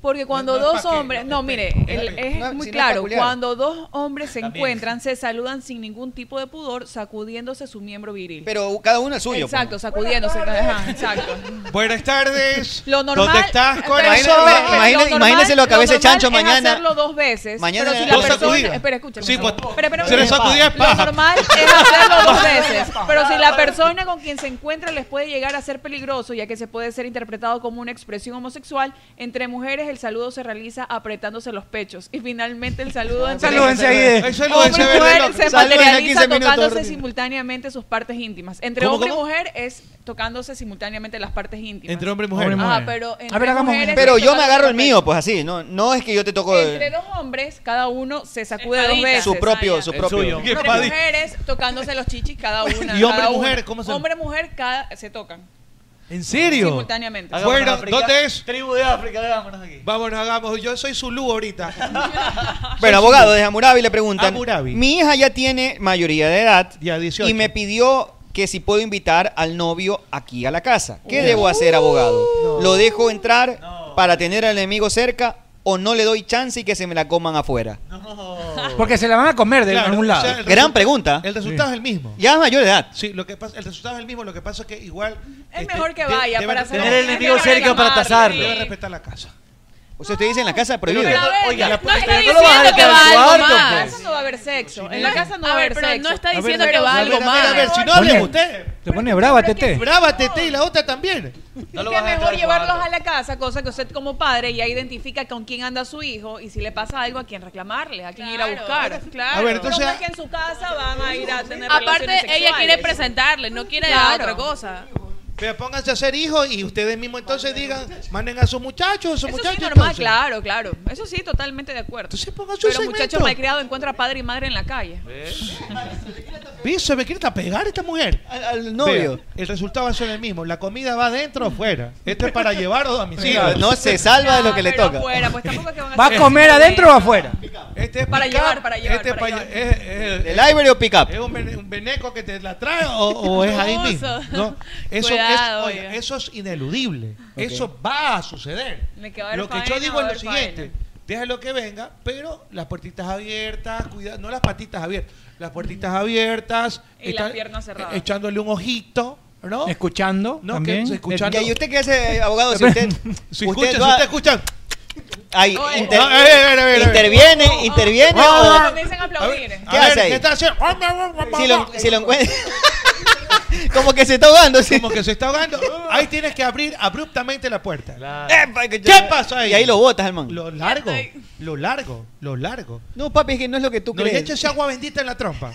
Speaker 12: porque cuando
Speaker 13: no es
Speaker 12: dos
Speaker 13: pa' qué,
Speaker 12: hombres,
Speaker 13: no,
Speaker 12: no,
Speaker 13: es
Speaker 12: mire,
Speaker 13: pe-
Speaker 12: el-
Speaker 13: es pe-
Speaker 12: es
Speaker 13: no,
Speaker 12: muy
Speaker 13: si no es
Speaker 12: claro,
Speaker 13: peculiar.
Speaker 12: cuando dos hombres se
Speaker 9: También.
Speaker 12: encuentran, se saludan sin ningún tipo de pudor, sacudiéndose su miembro viril.
Speaker 9: pero cada uno el suyo. pues.
Speaker 12: Exacto, sacudiéndose, ajá, exacto.
Speaker 3: Buenas tardes.
Speaker 12: Lo normal,
Speaker 3: ¿Dónde estás,
Speaker 12: espera,
Speaker 3: corazón?
Speaker 12: espera, espera, espera,
Speaker 9: Imagina-
Speaker 12: normal-
Speaker 9: imagínese lo que a veces
Speaker 12: normal
Speaker 9: Chancho
Speaker 12: es
Speaker 9: mañana-
Speaker 12: hacerlo dos veces.
Speaker 9: Mañana
Speaker 12: pero si
Speaker 9: le-
Speaker 12: la
Speaker 9: dos
Speaker 12: persona,
Speaker 9: sacudidas.
Speaker 12: espera, escúchame.
Speaker 9: Sí, pues,
Speaker 12: Espera, espera,
Speaker 9: se le
Speaker 12: espera.
Speaker 9: sacudía es paja.
Speaker 12: Lo normal es hacerlo dos veces, pero si la persona con quien se encuentra les puede llegar a ser peligroso, ya que se puede ser interpretado como una expresión homosexual, entre mujeres el saludo se realiza apretándose los pechos y finalmente el saludo entre
Speaker 3: Salúdense ahí, eh. Ay, salúdense,
Speaker 12: hombre y
Speaker 3: verde,
Speaker 12: mujer
Speaker 3: loco.
Speaker 12: se
Speaker 3: Salúdense en
Speaker 12: materializa
Speaker 3: 15 minutos,
Speaker 12: tocándose
Speaker 3: orden.
Speaker 12: simultáneamente sus partes íntimas. Entre
Speaker 3: ¿Cómo,
Speaker 12: hombre
Speaker 3: cómo?
Speaker 12: y mujer es tocándose simultáneamente las partes íntimas.
Speaker 3: Entre hombre y mujer. Hombre y
Speaker 12: Ah,
Speaker 3: mujer.
Speaker 12: pero entre
Speaker 9: A ver, hagamos
Speaker 12: mujeres
Speaker 9: Pero
Speaker 12: es
Speaker 9: yo me
Speaker 12: tocándose
Speaker 9: agarro el
Speaker 12: los
Speaker 9: mío, pues así. No, no es que yo te toco
Speaker 12: pechos. Entre
Speaker 9: eh,
Speaker 12: dos hombres, cada uno se sacude dos
Speaker 9: Espadita.
Speaker 12: veces.
Speaker 9: Su propio- su
Speaker 12: Ah, ya.
Speaker 9: propio. El suyo.
Speaker 12: Entre
Speaker 9: Espadita.
Speaker 12: mujeres tocándose los chichis cada una.
Speaker 3: Y hombre y
Speaker 12: cada
Speaker 3: mujer,
Speaker 12: una.
Speaker 3: ¿cómo se-
Speaker 12: Hombre y mujer cada, se tocan.
Speaker 3: ¿En serio?
Speaker 12: Simultáneamente.
Speaker 3: Hagámonos Bueno,
Speaker 10: África.
Speaker 3: ¿dónde es?
Speaker 10: Tribu de África, vámonos aquí.
Speaker 3: Vámonos, hagamos. Yo soy Zulu ahorita.
Speaker 9: Bueno, abogado, desde Hammurabi le preguntan.
Speaker 3: Abu Dhabi.
Speaker 9: Mi hija ya tiene mayoría de edad y
Speaker 3: 18.
Speaker 9: me pidió que si puedo invitar al novio aquí a la casa. ¿Qué
Speaker 3: Uh.
Speaker 9: debo hacer, abogado? ¿Lo dejo entrar para tener al enemigo cerca o no le doy chance y que se me la coman afuera?
Speaker 11: Porque se la van a comer de
Speaker 9: Claro,
Speaker 11: algún
Speaker 9: o sea,
Speaker 11: lado.
Speaker 9: el Gran resu- pregunta.
Speaker 3: El resultado es el mismo.
Speaker 9: Ya es mayor de edad.
Speaker 3: Sí, lo que pasa, el resultado es el mismo. Lo que pasa es que igual. este,
Speaker 12: Es mejor que vaya para hacer-
Speaker 9: Tener el
Speaker 12: Tienes
Speaker 9: enemigo
Speaker 12: que llamar,
Speaker 9: cerca para
Speaker 12: sí.
Speaker 9: tasarlo.
Speaker 3: Debe respetar la casa.
Speaker 9: O sea, usted dice en la casa prohibido.
Speaker 12: Pero a ver,
Speaker 9: Oiga,
Speaker 12: no
Speaker 9: pero
Speaker 12: está
Speaker 9: no lo vas a
Speaker 12: diciendo que
Speaker 9: dejar
Speaker 12: va
Speaker 9: en tu
Speaker 12: algo
Speaker 9: cuarto,
Speaker 12: más. En la
Speaker 9: pues.
Speaker 12: casa no va a haber sexo. En la casa no va a
Speaker 13: A ver,
Speaker 12: haber
Speaker 13: pero
Speaker 12: sexo.
Speaker 13: no está
Speaker 12: A ver,
Speaker 13: diciendo
Speaker 12: pero
Speaker 13: que va
Speaker 12: sí,
Speaker 13: algo
Speaker 12: pero
Speaker 13: más.
Speaker 12: a ver, a ver,
Speaker 3: Si no,
Speaker 11: Oye,
Speaker 3: hable usted.
Speaker 11: Te pone brava, Tete.
Speaker 3: Brava, Tete, y la otra también.
Speaker 12: Es que mejor llevarlos a la casa, cosa que usted como padre ya identifica con quién anda su hijo y si le pasa algo a quién reclamarle, a quién ir a buscar.
Speaker 3: A ver, entonces-
Speaker 12: Pero no es que en su casa van a ir a tener relaciones
Speaker 13: Aparte, ella quiere
Speaker 12: sexuales.
Speaker 13: presentarle, no quiere
Speaker 12: Claro.
Speaker 13: otra cosa.
Speaker 3: Pero pónganse a ser hijos y ustedes mismos entonces digan, manden a sus muchachos, a sus
Speaker 12: Eso
Speaker 3: muchachos.
Speaker 12: sí, normal,
Speaker 3: entonces.
Speaker 12: claro, claro. Eso sí, totalmente de acuerdo.
Speaker 3: su
Speaker 12: Pero muchacho
Speaker 3: segmento. ¿Eh?
Speaker 12: malcriado encuentra padre y madre en la calle.
Speaker 3: ¿Ves? Se me quiere hasta pegar esta mujer. Al,
Speaker 9: novio.
Speaker 3: el resultado va a ser el mismo. La comida va adentro o fuera. Esto es para llevar a domicilio.
Speaker 9: No se salva de lo que le toca.
Speaker 12: pues
Speaker 11: ¿Va a comer adentro o afuera?
Speaker 3: Este es
Speaker 12: Para
Speaker 3: pick-up.
Speaker 12: llevar, para llevar,
Speaker 3: Este es
Speaker 12: para
Speaker 3: pa-
Speaker 12: llevar.
Speaker 3: es- es-
Speaker 9: ¿Del Ivory o Pickup?
Speaker 3: ¿Es un, vene- un veneco que te la trae o, o es ahí mismo? No, eso, es,
Speaker 12: Cuidado,
Speaker 3: oiga,
Speaker 12: oiga.
Speaker 3: eso es ineludible.
Speaker 12: Ok.
Speaker 3: Eso va a suceder.
Speaker 12: Me quedo a ver
Speaker 3: Lo que yo
Speaker 12: faena,
Speaker 3: digo
Speaker 12: a
Speaker 3: es lo
Speaker 12: ver
Speaker 3: siguiente. Deja lo que venga, pero las puertitas abiertas, cuidado, no las patitas abiertas, las puertitas abiertas.
Speaker 12: Y las piernas cerradas.
Speaker 3: e- Echándole un ojito, ¿no?
Speaker 11: Escuchando
Speaker 3: No,
Speaker 11: también.
Speaker 3: que escuchando.
Speaker 9: Ya, ¿Y usted qué hace, abogado? Si usted,
Speaker 3: Si escucha, si usted escucha.
Speaker 9: Ahí,
Speaker 3: Oye.
Speaker 9: inter-
Speaker 3: No, a ver, a ver, a ver, a ver.
Speaker 9: interviene, interviene.
Speaker 3: Ah,
Speaker 9: o-
Speaker 3: ah, ah.
Speaker 12: Comienzan a aplaudir.
Speaker 9: ¿Qué
Speaker 3: A
Speaker 9: hace
Speaker 3: ver,
Speaker 9: ahí?
Speaker 3: ¿Qué está haciendo?
Speaker 9: Si lo, si lo encuentra. Como que se está ahogando.
Speaker 3: Como que se está ahogando. Ahí tienes que abrir abruptamente la puerta.
Speaker 9: ¡Epa!
Speaker 3: ¿Qué pasó ahí?
Speaker 9: Y ahí lo botas, hermano.
Speaker 3: Lo largo, lo largo, lo largo.
Speaker 9: No, papi, es que no es lo que tú
Speaker 3: No, y
Speaker 9: crees.
Speaker 3: échese agua bendita en la trompa.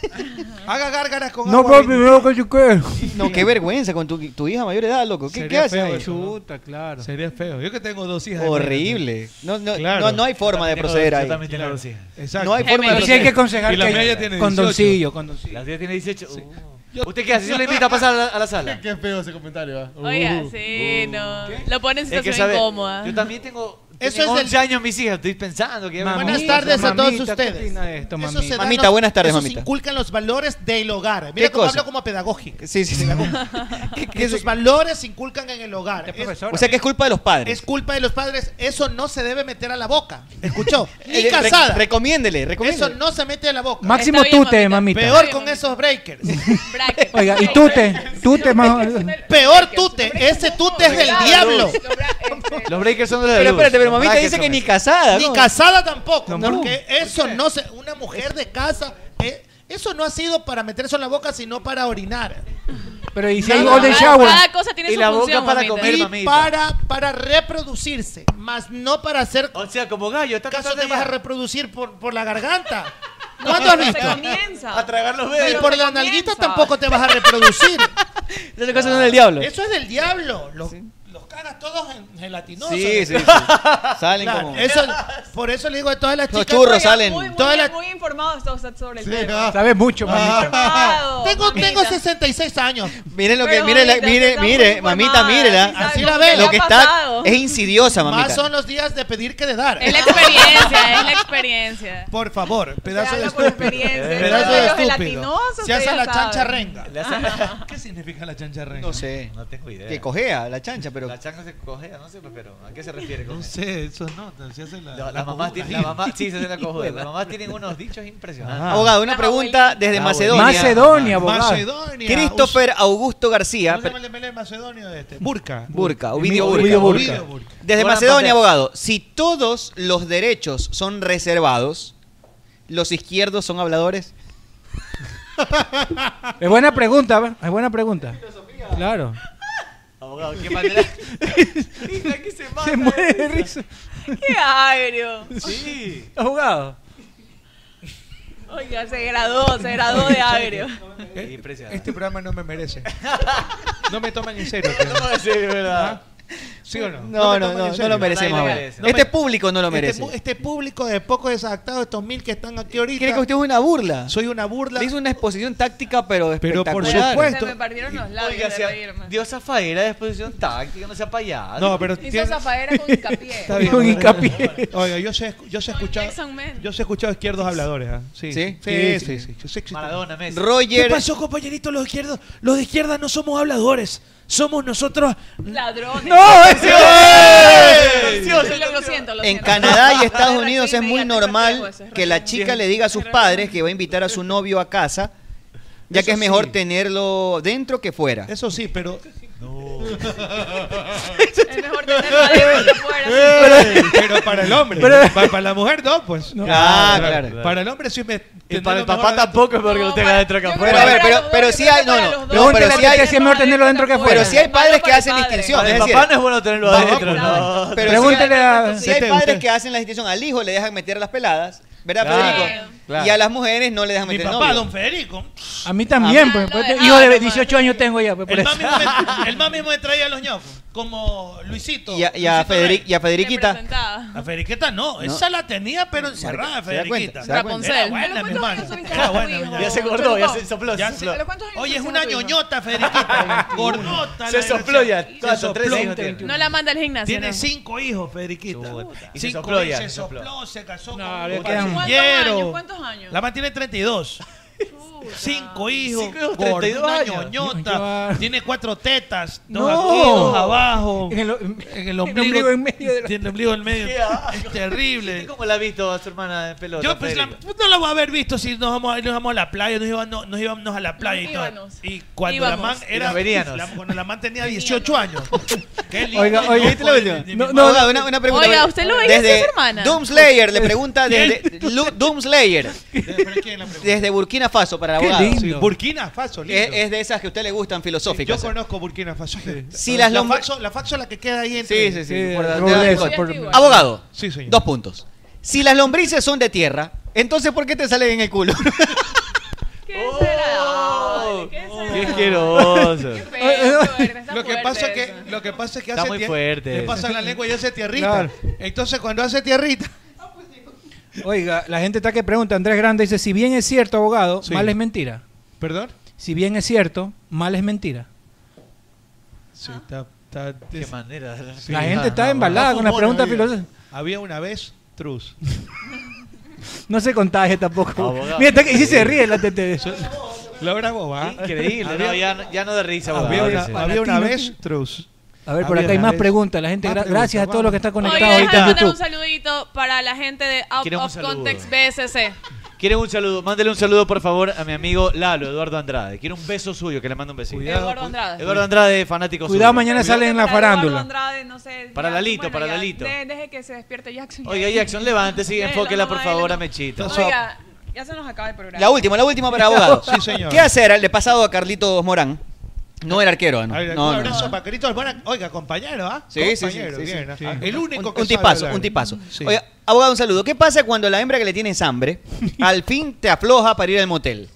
Speaker 3: Haga gárgaras con
Speaker 9: No,
Speaker 3: agua
Speaker 9: papi,
Speaker 3: bendita.
Speaker 5: no, que yo quiero.
Speaker 9: No, qué vergüenza con tu, tu hija mayor de edad, loco. ¿Qué, ¿qué haces? ahí?
Speaker 3: Chuta, claro. Sería feo. Yo que tengo dos hijas. de
Speaker 9: Horrible. No, no,
Speaker 3: Claro.
Speaker 9: no, no hay forma de
Speaker 3: Yo también tengo
Speaker 9: proceder
Speaker 3: dos- yo
Speaker 9: ahí.
Speaker 3: también tengo dos hijas. Exacto.
Speaker 9: No hay forma de
Speaker 3: Pero sí hay
Speaker 9: proceder.
Speaker 3: que aconsejar Y la que- mía ya tiene
Speaker 5: condoncillo,
Speaker 3: 18.
Speaker 5: condoncillo.
Speaker 10: La tía tiene 18. Uh. ¿Usted qué hace? Yo le invito a pasar a la, a la sala.
Speaker 32: Qué feo ese comentario, ¿ah?
Speaker 12: Oiga,
Speaker 32: Uh,
Speaker 12: sí,
Speaker 32: uh.
Speaker 12: no. Lo pone en
Speaker 10: Es que,
Speaker 12: situación
Speaker 10: ¿sabe?
Speaker 12: incómoda.
Speaker 10: Yo también tengo. Eso es
Speaker 12: Eso es el-
Speaker 10: 11 años mis hijas, estoy pensando que ya me-
Speaker 5: Buenas
Speaker 10: Mamita,
Speaker 5: tardes a todos
Speaker 10: mamita, ¿qué
Speaker 5: ustedes.
Speaker 10: opina de esto,
Speaker 5: Eso
Speaker 10: mamita?
Speaker 5: se da
Speaker 10: Mamita,
Speaker 5: los-
Speaker 10: buenas tardes,
Speaker 5: esos
Speaker 10: mamita.
Speaker 5: inculcan los valores del hogar.
Speaker 3: Mira cómo
Speaker 5: cosa?
Speaker 3: hablo como pedagógica.
Speaker 9: Sí, sí, sí.
Speaker 5: Esos valores se inculcan en el hogar. Es-
Speaker 9: O sea que es culpa de los padres.
Speaker 5: es culpa de los padres. Eso no se debe meter a la boca. ¿Escuchó?
Speaker 9: Eh,
Speaker 5: Ni
Speaker 9: re-
Speaker 5: casada.
Speaker 9: recomiéndele,
Speaker 5: Eso
Speaker 9: recomiéndele.
Speaker 5: no se mete a la boca.
Speaker 11: Máximo Está bien, tute, mamita. mamita.
Speaker 5: Peor con esos breakers.
Speaker 11: Oiga, y tute, tute más.
Speaker 5: Peor tute. Ese tute es del
Speaker 9: Claro.
Speaker 5: diablo.
Speaker 10: Los breakers son de la
Speaker 9: Pero
Speaker 10: luz.
Speaker 9: espérate, pero
Speaker 10: Los
Speaker 9: mamita
Speaker 10: breakers
Speaker 9: dice que
Speaker 10: son
Speaker 9: ni
Speaker 10: esos.
Speaker 9: casada.
Speaker 5: Ni
Speaker 9: ¿no?
Speaker 5: casada tampoco.
Speaker 9: No.
Speaker 5: Porque eso no se. Una mujer de casa. eh, eso no ha sido para meterse en la boca, sino para orinar.
Speaker 11: Pero y si hay
Speaker 5: Nada.
Speaker 11: golden shower.
Speaker 5: Cada cosa
Speaker 12: tiene Y su la boca función, para mamita. comer,
Speaker 5: y
Speaker 12: mamita.
Speaker 5: Para, para reproducirse, más no para hacer. O
Speaker 10: sea, como gallo.
Speaker 5: Caso te vas a reproducir por, por la garganta.
Speaker 12: No,
Speaker 5: ¿Cuándo has
Speaker 12: pero se
Speaker 5: visto?
Speaker 12: comienza. A
Speaker 10: tragar los
Speaker 5: Y por la nalguita tampoco te vas a reproducir.
Speaker 9: Esas cosas son del diablo.
Speaker 5: Eso es del diablo. Los, los cagas todos en gelatinosos.
Speaker 9: Sí, sí, sí. Salen
Speaker 5: Claro,
Speaker 9: como.
Speaker 5: eso- por eso le digo a todas las
Speaker 9: Los
Speaker 5: chicas.
Speaker 9: churros
Speaker 5: oiga,
Speaker 9: salen.
Speaker 5: muy- muy
Speaker 12: Muy,
Speaker 5: bien,
Speaker 12: muy informado está usted sobre el
Speaker 5: Sí,
Speaker 12: tema.
Speaker 5: ah.
Speaker 11: Sabes mucho, mamita.
Speaker 5: Ah, tengo,
Speaker 12: mamita.
Speaker 5: tengo 66 años.
Speaker 9: Miren lo que,
Speaker 5: Pero,
Speaker 9: mire, la-
Speaker 5: mamita,
Speaker 9: mire,
Speaker 5: estás
Speaker 9: mire,
Speaker 5: muy
Speaker 9: mamita, mírela.
Speaker 5: sí sabe Así la lo que ve.
Speaker 9: Lo que
Speaker 5: le ha
Speaker 9: está
Speaker 5: pasado.
Speaker 9: es insidiosa,
Speaker 5: Más
Speaker 9: mamita.
Speaker 5: son los días de pedir que de dar.
Speaker 12: Es la experiencia, es la experiencia.
Speaker 5: Por favor, pedazo de
Speaker 12: habla por
Speaker 5: estúpido.
Speaker 12: experiencia.
Speaker 5: Pedazo
Speaker 12: Yo
Speaker 5: de
Speaker 12: veo
Speaker 5: estúpido.
Speaker 12: gelatinoso,
Speaker 5: Se hace
Speaker 12: usted
Speaker 5: a la
Speaker 12: ya
Speaker 5: chancha
Speaker 12: sabe.
Speaker 5: renga.
Speaker 10: Le hacen-
Speaker 3: ¿Qué significa la chancha reina?
Speaker 9: No sé.
Speaker 10: No tengo idea.
Speaker 9: Que cojea la chancha, pero.
Speaker 10: La chancha se cojea, no sé, pues, pero ¿a qué se refiere?
Speaker 3: No
Speaker 10: cojea?
Speaker 3: sé, eso no. Se hace la,
Speaker 10: La-
Speaker 3: la
Speaker 10: las mamás tienen, la
Speaker 3: cojuda.
Speaker 10: mamá, sí, se hacen la cojuda. Las mamás tienen unos dichos impresionantes.
Speaker 9: Ah. Abogado, una pregunta desde
Speaker 10: Ah,
Speaker 9: Macedonia.
Speaker 10: bueno.
Speaker 11: Macedonia, abogado.
Speaker 3: Macedonia.
Speaker 9: Christopher Augusto García.
Speaker 3: ¿Cómo se llama el de Belén macedonio de este? Burka.
Speaker 9: Burka,
Speaker 3: Emilio
Speaker 9: Ovidio Burka.
Speaker 3: Burka. Ovidio Burka.
Speaker 9: Desde
Speaker 3: Buena pantalla.
Speaker 9: Macedonia, abogado, si todos los derechos son reservados, ¿los izquierdos son habladores?
Speaker 11: Es buena pregunta, ¿ve? es buena pregunta. Claro.
Speaker 10: Abogado, qué manera. Mira que se mata.
Speaker 11: Se muere de risa.
Speaker 12: Qué agrio.
Speaker 10: Sí.
Speaker 11: Abogado.
Speaker 12: Oiga, se graduó, se graduó de agrio.
Speaker 3: Eh,
Speaker 10: Impresionante.
Speaker 3: Este programa no me merece. No me toman en serio.
Speaker 10: No me toman en serio, ¿verdad?
Speaker 3: ¿Ah? ¿Sí o no?
Speaker 9: No,
Speaker 3: me
Speaker 9: no,
Speaker 3: toman en
Speaker 9: no, no
Speaker 3: serio.
Speaker 9: lo
Speaker 3: Nadie
Speaker 9: merecemos.
Speaker 3: lo
Speaker 9: abogado.
Speaker 3: merece. No
Speaker 9: Este
Speaker 3: me-
Speaker 9: público no lo
Speaker 3: Este
Speaker 9: merece.
Speaker 3: pu- Este público de poco desadaptados, estos mil que están aquí ahorita.
Speaker 9: ¿Cree que usted es una burla?
Speaker 3: Soy una burla.
Speaker 9: Le hizo una exposición táctica, pero
Speaker 3: Pero por
Speaker 9: espectacular.
Speaker 3: supuesto.
Speaker 12: Se me partieron los labios
Speaker 10: Oiga,
Speaker 12: de
Speaker 10: sea-
Speaker 12: reírme.
Speaker 10: Dios zafaera de exposición táctica, no sea payaso.
Speaker 3: No, pero
Speaker 12: Hizo
Speaker 3: tiene-
Speaker 12: zafaera con hincapié.
Speaker 3: Está bien.
Speaker 12: Con
Speaker 11: hincapié.
Speaker 3: Oiga, yo sé, yo sé escuchar.
Speaker 12: Jackson Men.
Speaker 3: Yo sé escuchado izquierdos habladores, ¿ah? Sí.
Speaker 9: ¿Sí?
Speaker 3: Sí, sí,
Speaker 9: Sí, sí.
Speaker 3: sí. Yo sé que-
Speaker 10: Maradona, Messi.
Speaker 9: Roger-
Speaker 3: ¿Qué pasó, compañerito, los izquierdos? Los de izquierda no somos habladores. Somos nosotros.
Speaker 12: Ladrones.
Speaker 3: ¡No, ese-
Speaker 9: ¡Ey!
Speaker 12: Lo- Lo siento, lo
Speaker 9: En
Speaker 12: siento.
Speaker 9: Canadá y Estados Unidos es muy
Speaker 12: reflejo,
Speaker 9: normal
Speaker 12: eso es
Speaker 9: que la chica le diga a sus padres que va a invitar a su novio a casa, ya que es mejor tenerlo dentro que fuera.
Speaker 3: Eso sí, pero.
Speaker 12: Es mejor tenerlo adentro que afuera.
Speaker 3: Pero, para el hombre. Pa- para, la mujer no, pues.
Speaker 9: Ah, claro.
Speaker 3: Para el hombre sí me.
Speaker 10: Y para el papá tampoco, porque lo tenga dentro que
Speaker 9: Pero a
Speaker 10: afuera.
Speaker 9: ver, pero, pero sí hay. No, no, no,
Speaker 11: Pregúntale
Speaker 9: pero
Speaker 11: a
Speaker 9: sí
Speaker 11: Tete
Speaker 9: hay.
Speaker 11: si es mejor tenerlo dentro que afuera.
Speaker 9: Pero sí hay padres que hacen distinción.
Speaker 10: Para
Speaker 9: Es
Speaker 10: el
Speaker 9: decir,
Speaker 10: papá no es bueno tenerlo adentro.
Speaker 9: no,
Speaker 10: no.
Speaker 9: pero
Speaker 11: Pregúntale
Speaker 9: sí hay,
Speaker 11: a-
Speaker 9: sí hay
Speaker 11: Tete,
Speaker 9: padres
Speaker 11: usted.
Speaker 9: que hacen la distinción. Al hijo le dejan meter las peladas, ¿verdad,
Speaker 11: Claro,
Speaker 9: Federico?
Speaker 11: claro.
Speaker 9: Y a las mujeres no le dejan
Speaker 3: Mi
Speaker 9: meter
Speaker 3: papá,
Speaker 9: novio.
Speaker 3: don Federico.
Speaker 11: A mí también, pues, pues,
Speaker 3: dejaron,
Speaker 11: hijo de 18 años tengo ya, pues, por
Speaker 3: El
Speaker 11: eso.
Speaker 3: más mismo me, el más mismo me traía los ñofos. Como Luisito.
Speaker 9: Y a, y a
Speaker 3: Luisito
Speaker 9: Federi-
Speaker 3: Rey.
Speaker 9: y a Federiquita.
Speaker 3: La Federiquita no,
Speaker 9: No.
Speaker 3: esa la tenía pero encerrada,
Speaker 9: Marca- ¿se da
Speaker 3: Federiquita.
Speaker 9: cuenta? ¿Se da cuenta?
Speaker 3: Era
Speaker 12: Rapunzel.
Speaker 3: buena,
Speaker 12: ¿Pero
Speaker 3: mi
Speaker 12: cuántos
Speaker 3: hermano.
Speaker 12: años tuviste
Speaker 3: Era
Speaker 12: a tu
Speaker 3: buena, mi
Speaker 12: hijo?
Speaker 3: hermano.
Speaker 10: Ya se engordó, ya se sopló.
Speaker 3: Ya
Speaker 10: se
Speaker 3: se-
Speaker 10: sopló.
Speaker 3: Oye, es
Speaker 12: tuviste
Speaker 3: una
Speaker 12: a tu hijo?
Speaker 3: ñoñota, Federiquita. Gornota.
Speaker 10: Se
Speaker 3: la
Speaker 10: sopló ya.
Speaker 3: desgraciada.
Speaker 10: Todas
Speaker 3: Se
Speaker 10: son tres
Speaker 3: sopló.
Speaker 10: hijos tiene.
Speaker 12: No la manda al gimnasio.
Speaker 3: Tiene
Speaker 12: no.
Speaker 3: cinco hijos, Federiquita.
Speaker 10: Y se
Speaker 3: Cinco
Speaker 10: sopló
Speaker 3: hijos,
Speaker 10: ya,
Speaker 3: Se
Speaker 10: se sopló.
Speaker 3: sopló, se casó con
Speaker 11: le
Speaker 3: un
Speaker 11: quedan-
Speaker 12: ¿Cuántos
Speaker 3: pandillero.
Speaker 12: años? ¿Cuántos años?
Speaker 3: La más tiene 32. Cinco hijos,
Speaker 10: Cinco hijos,
Speaker 3: gorda,
Speaker 10: 32
Speaker 3: una
Speaker 10: años.
Speaker 3: ñoñota, tiene cuatro tetas, dos
Speaker 11: No.
Speaker 3: aquí, dos abajo,
Speaker 11: En el,
Speaker 3: en el
Speaker 11: ombligo
Speaker 3: ombligo,
Speaker 11: en medio de la-
Speaker 3: tiene el ombligo en medio,
Speaker 10: Qué asco.
Speaker 3: es terrible.
Speaker 10: ¿Y ¿Cómo la ha visto a su hermana en pelota?
Speaker 3: Yo pues la,
Speaker 10: Federico?
Speaker 3: no la voy a haber visto si nos vamos, a- nos vamos a la playa, nos íbamos, nos íbamos a la playa y todo.
Speaker 12: Íbamos.
Speaker 3: Y cuando la man
Speaker 12: Íbamos.
Speaker 10: Y
Speaker 3: era
Speaker 10: nos veníamos.
Speaker 3: la- cuando la man tenía 18 años. Qué lindo.
Speaker 11: Oiga, oiga,
Speaker 3: ¿Viste la última?
Speaker 9: No, no, Oiga, una, una pregunta.
Speaker 12: Oiga, ¿usted lo veía
Speaker 9: Desde
Speaker 12: así a su hermana?
Speaker 9: Doomslayer, le pregunta desde Lu- Doomslayer,
Speaker 3: ¿Pero quién la pregunta?
Speaker 9: desde Burkina Faso para para
Speaker 3: Qué
Speaker 9: abogados.
Speaker 3: lindo. Sí, Burkina Faso, lindo.
Speaker 9: Es, es de esas que a usted le gustan filosóficas.
Speaker 3: Yo conozco Burkina Faso.
Speaker 9: Si las
Speaker 3: la,
Speaker 9: lombre-
Speaker 3: faxo, la faxo es la que queda ahí
Speaker 9: Sí,
Speaker 3: entre...
Speaker 9: sí, sí. por- te da mejor. Abogado. Dos puntos. Si las lombrices son de tierra, entonces ¿por qué te salen en el culo?
Speaker 10: Qué asqueroso.
Speaker 3: Lo que, pasa es que, lo que pasa es que
Speaker 10: Está
Speaker 3: hace
Speaker 10: muy
Speaker 3: tie-
Speaker 10: fuerte
Speaker 3: Le
Speaker 10: eso.
Speaker 3: pasa la lengua y hace tierrita.
Speaker 11: Claro.
Speaker 3: Entonces, cuando hace tierrita,
Speaker 11: Oiga, la gente está que pregunta, Andrés Grande dice, si bien es cierto, abogado, mal es mentira.
Speaker 3: ¿Perdón?
Speaker 11: Si bien es cierto, mal es mentira.
Speaker 3: Sí, está, está-
Speaker 10: Qué manera.
Speaker 3: Sí.
Speaker 11: La gente está embalada con las
Speaker 3: Fumón
Speaker 11: preguntas
Speaker 3: Ah, había.
Speaker 11: filosóficas.
Speaker 3: Había una vez truz.
Speaker 11: No se contagia tampoco.
Speaker 10: Abogado.
Speaker 11: Mira, está que- y si se ríe la TT.
Speaker 3: Lo era boba.
Speaker 10: Increíble, no, ya, no- ya no de risa.
Speaker 3: ¿ah? Había una,
Speaker 10: abogado, sí.
Speaker 3: había una vez truz.
Speaker 11: A ver, por acá hay más preguntas. La gente, gra- gracias a todos los que están
Speaker 12: Oiga,
Speaker 11: conectados
Speaker 12: déjame
Speaker 11: ahorita en
Speaker 12: mandar un
Speaker 11: YouTube.
Speaker 12: saludito para la gente de Out
Speaker 10: Queremos
Speaker 12: of
Speaker 10: un saludo.
Speaker 12: Context BSC.
Speaker 10: Quieren un saludo, mándele un saludo por favor a mi amigo Lalo, Eduardo Andrade. Quiero un beso suyo, que le mando un besito.
Speaker 12: Eduardo Andrade.
Speaker 10: Eduardo Andrade, fanático
Speaker 11: Cuidado,
Speaker 10: suyo.
Speaker 11: mañana sale en la
Speaker 12: Para Eduardo
Speaker 11: farándula.
Speaker 12: Andrade, no sé,
Speaker 10: Para
Speaker 12: ya,
Speaker 10: Lalito, para
Speaker 12: ya.
Speaker 10: Lalito.
Speaker 12: De- deje que se despierte Jackson.
Speaker 10: Oiga, Jackson, levántese y
Speaker 12: Déjelo,
Speaker 10: enfóquela por
Speaker 12: no,
Speaker 10: favor
Speaker 12: déjelo.
Speaker 10: a Mechita.
Speaker 12: Oiga, ya se nos acaba el programa.
Speaker 9: La última, la última para abogado.
Speaker 3: Sí, señor.
Speaker 9: ¿Qué hacer? Le he pasado a Carlitos Morán. No era arquero, ¿no?
Speaker 3: A ver,
Speaker 9: No,
Speaker 3: un
Speaker 9: no.
Speaker 3: abrazo para Carlitos Albarán. Oiga, compañero, ¿ah?
Speaker 9: Sí, sí, sí,
Speaker 3: Compañero,
Speaker 9: sí, sí.
Speaker 3: bien,
Speaker 9: Sí.
Speaker 3: ah, El único
Speaker 9: un,
Speaker 3: que
Speaker 9: un
Speaker 3: sabe
Speaker 9: tipazo,
Speaker 3: hablar.
Speaker 9: un tipazo.
Speaker 3: Sí.
Speaker 9: Oiga, abogado, un saludo. ¿Qué pasa cuando la hembra que le tienes hambre al fin te afloja para ir al motel?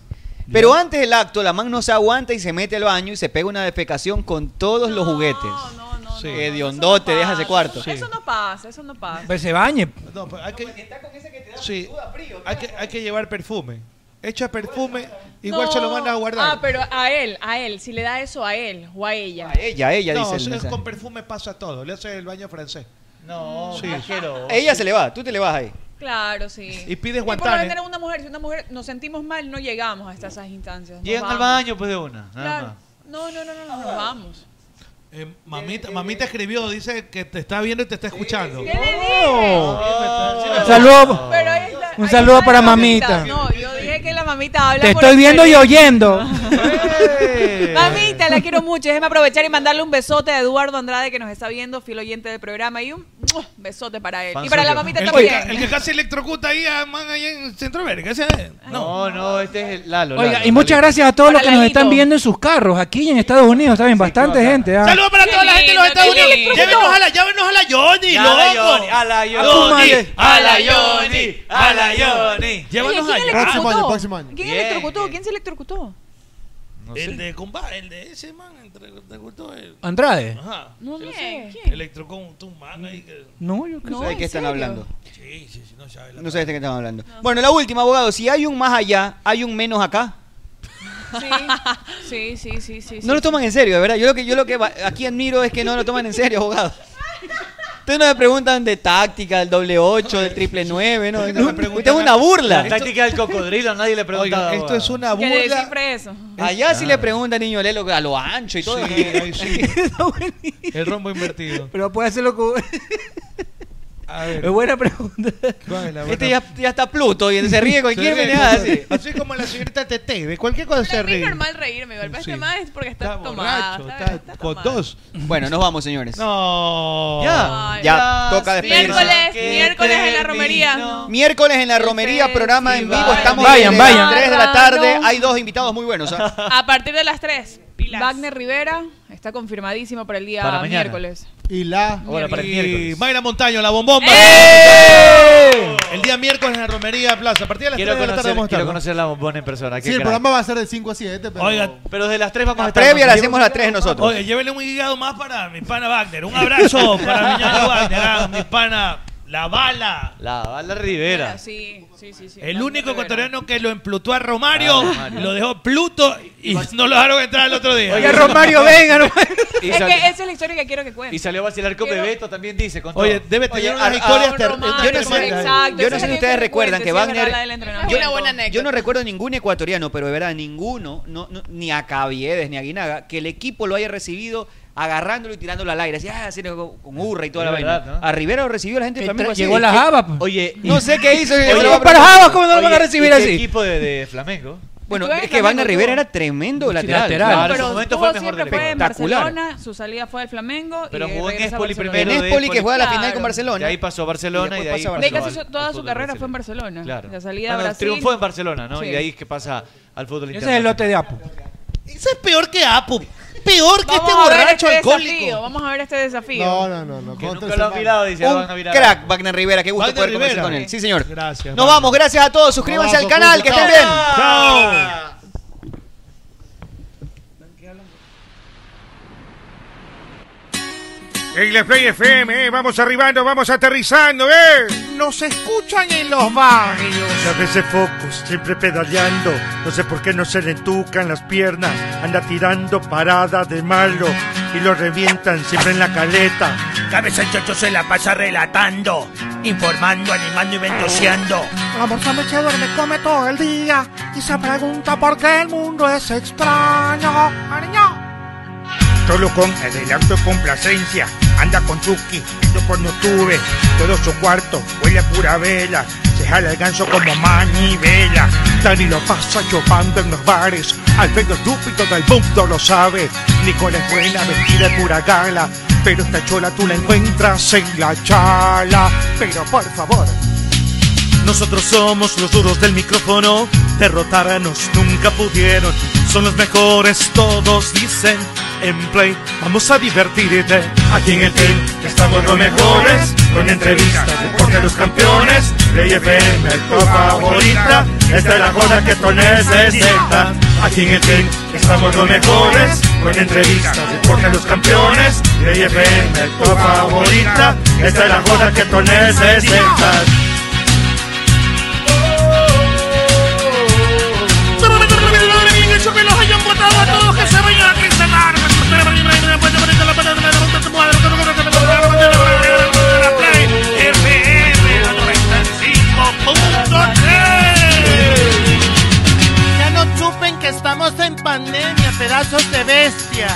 Speaker 9: Pero antes del acto, la man no se aguanta y se mete al baño y se pega una defecación con todos los juguetes. Eh, No,
Speaker 12: no,
Speaker 9: sí. Hediondote, deja ese cuarto.
Speaker 12: Eso no pasa, eso no pasa.
Speaker 11: se bañe.
Speaker 3: No, pues hay que, Sí, hay que, hay que llevar perfume. Echa perfume, igual
Speaker 12: No.
Speaker 3: se lo van a guardar.
Speaker 12: Ah, pero a él, a él, si le da eso a él o a ella. A
Speaker 9: ella, ella
Speaker 3: no,
Speaker 9: dice el
Speaker 3: si es
Speaker 9: mensaje.
Speaker 3: con perfume pasa todo. Le hace el baño francés.
Speaker 10: No,
Speaker 3: sí.
Speaker 10: quiero.
Speaker 9: Ella se le va, tú te le vas ahí.
Speaker 12: Claro, sí.
Speaker 3: Y pides
Speaker 12: por lo
Speaker 3: guantanes.
Speaker 12: general una mujer, si una mujer nos sentimos mal, no llegamos hasta esas instancias. Nos
Speaker 10: Llegan al
Speaker 12: vamos.
Speaker 10: baño pues de una. nada
Speaker 12: Claro.
Speaker 10: más.
Speaker 12: No, no, no, no, no, nos vamos.
Speaker 3: Eh, mamita, mamita escribió, dice que te está viendo y te está escuchando.
Speaker 12: ¿Qué le dije?
Speaker 9: Oh.
Speaker 11: Un saludo.
Speaker 12: Pero ahí está-
Speaker 11: Un
Speaker 12: ahí
Speaker 11: saludo
Speaker 12: está
Speaker 11: para
Speaker 12: la
Speaker 11: mamita.
Speaker 12: No, yo dije que la mamita habla
Speaker 11: Te
Speaker 12: por
Speaker 11: estoy viendo y
Speaker 12: experiencia.
Speaker 11: oyendo.
Speaker 12: Mamita, la quiero mucho. Déjeme aprovechar y mandarle un besote a Eduardo Andrade que nos está viendo, fiel oyente del programa. Y un ¡mua! besote para él. y para la mamita
Speaker 3: el
Speaker 12: también.
Speaker 3: Que, el que casi electrocuta ahí a man ahí en Centro Verga. ese eh. es.
Speaker 12: Ah,
Speaker 10: No, no, este es el Lalo.
Speaker 11: Oiga,
Speaker 10: Lalo,
Speaker 11: y muchas
Speaker 10: Lalo.
Speaker 11: gracias a todos los que nos están viendo en sus carros, aquí y en Estados Unidos también, bastante gente. ah.
Speaker 3: Saludos para
Speaker 6: Qué
Speaker 3: toda la gente de los
Speaker 6: lindo,
Speaker 3: Estados
Speaker 6: qué
Speaker 3: Unidos.
Speaker 6: lindo.
Speaker 3: Llévenos a la, llévenos a la Johnny,
Speaker 6: A
Speaker 3: loco.
Speaker 6: la Johnny, a la
Speaker 3: A tu
Speaker 6: Johnny,
Speaker 3: madre.
Speaker 6: a la Johnny, a la Johnny.
Speaker 3: Llévanos
Speaker 12: Oye,
Speaker 3: a
Speaker 12: ¿quién
Speaker 3: Johnny.
Speaker 12: electrocutó?
Speaker 3: próximo año.
Speaker 12: ¿Quién
Speaker 3: Bien,
Speaker 12: electrocutó? ¿Quién se electrocutó?
Speaker 3: El de compa, el de ese man, entre- te gustó el-
Speaker 11: Andrade.
Speaker 3: Ajá.
Speaker 12: No
Speaker 3: Sí,
Speaker 12: sé.
Speaker 3: sí.
Speaker 12: ¿Quién?
Speaker 3: Electrocutó un- un man ahí que-
Speaker 11: No, yo
Speaker 9: qué No, sé. ¿de qué
Speaker 3: ¿en
Speaker 9: están
Speaker 3: serio?
Speaker 9: hablando?
Speaker 3: Sí, sí, sí, no sabe la
Speaker 9: No sabes de qué estamos hablando. Bueno, la última, abogado. Si hay un más allá, hay un menos acá.
Speaker 12: Sí, sí, sí, sí. sí
Speaker 9: No lo toman en serio, de verdad. Yo lo que yo lo que va- aquí admiro es que no lo toman en serio, abogado. Ustedes no me preguntan de táctica, del doble 8, del triple 9, no. no, Usted es una burla.
Speaker 10: La táctica del cocodrilo, nadie le pregunta.
Speaker 9: Oiga,
Speaker 10: abogado.
Speaker 3: una
Speaker 12: Que le descifre eso. Ah.
Speaker 9: Allá sí le preguntan niño Lelo a lo ancho y todo.
Speaker 3: El rombo invertido.
Speaker 11: Pero puede hacerlo con...
Speaker 3: A ver.
Speaker 11: Es buena pregunta.
Speaker 9: Este ya, ya está Pluto y se ríe cualquier pendeja así.
Speaker 3: Así como la señorita Tete, de cualquier cosa se
Speaker 12: Es
Speaker 3: ríe.
Speaker 12: normal reírme, igual. Para este
Speaker 3: Sí.
Speaker 12: más es porque está,
Speaker 3: Está
Speaker 12: tomada.
Speaker 3: borracho,
Speaker 12: está-
Speaker 3: está con dos.
Speaker 9: Bueno, nos vamos, señores.
Speaker 3: No.
Speaker 9: Ya, ya toca despedirse.
Speaker 12: Miércoles, miércoles en la romería.
Speaker 9: Miércoles en la romería, programa en vivo. Estamos
Speaker 11: Vayan,
Speaker 9: desde las
Speaker 11: vayan.
Speaker 9: 3 de la tarde. Hay dos invitados muy buenos. ¿ah?
Speaker 12: A partir de las 3, Wagner Rivera está confirmadísimo para el día
Speaker 9: Para mañana.
Speaker 12: miércoles.
Speaker 33: Y la.
Speaker 10: Ahora para el miércoles.
Speaker 3: Mayra Montaño, la bombomba.
Speaker 12: ¡Eh!
Speaker 3: El día miércoles en la romería Plaza. A partir de las 3
Speaker 10: Quiero
Speaker 3: de la tarde
Speaker 10: conocer,
Speaker 3: vamos a
Speaker 10: quiero
Speaker 3: estar.
Speaker 10: conocer la bombona en persona.
Speaker 33: Sí, el programa va a ser de 5 a 7, pero.
Speaker 3: Oiga,
Speaker 10: Pero de las 3 vamos a estar.
Speaker 9: Previa la hacemos a las 3 nosotros.
Speaker 3: Oye, llévele un hígado más para mi pana Wagner. Un abrazo para mi ñaño Wagner, ah, mi pana La Bala.
Speaker 10: La bala Rivera.
Speaker 12: Sí, sí, sí. sí.
Speaker 3: El
Speaker 12: Wagner
Speaker 3: único
Speaker 12: Rivera.
Speaker 3: ecuatoriano que lo emplutó a Romario,
Speaker 10: Ah, Romario.
Speaker 3: lo dejó Pluto y no lo dejaron entrar el otro día.
Speaker 10: Oye, Romario, venga, no- Y
Speaker 12: Es
Speaker 10: sal-
Speaker 12: que esa es la historia que quiero que cuente.
Speaker 10: Y salió a vacilar con Bebeto también dice. con
Speaker 3: Oye,
Speaker 10: todo.
Speaker 3: debe tener unas
Speaker 9: a-
Speaker 3: historias
Speaker 9: a-
Speaker 3: ter-
Speaker 9: Román,
Speaker 3: unas
Speaker 9: yo no sé-
Speaker 3: tremendas.
Speaker 12: Exacto,
Speaker 9: Yo
Speaker 12: esa
Speaker 9: no
Speaker 12: es
Speaker 9: sé
Speaker 12: la
Speaker 9: si ustedes
Speaker 12: que
Speaker 9: recuerdan
Speaker 12: cuente, sí,
Speaker 9: que
Speaker 12: es verdad,
Speaker 9: Wagner.
Speaker 12: la del entrenamiento.
Speaker 9: yo-
Speaker 12: Una buena
Speaker 9: Yo no
Speaker 12: anécdota.
Speaker 9: recuerdo ningún ecuatoriano, pero de verdad, ninguno, no, no- ni a Caviedes ni a Guinaga, que el equipo lo haya recibido agarrándolo y tirándolo al aire. Así, ah, así, con con urra y
Speaker 10: Es
Speaker 9: toda la
Speaker 10: verdad,
Speaker 9: vaina.
Speaker 10: ¿no?
Speaker 9: A Rivera lo recibió la gente
Speaker 10: Este
Speaker 9: de Flamengo así.
Speaker 11: Llegó la
Speaker 9: ¿Qué-
Speaker 11: Java. pues.
Speaker 10: Oye,
Speaker 9: No sé qué hizo.
Speaker 10: Oye,
Speaker 9: Llegó
Speaker 10: Oye,
Speaker 11: para Java, ¿cómo no lo van a
Speaker 10: oye,
Speaker 11: recibir
Speaker 10: ¿y qué
Speaker 11: así?
Speaker 10: equipo de, de Flamengo?
Speaker 9: Bueno,
Speaker 12: Estuve
Speaker 9: es que
Speaker 12: también
Speaker 9: Wagner
Speaker 12: con
Speaker 9: Rivera
Speaker 12: todo.
Speaker 9: era tremendo lateral.
Speaker 10: lateral. Claro, en su
Speaker 12: pero
Speaker 10: momento fue el
Speaker 12: jugó
Speaker 10: mejor
Speaker 12: siempre
Speaker 10: del
Speaker 12: fue en
Speaker 10: espectacular.
Speaker 12: Barcelona, su salida fue al Flamengo.
Speaker 10: Pero
Speaker 12: y
Speaker 10: jugó en
Speaker 12: regresa a
Speaker 10: Espoli
Speaker 12: Barcelona.
Speaker 10: primero. de
Speaker 9: Espoli, que juega la
Speaker 12: Claro.
Speaker 9: final con Barcelona.
Speaker 10: De ahí pasó a Barcelona y,
Speaker 9: Y
Speaker 10: de
Speaker 9: después
Speaker 10: ahí
Speaker 9: pasa a
Speaker 12: De
Speaker 10: pasó
Speaker 12: casi
Speaker 10: al-
Speaker 12: su- toda
Speaker 10: al
Speaker 12: su
Speaker 10: fútbol
Speaker 12: carrera fue en
Speaker 10: brasileño.
Speaker 12: Barcelona.
Speaker 10: Claro.
Speaker 12: La salida
Speaker 10: Ah,
Speaker 12: a
Speaker 10: no,
Speaker 12: Brasil.
Speaker 10: Triunfó en Barcelona, ¿no?
Speaker 12: Sí.
Speaker 10: Y de ahí es que pasa al fútbol
Speaker 11: Ese es el
Speaker 10: internacional.
Speaker 11: lote de Apu.
Speaker 34: Ese es peor que Apu. Peor que
Speaker 12: Vamos
Speaker 34: este
Speaker 12: a ver
Speaker 34: borracho
Speaker 12: este
Speaker 34: alcohólico.
Speaker 12: desafío, Vamos a ver este desafío.
Speaker 35: No, no, no. no.
Speaker 9: Nunca lo han mirado, dice.
Speaker 35: Un
Speaker 9: lo van a mirar. Crack, Wagner Rivera, qué gusto
Speaker 35: Wagner
Speaker 9: poder conversar
Speaker 35: Rivera.
Speaker 9: con él. Sí, señor.
Speaker 34: Gracias.
Speaker 9: Nos vamos, gracias a todos. Suscríbanse al
Speaker 35: Nos vamos,
Speaker 9: canal, que estén bien.
Speaker 34: Chao.
Speaker 8: En la Play FM, eh, vamos arribando, vamos aterrizando, eh.
Speaker 1: Nos escuchan en los barrios.
Speaker 4: A veces focos, siempre pedaleando. No sé por qué no se le entucan las piernas. Anda tirando parada de malo y lo revientan siempre en la caleta.
Speaker 6: Cabeza el chocho se la pasa relatando, informando, animando y ventoseando.
Speaker 1: El amor se me duerme, come todo el día y se pregunta por qué el mundo es extraño. Ariño.
Speaker 8: Solo con adelanto y complacencia Anda con Chucky, yo cuando tuve Todo su cuarto huele a pura vela Se jala el ganso como manivela
Speaker 1: Dani lo pasa chupando en los bares, al pedo estúpido del mundo lo sabe. Nicole es buena, vestida de pura gala, pero esta chola tú la encuentras en la chala. Pero por favor,
Speaker 3: Nosotros somos los duros del micrófono, derrotarnos nunca pudieron. Son los mejores, todos dicen. En play, vamos a divertirte. Aquí en el team
Speaker 4: Estamos los mejores con entrevistas, deporte de los campeones. Play FM, tu favorita. Esta es la joda que tú necesitas. Aquí en el team estamos los mejores con entrevistas, deporte de los campeones. Play FM, tu favorita. Esta es la joda que tú necesitas.
Speaker 5: Ya no chupen que estamos en pandemia, pedazos de bestias.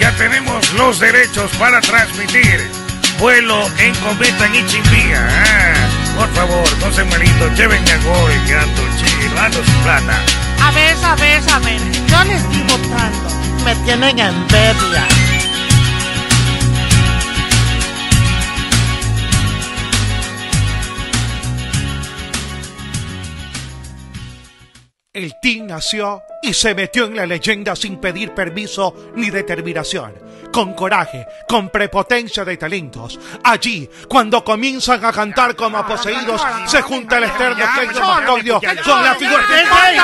Speaker 8: Ya tenemos los derechos para transmitir Vuelo en cometa en Ichimbía ah, Por favor, no se malito, llévenme a gol Que ando chido, ando sin plata
Speaker 5: A ver, a ver, a ver, yo les digo tanto, me tienen envidia.
Speaker 1: El team nació y se metió en la leyenda sin pedir permiso ni determinación. Con coraje, con prepotencia de talentos. Allí, cuando comienzan a cantar como poseídos, se junta el externo que ellos más corrió. Son la figura.
Speaker 36: ¡Ey,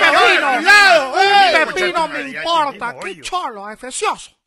Speaker 36: ey, ey!
Speaker 1: ¡Pepino!
Speaker 36: ¡Cuidado! ¡Ey!
Speaker 3: eh".
Speaker 1: ¡Pepino me importa! ¡Qué cholo, es precioso!